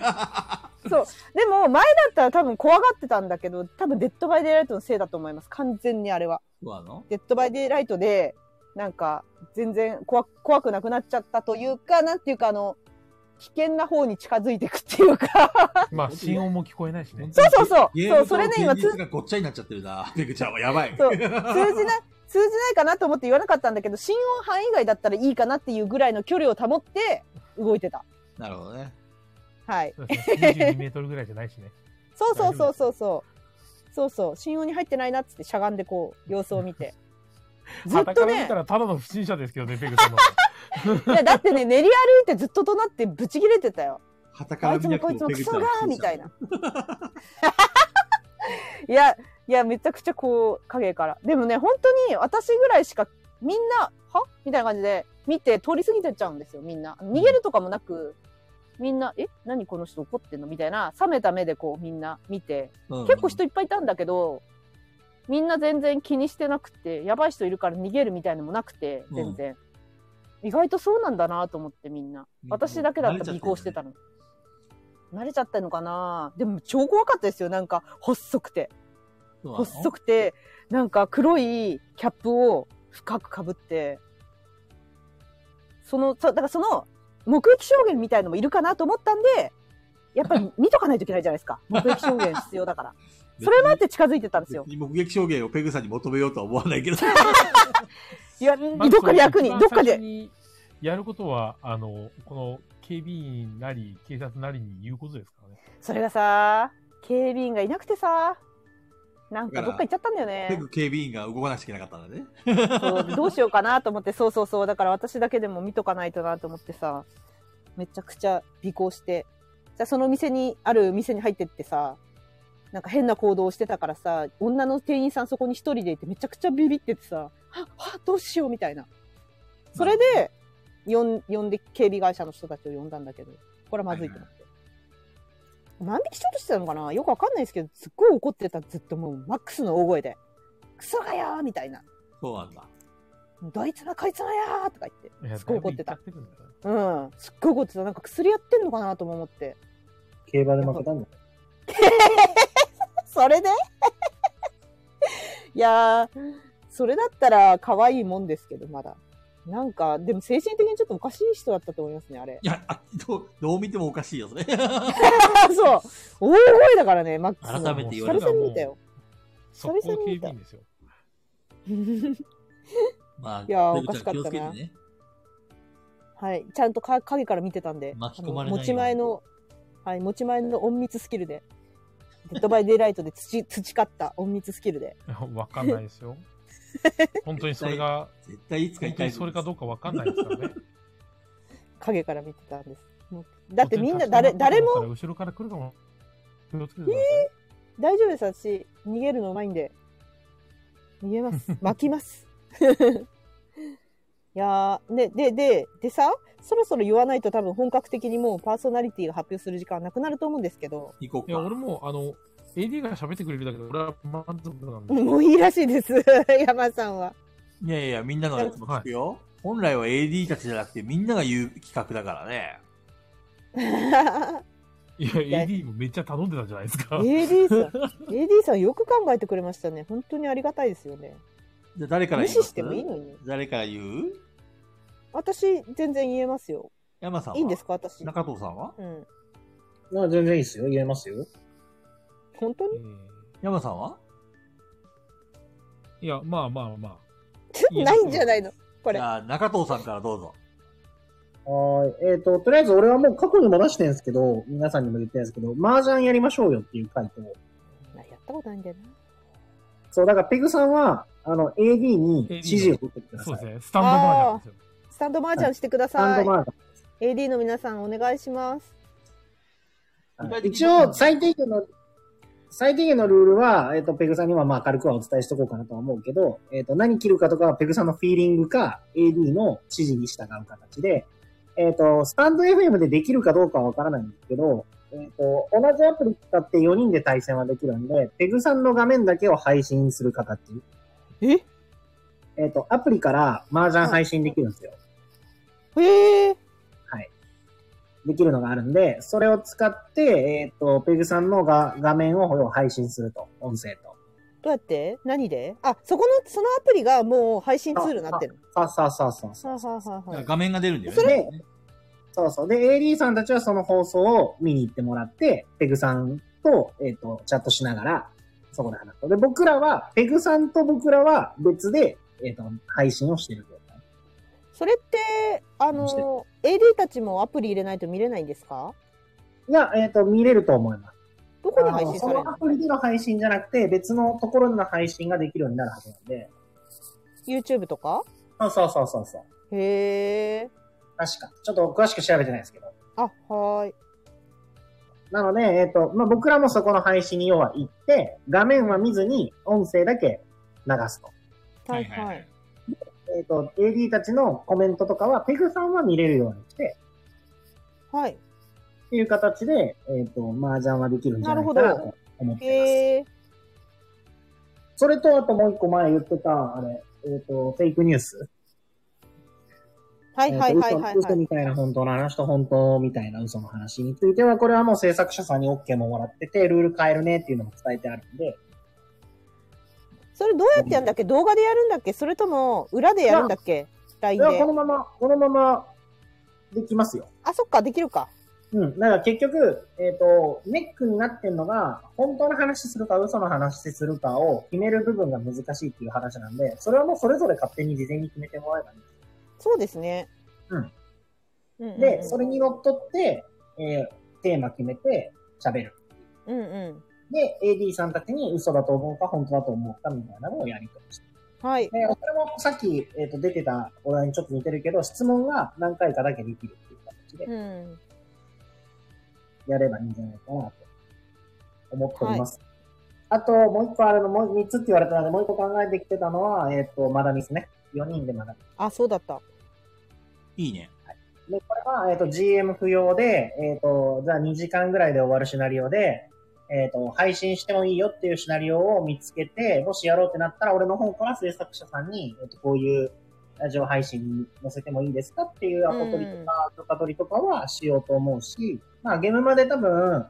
Speaker 5: そう。でも、前だったら多分怖がってたんだけど、多分デッドバイデイライトのせいだと思います。完全にあれは。
Speaker 1: そうなの
Speaker 5: デッドバイデイライトで、なんか、全然怖く怖くなくなっちゃったというか、なんていうか、あの、危険な方に近づいていくっていう か。
Speaker 3: まあ、心音も聞こえないしね。
Speaker 5: そうそうそう
Speaker 1: ゲーム
Speaker 5: そうそれね今
Speaker 1: と現実がごっちゃになっちゃってるな。ペグちゃんはやばい。
Speaker 5: そう通じない通じないかなと思って言わなかったんだけど心音範囲外だったらいいかなっていうぐらいの距離を保って動いてた
Speaker 1: なるほどね。
Speaker 5: はい
Speaker 3: そうですね22メートルぐらいじゃないしね。
Speaker 5: そうそうそうそうそうそうそう心音に入ってないなっつってしゃがんでこう様子を 見てずっ
Speaker 3: 傍
Speaker 5: と
Speaker 3: から見
Speaker 5: ね
Speaker 3: たらただの不審者ですけどね、ペグさんの。
Speaker 5: いやだってね練り歩いてずっと怒鳴ってブチ切れてたよ
Speaker 1: はたか
Speaker 5: あ
Speaker 1: ら
Speaker 5: いつ
Speaker 1: 見
Speaker 5: も
Speaker 1: なく
Speaker 5: こい
Speaker 1: てもペグ
Speaker 5: つもク
Speaker 1: ち
Speaker 5: ソ
Speaker 1: ゃん
Speaker 5: が
Speaker 1: は
Speaker 5: ーみたいないやいや、めちゃくちゃこう、影から。でもね、本当に私ぐらいしか、みんな、はみたいな感じで、見て通り過ぎてっちゃうんですよ、みんな。逃げるとかもなく、みんな、え何この人怒ってんのみたいな、冷めた目でこう、みんな見て、
Speaker 15: うんうん
Speaker 5: 結構人いっぱいいたんだけど、みんな全然気にしてなくて、やばい人いるから逃げるみたいのもなくて、全然。意外とそうなんだなと思ってみんな。私だけだったら尾行してたの。慣れちゃったのかなでも超怖かったですよ、なんか、細くて。
Speaker 15: そうなの
Speaker 5: 細くて、なんか黒いキャップを深くかぶって、その、そうだからその、目撃証言みたいのもいるかなと思ったんで、やっぱり見とかないといけないじゃないですか。目撃証言必要だから。それもあって近づいてたんですよ。
Speaker 1: 目撃証言をペグさんに求めようとは思わないけど。
Speaker 5: いや、どっかで役に、どっかで。
Speaker 3: で。やることは、あの、この警備員なり、警察なりに言うことですからね。
Speaker 5: それがさ、警備員がいなくてさ、なんかどっか行っちゃったんだよ
Speaker 1: ペ
Speaker 5: ね。
Speaker 1: グ警備員が動かなくちゃいけなかったんだね。
Speaker 5: そうどうしようかなと思って、そうそうそう、だから私だけでも見とかないとなと思ってさ、めちゃくちゃ尾行して、じゃあその店に、ある店に入ってってさ、なんか変な行動をしてたからさ、女の店員さんそこに一人でいてめちゃくちゃビビっててさ、ははどうしようみたいな。それで、呼ん呼んで警備会社の人たちを呼んだんだけど、これはまずいと思って。万引きしようとしてたのかなよくわかんないですけど、すっごい怒ってた、ずっともう、マックスの大声で。クソがよーみたいな。
Speaker 1: そうなんだ。
Speaker 5: どいつもこいつもよーとか言って、すっごい怒ってた。、
Speaker 3: うん
Speaker 5: すっごい怒ってた。なんか薬やってんのかなとも思って。
Speaker 4: 競馬で負けたんだ。
Speaker 5: それで いやー、それだったら可愛いもんですけど、まだ。なんか、でも精神的にちょっとおかしい人だったと思いますね、あれ。
Speaker 1: どうどう見てもおかしいよ、それ。
Speaker 5: そう。大声だからね、マックスの。
Speaker 1: 改めて言われた
Speaker 5: 久々に見たよ。
Speaker 3: そこ警備員ですよ。
Speaker 1: まあ、
Speaker 5: いやー
Speaker 1: ペグちゃん
Speaker 5: おかしかったな
Speaker 1: 気をつけてね。
Speaker 5: はい。ちゃんとか影から見てたんで。
Speaker 1: 巻き込まれないように
Speaker 5: あの持ち前の、はい、持ち前の隠密スキルで。デッドバイデイライトで培培った隠密スキルで。
Speaker 3: わかんないです よ。本当にそれが、
Speaker 1: 絶対いつか
Speaker 3: 本当にそれかどうかわかんないですからね。
Speaker 5: 影から見てたんです。もう だってみんな誰、誰も、
Speaker 3: 後ろから来るかも。気をつけて
Speaker 5: ええ大丈夫です、私。逃げるのうまいんで。逃げます。 巻きます。 いやー、で、で、で、でさ、そろそろ言わないと多分本格的にもうパーソナリティが発表する時間なくなると思うんですけど、
Speaker 1: 行こう
Speaker 3: いや、俺も、あの、AD が喋ってくれるだけで、俺は満足なんで。
Speaker 5: もういいらしいです、山さ んは。
Speaker 1: いやいや、みんなのやつも聞くよ。本来は AD たちじゃなくて、みんなが言う企画だからね。
Speaker 3: いや、AD もめっちゃ頼んでたじゃないですか。
Speaker 5: AD さん、AD さんよく考えてくれましたね。本当にありがたいですよね。
Speaker 1: じゃあ誰から言います
Speaker 5: 無視してもいいのに
Speaker 1: 誰から言う
Speaker 5: 私、全然言えますよ。
Speaker 1: 山さんはい
Speaker 5: いんですか、私。
Speaker 1: 中藤さんは
Speaker 5: うん。
Speaker 4: まあ全然いいですよ。言えますよ。
Speaker 5: 本当に
Speaker 1: 山さんはい
Speaker 3: や、まあまあまあ。
Speaker 5: ないんじゃないのこれ。
Speaker 1: じゃあ、中藤さんからどうぞ。
Speaker 4: はーい。えっ、と、とりあえず俺はもう過去にも出してるんですけど、皆さんにも言ってるんですけど、麻雀やりましょうよっていう回と、
Speaker 5: やったことないんだよな。
Speaker 4: そう、だからペグさんは、あの、AD に指示を取ってください。
Speaker 3: そうですね。ス
Speaker 4: タンド
Speaker 5: あースタンドマージャンしてくださ
Speaker 4: スタ
Speaker 5: い。
Speaker 4: ンドマージ
Speaker 5: AD の皆さんお願いします。
Speaker 4: 一応、最低限の、最低限のルールは、えっ、と、ペグさんにはまあ軽くはお伝えしておこうかなとは思うけど、えっ、と、何切るかとかはペグさんのフィーリングか、AD の指示に従う形で、えっ、と、スタンド FM でできるかどうかはわからないんですけど、えっ、と、同じアプリ使って4人で対戦はできるんで、ペグさんの画面だけを配信する形。
Speaker 5: え
Speaker 4: えっ、と、アプリから麻雀配信できるんですよ。
Speaker 5: へえ。
Speaker 4: はい。できるのがあるんで、それを使って、えっ、と、ペグさんのが画面を配信すると、音声と。
Speaker 5: どうやって何であ、そこの、そのアプリがもう配信ツールになってる
Speaker 4: さあさあさあさあ。
Speaker 5: の。はあはあはあはあ
Speaker 1: 画面が出るんだよね。
Speaker 4: で、そうそう。で、AD さんたちはその放送を見に行ってもらって、ペグさんと、えっ、と、チャットしながら、そこで話す。で、僕らは、ペグさんと僕らは別で、えっ、と、配信をしてる。
Speaker 5: それって、あの、AD たちもアプリ入れないと見れないんですか
Speaker 4: いや、えっ、と、見れると思います。
Speaker 5: どこに配信され
Speaker 4: あのそ
Speaker 5: る
Speaker 4: のア
Speaker 5: の
Speaker 4: プリでの配信じゃなくて、別のところでの配信ができるようになるはずなんで。
Speaker 5: ?YouTube とか
Speaker 4: そうそうそうそうそう。
Speaker 5: へえ。
Speaker 4: 確か。ちょっと詳しく調べてないですけど。
Speaker 5: あ、はーい。
Speaker 4: なので、えっ、と、まあ、僕らもそこの配信に要は行って、画面は見ずに音声だけ流すと。
Speaker 5: はいはい。
Speaker 4: えっ、と、AD たちのコメントとかは、ペグさんは見れるようにして、
Speaker 5: はい。
Speaker 4: っていう形で、えっ、と、麻雀はできるんじゃないか
Speaker 5: な
Speaker 4: な
Speaker 5: るほど
Speaker 4: と思って。
Speaker 5: へえ。
Speaker 4: それと、あともう一個前言ってた、あれ、えっ、と、フェイクニュース。
Speaker 5: はいはいはい
Speaker 4: えー
Speaker 5: はい
Speaker 4: と嘘
Speaker 5: は
Speaker 4: 嘘み
Speaker 5: い。
Speaker 4: たいな本当の話と本当みたいな嘘の話については、これはもう制作者さんに OK ももらってて、ルール変えるねっていうのも伝えてあるんで、
Speaker 5: それどうやってやるんだっけ動画でやるんだっけそれとも裏でやるんだっけ ?LINE
Speaker 4: いや
Speaker 5: で
Speaker 4: こ。のまま、このままできますよ。
Speaker 5: あ、そっか、できるか。
Speaker 4: うん。だから結局、えっ、と、ネックになってんのが、本当の話するか嘘の話するかを決める部分が難しいっていう話なんで、それはもうそれぞれ勝手に事前に決めてもらえばいい。
Speaker 5: そうですね。
Speaker 4: うん。
Speaker 5: うんうん、
Speaker 4: で、それにのっとって、えーテーマ決めて喋る。
Speaker 5: うんう
Speaker 4: で、AD さんたちに嘘だと思うか本当だと思うかみたいなのをやりとりして。
Speaker 5: ん。はい。
Speaker 4: で、それもさっき、えー、と出てたお題にちょっと似てるけど、質問が何回かだけできるっていう形で
Speaker 5: うん。
Speaker 4: やればいいんじゃないかなと思っております。あと、もう一個あるの、もう三つって言われたので、もう一個考えてきてたのは、えっ、と、まだミスね。4人でまだミス
Speaker 5: あ、そうだった。
Speaker 1: いいね。
Speaker 4: で、これは、えっ、と、GM 不要で、えっ、と、じゃあ2時間ぐらいで終わるシナリオで、えっ、と、配信してもいいよっていうシナリオを見つけて、もしやろうってなったら、俺の方から制作者さんに、えっ、と、こういうラジオ配信に載せてもいいですかっていうアポ取りとか、許可取りとかはしようと思うし、まあ、ゲームまで多分、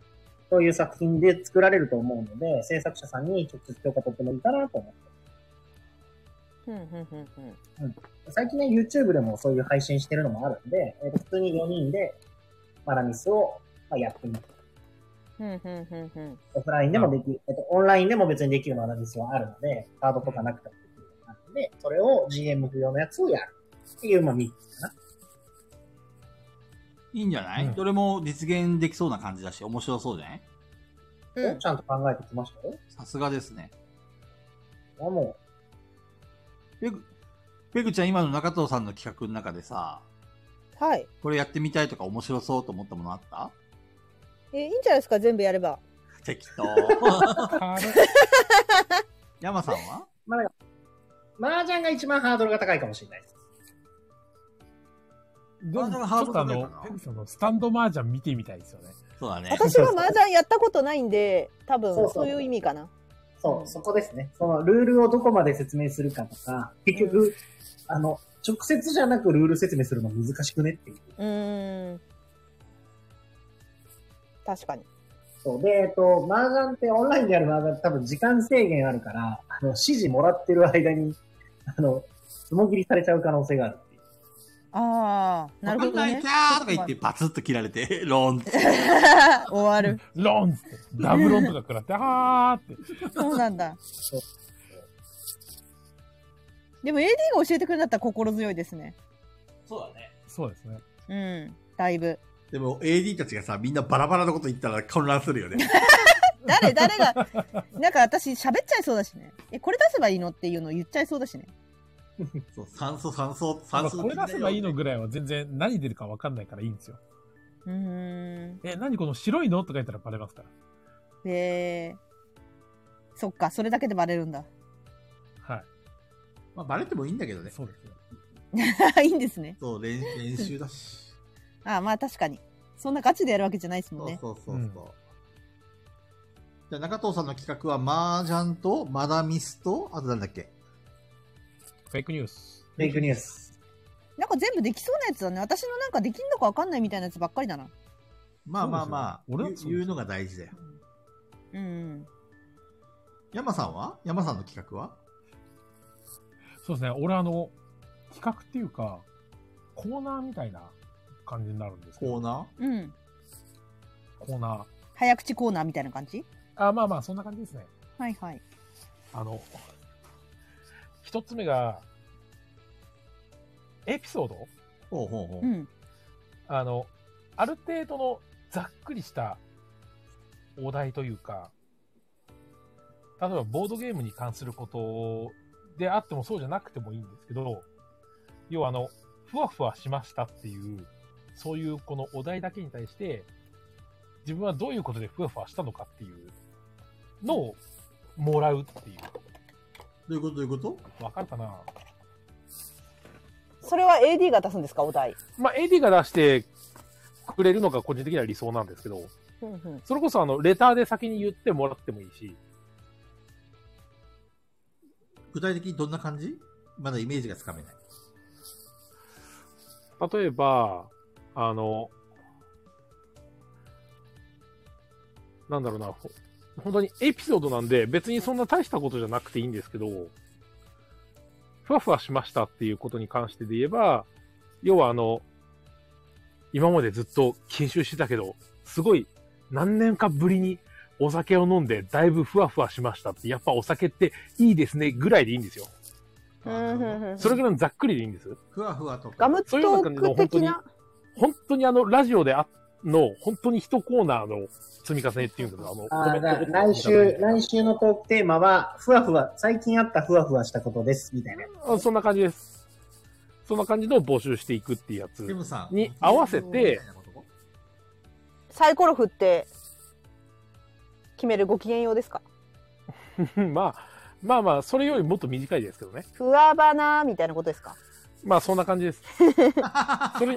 Speaker 4: そういう作品で作られると思うので、制作者さんに直接許可取ってもいいかなと思って。
Speaker 5: うんうんうんうん。
Speaker 4: 最近ね、YouTube でもそういう配信してるのもあるんで、えーと普通に4人でマラミスを、まあ、やってみる。
Speaker 5: うんうんうんうん。
Speaker 4: オフラインでもできる、えーと、オンラインでも別にできるマラミスはあるので、カードとかなくてもできるようになるので、それを GM 不要のやつをやるっていう、まあ、3つかな。
Speaker 1: いいんじゃない、
Speaker 4: うん
Speaker 1: どれも実現できそうな感じだし、面白そうじゃない
Speaker 5: うん
Speaker 4: ちゃんと考えてきましたよ。
Speaker 1: さすがですね。
Speaker 4: あも
Speaker 1: ペグ、ペグちゃん今の中藤さんの企画の中でさ、
Speaker 5: はい。
Speaker 1: これやってみたいとか面白そうと思ったものあった
Speaker 5: え、いいんじゃないですか全部やれば。
Speaker 1: 適 当。山さんは
Speaker 4: う、まあ、マージャンが一番ハードルが高いかもしれないです。
Speaker 3: でも、
Speaker 1: 麻
Speaker 3: ち
Speaker 1: 雀ハ
Speaker 3: ょ
Speaker 1: ード
Speaker 3: っとあ
Speaker 1: 高い
Speaker 3: の
Speaker 1: かな、
Speaker 3: ペグさんのスタンド麻雀見てみたいですよね。
Speaker 1: そうだね。
Speaker 5: 私は麻雀やったことないんで、多分
Speaker 4: そうそう
Speaker 5: そういう意味かな。
Speaker 4: そう、そこですね。そのルールをどこまで説明するかとか、結局、あの、直接じゃなくルール説明するの難しくねっていう。
Speaker 5: うーん。確かに。
Speaker 4: そう。で、えっと、麻雀って、オンラインでやる麻雀って多分時間制限あるから、あの、指示もらってる間に、あの、相切りされちゃう可能性がある。
Speaker 5: ああ、なるほ
Speaker 1: わか
Speaker 5: ど
Speaker 1: んな
Speaker 5: ね
Speaker 1: い。キャーとか言ってバツッと切られて、ローンって。
Speaker 5: 終わる。
Speaker 3: ロンって、ダブロンとか食らって、あーって。
Speaker 5: そうなんだ。
Speaker 4: そう。
Speaker 5: でも AD が教えてくれるんだったら心強いですね。
Speaker 1: そうだね。
Speaker 3: そうですね。
Speaker 5: うん。だいぶ。
Speaker 16: でも AD たちがさ、みんなバラバラのこと言ったら混乱するよね。
Speaker 5: 誰、誰が、 なんか私喋っちゃいそうだしね。え、これ出せばいいのっていうの言っちゃいそうだしね。
Speaker 1: そう酸素、酸素、
Speaker 3: ま
Speaker 1: 酸
Speaker 3: あ
Speaker 1: 素
Speaker 3: これ出せばいいの
Speaker 1: ぐ
Speaker 3: ぐらいは全然何出るかわかんないからいいんですよ。
Speaker 5: うーん。
Speaker 3: え、何この白いのとか言ったらバレますから。
Speaker 5: えー。そっか、それだけでバレるんだ。
Speaker 3: はい。
Speaker 16: まあ、バレてもいいんだけどね。
Speaker 3: そうですね。
Speaker 5: いいんですね。
Speaker 16: そう、練練習だ し。
Speaker 5: ああ、まあ確かに。そんなガチでやるわけじゃないですも
Speaker 16: そ
Speaker 5: ん
Speaker 16: う
Speaker 5: ね。
Speaker 16: そうそうそう。
Speaker 3: うん
Speaker 16: じゃあ中藤さんの企画は、麻雀と、マダミスと、あとなんだっけ
Speaker 3: フェイクニュース。
Speaker 4: フェイクニュース。
Speaker 5: なんか全部できそうなやつだね。私のなんかできんのかわかんないみたいなやつばっかりだな。
Speaker 16: まあまあまあ、
Speaker 3: そう
Speaker 16: 言
Speaker 3: で
Speaker 16: う
Speaker 3: すよ俺はそうです
Speaker 16: 言うのが大事だよ。
Speaker 5: うん。
Speaker 16: 山さんは山さんの企画は
Speaker 3: そうですね。俺あの、企画っていうか、コーナーみたいな感じになるんですけ
Speaker 16: コ
Speaker 3: ど、
Speaker 16: ーナ
Speaker 5: うん。
Speaker 3: コーナー。
Speaker 5: 早口コーナーみたいな感じ
Speaker 3: あ、まあまあ、そんな感じですね。
Speaker 5: はいはい。
Speaker 3: あの、一つ目が、エピソード
Speaker 16: ーほうほうほう。
Speaker 5: うん。
Speaker 3: あの、ある程度のざっくりしたお題というか、例えばボードゲームに関することであってもそうじゃなくてもいいんですけど、要はあの、ふわふわしましたっていう、そういうこのお題だけに対して、自分はどういうことでふわふわしたのかっていうのをもらうっていう。
Speaker 1: どういうことどういうこと
Speaker 3: わかるかな
Speaker 5: それは AD が出すんですか、お題。
Speaker 3: まあ、AD が出してくれるのが個人的には理想なんですけど、
Speaker 5: ふんふん
Speaker 3: それこそあの、レターで先に言ってもらってもいいし、
Speaker 1: 具体的にどんな感じまだイメージがつかめない。
Speaker 3: 例えば、あの、なんだろうな、ほ本当にエピソードなんで、別にそんな大したことじゃなくていいんですけど、ふわふわしましたっていうことに関してで言えば、要はあの、今までずっと研修してたけど、すごい何年かぶりにお酒を飲んでだいぶふわふわしましたって、やっぱお酒っていいですねぐらいでいいんですよ。それぐらいのざっくりでいいんです。
Speaker 1: ふわふわとか。
Speaker 17: ガムト
Speaker 3: そういう
Speaker 17: ー
Speaker 3: のがね
Speaker 17: ク的な。
Speaker 3: 本当にあの、ラジオであの、本当に一コーナーの積み重ねっていうんだろう、あの、
Speaker 4: あー
Speaker 3: コメン
Speaker 4: だ
Speaker 3: ト
Speaker 4: 来週、来週のトークテーマは、ふわふわ、最近あったふわふわしたことです、みたいな。
Speaker 3: あそんな感じです。そんな感じのを募集していくっていうやつ
Speaker 1: で もさ、
Speaker 3: に合わせて、
Speaker 5: サイコロ振って、決めるご機嫌用ですか
Speaker 3: まあ、まあまあ、それよりもっと短いですけどね。
Speaker 5: ふわばなみたいなことですか
Speaker 3: まあ、そんな感じ です。それに合
Speaker 5: あ
Speaker 3: わ
Speaker 5: あー、同
Speaker 3: せ
Speaker 5: じ
Speaker 3: て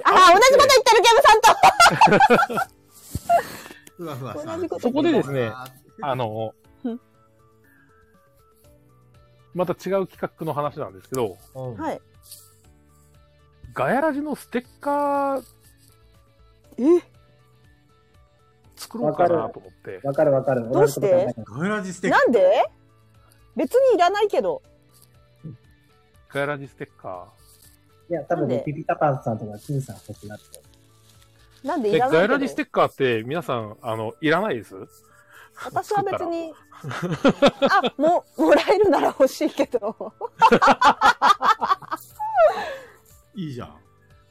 Speaker 5: こと言ってるゲームさんと
Speaker 1: ふわふわさ
Speaker 5: 同じこと
Speaker 3: そこでですね、あの
Speaker 5: うん、
Speaker 3: また違う企画の話なんですけど、
Speaker 5: はい。
Speaker 3: ガヤラジのステッカー
Speaker 5: え
Speaker 3: 作ろうかなと思って。
Speaker 4: わかるわかる。
Speaker 5: どうして
Speaker 4: 同じこと考え
Speaker 1: ガヤラジステッカー
Speaker 5: なんで別にいらないけど。
Speaker 3: ガヤラジステッカ
Speaker 4: いや、多分
Speaker 5: なん
Speaker 4: ね
Speaker 5: で、
Speaker 4: ピピタパンさんとか金さん欲しいなって。
Speaker 5: なん
Speaker 3: ー。
Speaker 5: でい
Speaker 3: で、
Speaker 5: ら
Speaker 3: ガ
Speaker 5: な
Speaker 3: ヤ
Speaker 5: い
Speaker 3: ラジ
Speaker 5: けど
Speaker 3: ステッカーって皆さん、あの、いらないです
Speaker 5: 私は別に。あ、も、もらえるなら欲しいけど。
Speaker 1: いいじゃん。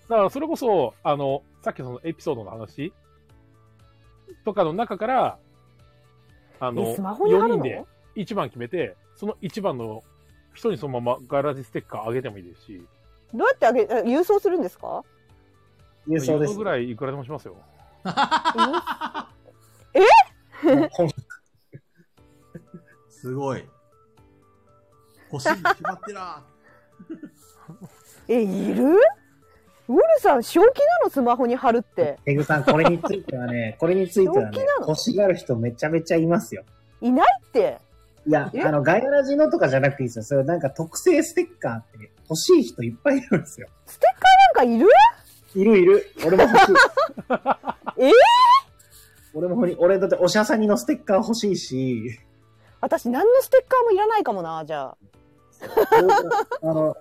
Speaker 3: だからそれこそ、あの、さっきそのエピソードの話とかの中から、あの、
Speaker 5: えスマホにあ
Speaker 3: 4
Speaker 5: る
Speaker 3: 人
Speaker 5: の
Speaker 3: で1番決めて、その1番の人にそのままガラジステッカーあげてもいいですし、
Speaker 5: どうやってあげ、え郵送するんですか
Speaker 4: 郵送です
Speaker 3: ぐ。らいいくらでもしますよ。
Speaker 1: すごい。欲しいに決まってら
Speaker 5: え、いるウォルさん、正気なのスマホに貼るって。
Speaker 4: ペグさん、これについては ね、これについては
Speaker 5: 正気
Speaker 4: ね
Speaker 5: な、の
Speaker 4: 欲しがる人めちゃめちゃいますよ。
Speaker 5: いないって。
Speaker 4: いや、
Speaker 5: え
Speaker 4: あの、ガイラジのとかじゃなくていいですよ。それなんか特製ステッカーって、欲しい人いっぱいいるんですよ。
Speaker 5: ステッカーなんかいる
Speaker 4: いるいる。俺も欲しい。
Speaker 5: えー
Speaker 4: 俺も欲しい。俺だっておしゃさにのステッカー欲しい し、
Speaker 5: 私、何のステッカーもいらないかもな、じゃあ。
Speaker 4: あの、
Speaker 1: ー。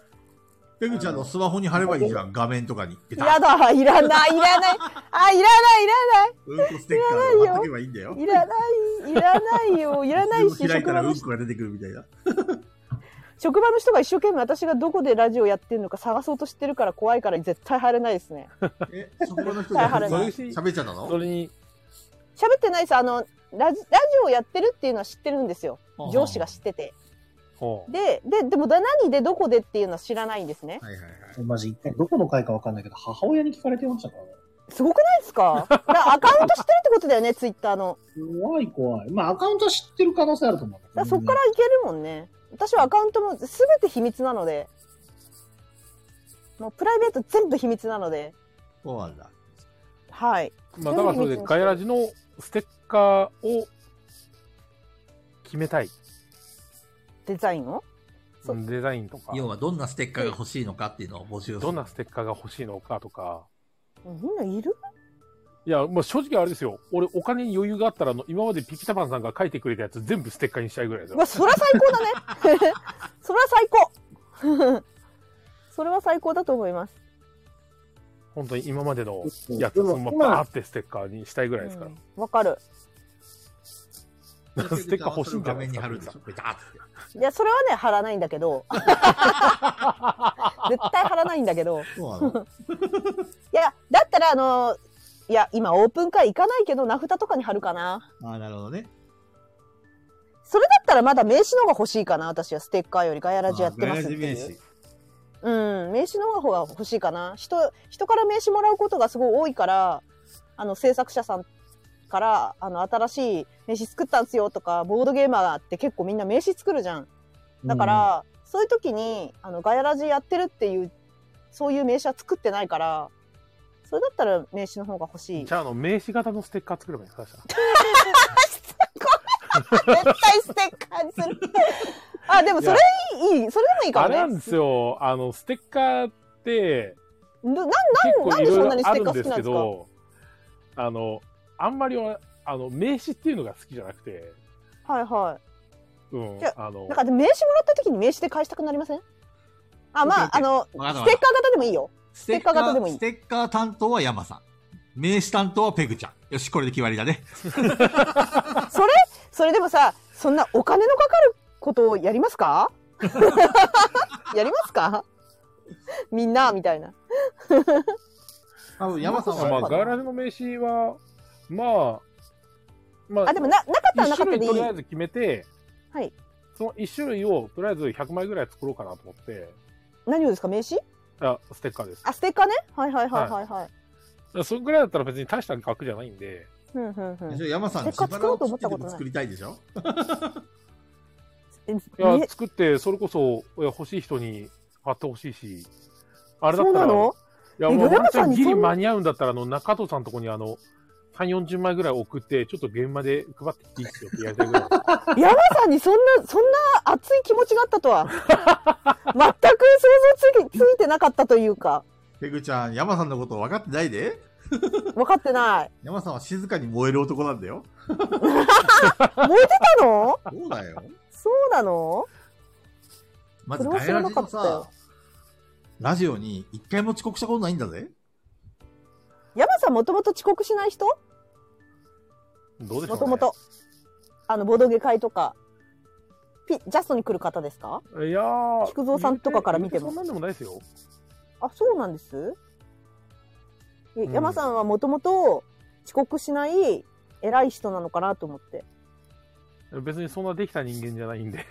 Speaker 1: ペグちゃんのスマホに貼ればいいじゃん、画面とかに。ペタッ
Speaker 5: やだ、いらない、いらない。あ、いらない、いらない。
Speaker 1: うんこステッカーで貼っとけばいいんだよ。
Speaker 5: いらない、いらないよ。いらないし、
Speaker 1: 開いた
Speaker 5: 職場
Speaker 1: らう
Speaker 5: の
Speaker 1: ん
Speaker 5: 人
Speaker 1: こが出てくるみたいな。
Speaker 5: 職場の人が一生懸命私がどこでラジオやってるのか探そうとしてるから怖いから絶対入れないですね。
Speaker 1: え、職場の人
Speaker 5: はい貼れ
Speaker 1: が
Speaker 5: ない
Speaker 1: 喋っちゃった
Speaker 3: そ
Speaker 1: の
Speaker 3: れに、
Speaker 5: 喋ってないです。あの、ラジ、ラジオやってるっていうのは知ってるんですよ。上司が知ってて。
Speaker 3: ほう
Speaker 5: で、で、でもだ何でどこでっていうのは知らないんですね。
Speaker 1: はいはいはい。
Speaker 4: マジ一回どこの回かわかんないけど、母親に聞かれてましたからね。
Speaker 5: すごくないで すかだからアカウント知ってるってことだよね、ツイッターの。
Speaker 4: 怖い怖い。まあ、アカウントは知ってる可能性あると思う。
Speaker 5: だからそっからいけるもんね。私はアカウントも全て秘密なので、もうプライベート全部秘密なので、
Speaker 1: そうなんだ。
Speaker 5: はい。
Speaker 3: まあ、だからそれでガヤラジのステッカーを決めたい。
Speaker 5: デザインをそう
Speaker 3: デザインとか、
Speaker 1: 要はどんなステッカーが欲しいのかっていうのを募集する。
Speaker 3: どんなステッカーが欲しいのかとか、
Speaker 5: みんないる
Speaker 3: いや、まあ、正直あれですよ。俺、お金に余裕があったら、あの、今までピピタパンさんが書いてくれたやつ全部ステッカーにしたいぐらいです
Speaker 5: うわ、
Speaker 3: よ。
Speaker 5: そりゃ最高だね。 そりゃ最高。 それは最高だと思います。
Speaker 3: 本当に今までのやつ、
Speaker 4: で
Speaker 3: そ
Speaker 4: も
Speaker 3: のままバーってステッカーにしたいぐらいですか
Speaker 5: うんわかる。
Speaker 3: ら。ステッカー欲しいんじゃ
Speaker 1: 画
Speaker 3: ない
Speaker 1: 面
Speaker 3: で
Speaker 1: に
Speaker 3: すか。
Speaker 1: 貼るんでしょ。ペタッて。
Speaker 5: いや、それはね、貼らないんだ けど。絶対貼らないんだけど。
Speaker 1: そうなの。
Speaker 5: いや、だったら、あの、いや、今オープン会行かないけど、名札とかに貼るかな。
Speaker 1: ああ、なるほどね。
Speaker 5: それだったらまだ名刺の方が欲しいかな私はステッカーよりガヤラジやって
Speaker 1: ガ
Speaker 5: ま
Speaker 1: ヤ
Speaker 5: す
Speaker 1: ラ
Speaker 5: って
Speaker 1: ジ名
Speaker 5: いう
Speaker 1: 刺。
Speaker 5: うん名刺の方が欲しいかな人人から名刺もらうことがすごい多いからあの制作者さんから、あの、新しい名刺作ったんすよとか、ボードゲーマーって結構みんな名刺作るじゃん。だから、そういう時に、あの、ガヤラジやってるっていう、そういう名刺は作ってないから、それだったら名刺の方が欲しい。
Speaker 3: じゃあ、あの、名刺型のステッカー作ればいいの確か
Speaker 5: 絶対ステッカーにする。 あ、でもそれいいそれでもいいか
Speaker 3: あ
Speaker 5: もね。
Speaker 3: れなんですよ。あの、ステッカーって、
Speaker 5: な、なん、
Speaker 3: 結
Speaker 5: なん
Speaker 3: 構
Speaker 5: で
Speaker 3: い
Speaker 5: そ
Speaker 3: ろ
Speaker 5: ん
Speaker 3: い
Speaker 5: なに
Speaker 3: ろ
Speaker 5: ス
Speaker 3: あ
Speaker 5: テッ
Speaker 3: る
Speaker 5: カ
Speaker 3: ん
Speaker 5: ー好
Speaker 3: で
Speaker 5: き
Speaker 3: す
Speaker 5: なん
Speaker 3: け
Speaker 5: ですか
Speaker 3: ど、あの、あんまりは、あの、名刺っていうのが好きじゃなくて、
Speaker 5: はいは
Speaker 3: うん
Speaker 5: い。じゃ、、
Speaker 3: あの
Speaker 5: なん、かでも名刺もらった時に名刺で返したくなりませんあ、まあ、あの、ステッカ
Speaker 1: わかったわ
Speaker 5: ー型
Speaker 1: かった
Speaker 5: でもいいよ。
Speaker 1: ス
Speaker 5: ステッカー型でもいい
Speaker 1: ス。テッカー担当は山さん。名刺担当はペグちゃん。よし、これで決まりだね。
Speaker 5: それ、それでもさ、そんなお金のかかることをやりますか やりますかみんな、みたいな。
Speaker 1: 多分
Speaker 5: 山さんは
Speaker 3: まあ、ガイラジの名刺は、まあ、ま
Speaker 5: あ、でもな、なかったらな
Speaker 3: 一
Speaker 5: かった
Speaker 3: 種
Speaker 5: で
Speaker 3: 類
Speaker 5: い
Speaker 3: と
Speaker 5: い
Speaker 3: り。あえず決めて、
Speaker 5: はい。
Speaker 3: その一種類をとりあえず100枚ぐらい作ろうかなと思って、
Speaker 5: 何をですか、名刺
Speaker 3: あステッカーです。
Speaker 5: あ、ステッカーね。はいはいはいはいはい。
Speaker 3: それぐらいだったら別に大した額じゃないんで、
Speaker 5: ふんふんふん。
Speaker 12: 山さん、
Speaker 5: せっかく作ろうと思ったことない
Speaker 12: 自腹を切ってでも作りたいでしょ
Speaker 5: え
Speaker 3: いや
Speaker 5: ね、
Speaker 3: 作って、それこそ、いや、欲しい人に買ってほしいし、あれだ
Speaker 5: そ
Speaker 3: っ
Speaker 5: う
Speaker 3: たら、
Speaker 5: なの
Speaker 3: いや、
Speaker 5: え
Speaker 3: もう、
Speaker 5: 野山
Speaker 3: 本
Speaker 5: さ
Speaker 3: 当
Speaker 5: ん
Speaker 3: に
Speaker 5: に
Speaker 3: ギ
Speaker 5: そ
Speaker 3: リ
Speaker 5: んな
Speaker 3: 間に合うんだったら、あの、中藤さんのとこに、あの、3、40枚ぐらい送って、ちょっと現場で配ってきていいですよってやりたいぐらい。
Speaker 5: 山さんにそんな、そんな熱い気持ちがあった とは。全く想像つきついてなかったというか、
Speaker 12: ペグちゃん、山さんのこと分かってないで。
Speaker 5: 分かってない。
Speaker 12: 山さんは静かに燃える男なんだよ。
Speaker 5: 燃えてたの
Speaker 12: そうだよ。
Speaker 5: そうなの
Speaker 12: ま
Speaker 5: そ
Speaker 12: ず
Speaker 5: れは
Speaker 12: ガ
Speaker 5: 知
Speaker 12: ヤ
Speaker 5: ら
Speaker 12: ラ
Speaker 5: な
Speaker 12: ジ
Speaker 5: か
Speaker 12: の
Speaker 5: ったよ
Speaker 12: さ。、ラジオに一回も遅刻したことないんだぜ。
Speaker 5: 山さんもともと遅刻しない人
Speaker 3: どうでしょう、ね
Speaker 5: もと、もと。あの、ボードゲ会とか、ピ、ジャストに来る方ですか
Speaker 3: いやー、
Speaker 5: 菊蔵さんとかから見ても
Speaker 3: 言うそんなんでもないですよ。
Speaker 5: あ、そうなんですえ
Speaker 3: うん
Speaker 5: 山さんはもともと遅刻しない偉い人なのかなと思って。
Speaker 3: 別にそんなできた人間じゃないんで。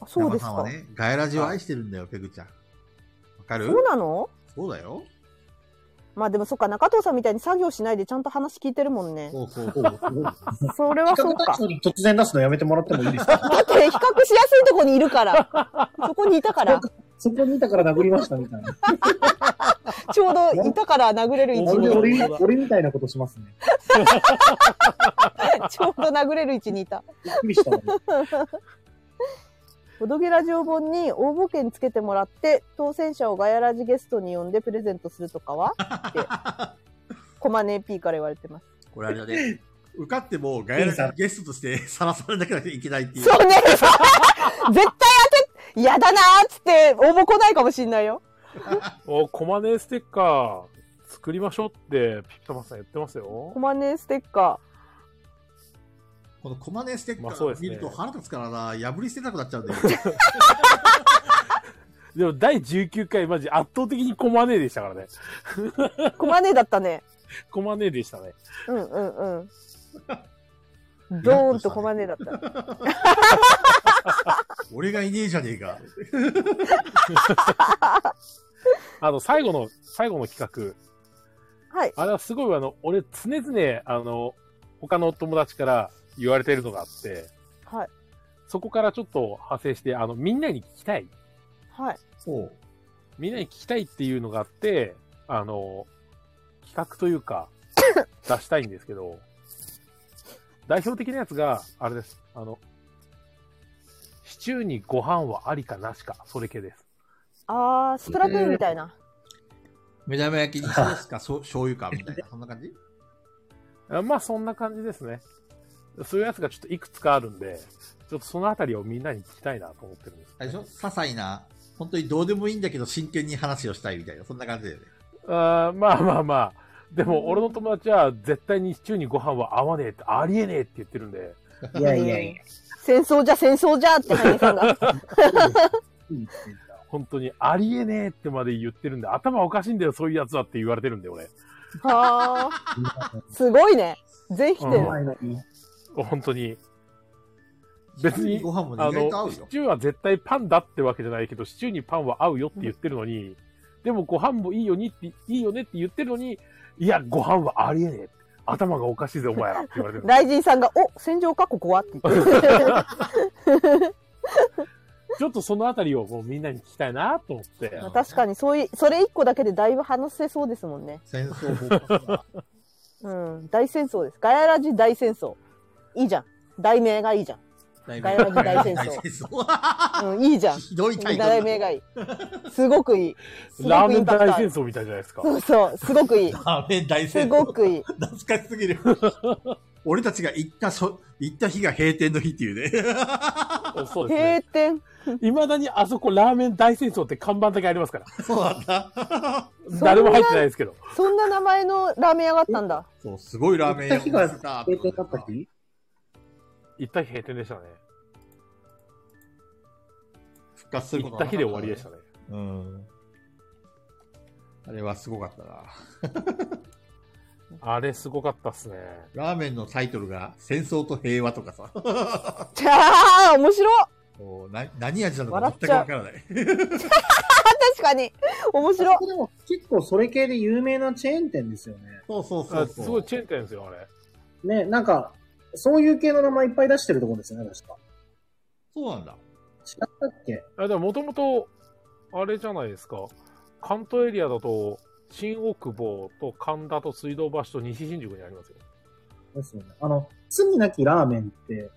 Speaker 5: あ、そうです
Speaker 12: 山さん
Speaker 5: か
Speaker 12: は。ね、ガヤラジを愛してるんだよ、ペグちゃん。わかる
Speaker 5: そうなの
Speaker 12: そうだよ。
Speaker 5: まあでもそっか、中藤さんみたいに作業しないでちゃんと話聞いてるもんね。
Speaker 12: そうそうそう。
Speaker 5: それはそう
Speaker 4: 比較
Speaker 5: か
Speaker 4: 対。象に突然出すのやめてもらってもいいです か
Speaker 5: だって比較しやすいとこにいるから。 そこにいたから。
Speaker 4: そこにいたから殴りましたみたいな。
Speaker 5: ちょうどいたから殴れる位置
Speaker 4: それ
Speaker 5: に。
Speaker 4: で
Speaker 5: ち ょう
Speaker 4: 俺、俺みたいなことしますね。
Speaker 5: ど殴れる位置にいた。
Speaker 4: びっくりしたわ。
Speaker 5: ボドゲラジオ本に応募券つけてもらって、当選者をガヤラジゲストに呼んでプレゼントするとかは って、コマネ P から言われてます。
Speaker 12: これあれだね。受かってもガヤラジのゲストとしてさらされなきゃいけないっていう。
Speaker 5: そうね 絶対当て、やだなーっつって応募来ないかもしんないよ。
Speaker 3: お、コマネステッカー作りましょうって、ピピタマスさん言ってますよ
Speaker 5: コ。マネステッカ
Speaker 12: このコマネステッカ
Speaker 3: まあそうで
Speaker 12: ー
Speaker 3: すね
Speaker 12: 見ると腹立つからな、破り捨てたくなっちゃうんだよ。
Speaker 3: でも、第19回、マジ圧倒的にコマネでしたからね。
Speaker 5: ー。コマネだったね。
Speaker 3: コマネでしたね。
Speaker 5: うんうんうん。ドーンとコマネだった。
Speaker 12: 俺がいねえじゃねえか。
Speaker 3: あの、最後の、最後の企
Speaker 5: はい。
Speaker 3: 画。あれはすごい、あの、俺、常々、あの、他の友達から言われてるのがあって、
Speaker 5: はい。
Speaker 3: そこからちょっと派生して、あの、みんなに聞きたい。
Speaker 5: はい。
Speaker 12: そう。
Speaker 3: みんなに聞きたいっていうのがあって、あの、企画というか、出したいんですけど、代表的なやつが、あれです。あの、シチューにご飯はありかなしか、それ系です。
Speaker 5: あー、スプラトゥーンみたいな。
Speaker 1: 目玉焼きに
Speaker 12: そうですか、そう醤油か、みたいな。そんな感じ
Speaker 3: あまあ、そんな感じですね。そういうやつがちょっといくつかあるんで、ちょっとそのあたりをみんなに聞きたいなと思ってるんです。
Speaker 12: あれでしょ些細な、本当にどうでもいいんだけど真剣に話をしたいみたいな、そんな感じだよね。
Speaker 3: あーまあまあまあ。でも、俺の友達は絶対にシチューにご飯は合わねえって、ありえねえって言ってるんで、
Speaker 4: いやいやいや。
Speaker 5: 戦争じゃ戦争じゃって羽根さんが。
Speaker 3: 本当にありえねえってまで言ってるんで、頭おかしいんだよ、そういうやつはって言われてるんで、俺。
Speaker 5: はー。すごいね。全否
Speaker 3: う
Speaker 5: 定
Speaker 3: ん。本当に。別に、
Speaker 12: ご飯もね、
Speaker 3: あ
Speaker 12: 意外と合
Speaker 3: の、
Speaker 12: う
Speaker 3: シ
Speaker 12: よ。
Speaker 3: チューは絶対パンだってわけじゃないけど、シチューにパンは合うよって言ってるのに、でもご飯もいいよにって、いいよねって言ってるのに、いや、ご飯はありえねえって。頭がおかしいぜ、お前らって言われてる。
Speaker 5: 雷神さんが、お戦場か、ここはって言って。
Speaker 3: ちょっとそのあたりをこうみんなに聞きたいなと思って。
Speaker 5: まあ確かに、そういう、それ一個だけでだいぶ話せそうですもんね。
Speaker 1: 戦争
Speaker 5: うん、大戦争です。ガヤラジ大戦争。いいじゃん。題名がいいじゃん。
Speaker 1: 題名
Speaker 5: ガヤラジ大戦
Speaker 1: 大
Speaker 5: 争。うん、いいじゃん。ひ
Speaker 1: どいタイトル
Speaker 5: 題名がいい。すごくいい。すごく
Speaker 3: ラーメ
Speaker 5: イ
Speaker 3: ン
Speaker 5: パクトあ
Speaker 3: 大
Speaker 5: る
Speaker 3: 戦争みたいじゃないですか。
Speaker 5: そうそう、すごくいい。
Speaker 1: ラーメン大
Speaker 5: す
Speaker 1: 戦争。
Speaker 5: ごくいい。
Speaker 1: 懐かしすぎる。俺たちが行ったそ、行った日が閉店の日っていうね。
Speaker 3: そうですね。
Speaker 5: 閉店。
Speaker 3: いまだにあそこラーメン大戦争って看板だけありますから。
Speaker 1: そうなんだ。
Speaker 3: 誰も入ってないですけど。
Speaker 5: そんな名前のラーメン屋があったんだ。
Speaker 1: そう、すごいラーメン屋
Speaker 4: 日が
Speaker 1: 見つけた
Speaker 4: 閉店だった日
Speaker 3: 一旦閉店でしたね。
Speaker 1: 復活する
Speaker 3: 行
Speaker 1: こと
Speaker 3: っ
Speaker 1: は
Speaker 3: た
Speaker 1: なか
Speaker 3: 日で
Speaker 1: た
Speaker 3: 終わりでしたね。
Speaker 1: うん。あれはすごかったな。
Speaker 3: あれすごかったっすね。
Speaker 1: ラーメンのタイトルが戦争と平和とかさ。
Speaker 5: じゃあ、面白い
Speaker 1: もうな何味なの
Speaker 5: 笑
Speaker 1: か
Speaker 5: っ
Speaker 1: 全
Speaker 5: ち
Speaker 1: く
Speaker 5: ゃ
Speaker 1: わ
Speaker 5: う
Speaker 1: からない。
Speaker 5: 確かに。面白い
Speaker 4: ここでも結構それ系で有名なチェーン店ですよね。
Speaker 1: そうそうそ
Speaker 3: あ
Speaker 1: う
Speaker 3: す
Speaker 1: そう。
Speaker 3: ごいチェーン店ですよ、あれ。
Speaker 4: ね、なんか、そういう系の名前いっぱい出してるところですよね、確か。
Speaker 1: そうなんだ。
Speaker 4: 違ったっけ
Speaker 3: あでももともと、あれじゃないですか。関東エリアだと、新大久保と神田と水道橋と西新宿にありますよ。
Speaker 4: ですよね。あの、罪なきラーメンって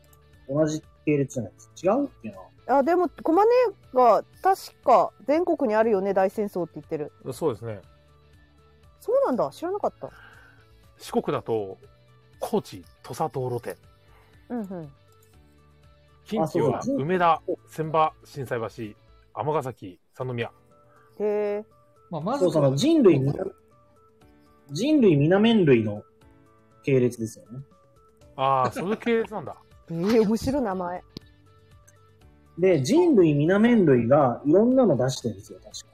Speaker 4: 同じ系列じゃないですか。違うっけな。
Speaker 5: あ、でも、駒根が確か全国にあるよね、大戦争って言ってる。
Speaker 3: そうですね。
Speaker 5: そうなんだ。知らなかった。
Speaker 3: 四国だと、高知土佐道路店。
Speaker 5: うんうん。
Speaker 3: 近畿は
Speaker 4: あそうだ
Speaker 3: 梅田、千葉、心斎橋、尼崎、三宮。
Speaker 5: へえ。
Speaker 1: まあ、まず
Speaker 4: そう、その人類、人類皆麺類の系列ですよね。
Speaker 3: ああ、そういう系列なんだ。
Speaker 5: えー、面白い名前。
Speaker 4: で、人類皆麺類がいろんなの出してるんですよ、確か。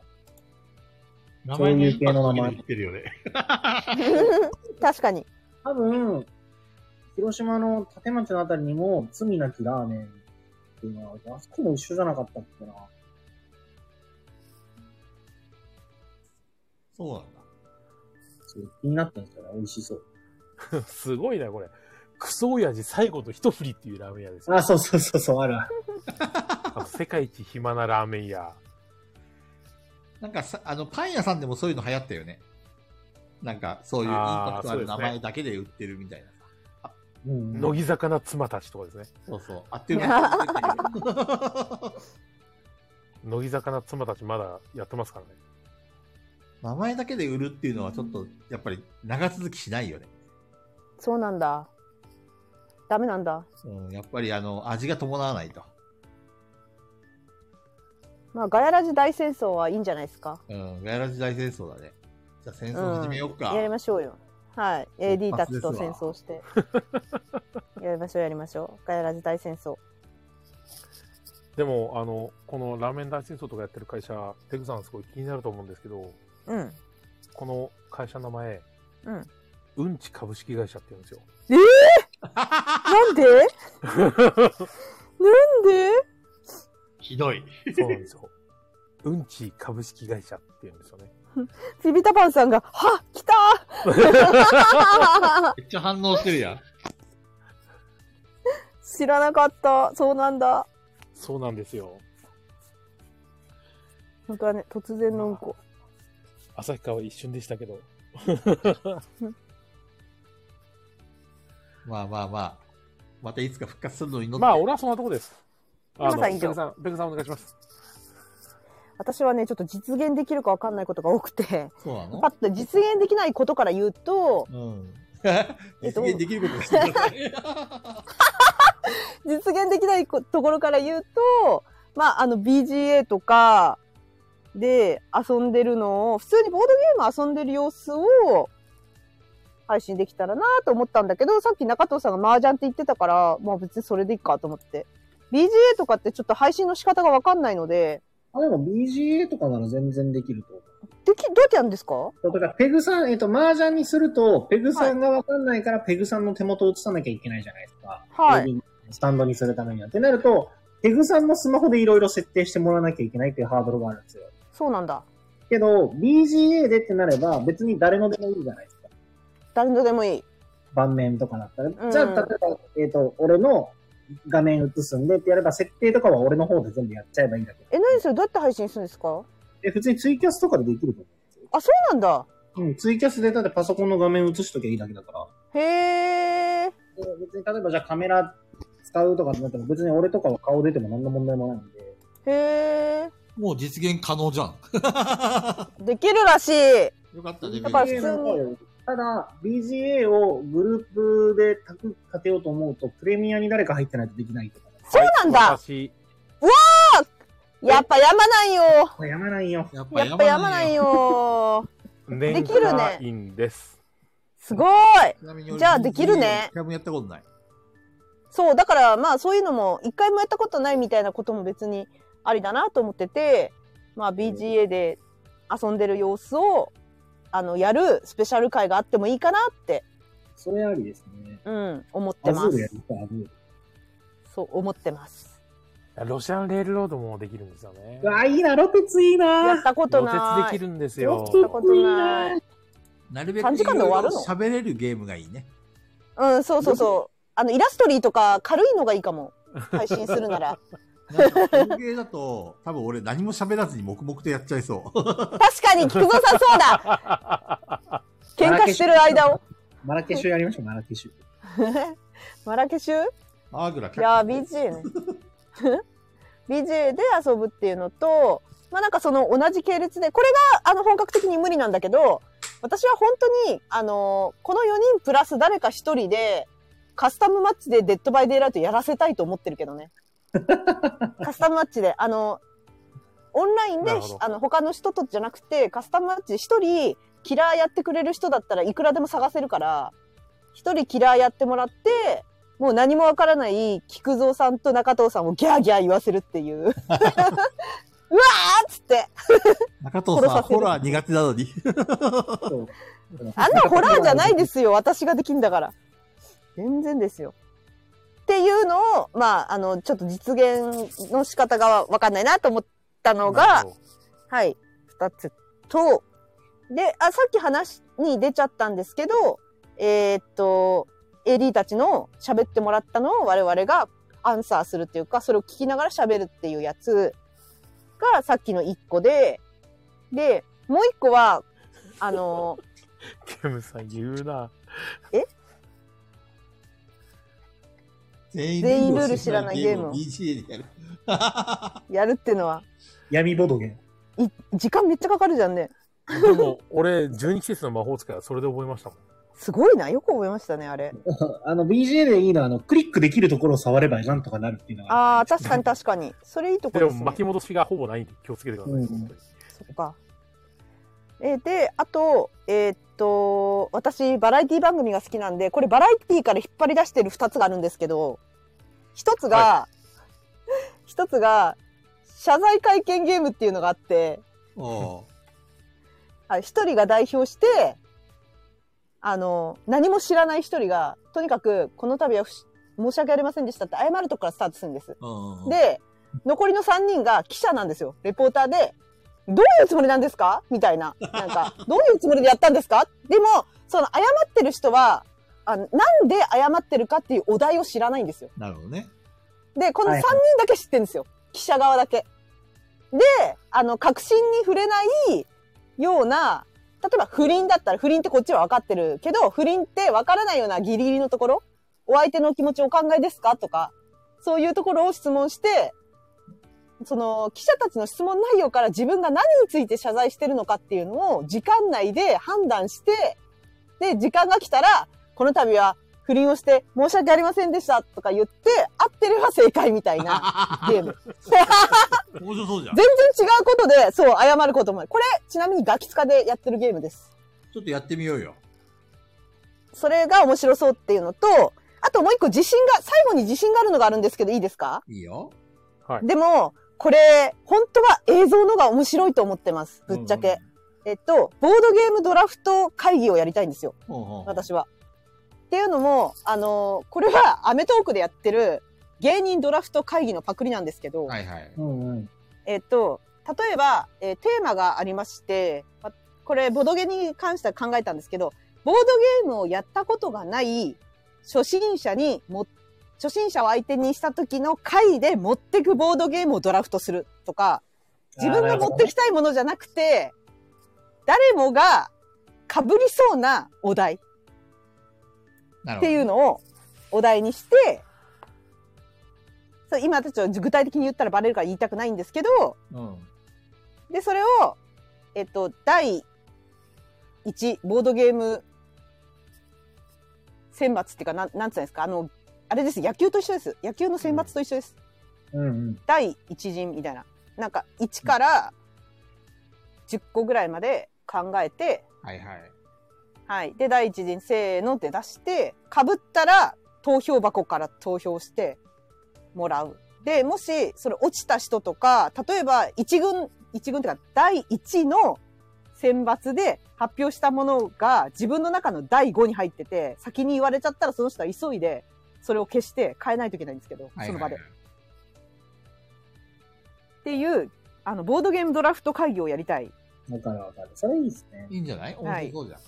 Speaker 1: 名
Speaker 4: そういう系の名前
Speaker 1: 言ってるよね。
Speaker 5: 確かに。
Speaker 4: 多分、広島の立町のあたりにも、罪なきラーメンっていうのは、あそこも一緒じゃなかったっけな。
Speaker 1: そうなんだ。
Speaker 4: ちょっと気になったんですよね、美味しそう。
Speaker 3: すごいな、これ。クソ親父最後の一振りっていうラーメン屋ですよ。
Speaker 4: あ、そうそうそう、そう、あるある。
Speaker 3: あの世界一暇なラーメン屋。
Speaker 1: なんかさ、あの、パン屋さんでもそういうの流行ったよね。なんか、そういうインパクトある
Speaker 3: あ
Speaker 1: 名
Speaker 3: ーそうですね
Speaker 1: 前だけで売ってるみたいな。
Speaker 4: うん
Speaker 3: 乃木坂な妻たちとかですね。
Speaker 1: そうそう。あっていう間に売ってたけど
Speaker 3: 乃木坂な妻たちまだやってますからね。
Speaker 1: 名前だけで売るっていうのはちょっと、やっぱり長続きしないよね。
Speaker 5: そうなんだ。ダメなんだ。
Speaker 1: うん、やっぱりあの、味が伴わないと。
Speaker 5: まあ、ガヤラジ大戦争はいいんじゃないですか。
Speaker 1: うん、ガヤラジ大戦争だね。じゃあ戦争始めようか。
Speaker 5: やりましょうよ。はい。
Speaker 1: 一
Speaker 5: AD た
Speaker 1: 発で
Speaker 5: ち
Speaker 1: すわ
Speaker 5: と戦争して。やりましょう、やりましょう。ガヤラジ大戦争。
Speaker 3: でも、あの、このラーメン大戦争とかやってる会社、テグさんすごい気になると思うんですけど、
Speaker 5: うん。
Speaker 3: この会社の名前、
Speaker 5: うん。
Speaker 3: うんち株式会社って言うん ですよ。
Speaker 5: なんでなんで
Speaker 1: ひどい。
Speaker 3: そうなんですよ。うんち株式会社って言うんですよね。
Speaker 5: ピビタパンさんが、は来た ー
Speaker 1: めっちゃ反応してるやん。
Speaker 5: 知らなかった。そうなんだ。
Speaker 3: そうなんですよ。
Speaker 5: なんかね、突然のうんこ。
Speaker 3: 旭川一瞬でしたけど。
Speaker 1: まあまあまあ。またいつか復活するのに乗って。
Speaker 3: まあ、俺はそんなとこです。あ
Speaker 5: 皆さん以上
Speaker 3: ペグさん、ペグさんお願いします。
Speaker 5: 私はね、ちょっと実現できるかわかんないことが多くて、
Speaker 1: そうなの
Speaker 5: パッと実現できないことから言うと、
Speaker 1: うん。
Speaker 5: えっ
Speaker 1: 実
Speaker 5: と
Speaker 1: 現できることをしてくださ い。
Speaker 5: 実現できないこところから言うと、まあ、あの BGA とかで遊んでるのを、普通にボードゲーム遊んでる様子を配信できたらなと思ったんだけど、さっき中藤さんが麻雀って言ってたから、まあ別にそれでいいかと思って。BGA とかってちょっと配信の仕方がわかんないので、
Speaker 4: あ、でも BGA とかなら全然できると思う。
Speaker 5: でき、どうやってやるんですか
Speaker 4: だから、ペグさん、えっ、と、麻雀にすると、ペグさんがわかんないから、ペグさんの手元を映さなきゃいけないじゃないですか。
Speaker 5: はい。
Speaker 4: い。スタンドにするためには。ってなると、ペグさんのスマホでいろいろ設定してもらわなきゃいけないっていうハードルがあるんですよ。
Speaker 5: そうなんだ。
Speaker 4: けど、BGA でってなれば、別に誰のでもいいじゃないですか。
Speaker 5: 誰のでもいい。
Speaker 4: 盤面とかだったら、
Speaker 5: うん
Speaker 4: じゃあ、例えば、えっ、と、俺の画面映すんでってやれば、設定とかは俺の方で全部やっちゃえばいいんだけど、
Speaker 5: え、何それどうやって配信するんですか
Speaker 4: え普通にツイキャスとかでできると思
Speaker 5: あ、そうなんだ。
Speaker 4: う。うん、ツイキャスでだってパソコンの画面映しときゃいいだけだから。
Speaker 5: へえ。
Speaker 4: 別に例えばじゃあカメラ使うとかってなっても別に俺とかは顔出ても何の問題もないんで。
Speaker 5: へえ。
Speaker 11: もう実現可能じゃん。
Speaker 5: できるらしい。
Speaker 11: よかったね、
Speaker 5: だから普通
Speaker 11: に。
Speaker 5: に。
Speaker 4: ただ、BGA をグループで立て立てようと思うと、プレミアに誰か入ってないとできないとか。
Speaker 5: そうなんだ、
Speaker 3: 私、
Speaker 5: うわーやっぱやまないよ
Speaker 4: これやまないよ。
Speaker 11: やっ
Speaker 5: やっぱやまない。よ
Speaker 3: 年
Speaker 5: できるね
Speaker 3: 会員です。
Speaker 5: すごい
Speaker 11: ちなみに俺
Speaker 5: じゃあできるね
Speaker 11: 一回もやったことない。
Speaker 5: そう、だからまあそういうのも、一回もやったことないみたいなことも別にありだなと思ってて、まあ BGA で遊んでる様子を、あの、やるスペシャル回があってもいいかなって、
Speaker 4: それありですね。
Speaker 5: うん、思って
Speaker 4: ア
Speaker 5: ま
Speaker 4: ズールや
Speaker 5: す。
Speaker 4: りたい、アズール。
Speaker 5: そう、思ってます。
Speaker 3: ロシアンレールロードもできるんですよね。
Speaker 4: うわ、いいな、ロペツいい
Speaker 5: や
Speaker 4: な
Speaker 5: っ。たこと
Speaker 3: ロ
Speaker 5: な
Speaker 3: 鉄
Speaker 5: い。
Speaker 3: できるんです
Speaker 4: ロ
Speaker 3: よ
Speaker 4: ペ。ツ
Speaker 5: やったこと
Speaker 4: いい
Speaker 5: な。
Speaker 4: ない
Speaker 11: なるべく
Speaker 5: 短時間で終わるの
Speaker 11: いろいろ喋れるゲームがいいね。
Speaker 5: うん、そうそうそう。あの、イラストリーとか軽いのがいいかも。配信するなら。
Speaker 11: なんか、陶芸だと、 多分俺何も喋らずに黙々とやっちゃいそう。
Speaker 5: 確か に、菊蔵さんそうだ喧嘩してる間を。
Speaker 4: マラケシュやりましょう、マラケシュ。
Speaker 5: マラケシュ
Speaker 11: アーグラ
Speaker 5: いやー BGA ね BGA で遊ぶっていうのとまあなんかその同じ系列でこれがあの本格的に無理なんだけど私は本当にあのーこの4人プラス誰か1人でカスタムマッチでデッドバイデイライトやらせたいと思ってる けどねカスタムマッチであのオンライン
Speaker 3: な
Speaker 5: で
Speaker 3: るほど
Speaker 5: あの他の人とじゃなくてカスタムマッチ1人キラーやってくれる人だったらいくらでも探せるから1人キラーやってもらってもう何もわからない菊蔵さんと中藤さんをギャーギャー言わせるっ ていう。うわーっつって。
Speaker 11: 中藤さん、
Speaker 5: 殺させる
Speaker 11: ホラー苦手なのに。
Speaker 4: そう
Speaker 5: あんなホラーじゃないです よ。私ができんだから。全然ですよ。っていうのを、まあ、あの、ちょっと実現の仕方がわかんないなと思った
Speaker 3: な
Speaker 5: のが
Speaker 3: る、ほ
Speaker 5: はい、二つと、で、あ、さっき話に出ちゃったんですけど、えーっと、AD たちの喋ってもらったのを我々がアンサーするっていうか、それを聞きながら喋るっていうやつがさっきの一個で、で、もう一個は、あの、
Speaker 3: どケムさん言うな。
Speaker 11: 全
Speaker 5: 全員ルール知らないゲームを
Speaker 11: BGA でやる。
Speaker 5: やるっていうのは、
Speaker 4: 闇ボドゲ。
Speaker 5: い時間めっちゃかかるじゃんね。
Speaker 3: でも、俺、12季節の魔法使いはそれで覚えましたもん。
Speaker 5: すごいな。よく覚えましたね、あれ。
Speaker 4: あの、BGA でいいのは、あの、クリックできるところを触ればなんとかなるっていうのが。
Speaker 5: ああ、確かに確かに。それいいとこ
Speaker 3: で
Speaker 5: で
Speaker 3: も
Speaker 5: すね
Speaker 3: 巻き。戻しがほぼないんで気をつけてください。
Speaker 4: うん
Speaker 3: 本当に
Speaker 5: そっか。えーで、あと、えーっと、私、バラエティ番組が好きなんで、これバラエティから引っ張り出してる二つがあるんですけど、一つが、一つが、謝罪会見ゲームっていうのがあって、
Speaker 11: おう
Speaker 5: あ一人が代表して、あの、何も知らない一人が、とにかく、この度は不し申し訳ありませんでしたって謝るとこからスタートするんです。
Speaker 11: うん。
Speaker 5: で、残りの3人が記者なんですよ。レポーターで、どういうつもりなんですかみたいな。なんか、 どういうつもりでやったんですかでも、その謝ってる人は、あなんで謝ってるかっていうお題を知らないんですよ。
Speaker 11: なるほどね。
Speaker 5: で、この3
Speaker 4: はい
Speaker 5: 人
Speaker 4: はい
Speaker 5: だけ知ってるんですよ。記者側だけ。で、あの、確信に触れないような、例えば不倫だったら、不倫ってこっちは分かってるけど、不倫って分からないようなギリギリのところ、お相手のお気持ちお考えですかとか、そういうところを質問して、その記者たちの質問内容から自分が何について謝罪してるのかっていうのを時間内で判断して、で、時間が来たら、この度は不倫をして申し訳ありませんでしたとか言って、合ってれば正解みたいなゲーム。
Speaker 11: 面白そうじゃん。
Speaker 5: 全然違うことで、そう、謝ることもある。これ、ちなみにガキ使でやってるゲームです。
Speaker 11: ちょっとやってみようよ。
Speaker 5: それが面白そうっていうのと、あともう一個自信が、最後に自信があるのがあるんですけど、いいですか
Speaker 11: いいよ。
Speaker 3: はい
Speaker 5: でも、これ、本当は映像のが面白いと思ってます。ぶっちゃけ。えっと、ボードゲームドラフト会議をやりたいんですよ。
Speaker 11: ほうほうほう。
Speaker 5: 私は。っていうのも、あのこれはアメトークでやってる芸人ドラフト会議のパクリなんですけど、
Speaker 11: はいはい。
Speaker 4: うんうん。
Speaker 5: えっと、例えば、えーテーマがありまして、まこれ、ボドゲに関しては考えたんですけど、ボードゲームをやったことがない初心者にも、初心者を相手にした時の回で持ってくボードゲームをドラフトするとか、自分が持ってきたいものじゃなくて、誰もが被りそうなお題っていうのをお題にして、そう今私は具体的に言ったらバレるから言いたくないんですけど、
Speaker 1: うん。
Speaker 5: で、それを、えっと、第1、ボードゲーム選抜っていうか、なん、なんつうんですか、あの、あれです、野球と一緒です。野球の選抜と一緒です。
Speaker 1: うんうん。
Speaker 5: 第1陣みたいな。なんか、1から10個ぐらいまで考えて、
Speaker 1: はいはい。
Speaker 5: はい。で、第1陣、せーのって出して、被ったら、投票箱から投票してもらう。で、もし、それ落ちた人とか、例えば、一軍、一軍っていうか、第1の選抜で発表したものが、自分の中の第5に入ってて、先に言われちゃったら、その人は急いで、それを消して変えないといけないんですけど、その場で。っていう、あの、ボードゲームドラフト会議をやりたい。
Speaker 4: わかるわかる。それいいですね。
Speaker 1: いいんじゃない面白そうじゃん。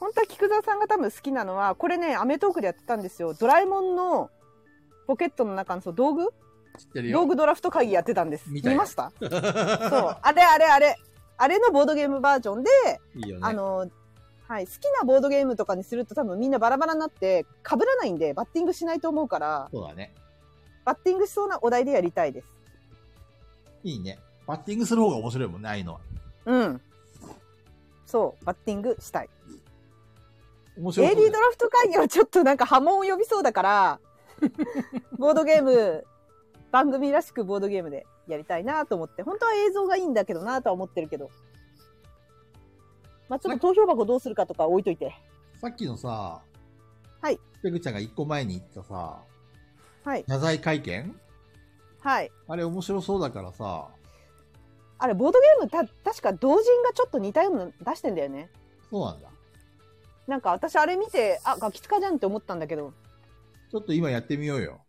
Speaker 5: 本当は菊沢さんが多分好きなのはこれね『アメトーーク』でやってたんですよドラえもんのポケットの中のその道具
Speaker 1: 知ってるよ。
Speaker 5: 道具ドラフト会議やってたんです見
Speaker 1: 見たよ
Speaker 5: ました そうあれあれあれあれのボードゲームバージョンで、
Speaker 1: いいよね。
Speaker 5: あの、はい、好きなボードゲームとかにすると多分みんなバラバラになって被らないんでバッティングしないと思うから
Speaker 1: そうだね。
Speaker 5: バッティングしそうなお題でやりたいです
Speaker 1: いいね。バッティングする方が面白いもんね、ああいうのは。
Speaker 5: うんそうバッティングしたい
Speaker 1: 面白
Speaker 5: AD
Speaker 1: そう
Speaker 5: ド
Speaker 1: じゃん
Speaker 5: ラフト会議はちょっとなんか波紋を呼びそう だから、ボードゲーム、番組らしくボードゲームでやりたいなと思って、本当は映像がいいんだけどなとは思ってるけど。まあちょっと投票箱どうするかとか置いといて。
Speaker 1: さっきのさ、
Speaker 5: はい。
Speaker 1: ペグちゃんが一個前に言ったさ、
Speaker 5: はい。
Speaker 1: 謝罪会見
Speaker 5: はい。
Speaker 1: あれ面白そうだからさ、
Speaker 5: あれ、ボードゲームた、確か同人がちょっと似たようなの出してんだよね。
Speaker 1: そうなんだ。
Speaker 5: なんか私あれ見て、あ、ガキ使じゃんって思ったんだけど。
Speaker 1: ちょっと今やってみよう よ。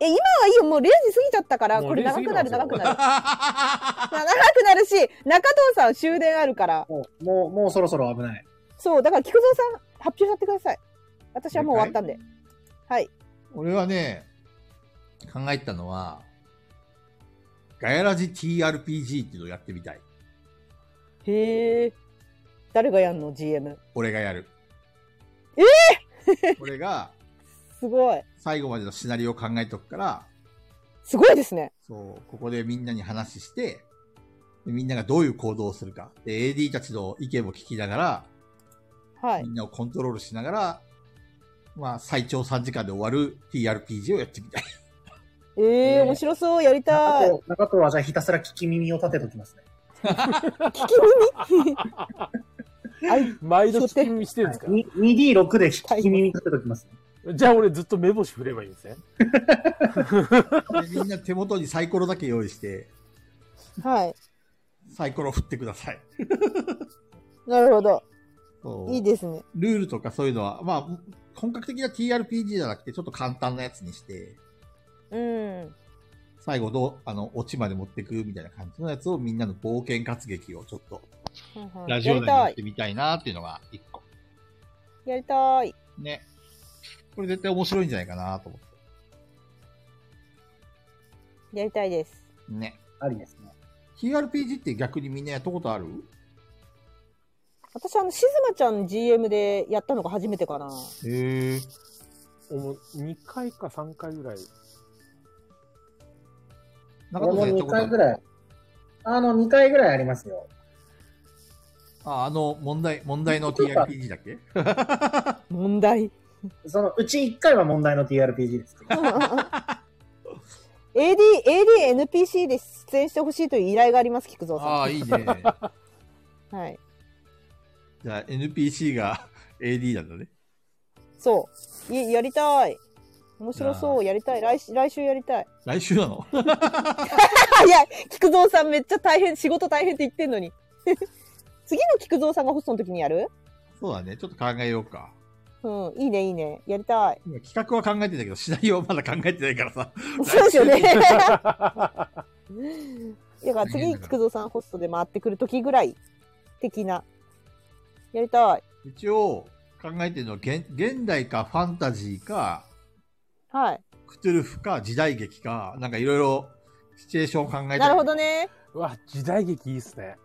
Speaker 5: え、今はいいよ。もう0時過ぎちゃったから、
Speaker 3: もう
Speaker 5: これ長くなる、
Speaker 3: 0時過
Speaker 5: 長
Speaker 3: ぎて
Speaker 5: く
Speaker 3: ますよ
Speaker 5: なる。長くなるし、中藤さん終電あるから。
Speaker 4: もう、もう、もうそろそろ危ない。
Speaker 5: そう、だから菊蔵さん、発表しちゃってください。私はもう終わったんで。はい。
Speaker 1: 俺はね、考えたのは、ガヤラジ TRPG っていうのをやってみたい。
Speaker 5: へえ。誰がやんの ?GM。
Speaker 1: 俺がやる。
Speaker 5: え
Speaker 1: え 俺が
Speaker 5: すごい。
Speaker 1: 最後までのシナリオを考えとくから、
Speaker 5: すごいですね。
Speaker 1: そう、ここでみんなに話して、でみんながどういう行動をするか。で、AD たちの意見も聞きながら、
Speaker 5: はい
Speaker 1: み。んなをコントロールしながら、まあ、最長3時間で終わる TRPG をやってみたい。
Speaker 5: ええー、面白そう。やりたい。
Speaker 4: 中藤中藤はじゃあひたすら聞き耳を立てときますね。
Speaker 5: 聞き耳 はい。
Speaker 3: 毎度聞き耳してるんですか
Speaker 4: 2D6 で聞き耳立てときますね。
Speaker 3: じゃあ俺ずっと目星振ればいいんですね。
Speaker 1: で みんな手元にサイコロだけ用意して、
Speaker 5: はい。
Speaker 1: サイコロ振ってください。
Speaker 5: なるほど。
Speaker 1: そう
Speaker 5: いいですね。
Speaker 1: ルールとかそういうのは、まあ、本格的な TRPG じゃなくて、ちょっと簡単なやつにして、
Speaker 5: うん。
Speaker 1: 最後どう、あの、オチまで持ってくみたいな感じのやつをみんなの冒険活劇をちょっと、ラジ
Speaker 5: や
Speaker 1: オ
Speaker 5: り
Speaker 1: 内でや
Speaker 5: た
Speaker 1: っ
Speaker 5: い。
Speaker 1: てみたいなっていうのが一個。
Speaker 5: やりたい。
Speaker 1: ね。これ絶対面白いんじゃないかなと思って。
Speaker 5: やりたいです。
Speaker 1: ね。
Speaker 4: ありですね。
Speaker 1: TRPG って逆にみんなやったことある
Speaker 5: 私、あの、しずまちゃん GM でやったのが初めてかな。
Speaker 1: へえ。
Speaker 3: おも2回か3回ぐらい。
Speaker 1: 中
Speaker 4: 俺
Speaker 1: 藤
Speaker 4: も
Speaker 1: さんやったこ
Speaker 4: 2
Speaker 1: とある
Speaker 4: 回ぐらい。あの、2回ぐらいありますよ。
Speaker 1: あ、あの、問題、問題の TRPG だっけ
Speaker 5: 問題。
Speaker 4: そのうち1回は問題の TRPG ですけど。
Speaker 5: AD、ADNPC で出演してほしいという依頼があります、菊蔵
Speaker 1: あ
Speaker 5: さ
Speaker 1: あ、いいね。
Speaker 5: ん。はい。
Speaker 1: じゃあ NPC が AD なんだね。
Speaker 5: そう。いやりたい。面白そう。やりたい。来し来週やりたい。
Speaker 1: 来週なの
Speaker 5: あいや、菊蔵さんめっちゃ大変、仕事大変って言ってんのに。 次の菊蔵さんがホストの時にやる
Speaker 1: そうだね。ちょっと考えようか。
Speaker 5: うん。いいね、いいね。やりたい。
Speaker 1: 今企画は考えてたけど、シナリオはまだ考えてないからさ。
Speaker 5: そうです よね。だから次、菊蔵さんホストで回ってくる時ぐらい的なやりたい。
Speaker 1: 一応、考えてるのは、現現代かファンタジーか、
Speaker 5: はい。
Speaker 1: クトゥルフか時代劇か、なんかいろいろシチュエーションを考えて。
Speaker 5: なるほどね。
Speaker 3: うわ、時代劇いいっすね。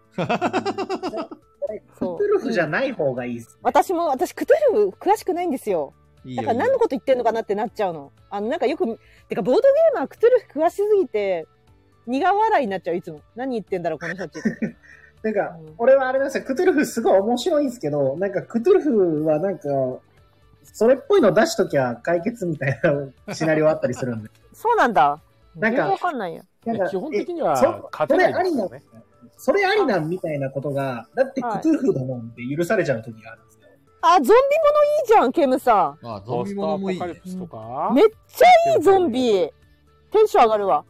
Speaker 4: ク
Speaker 5: そう。
Speaker 4: トゥルフじゃない方がいいっす。
Speaker 5: 私も、私、クトゥルフ詳しくないんですよ。
Speaker 1: いい
Speaker 5: だ
Speaker 1: よ
Speaker 5: から何のこと言ってんのかなってなっちゃうの。あの、なんかよく、てか、ボードゲーマー、クトゥルフ詳しすぎて、苦笑いになっちゃう、いつも。何言ってんだろう、この人たち。
Speaker 4: なんか、俺はあれなんですよ、クトゥルフすごい面白いんですけど、なんかクトゥルフはなんか、それっぽいの出しときゃ解決みたいなシナリオあったりするんで。
Speaker 5: そうなんだ。
Speaker 4: なん
Speaker 5: 全然
Speaker 4: か
Speaker 5: わ、かんないや。
Speaker 4: なんか
Speaker 3: 基本的には
Speaker 4: えそ
Speaker 3: 勝てないですよね
Speaker 4: それありなんそれありなんみたいなことが、だってク
Speaker 5: はい
Speaker 4: トゥルフだもんって許されちゃう時があるんですよ。
Speaker 5: あ、ゾンビものいいじゃん、ケムさ
Speaker 1: ああ、ゾ
Speaker 3: ポ
Speaker 1: ンビ
Speaker 3: ス
Speaker 1: も
Speaker 3: ト
Speaker 1: の
Speaker 3: アポ
Speaker 1: もいい
Speaker 3: カリ
Speaker 1: ね。
Speaker 3: プスとか
Speaker 5: ん。めっちゃいい、ゾンビ。テンション上がるわ。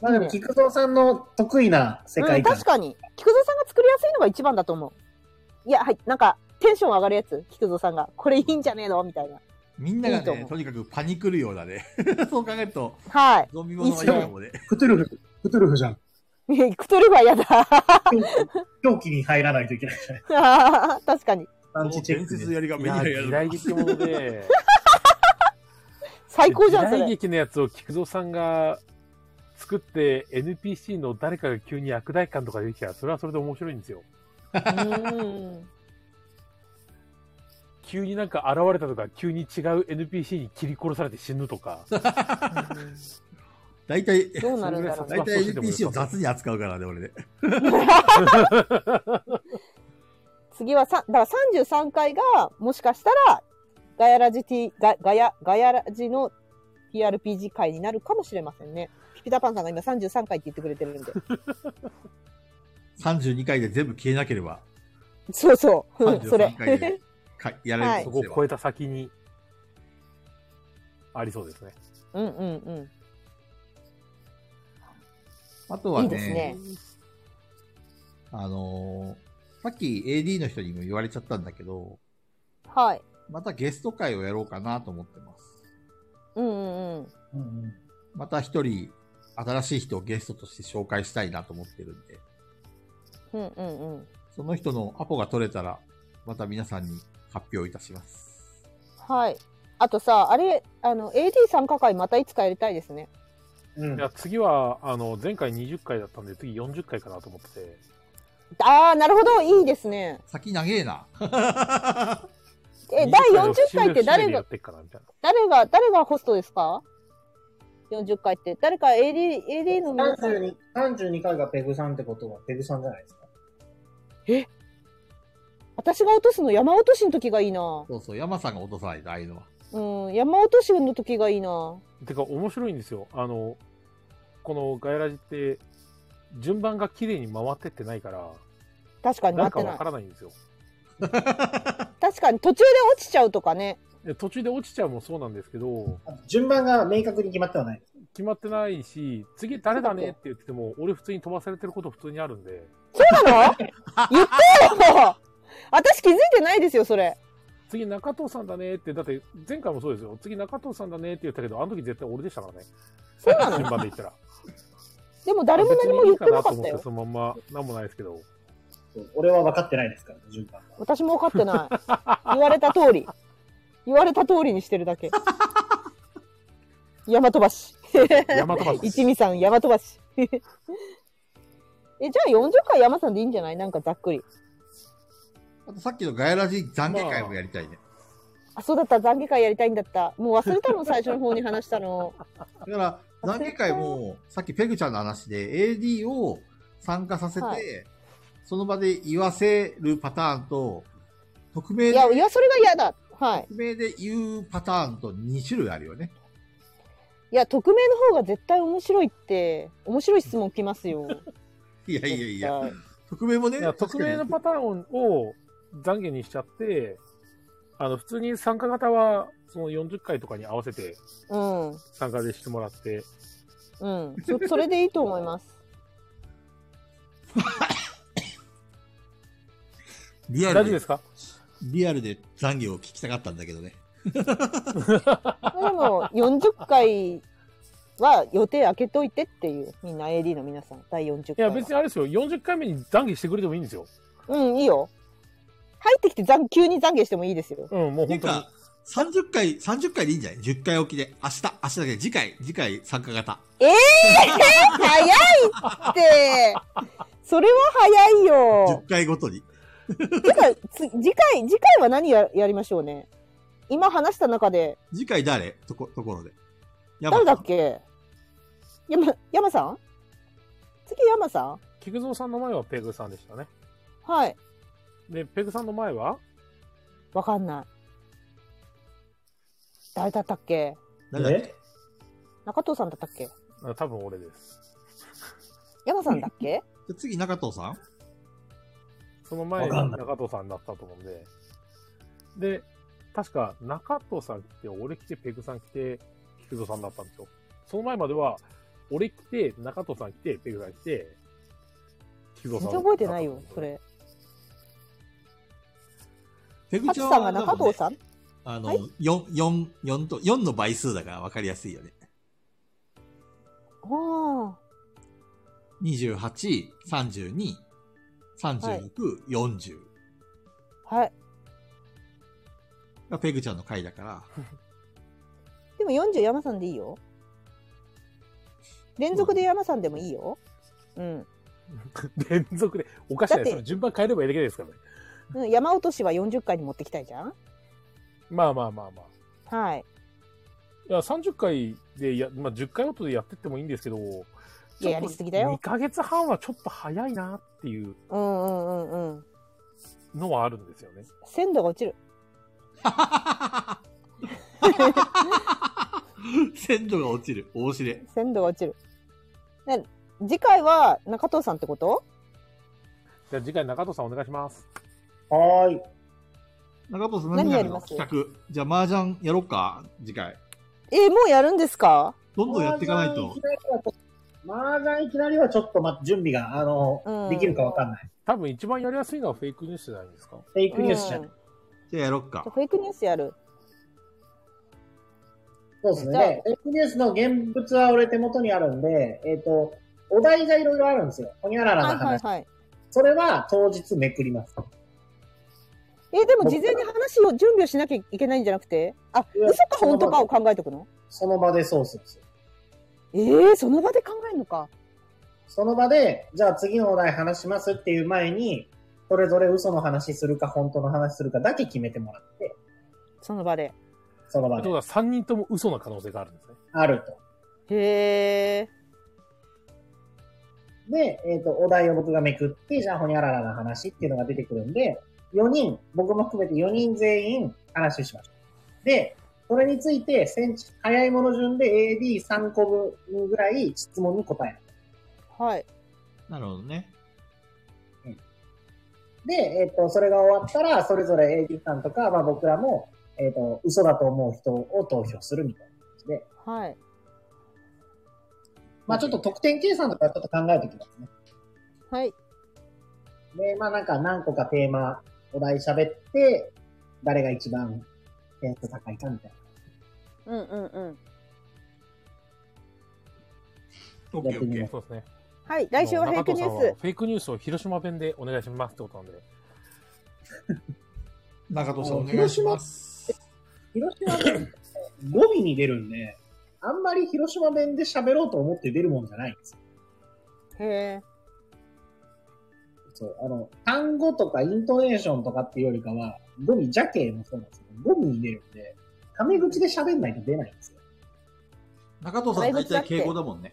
Speaker 4: まあで
Speaker 5: い
Speaker 4: も、
Speaker 5: いね
Speaker 4: 菊蔵さんの得意な世
Speaker 5: う
Speaker 4: 界
Speaker 5: ん、
Speaker 4: 観。
Speaker 5: 確かに。菊蔵さんが作りやすいのが一番だと思う。いや、はい、なんか、テンション上がるやつ、菊蔵さんが。これいいんじゃねえのみたいな。
Speaker 1: みんなが
Speaker 5: いいと
Speaker 1: ね
Speaker 5: 思、う
Speaker 1: とにかくパニクるようだね。 そう考えると、
Speaker 5: はい。
Speaker 1: ゾンビものはいいかもね。
Speaker 4: クトゥルフ、クトゥルフじゃん。
Speaker 5: クトゥルフは嫌
Speaker 4: 狂気に入らないといけないじゃない。
Speaker 5: だ。 確かに。
Speaker 4: アン
Speaker 1: も
Speaker 4: チ
Speaker 1: う
Speaker 4: チェッ
Speaker 1: 伝
Speaker 4: ク
Speaker 1: 説
Speaker 4: で。
Speaker 1: やりが
Speaker 3: い
Speaker 1: 目に
Speaker 3: や、
Speaker 1: 入
Speaker 3: 時
Speaker 1: るや
Speaker 3: 代
Speaker 1: つ。
Speaker 3: 劇もので。
Speaker 5: 最高じゃ
Speaker 3: 時
Speaker 5: ん、そ
Speaker 3: 代
Speaker 5: れ。
Speaker 3: 劇のやつを菊蔵さんが作って NPC の誰かが急に悪代官とかできたら、それはそれで面白いんですよ。
Speaker 5: うん
Speaker 3: 急になんか現れたとか、急に違う NPC に切り殺されて死ぬとか。
Speaker 1: 大 体、
Speaker 5: どうなるんだろう
Speaker 1: 大
Speaker 5: ね。
Speaker 1: 体 NPC を雑に扱うからね、俺ね。
Speaker 5: 次はさ、だから33回が、もしかしたら、ガヤラジ T、ガガヤ、ガヤラジの TRPG 会になるかもしれませんね。ピピタパンさんが今33回って言ってくれてるんで。
Speaker 1: 32回で全部消えなければ、
Speaker 5: そうそう。うんそれ
Speaker 1: 33。回でかやれる
Speaker 5: はい
Speaker 3: そ
Speaker 1: とす
Speaker 3: こを
Speaker 1: れば
Speaker 3: 超えた先に、ありそうですね。
Speaker 5: うんうんうん。
Speaker 1: あとはいね、
Speaker 5: いですね
Speaker 1: あのーさっき AD の人にも言われちゃったんだけど、
Speaker 5: はい。
Speaker 1: またゲスト会をやろうかなと思ってます。
Speaker 5: うんうんうん。
Speaker 4: うんうん
Speaker 1: また一人、新しい人をゲストとして紹介したいなと思ってるんで、
Speaker 5: うんうんうん。
Speaker 1: その人のアポが取れたら、また皆さんに発表いたします。
Speaker 5: はい。あとさ、あれ、あの、AD 参加会またいつかやりたいですね。
Speaker 4: うん
Speaker 3: いや、次は、あの、前回20回だったんで、次40回かなと思ってて。
Speaker 5: ああ、なるほど、いいですね。
Speaker 1: 先長えな。
Speaker 5: え、
Speaker 3: 20
Speaker 5: 第40回って誰
Speaker 3: を節目節目でや
Speaker 5: が
Speaker 3: っ、てっかなみたいな。
Speaker 5: 誰が、誰がホストですか ?40 回って。誰か AD、AD の皆さん。
Speaker 4: 32 32回がペグさんってことはペグさんじゃないですか。
Speaker 5: 私が落とすの山落としの時がいいな。
Speaker 1: そうそう、山さんが落とさないと、ああいうのは。
Speaker 5: うん、山落としの時がいいな。
Speaker 3: てか、面白いんですよ。あの、このガイラジって、順番が綺麗に回ってってないから、
Speaker 5: 確かに
Speaker 3: な
Speaker 5: 待
Speaker 3: ん
Speaker 5: っ
Speaker 3: か
Speaker 5: て
Speaker 3: わ
Speaker 5: ない
Speaker 3: か。らないんですよ。
Speaker 5: 確かに途中で落ちちゃうと かね。
Speaker 3: で途中で落ちちゃうもそうなんですけど、
Speaker 4: 順番が明確に決まってはない。
Speaker 3: 決まってないし、次誰だねって言っても、俺普通に飛ばされてること普通にあるんで、
Speaker 5: そうなの言ってよ私気づいてないですよ、それ。
Speaker 3: 次中藤さんだねって、だって前回もそうですよ。次中藤さんだねって言ったけど、あの時絶対俺でしたからね。
Speaker 5: そうな
Speaker 3: 順
Speaker 5: の
Speaker 3: 番で言ったら。
Speaker 5: でも誰も何も言ってなかった
Speaker 3: 別にいいかなと思
Speaker 5: よ。
Speaker 3: そのまんま、なんもないですけ ど。
Speaker 4: そう俺は分かってないですから、ね、順番は。
Speaker 5: 私も分かってない。言われた通り。言われた通りにしてる だけ。山飛ばし。
Speaker 3: 山飛ばし
Speaker 5: 一味さん、山飛ばし。 え、じゃあ40回山さんでいいんじゃないなんかざっくり。
Speaker 1: あとさっきのガヤラジ懺悔会もやりたいね。
Speaker 5: あ、そうだった。懺悔会やりたいんだった。もう忘れたの、最初の方に話した の。
Speaker 1: だから、懺悔会も、さっきペグちゃんの話で AD を参加させて、
Speaker 5: はい
Speaker 1: その場で言わせるパターンと、匿名
Speaker 5: い
Speaker 1: で
Speaker 5: や、いや、それが嫌だ。はい。
Speaker 1: 匿名で言うパターンと2種類あるよね。
Speaker 5: いや、匿名の方が絶対面白いって、面白い質問来ますよ。
Speaker 1: いやいやいや、
Speaker 5: 絶
Speaker 1: 匿名もね
Speaker 3: いや、、匿名のパターンを懺悔にしちゃって、あの、普通に参加型は、その40回とかに合わせて
Speaker 5: 対うん。
Speaker 3: 参加でしてもらって、
Speaker 5: うん。そ、それでいいと思います。
Speaker 1: リア
Speaker 3: 大丈
Speaker 1: ル
Speaker 3: 夫
Speaker 1: で
Speaker 3: ですか
Speaker 1: リアルで残業を聞きたかったんだけどね。
Speaker 5: まあでも40回は予定開けといてっていうみんな AD の皆さん第40
Speaker 3: い
Speaker 5: 回
Speaker 3: や、
Speaker 5: は
Speaker 3: 別にあれですよ。40回目に懺悔してくれてもいいんですよ。
Speaker 5: うんいいよ入ってきて懺急に懺悔してもいいですよ。
Speaker 3: うん、もう
Speaker 5: 本当に。
Speaker 12: 30回、30回でいいんじゃない ?10 回おきで。明日、明日だけど次回、次回参加型。
Speaker 5: ええ早いって。それは早いよ。
Speaker 12: 10 回ごとに。
Speaker 5: てか、つ次回、次回は何ややりましょうね。今話した中で、
Speaker 12: 次回誰とこ、ところで。山
Speaker 5: 誰だっけ山、山さん次山さん
Speaker 3: 菊蔵さんの前はペグさんでしたね。
Speaker 5: はい。
Speaker 3: で、ペグさんの前は
Speaker 5: わかんない。誰だったっけ
Speaker 12: え
Speaker 5: 中藤さんだったっけ
Speaker 3: あ多分俺です。
Speaker 5: 山さんだっけ
Speaker 12: じゃあ次、中藤さん
Speaker 3: その前
Speaker 12: わかん
Speaker 3: に
Speaker 12: ない
Speaker 3: 中藤さんだったと思うんで。で、確か中藤さん来て、俺来て、ペグさん来て、菊蔵さんだったんですよ。その前までは、俺来て、中藤さん来て、ペグさん来て、菊蔵
Speaker 5: 全
Speaker 3: さん。
Speaker 5: 然覚えてないよ、それ。
Speaker 12: ペグ
Speaker 5: ハ
Speaker 12: ち
Speaker 5: チ
Speaker 12: ゃん
Speaker 5: さんが中藤
Speaker 12: ん
Speaker 5: さん
Speaker 12: あ
Speaker 5: は
Speaker 12: の、
Speaker 5: い
Speaker 12: 四四四と、四の倍数だから分かりやすいよね。
Speaker 5: あ
Speaker 12: 28、32、36、
Speaker 5: はい
Speaker 12: 40
Speaker 5: あ。はい。
Speaker 12: がペグちゃんの回だ から。
Speaker 5: でも40山さんでいいよ。連続で山さんでもいいよ。うん。
Speaker 3: 連続で、おかしい
Speaker 5: だっ
Speaker 3: ね。
Speaker 5: て
Speaker 3: その順番変えればいいだけですからね。
Speaker 5: うん、山落としは40回に持ってきたいじゃん
Speaker 3: まあまあまあまあ。
Speaker 5: はい。
Speaker 3: いや、30回でや、まあ、10回ごとでやってってもいいんですけど、
Speaker 5: いややりすぎだよ
Speaker 3: 2ヶ月半はちょっと早いなっていう
Speaker 5: うんうんうんうん。
Speaker 3: のはあるんですよね。
Speaker 5: 鮮度が落ちる。
Speaker 12: 鮮度が落ちる。大白い。
Speaker 5: 鮮度が落ちる。ね次回は中藤さんってこと
Speaker 3: じゃあ次回中藤さんお願いします。
Speaker 4: はーい。
Speaker 12: 中藤さん
Speaker 5: 何やり
Speaker 12: の
Speaker 5: ます
Speaker 12: 企画。じゃあ、麻雀やろうか、次回。
Speaker 5: えーもうやるんですか
Speaker 12: どんどんやっていかないと。
Speaker 4: 麻雀いきなりはちょっと、ま、準備が、あの、できるかわかんない。
Speaker 3: 多分一番やりやすいのはフェイクニュースじゃないですか。
Speaker 4: フェイクニュースじゃん。
Speaker 5: うん
Speaker 12: じゃあやろっか
Speaker 5: じゃあ。フェイクニュースやる。
Speaker 4: そうです
Speaker 5: じゃあ
Speaker 4: ね。でフェイクニュースの現物は俺手元にあるんで、えっ、と、お題がいろいろあるんですよ。ほにゃららな
Speaker 5: は
Speaker 4: い
Speaker 5: はい
Speaker 4: 話。
Speaker 5: はい。
Speaker 4: それは当日めくります。
Speaker 5: えーでも事前に話を準備をしなきゃいけないんじゃなくてあ、嘘か本当かを考えとくの
Speaker 4: その場でそうするんですよ。
Speaker 5: えー、その場で考えるのか。
Speaker 4: その場で、じゃあ次のお題話しますっていう前に、それぞれ嘘の話するか本当の話するかだけ決めてもらって、
Speaker 5: その場で。
Speaker 4: その場
Speaker 3: あ
Speaker 4: で
Speaker 3: とは3人とも嘘な可能性があるんですね。
Speaker 4: あると。
Speaker 5: へえ。
Speaker 4: で、えっ、と、お題を僕がめくって、じゃあほにゃららの話っていうのが出てくるんで、4人、僕も含めて4人全員話をしました。で、それについて、センチ、早いもの順で AD3 個分ぐらい質問に答える。
Speaker 5: はい。
Speaker 12: なるほどね。
Speaker 4: で、えっ、と、それが終わったら、それぞれ AD さんとか、まあ僕らも、えっ、と、嘘だと思う人を投票するみたいな感じで、
Speaker 5: はい。
Speaker 4: まあちょっと得点計算とかちょっと考えておきますね。
Speaker 5: はい。
Speaker 4: で、まあなんか何個かテーマ、お題喋って、誰が一番点数高いかみたい
Speaker 5: うんうんうん。
Speaker 12: オッケーオッケー。
Speaker 3: そうですね。
Speaker 5: はい。来週はフェイクニュ
Speaker 3: もう中藤
Speaker 5: ー
Speaker 3: さん
Speaker 5: ス
Speaker 3: は。フェイクニュースを広島弁でお願いしますってことなんで。
Speaker 12: 中藤さんお
Speaker 4: な。
Speaker 12: 願いします。
Speaker 4: 広島弁、語尾に出るんで、あんまり広島弁で喋ろうと思って出るもんじゃないんですよ。
Speaker 5: へえ。
Speaker 4: そう、あの、単語とかイントネーションとかっていうよりかは、語尾、邪形もそうなんですけど、語尾に出るんで、タメ口で喋んないと出ないんですよ。
Speaker 12: 中藤さん大体敬語だもんね。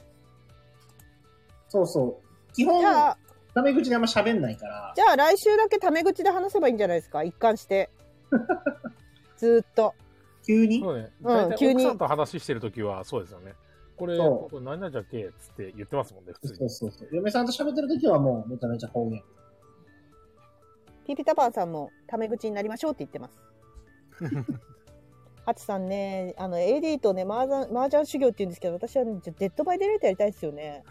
Speaker 4: そうそう。基本
Speaker 5: じ、ゃあ、
Speaker 4: タメ口であんま喋んないから、
Speaker 5: じゃあ来週だけタメ口で話せばいいんじゃないですか一 貫して。ずーっと。
Speaker 4: 急に
Speaker 3: そうね。
Speaker 5: うん
Speaker 3: 大体
Speaker 5: 急
Speaker 3: 奥
Speaker 5: に
Speaker 3: さんと話してるときはそうですよね。これ、
Speaker 4: そう
Speaker 3: ここ何々じゃっけっつって言ってますもんね、普通
Speaker 4: そ
Speaker 3: に
Speaker 4: う。そうそう。嫁さんと喋ってる時はもうめちゃめちゃ方言。
Speaker 5: ピピタパンさんもタメ口になりましょうって言っ てます。ハチさんね、あの AD とね、マージャン、マージャン修行って言うんですけど、私はね、ちょデッドバイデイライトやりたいです よね。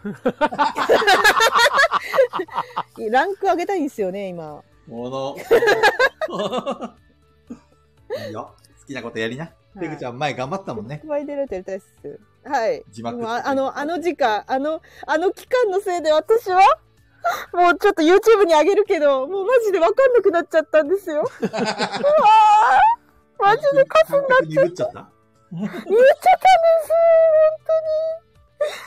Speaker 5: ランク上げたいんですよね、今。
Speaker 12: もの。 いいよ。好きなことやりな。
Speaker 5: い
Speaker 12: ペグちゃん前頑張ったもん
Speaker 5: デッ
Speaker 12: ね。
Speaker 5: ドバイデイライトやりたいです。はい。
Speaker 12: 字幕
Speaker 5: でもああの、あの時間、あの、あの期間のせいで私は、 もうちょっと YouTube に上げるけど、もうマジでわかんなくなっちゃったんですよ。うわーマジでカスになっち
Speaker 12: ちゃった
Speaker 5: ゃった。言っちゃったんで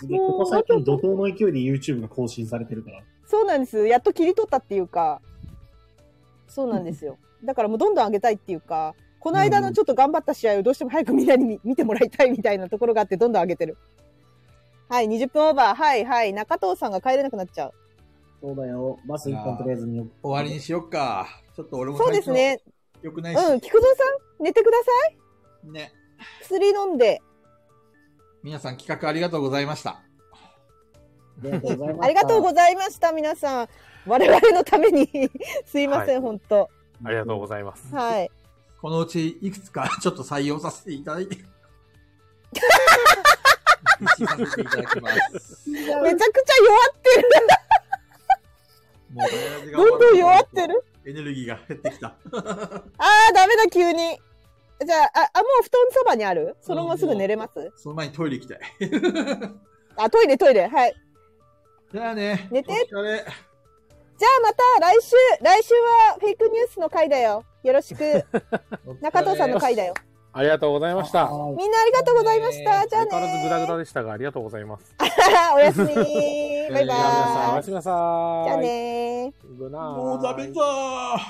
Speaker 5: す
Speaker 4: でここ最近怒涛の勢いで YouTube が更新されてるから。
Speaker 5: そうなんです。やっと切り取ったっていうか、そうなんですよ。だからもうどんどん上げたいっていうか、この間のちょっと頑張った試合をどうしても早くみんなに見 見てもらいたいみたいなところがあって、どんどん上げてる。はい、20分オーバー。はい、はい。中藤さんが帰れなくなっちゃう。
Speaker 4: そうだよ。バス一本とりあえず見よう。
Speaker 1: 終わりにしよっか。ちょっと俺も
Speaker 5: そうですね。
Speaker 1: よく
Speaker 5: う
Speaker 1: ないし。
Speaker 5: ん、菊蔵さん、寝てください。
Speaker 1: ね。
Speaker 5: 薬飲んで。
Speaker 1: 皆さん企画ありがとうございました。
Speaker 5: ありがとうございました、皆さん。我々のために、 すいません、本当。
Speaker 3: ありがとうございます。
Speaker 5: はい。
Speaker 1: このうちいくつか ちょっと採用させていただいて。させていただきます。
Speaker 5: めちゃくちゃ弱ってる。
Speaker 1: もう大学が
Speaker 5: どんどん弱ってる。
Speaker 1: エネルギーが減ってきた。
Speaker 5: あー、ダメだ、急に。じゃあ、あ、あもう布団そばにあるそのまますぐ寝れます
Speaker 1: その前にトイレ行きたい。
Speaker 5: あ、トイレ、トイレ。はい。
Speaker 1: じゃあね。
Speaker 5: 寝て。
Speaker 1: お疲れ。
Speaker 5: じゃあまた来週、来週はフェイクニュースの回だよ。よろし く。中藤さんの回だよ。
Speaker 3: ありがとうございました。
Speaker 5: みんなありがとうございました。じゃあ
Speaker 3: 相変わらず
Speaker 5: ね。
Speaker 3: グダグダでしたが、ありがとうございます。
Speaker 5: おや すみ。バイ
Speaker 3: じゃあ皆さんお
Speaker 5: バ
Speaker 3: やす
Speaker 5: イ。
Speaker 3: みなさーい。
Speaker 5: じゃあね
Speaker 3: グナーイ
Speaker 1: もうダメだ。